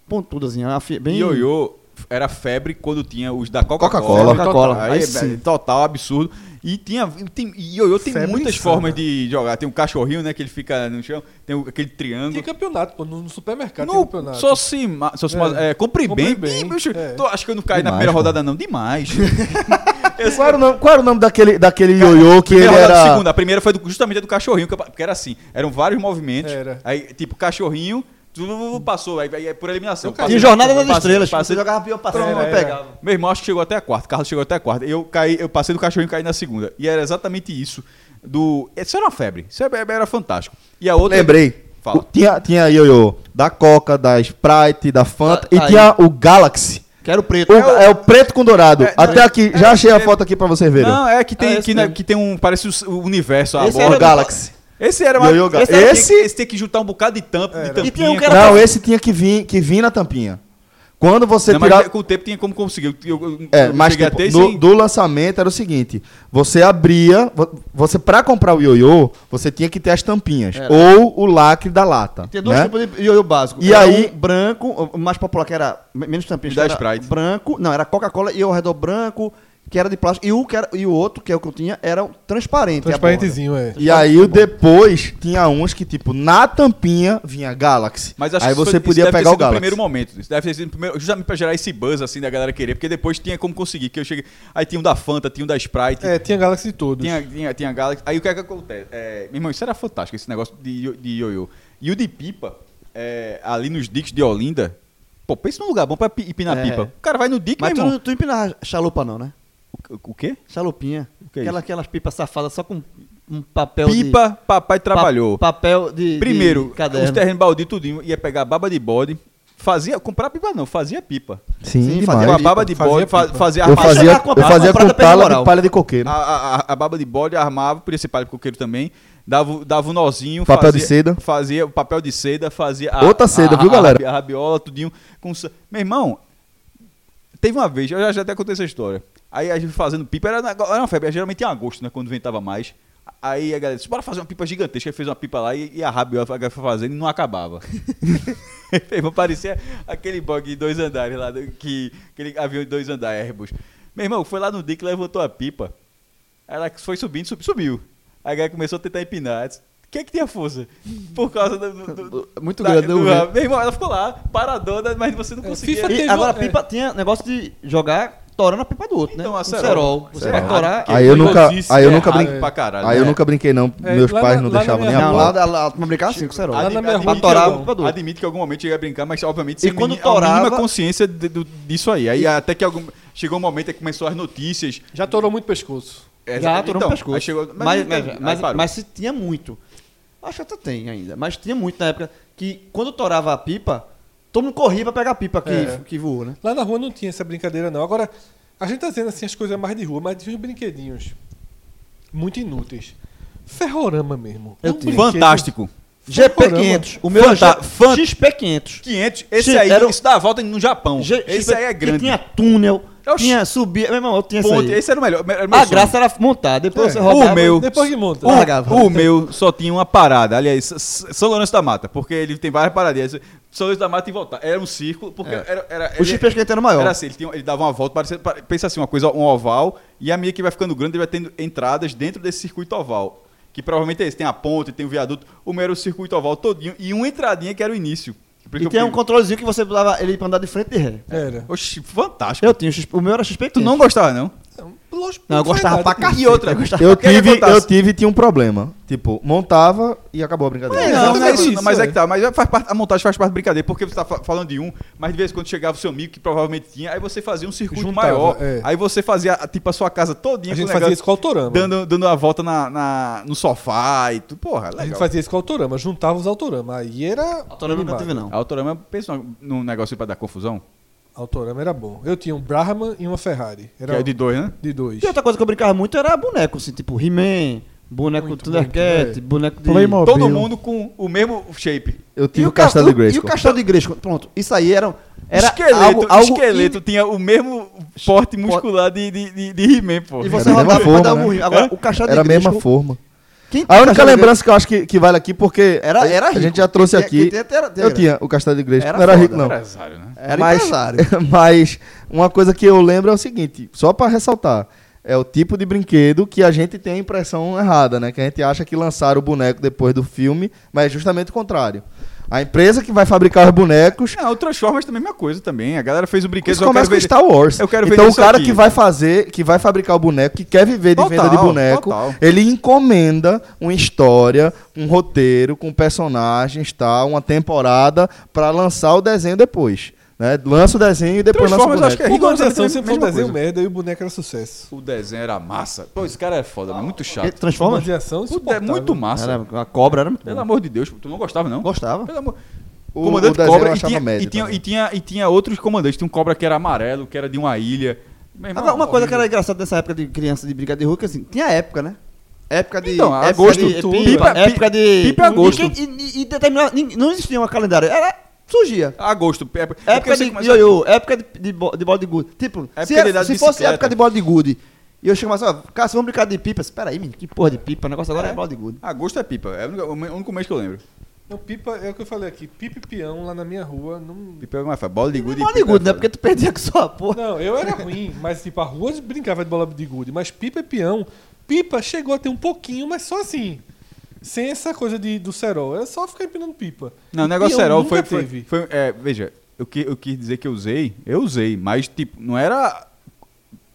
Speaker 3: pontuda, assim. afi- bem...
Speaker 7: Ioiô era febre quando tinha os da Coca-Cola.
Speaker 2: Coca-Cola.
Speaker 3: Coca-Cola,
Speaker 7: Aí,
Speaker 3: aí
Speaker 7: é,
Speaker 3: sim.
Speaker 7: Total absurdo. E tinha, tem, ioiô tem
Speaker 5: Febre
Speaker 7: muitas
Speaker 5: insana.
Speaker 7: formas de jogar. Tem o cachorrinho, né, que ele fica no chão. Tem o- aquele
Speaker 5: Tinha
Speaker 7: triângulo.
Speaker 5: campeonato, pô, no no supermercado
Speaker 7: No-
Speaker 5: tinha campeonato.
Speaker 7: só se. ma- Só se ma-
Speaker 5: É.
Speaker 7: é, compre
Speaker 5: Compre
Speaker 7: bem.
Speaker 5: bem.
Speaker 7: Ih, bicho,
Speaker 5: É.
Speaker 7: tô- acho que eu não caí na
Speaker 2: Demais,
Speaker 7: primeira
Speaker 2: pô.
Speaker 7: rodada, não. Demais.
Speaker 2: Qual era o nome, qual era o nome daquele, daquele ioiô que ele
Speaker 7: primeira rodada,
Speaker 2: era.
Speaker 7: segunda. A primeira foi do- justamente a do cachorrinho, que eu pa- porque era assim. Eram vários movimentos.
Speaker 5: Era.
Speaker 7: Aí, tipo, cachorrinho. tu- tu- tu- Passou, aí, aí é por eliminação.
Speaker 3: Tinha
Speaker 7: passou-
Speaker 3: Jornada das
Speaker 7: passou-
Speaker 3: Estrelas.
Speaker 7: passou-
Speaker 3: Você jogava peão pra cima
Speaker 5: Era,
Speaker 3: e
Speaker 7: é.
Speaker 5: era.
Speaker 3: pegava.
Speaker 7: Meu irmão acho que chegou até a quarta, Carlos chegou até a quarta. Eu caí, eu passei do cachorrinho e caí na segunda. E era exatamente isso. Do. Isso era uma febre. Isso era, era fantástico. E a outra.
Speaker 2: Lembrei. O-
Speaker 7: Fala.
Speaker 2: Tinha, tinha ioiô da Coca, da Sprite, da Fanta
Speaker 3: Ah,
Speaker 2: e
Speaker 3: aí.
Speaker 2: tinha o Galaxy.
Speaker 3: Quero preto.
Speaker 2: O- é o preto com dourado.
Speaker 7: É,
Speaker 2: Até
Speaker 7: não,
Speaker 2: aqui,
Speaker 7: é,
Speaker 2: já achei a
Speaker 7: é,
Speaker 2: foto aqui pra vocês verem.
Speaker 7: Não, é que tem,
Speaker 3: Ah, esse
Speaker 7: que, né,
Speaker 3: mesmo.
Speaker 7: que tem um. Parece o, o universo, a
Speaker 3: Esse
Speaker 7: borda.
Speaker 3: era do-
Speaker 2: Galaxy.
Speaker 7: Esse era
Speaker 2: Yo-yo Ga-
Speaker 7: Esse, era-
Speaker 2: Esse-
Speaker 7: Tinha, que- esse tem que juntar um bocado de, tampa, de tampinha.
Speaker 3: E tem um que era
Speaker 2: Não, esse tinha que vir, que vir na tampinha. Quando você
Speaker 7: Não, mas
Speaker 2: tirar.
Speaker 7: com o tempo tinha como conseguir. Eu, eu,
Speaker 2: É,
Speaker 7: eu
Speaker 2: mas
Speaker 7: cheguei
Speaker 2: tipo,
Speaker 7: até
Speaker 2: no-
Speaker 7: sem-
Speaker 2: do lançamento era o seguinte: você abria, vo- você para comprar o ioiô, você tinha que ter as tampinhas
Speaker 3: Era.
Speaker 2: ou o lacre da lata.
Speaker 3: Tinha dois
Speaker 2: né?
Speaker 3: tipos de ioiô básico.
Speaker 2: E
Speaker 3: Era
Speaker 2: aí-
Speaker 3: um branco, o mais popular que era me- menos tampinha,
Speaker 7: E da
Speaker 3: que era
Speaker 7: Sprite.
Speaker 3: branco, não, era Coca-Cola e ao redor branco, que era de plástico, e o que era- e o outro, que é o que eu tinha, era o transparente. a
Speaker 5: Transparentezinho, é.
Speaker 2: E aí o depois tinha uns que tipo na tampinha vinha Galaxy.
Speaker 7: Mas acho
Speaker 2: aí
Speaker 7: que isso
Speaker 2: você
Speaker 7: foi- isso
Speaker 2: podia
Speaker 7: deve ter
Speaker 2: pegar o
Speaker 7: sido no
Speaker 2: Galaxy.
Speaker 7: primeiro momento. Isso deve ter sido no primeiro, justamente pra gerar esse buzz assim da galera querer, porque depois tinha como conseguir. Que eu cheguei, aí tinha um da Fanta, tinha um da Sprite,
Speaker 5: É, tinha Galaxy de todos.
Speaker 7: tinha, tinha, tinha Galaxy. Aí o que é que acontece? É, meu irmão, isso era fantástico, esse negócio de io- de ioiô. E o de pipa, é, ali nos dicks de Olinda, pô, pensa num lugar bom pra pi- empinar
Speaker 3: É.
Speaker 7: pipa. O cara vai no dick,
Speaker 3: Mas
Speaker 7: meu
Speaker 3: tu,
Speaker 7: irmão.
Speaker 3: tu empinava chalupa não, né?
Speaker 7: O, o quê?
Speaker 3: Chalupinha.
Speaker 7: que é
Speaker 3: Aquela, aquelas pipas safadas só com um papel de...
Speaker 7: Pipa, papai
Speaker 3: pa-
Speaker 7: trabalhou.
Speaker 3: Papel de... de
Speaker 7: Primeiro,
Speaker 3: caderno.
Speaker 7: os terrenos baldios tudinho, ia pegar baba de bode, fazia, comprar pipa não, fazia pipa.
Speaker 2: Sim,
Speaker 3: Sim,
Speaker 2: demais.
Speaker 7: Com a
Speaker 3: pipa,
Speaker 7: baba de
Speaker 5: fazia
Speaker 7: bode, fa-
Speaker 5: pipa.
Speaker 7: fazia
Speaker 2: Eu
Speaker 7: armação.
Speaker 2: fazia,
Speaker 3: chegar com a
Speaker 2: eu fazia
Speaker 3: comprada
Speaker 2: com
Speaker 3: pela
Speaker 2: pala de
Speaker 3: moral.
Speaker 2: palha de coqueiro.
Speaker 7: A, a- a- a baba de bode armava, podia ser palha de coqueiro também. Dava, o- dava um nozinho.
Speaker 2: Papel de
Speaker 7: fazia-
Speaker 2: seda.
Speaker 7: Fazia o papel de seda, fazia.
Speaker 2: Outra seda, viu,
Speaker 7: a-
Speaker 2: galera?
Speaker 7: A, rabiola, tudinho. Com, sa- Meu irmão, teve uma vez, eu já, já até contei essa história. Aí a gente fazendo pipa, era, na- era uma febre, era geralmente em agosto, né? Quando ventava mais. Aí a galera disse, bora fazer uma pipa gigantesca. Aí fez uma pipa lá e, e a rabiola a galera foi fazendo e não acabava. Meu irmão, parecia aquele bug de dois andares lá, do- que, aquele avião de dois andares, Airbus. Meu irmão, foi lá no Dick, levantou a pipa. Ela foi subindo, sub- subiu. Aí a galera começou a tentar empinar. Disse, Quem é que tinha força? Por causa do. do- do-
Speaker 3: Muito grande, né, o
Speaker 7: Meu irmão, ela ficou lá, paradona, mas você não
Speaker 5: É,
Speaker 7: conseguia.
Speaker 5: FIFA
Speaker 3: E
Speaker 5: Teve
Speaker 3: agora a
Speaker 5: um-
Speaker 3: pipa tinha negócio de jogar torando a pipa do outro,
Speaker 7: Então,
Speaker 3: né?
Speaker 7: a
Speaker 3: Um
Speaker 7: cerol. Ah,
Speaker 3: cerol. Você vai torar.
Speaker 2: Aí eu nunca,
Speaker 5: perigosíssimo,
Speaker 2: aí eu
Speaker 7: É
Speaker 2: nunca
Speaker 7: errado
Speaker 2: brinquei,
Speaker 7: pra caralho.
Speaker 2: aí eu
Speaker 7: É.
Speaker 2: nunca brinquei não,
Speaker 5: É,
Speaker 2: meus
Speaker 5: lá
Speaker 2: pais
Speaker 5: na-
Speaker 2: não
Speaker 5: lá na
Speaker 2: deixavam
Speaker 5: minha
Speaker 2: nem a
Speaker 3: Não, lá,
Speaker 2: bola.
Speaker 3: lá, lá tu brincava assim com cerol.
Speaker 7: Admi-
Speaker 5: na minha
Speaker 7: admite
Speaker 5: rua
Speaker 7: que
Speaker 3: pra torar
Speaker 7: algum-
Speaker 3: o computador.
Speaker 7: Admite que em algum momento cheguei a brincar, mas obviamente
Speaker 3: E
Speaker 7: sem
Speaker 3: quando
Speaker 7: a mínima
Speaker 3: torava-
Speaker 7: consciência de- do- disso aí. Aí até que algum, chegou um momento que começou as notícias.
Speaker 4: Já torou muito pescoço.
Speaker 7: É,
Speaker 3: Já, torou
Speaker 7: então,
Speaker 3: no pescoço.
Speaker 7: Aí chegou, mas,
Speaker 3: mas, mas,
Speaker 7: aí
Speaker 3: mas-
Speaker 7: parou.
Speaker 3: mas se tinha muito. Acho que até tem ainda. Mas tinha muito na época que quando torava a pipa, todo mundo corria pra pegar a pipa que,
Speaker 5: É.
Speaker 3: que voou, né?
Speaker 5: Lá na rua não tinha essa brincadeira, não. Agora, a gente tá dizendo assim as coisas mais de rua, mas tinha uns brinquedinhos muito inúteis. Ferrorama mesmo.
Speaker 3: Eu
Speaker 5: Um
Speaker 3: tive.
Speaker 5: brinquedo-
Speaker 7: Fantástico. um
Speaker 3: GP500. O meu
Speaker 7: Fanta-
Speaker 3: era
Speaker 7: fan-
Speaker 3: XP500.
Speaker 7: 500, esse
Speaker 3: Che-
Speaker 7: aí,
Speaker 3: era o-
Speaker 7: isso dá a volta no Japão.
Speaker 3: Ge-
Speaker 7: esse
Speaker 3: XP
Speaker 7: aí é
Speaker 3: Que
Speaker 7: grande.
Speaker 3: tinha túnel,
Speaker 7: Oxi.
Speaker 3: tinha subia. Meu irmão, eu tinha isso
Speaker 7: Ponto,
Speaker 3: aí.
Speaker 7: esse era o melhor. era o meu
Speaker 3: A
Speaker 7: sonho.
Speaker 3: graça era montar. Depois
Speaker 5: É.
Speaker 3: você
Speaker 5: O
Speaker 3: roubava.
Speaker 7: meu-
Speaker 5: Depois que monta.
Speaker 3: O- Largava.
Speaker 7: O meu só tinha uma parada. Aliás, S- S- São Lourenço da Mata, porque ele tem várias paradinhas. São Lourenço da Mata e voltar. Era um círculo, porque era. era
Speaker 3: É. O
Speaker 7: ele-
Speaker 3: XP500 era o maior.
Speaker 7: Era assim, ele, tinha- ele dava uma volta, parecia, pare- pensa assim, uma coisa, um oval, e a medida que vai ficando grande, ele vai tendo entradas dentro desse circuito oval. Que provavelmente é esse, tem a ponte, tem o viaduto, o meu era o circuito oval todinho, e uma entradinha que era o início. Porque
Speaker 3: E
Speaker 7: eu
Speaker 3: tinha um
Speaker 7: fui-
Speaker 3: controlezinho que você botava ele pra andar de frente e de ré.
Speaker 5: Era.
Speaker 7: Oxi, fantástico.
Speaker 3: Eu tinha o XP, o meu era XP500.
Speaker 7: Tu não gostava, não?
Speaker 5: Lógico,
Speaker 3: Não, eu gostava pra
Speaker 7: E outra,
Speaker 2: Eu
Speaker 7: o que que
Speaker 2: tive,
Speaker 7: acontece?
Speaker 2: eu tive e tinha um problema. Tipo, montava e acabou a brincadeira.
Speaker 7: É, não, não é
Speaker 5: exatamente
Speaker 7: isso,
Speaker 5: isso,
Speaker 7: mas é.
Speaker 5: é.
Speaker 7: que tá. Mas faz parte- a montagem faz parte da brincadeira, porque você tá fa- falando de um, mas de vez em quando chegava o seu amigo, que provavelmente tinha, aí você fazia um circuito
Speaker 5: Juntava,
Speaker 7: maior,
Speaker 5: é.
Speaker 7: aí você fazia, tipo, a sua casa todinha
Speaker 5: A
Speaker 7: com
Speaker 5: gente
Speaker 7: o
Speaker 5: fazia isso com o Autorama.
Speaker 7: dando, dando a volta na, na- no sofá e tudo, porra, é
Speaker 5: A gente
Speaker 7: legal.
Speaker 5: fazia isso com o Autorama, juntava os Autorama. Aí era.
Speaker 3: Autorama nunca
Speaker 5: animado.
Speaker 3: teve, não.
Speaker 7: A Autorama, pensa num- num negócio pra dar confusão,
Speaker 5: Autorama era bom. Eu tinha um Brahman e uma Ferrari. Era
Speaker 7: que é de dois, né?
Speaker 5: de dois.
Speaker 3: E outra coisa que eu brincava muito era boneco, assim, tipo He-Man, boneco
Speaker 5: Muito,
Speaker 3: Thundercat,
Speaker 5: muito, é.
Speaker 3: boneco de...
Speaker 8: Playmobil.
Speaker 7: Todo mundo com o mesmo shape.
Speaker 2: Eu
Speaker 3: E
Speaker 2: tive o
Speaker 3: ca-
Speaker 2: castelo de
Speaker 3: o- E
Speaker 2: Grayskull.
Speaker 3: o castelo de Grayskull, pronto. Isso aí era, um era
Speaker 7: esqueleto,
Speaker 3: algo... algo
Speaker 7: esqueleto tinha o mesmo porte muscular de, de, de, de He-Man, pô.
Speaker 3: E você
Speaker 2: Era a mesma
Speaker 3: rodava pra dar
Speaker 2: forma,
Speaker 3: um
Speaker 2: né?
Speaker 3: ruim. Agora, o castelo de
Speaker 2: Era a mesma
Speaker 3: Grayskull-
Speaker 2: forma.
Speaker 3: Quem tem
Speaker 2: A única
Speaker 3: castelo de
Speaker 2: lembrança que eu acho que, que vale aqui, porque
Speaker 3: Era- era
Speaker 2: a gente
Speaker 3: rico.
Speaker 2: já trouxe
Speaker 3: Quem é tinha-
Speaker 2: aqui.
Speaker 3: quem tinha era-
Speaker 2: eu
Speaker 3: era.
Speaker 2: tinha o Castelo de Grayskull.
Speaker 3: Era
Speaker 2: Não era
Speaker 3: foda,
Speaker 2: rico, não.
Speaker 7: Empresário, né?
Speaker 3: Grayskull- Era
Speaker 2: mas,
Speaker 3: empresário.
Speaker 2: mas uma coisa que eu lembro é o seguinte, só pra ressaltar, é o tipo de brinquedo que a gente tem a impressão errada, né? Que a gente acha que lançaram o boneco depois do filme, mas é justamente o contrário. A empresa que vai fabricar os bonecos
Speaker 7: Não, o Transformers também é a mesma coisa também. A galera fez o brinquedo.
Speaker 2: isso
Speaker 7: eu
Speaker 2: começa com
Speaker 7: quero ver-
Speaker 2: Star Wars.
Speaker 7: Eu quero ver
Speaker 2: então o
Speaker 7: isso
Speaker 2: cara
Speaker 7: aqui.
Speaker 2: que vai fazer, que vai fabricar o boneco, que quer viver de
Speaker 7: Total,
Speaker 2: venda de boneco,
Speaker 7: total.
Speaker 2: ele encomenda uma história, um roteiro com personagens, tá, uma temporada pra lançar o desenho depois, né? Lança o desenho e depois lança o
Speaker 7: Transformers,
Speaker 2: boneco.
Speaker 7: acho que é
Speaker 5: Por
Speaker 7: rigorosamente
Speaker 5: atenção,
Speaker 7: a
Speaker 5: sempre foi um
Speaker 7: mesma
Speaker 5: desenho
Speaker 7: coisa.
Speaker 5: merda e o boneco era sucesso.
Speaker 7: O desenho era massa. Pô, esse cara é foda, mas muito
Speaker 3: Ele
Speaker 7: chato.
Speaker 3: Transforma?
Speaker 5: Romantização
Speaker 7: Puta, é
Speaker 5: insuportável.
Speaker 7: muito massa.
Speaker 3: Era, a cobra era muito
Speaker 7: Pelo
Speaker 3: boa.
Speaker 7: amor de Deus, tu não gostava, não?
Speaker 3: Gostava.
Speaker 7: Pelo amor...
Speaker 2: O- o
Speaker 7: comandante
Speaker 2: desenho eu
Speaker 7: Cobra e
Speaker 2: achava
Speaker 7: tinha,
Speaker 2: médio
Speaker 7: e, tinha,
Speaker 2: também.
Speaker 7: e, tinha, e tinha outros comandantes. Tinha um Cobra que era amarelo, que era de uma ilha. Meu irmão, é
Speaker 3: Agora, uma coisa que era
Speaker 7: horrível.
Speaker 3: engraçada nessa época de criança de brincadeira de rua, que assim, tinha época, né? Época de.
Speaker 7: Então,
Speaker 3: época
Speaker 7: agosto,
Speaker 3: de
Speaker 7: tudo.
Speaker 3: pipa,
Speaker 7: Pipa-
Speaker 3: época de.
Speaker 7: pipa é agosto.
Speaker 3: E, e, e determinava- nin- não existia uma calendário. Era, surgia.
Speaker 7: Agosto. É, porque
Speaker 3: Época
Speaker 7: você
Speaker 3: de
Speaker 7: começa-
Speaker 3: ioiô, época de, de, bo- de bola de gude. Tipo,
Speaker 7: Época
Speaker 3: se,
Speaker 7: de
Speaker 3: era-
Speaker 7: idade
Speaker 3: se
Speaker 7: de
Speaker 3: fosse
Speaker 7: bicicleta.
Speaker 3: época de bola de gude e eu chegava assim, ó, cara, vamos brincar de pipa. Espera aí, menino, que porra de pipa, o negócio agora é,
Speaker 7: É.
Speaker 3: bola de gude.
Speaker 7: Agosto é pipa. É o único- o único mês que eu lembro.
Speaker 5: Não, pipa, é o que eu falei aqui. Pipa e peão lá na minha rua. Não,
Speaker 7: Pipa é mais fácil. Bola de
Speaker 3: Não é
Speaker 7: gude. e
Speaker 3: bola de
Speaker 7: pipa é
Speaker 3: gude, né?
Speaker 7: foda.
Speaker 3: Porque tu perdia com sua porra.
Speaker 5: não eu era ruim, mas tipo, a rua brincava de bola de gude. Mas pipa e peão. Pipa chegou a ter um pouquinho, mas só assim. Sem essa coisa de, do cerol. Era só ficar empinando pipa.
Speaker 7: Não, o
Speaker 5: E
Speaker 7: negócio
Speaker 5: peão
Speaker 7: era,
Speaker 5: nunca
Speaker 7: foi, foi,
Speaker 5: teve.
Speaker 7: foi- é, veja, eu, que, eu quis dizer que eu usei, eu usei, mas tipo, não era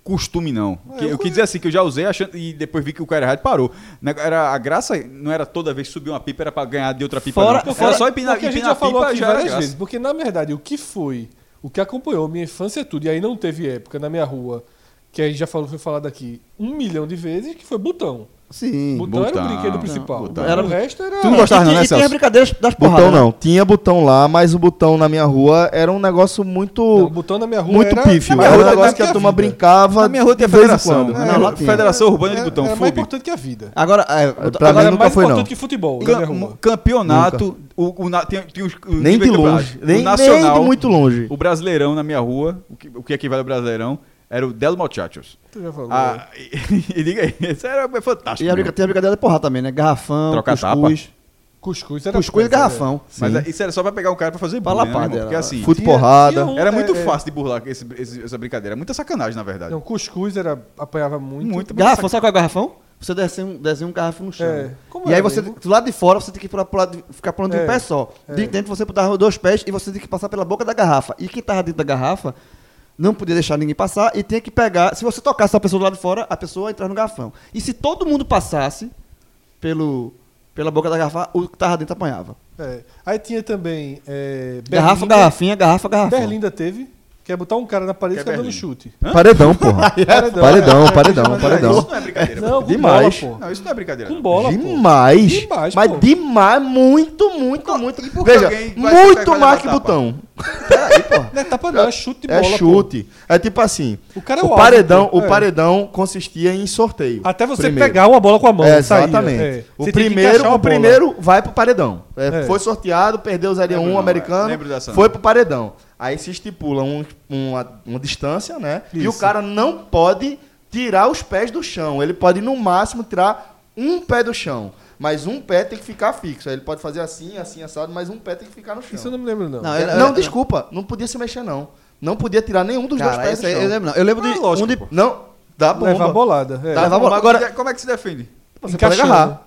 Speaker 7: costume não.
Speaker 5: Ah,
Speaker 7: Que-
Speaker 5: eu
Speaker 7: eu quis
Speaker 5: conhe-
Speaker 7: dizer assim, que eu já usei achando, e depois vi que o cara errado e parou. Né, Era, a graça não era toda vez que subir uma pipa, era pra ganhar de outra pipa.
Speaker 3: Fora-
Speaker 7: não.
Speaker 5: Fora-
Speaker 7: era só empinar,
Speaker 5: porque a gente
Speaker 7: empinar
Speaker 5: já
Speaker 7: a
Speaker 5: falou
Speaker 7: pipa
Speaker 5: aqui
Speaker 7: já era
Speaker 5: várias
Speaker 7: graça.
Speaker 5: vezes, porque na verdade o que foi, o que acompanhou minha infância é tudo, e aí não teve época na minha rua, que aí já falou, foi falado aqui um milhão de vezes, que foi botão.
Speaker 3: Sim.
Speaker 5: Botão, era o
Speaker 7: botão,
Speaker 5: brinquedo principal.
Speaker 7: botão.
Speaker 5: Era, o resto era.
Speaker 7: Tu não gostava não,
Speaker 3: e,
Speaker 7: né,
Speaker 3: e tem
Speaker 7: Celso?
Speaker 3: as brincadeiras das porradas.
Speaker 2: Botão
Speaker 3: né?
Speaker 2: não, tinha botão lá, mas o botão na minha rua era um negócio muito
Speaker 5: Não, botão na minha rua
Speaker 2: muito
Speaker 5: era,
Speaker 2: pífio.
Speaker 5: na
Speaker 2: Era um
Speaker 5: minha rua,
Speaker 2: negócio
Speaker 5: na
Speaker 2: que a
Speaker 5: minha
Speaker 2: turma
Speaker 5: vida.
Speaker 2: brincava
Speaker 7: Na minha rua tem a
Speaker 2: de vez em
Speaker 7: federação.
Speaker 5: É,
Speaker 7: É,
Speaker 2: quando.
Speaker 3: né? Não, lá tinha.
Speaker 7: Federação Urbana de
Speaker 5: Era-
Speaker 7: Botão,
Speaker 5: era É, mais
Speaker 7: FUB.
Speaker 5: importante que a vida.
Speaker 3: Agora, é, outra-
Speaker 2: Pra mim
Speaker 5: Agora,
Speaker 2: nunca
Speaker 5: mais
Speaker 2: foi, não.
Speaker 5: importante que futebol na minha
Speaker 7: Cam-
Speaker 5: rua.
Speaker 7: campeonato, o, o, na- tem, tem os, o
Speaker 2: Nem de
Speaker 7: nível campeonato.
Speaker 2: longe,
Speaker 7: O
Speaker 2: nem, nem
Speaker 7: nacional,
Speaker 2: de muito longe.
Speaker 7: O Brasileirão na minha rua, o que, o que equivale ao Brasileirão, era o Del Malchachos.
Speaker 5: Tu já falou.
Speaker 7: Ah, e, e diga aí, isso era é fantástico.
Speaker 3: E a
Speaker 7: mesmo.
Speaker 3: brinca- tem a brincadeira de porrada também, né? Garrafão,
Speaker 7: Troca
Speaker 3: cuscuz.
Speaker 5: Cuscuz era
Speaker 3: Cuscuz e
Speaker 5: coisa,
Speaker 3: garrafão.
Speaker 7: Mas
Speaker 2: Sim.
Speaker 7: é- isso era só pra pegar um cara pra fazer
Speaker 3: Pra
Speaker 7: bullying, né,
Speaker 3: lapar
Speaker 7: irmão?
Speaker 3: dela.
Speaker 7: Porque assim,
Speaker 5: velho.
Speaker 2: Fute
Speaker 5: Tinha-
Speaker 2: porrada.
Speaker 5: tinha um-
Speaker 7: era muito
Speaker 5: é, é.
Speaker 7: fácil de burlar esse- esse- essa brincadeira. Era muita sacanagem, na verdade.
Speaker 5: né? Não, cuscuz era apanhava muito.
Speaker 7: muito
Speaker 3: Garrafão, sabe qual é garrafão? Você desenha um, desenha um garrafão no chão.
Speaker 5: É.
Speaker 3: né?
Speaker 5: Como
Speaker 3: E aí
Speaker 5: era
Speaker 3: você,
Speaker 5: mesmo?
Speaker 3: do lado de fora, você tem que ir pra- pro lado de- ficar pulando de
Speaker 5: É.
Speaker 3: um pé só.
Speaker 5: É.
Speaker 3: De dentro você botava dois pés e você tem que passar pela boca da garrafa. E quem tava dentro da garrafa Não podia deixar ninguém passar e tinha que pegar. Se você tocasse a pessoa do lado de fora, a pessoa ia entrar no garrafão. E se todo mundo passasse pelo, pela boca da garrafa, o que tava dentro apanhava.
Speaker 5: É. Aí tinha também. É,
Speaker 3: Garrafa,
Speaker 5: Berlinda.
Speaker 3: garrafinha, garrafa, garrafão.
Speaker 5: Berlinda teve. Que é botar um cara na parede e ficar dando chute.
Speaker 10: Paredão, porra.
Speaker 5: Paredão,
Speaker 10: Paredão, paredão, paredão.
Speaker 7: Isso não é brincadeira.
Speaker 5: Não, com
Speaker 2: Demais.
Speaker 5: bola, pô.
Speaker 7: Não, isso não é brincadeira.
Speaker 5: Com bola, pô.
Speaker 2: Demais.
Speaker 5: Demais,
Speaker 2: mas
Speaker 5: pô.
Speaker 2: demais, muito, muito, muito.
Speaker 7: por que
Speaker 2: Veja,
Speaker 7: alguém vai sair
Speaker 2: muito
Speaker 7: pra
Speaker 2: mais que
Speaker 7: levantar,
Speaker 2: botão.
Speaker 5: Não é tapa não, é chute de
Speaker 2: É
Speaker 5: bola, pô.
Speaker 2: chute. É tipo assim.
Speaker 5: O cara é o
Speaker 2: o
Speaker 5: árbitro,
Speaker 2: paredão, o
Speaker 5: é.
Speaker 2: paredão consistia em sorteio.
Speaker 5: Até você
Speaker 2: primeiro.
Speaker 5: pegar uma bola com a mão.
Speaker 2: É,
Speaker 5: saía.
Speaker 2: exatamente.
Speaker 5: É.
Speaker 2: O,
Speaker 5: Você tem que
Speaker 2: primeiro,
Speaker 5: encaixar uma
Speaker 2: o
Speaker 5: bola.
Speaker 2: primeiro vai pro paredão. É,
Speaker 5: É.
Speaker 2: Foi sorteado, perdeu o 0
Speaker 7: Lembro
Speaker 2: 1
Speaker 7: não, é.
Speaker 2: americano,
Speaker 7: Lembro dessa,
Speaker 2: foi
Speaker 7: não.
Speaker 2: pro paredão. Aí se estipula um- uma, uma distância, né? E o cara não pode tirar os pés do chão. Ele pode, no máximo, tirar um pé do chão. Mas um pé tem que ficar fixo. Aí ele pode fazer assim, assim, assado, mas um pé tem que ficar no chão.
Speaker 5: Isso eu não me lembro, não.
Speaker 3: Não,
Speaker 2: É,
Speaker 3: ele-
Speaker 2: não,
Speaker 3: ele-
Speaker 2: desculpa, não podia se mexer, não. Não podia tirar nenhum dos
Speaker 3: Cara,
Speaker 2: dois pés
Speaker 3: isso
Speaker 2: do
Speaker 3: aí
Speaker 2: chão.
Speaker 3: eu lembro, não. Eu lembro de um de.
Speaker 2: Não, dá bomba.
Speaker 5: Levar bolada. É.
Speaker 2: Dá
Speaker 7: Mas
Speaker 2: bomba. Agora,
Speaker 7: como é que se defende?
Speaker 2: você pode agarrar.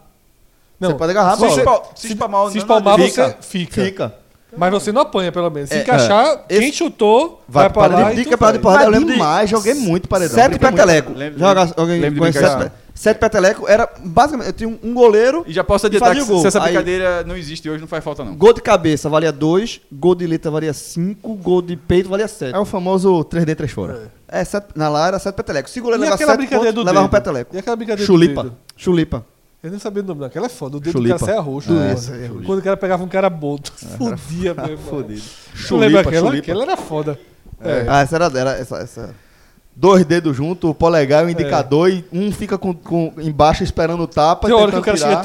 Speaker 5: Não,
Speaker 2: Você pode agarrar a
Speaker 7: Se,
Speaker 2: bola.
Speaker 7: espa- se espalmar
Speaker 5: se espalmar,
Speaker 2: Fica.
Speaker 5: você fica.
Speaker 2: Fica.
Speaker 5: Mas você não apanha, pelo menos. Se
Speaker 3: É,
Speaker 5: encaixar,
Speaker 3: é.
Speaker 5: quem
Speaker 3: Esse-
Speaker 5: chutou, vai,
Speaker 3: Vai
Speaker 5: pra
Speaker 3: para
Speaker 5: lá
Speaker 3: de
Speaker 5: e tu
Speaker 3: dica para de
Speaker 5: faz.
Speaker 3: porrada. Eu
Speaker 2: Mas
Speaker 3: lembro de
Speaker 2: demais, joguei muito paredão.
Speaker 3: Sete
Speaker 2: Brinquei muito.
Speaker 3: peteleco.
Speaker 7: Lembro-
Speaker 3: Joga alguém
Speaker 7: lembro de
Speaker 3: conhece
Speaker 7: brincar.
Speaker 3: sete, pe- sete peteleco era basicamente eu tinha um- um goleiro,
Speaker 7: E já posso
Speaker 3: E
Speaker 7: adiantar que
Speaker 3: fazia o gol.
Speaker 7: se essa
Speaker 3: Aí-
Speaker 7: brincadeira não existe hoje, não faz falta, não.
Speaker 3: gol de cabeça valia 2, gol de letra valia 5, gol de peito valia 7.
Speaker 2: É o famoso 3D, 3 fora.
Speaker 3: É, sete, na lá era sete peteleco. Se o goleiro
Speaker 5: E
Speaker 3: levar
Speaker 5: aquela
Speaker 3: 7
Speaker 5: brincadeira do
Speaker 3: pontos, levava um
Speaker 5: dedo?
Speaker 3: peteleco.
Speaker 5: E aquela brincadeira
Speaker 2: Chulipa.
Speaker 5: do dedo?
Speaker 3: Chulipa.
Speaker 5: Eu nem sabia o nome daquela. É foda. O dedo
Speaker 2: Chulipa.
Speaker 5: do cara saia roxo.
Speaker 2: É,
Speaker 5: pô.
Speaker 2: saia roxo.
Speaker 5: Quando o cara pegava um cara boto. Fudia, meu
Speaker 3: É.
Speaker 5: irmão. Fudido.
Speaker 2: Chulipa,
Speaker 5: lembra aquela?
Speaker 2: chulipa.
Speaker 5: Aquela era foda. É.
Speaker 3: Ah, essa era dela. Essa, essa.
Speaker 2: Dois dedos junto, o polegar e
Speaker 5: É.
Speaker 2: o indicador, e um fica com, com- embaixo esperando o tapa.
Speaker 5: Tem hora que o
Speaker 2: tentando
Speaker 5: cara chega
Speaker 2: tirar. É.
Speaker 5: a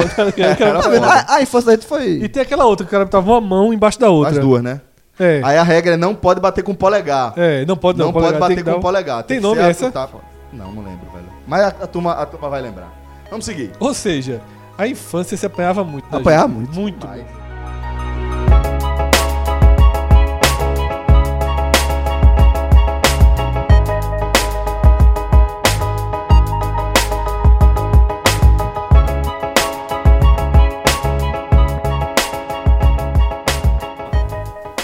Speaker 5: tremer, pô. O cara-
Speaker 3: Tá vendo? A, a infância da gente foi.
Speaker 5: E tem aquela outra que o cara botava uma mão embaixo da outra.
Speaker 2: As duas, né?
Speaker 5: É.
Speaker 2: Aí a regra é não pode bater com o polegar.
Speaker 5: É, não pode não.
Speaker 2: Não pode
Speaker 5: polegar, tem
Speaker 2: bater
Speaker 5: que
Speaker 2: com
Speaker 5: dar um-
Speaker 2: o polegar.
Speaker 5: Tem
Speaker 2: que
Speaker 5: nome
Speaker 2: ser a-
Speaker 5: essa?
Speaker 2: o tapa. Não, não lembro, velho. Mas a, a turma, a turma vai lembrar. Vamos seguir.
Speaker 5: Ou seja, a infância se apanhava muito. né,
Speaker 2: é.
Speaker 3: Apanhava
Speaker 5: gente?
Speaker 3: muito.
Speaker 5: Muito.
Speaker 2: Vai.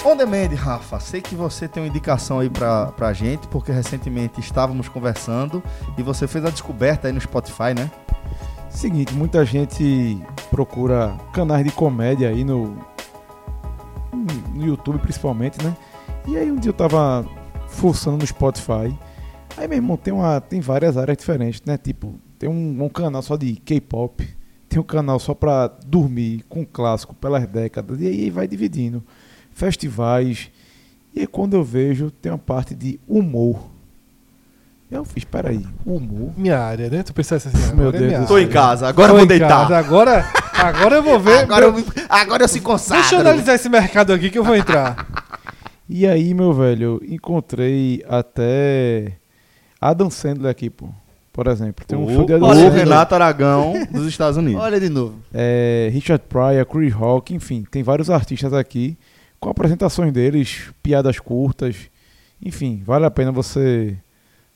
Speaker 2: On demand, Rafa, sei que você tem uma indicação aí pra, pra gente, porque recentemente estávamos conversando e você fez a descoberta aí no Spotify, né?
Speaker 8: Seguinte, muita gente procura canais de comédia aí no, no YouTube principalmente, né? E aí um dia eu tava forçando no Spotify. Aí meu irmão tem uma tem várias áreas diferentes, né? Tipo, tem um, um canal só de K-pop, tem um canal só pra dormir com clássico pelas décadas e aí vai dividindo festivais. E aí quando eu vejo, tem uma parte de humor. Eu fiz, peraí, humor?
Speaker 5: Minha área, né? Tu pensasse assim,
Speaker 8: Meu
Speaker 5: agora é
Speaker 8: Deus
Speaker 5: minha
Speaker 8: do
Speaker 2: Tô
Speaker 5: área.
Speaker 2: em casa, agora eu
Speaker 5: Tô
Speaker 2: vou
Speaker 5: em
Speaker 2: deitar.
Speaker 5: casa, Agora, agora eu vou ver.
Speaker 2: Agora,
Speaker 5: meu-
Speaker 2: eu, agora eu se consagro.
Speaker 5: Deixa eu analisar esse mercado aqui que eu vou entrar.
Speaker 8: E aí, meu velho, encontrei até Adam Sandler aqui, pô. Por exemplo, tem um show de
Speaker 2: o,
Speaker 8: Adam
Speaker 2: o
Speaker 8: Sandler.
Speaker 2: Renato Aragão dos Estados Unidos.
Speaker 3: Olha de novo.
Speaker 8: É, Richard Pryor, Chris Rock, enfim, tem vários artistas aqui com apresentações deles, piadas curtas. Enfim, vale a pena você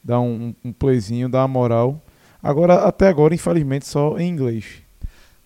Speaker 8: dar um, um playzinho, dar uma moral. Agora, até agora, infelizmente, só em inglês.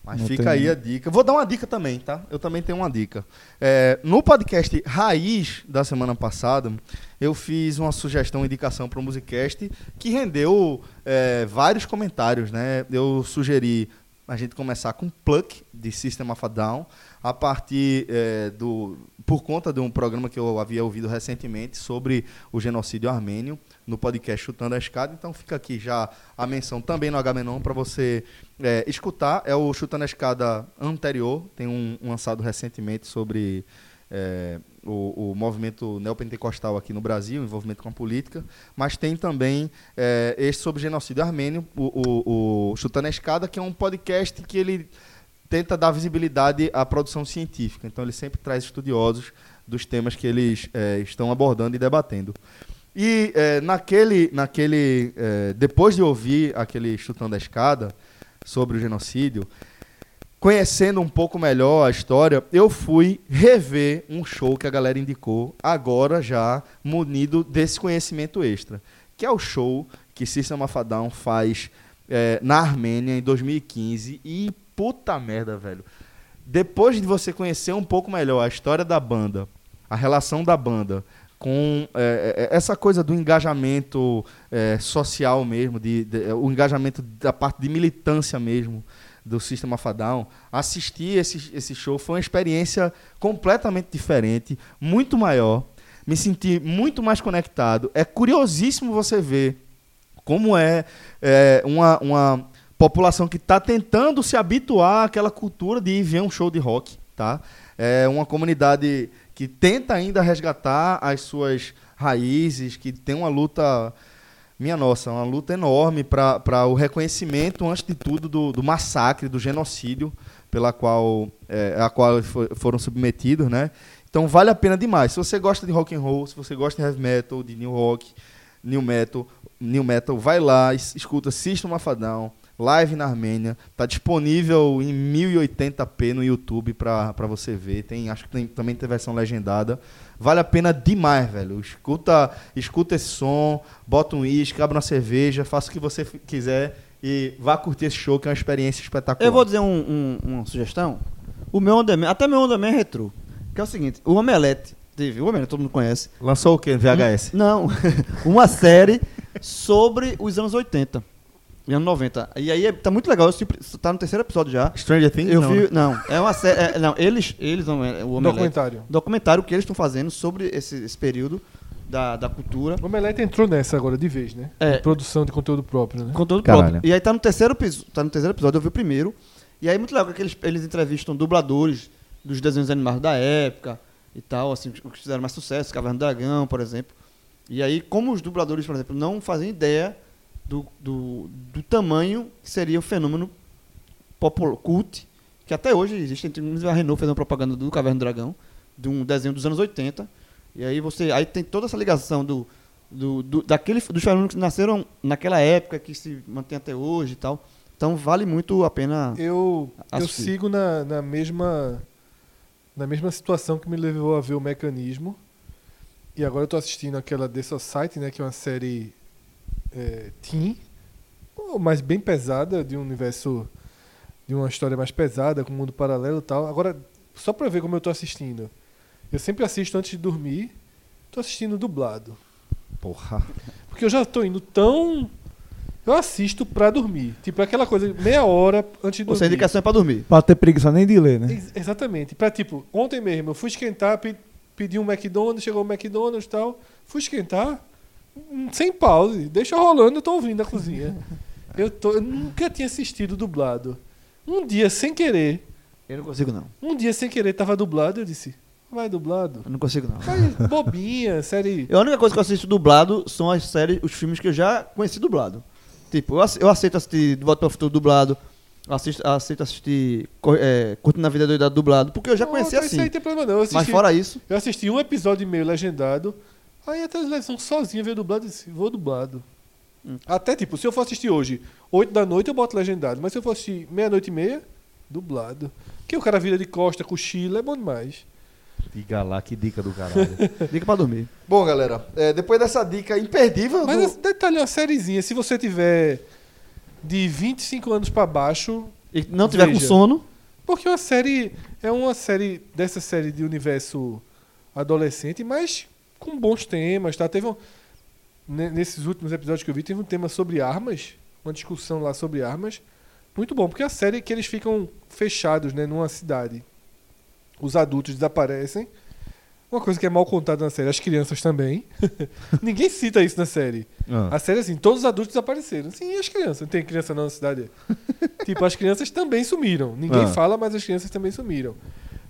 Speaker 2: Mas
Speaker 8: Não
Speaker 2: fica
Speaker 8: tem-
Speaker 2: aí a dica. Vou dar uma dica também, tá? Eu também tenho uma dica. É, no podcast Raiz da semana passada, eu fiz uma sugestão, uma indicação para o Musicast que rendeu é, vários comentários, né? Eu sugeri a gente começar com Pluck de System of a Down a partir é, do por conta de um programa que eu havia ouvido recentemente sobre o genocídio armênio no podcast Chutando a Escada. Então fica aqui já a menção também no Agamenon para você é, escutar. É o Chutando a Escada anterior, tem um, um lançado recentemente sobre é, o, o movimento neopentecostal aqui no Brasil, envolvimento com a política, mas tem também é, este sobre genocídio armênio, o, o- o Chutando a Escada, que é um podcast que ele tenta dar visibilidade à produção científica. Então ele sempre traz estudiosos dos temas que eles eh, estão abordando e debatendo. E eh, naquele, naquele eh, depois de ouvir aquele chutando a escada sobre o genocídio, conhecendo um pouco melhor a história, eu fui rever um show que a galera indicou agora já munido desse conhecimento extra, que é o show que System of a Down faz eh, na Armênia em 2015 e puta merda, velho. Depois de você conhecer um pouco melhor a história da banda, a relação da banda com é, é, essa coisa do engajamento é, social mesmo, de, de- é, o engajamento da parte de militância mesmo do Sistema Fadown. Assistir esse, esse show foi uma experiência completamente diferente, muito maior. Me senti muito mais conectado. É curiosíssimo você ver como é, é, uma, uma população que está tentando se habituar àquela cultura de ir ver um show de rock, tá? É uma comunidade que tenta ainda resgatar as suas raízes, que tem uma luta, minha nossa, uma luta enorme para o reconhecimento, antes de tudo, do, do massacre, do genocídio pela qual, é, a qual eles fo- foram submetidos, né? Então vale a pena demais. Se você gosta de rock and roll, se você gosta de heavy metal, de new rock, new metal, new metal, vai lá, es- escuta System of a Down, live na Armênia, tá disponível em 1080p no YouTube pra, pra você ver. Tem, acho que tem- também tem versão legendada. Vale a pena demais, velho. Escuta, escuta esse som, bota um uísque, abre uma cerveja, faça o que você f- quiser e vá curtir esse show que é uma experiência espetacular.
Speaker 3: Eu vou dizer um- um- uma sugestão. O meu Ondeman, até meu Ondeman é retrô. Que é o seguinte, o Omelete, teve, o Omelete todo mundo conhece.
Speaker 2: Lançou o quê? VHS?
Speaker 3: Hum, Não, uma série sobre os anos 80 e anos 90. E aí é- tá muito legal, eu sempre- tá no terceiro episódio já.
Speaker 2: Stranger Things?
Speaker 3: Eu
Speaker 2: Não, né?
Speaker 3: vi, não, é uma série, é, não, eles, eles, o Omelete,
Speaker 5: Documentário.
Speaker 3: documentário que eles estão fazendo sobre esse, esse período da, da cultura.
Speaker 5: O Omelete entrou nessa agora de vez, né?
Speaker 3: É.
Speaker 5: De Produção de conteúdo próprio, né?
Speaker 3: Conteúdo
Speaker 10: Caralho.
Speaker 3: próprio. E aí tá no terceiro episódio. Tá no terceiro episódio, eu vi o primeiro. E aí muito legal que eles, eles entrevistam dubladores dos desenhos animados da época e tal, assim, os que fizeram mais sucesso, Caverna do Dragão, por exemplo. E aí, como os dubladores, por exemplo, não fazem ideia do, do, do tamanho que seria o fenômeno popular, cult, que até hoje existe. Inclusive a Renault fez uma propaganda do Caverna do Dragão, de um desenho dos anos 80. E aí você. Aí tem toda essa ligação do. do, do daquele, dos fenômenos que nasceram naquela época, que se mantém até hoje e tal. Então vale muito a pena.
Speaker 5: Eu, eu
Speaker 3: Assisti.
Speaker 5: sigo na, na mesma na mesma situação que me levou a ver o Mecanismo. E agora eu tô assistindo aquela The Society, né, que é uma série é, teen, ou mais bem pesada, de um universo de uma história mais pesada, com um mundo paralelo e tal. Agora, só pra ver como eu tô assistindo. Eu sempre assisto antes de dormir. Tô assistindo dublado.
Speaker 2: Porra.
Speaker 5: Porque eu já tô indo tão eu assisto pra dormir. Tipo, é aquela coisa, meia hora antes de
Speaker 3: Ou
Speaker 5: dormir.
Speaker 3: seja, a indicação é pra dormir.
Speaker 8: Pra ter preguiça nem de ler, né?
Speaker 5: Ex- Exatamente. Pra, tipo, ontem mesmo eu fui esquentar, pe- pedi um McDonald's, chegou o McDonald's e tal. Fui esquentar, hum, sem pause. Deixa rolando, eu tô ouvindo na cozinha. Eu, tô, eu nunca tinha assistido dublado. Um dia, sem querer,
Speaker 3: Eu não consigo, não.
Speaker 5: um dia sem querer, tava dublado, eu disse, vai dublado.
Speaker 3: Eu não consigo, não.
Speaker 5: Vai bobinha, série...
Speaker 3: Eu, A única coisa que eu assisto dublado são as séries, os filmes que eu já conheci dublado. Tipo, eu, ace- eu aceito assistir Do Voto para o Futuro dublado, eu assisto, aceito assistir Cor- é, Curtindo a Vida Doidada dublado, porque eu já
Speaker 5: Não,
Speaker 3: conheci
Speaker 5: isso
Speaker 3: assim.
Speaker 5: aí tem problema não. Eu
Speaker 3: Mas
Speaker 5: assisti-
Speaker 3: fora isso,
Speaker 5: Eu assisti um episódio e meio legendado. Aí a televisão sozinha veio dublado e disse, vou dublado. Até tipo, se eu for assistir hoje, 8 da noite eu boto legendado. Mas se eu for assistir meia-noite e meia, dublado. Porque o cara vira de costa, cochila, é bom demais.
Speaker 2: Diga lá, que dica do caralho.
Speaker 3: liga pra dormir.
Speaker 2: Bom, galera, é, depois dessa dica imperdível
Speaker 5: Mas
Speaker 2: do-
Speaker 5: esse detalhe é uma sériezinha. Se você tiver de 25 anos pra baixo,
Speaker 3: E não tiver com
Speaker 5: Veja.
Speaker 3: sono,
Speaker 5: Porque uma série é uma série dessa série de universo adolescente, mas com bons temas, tá? Teve um, ne- nesses últimos episódios que eu vi, teve um tema sobre armas, uma discussão lá sobre armas, muito bom, porque a série é que eles ficam fechados, né, numa cidade. Os adultos desaparecem. Uma coisa que é mal contada na série, as crianças também. Ninguém cita isso na série.
Speaker 2: Ah.
Speaker 5: A série é assim, todos os adultos desapareceram. Sim, e as crianças? Não tem criança não na cidade? tipo, as crianças também sumiram. Ninguém
Speaker 2: Ah.
Speaker 5: fala, mas as crianças também sumiram.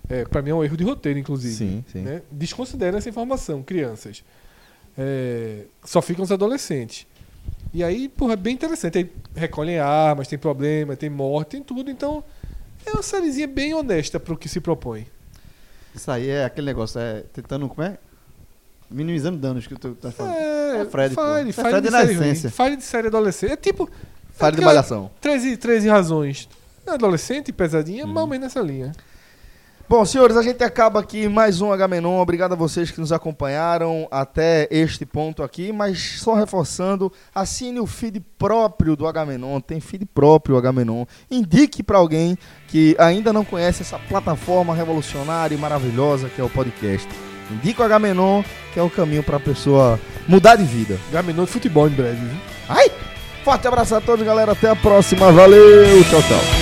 Speaker 5: É, para mim é um erro de roteiro, inclusive.
Speaker 2: Sim, sim.
Speaker 5: né? Desconsidera essa informação, crianças. É, só ficam os adolescentes. E aí, porra, é bem interessante. Aí recolhem armas, tem problema, tem morte, tem tudo. Então, é uma sériezinha bem honesta pro que se propõe.
Speaker 3: isso aí é aquele negócio, é tentando, como é? Minimizando danos que tu tá falando.
Speaker 5: É,
Speaker 3: É Fred, pô.
Speaker 5: Fire,
Speaker 3: É
Speaker 5: Fire
Speaker 3: Fred
Speaker 5: de
Speaker 3: na
Speaker 5: série ruim.
Speaker 3: essência.
Speaker 5: Fire de série adolescente. É tipo.
Speaker 2: Fale de
Speaker 5: aquela-
Speaker 2: malhação.
Speaker 5: 13, 13 razões. É Adolescente, pesadinha,
Speaker 3: Uhum.
Speaker 5: mais ou menos nessa linha.
Speaker 2: Bom, senhores, a gente acaba aqui mais um Agamenon. Obrigado a vocês que nos acompanharam até este ponto aqui, mas só reforçando, assine o feed próprio do Agamenon, tem feed próprio o Agamenon. Indique para alguém que ainda não conhece essa plataforma revolucionária e maravilhosa que é o podcast. Indica o Agamenon, que é o caminho pra pessoa mudar de vida.
Speaker 5: Gaminou de futebol em breve, viu?
Speaker 2: Ai! Forte abraço a todos, galera. Até a próxima. Valeu, tchau, tchau.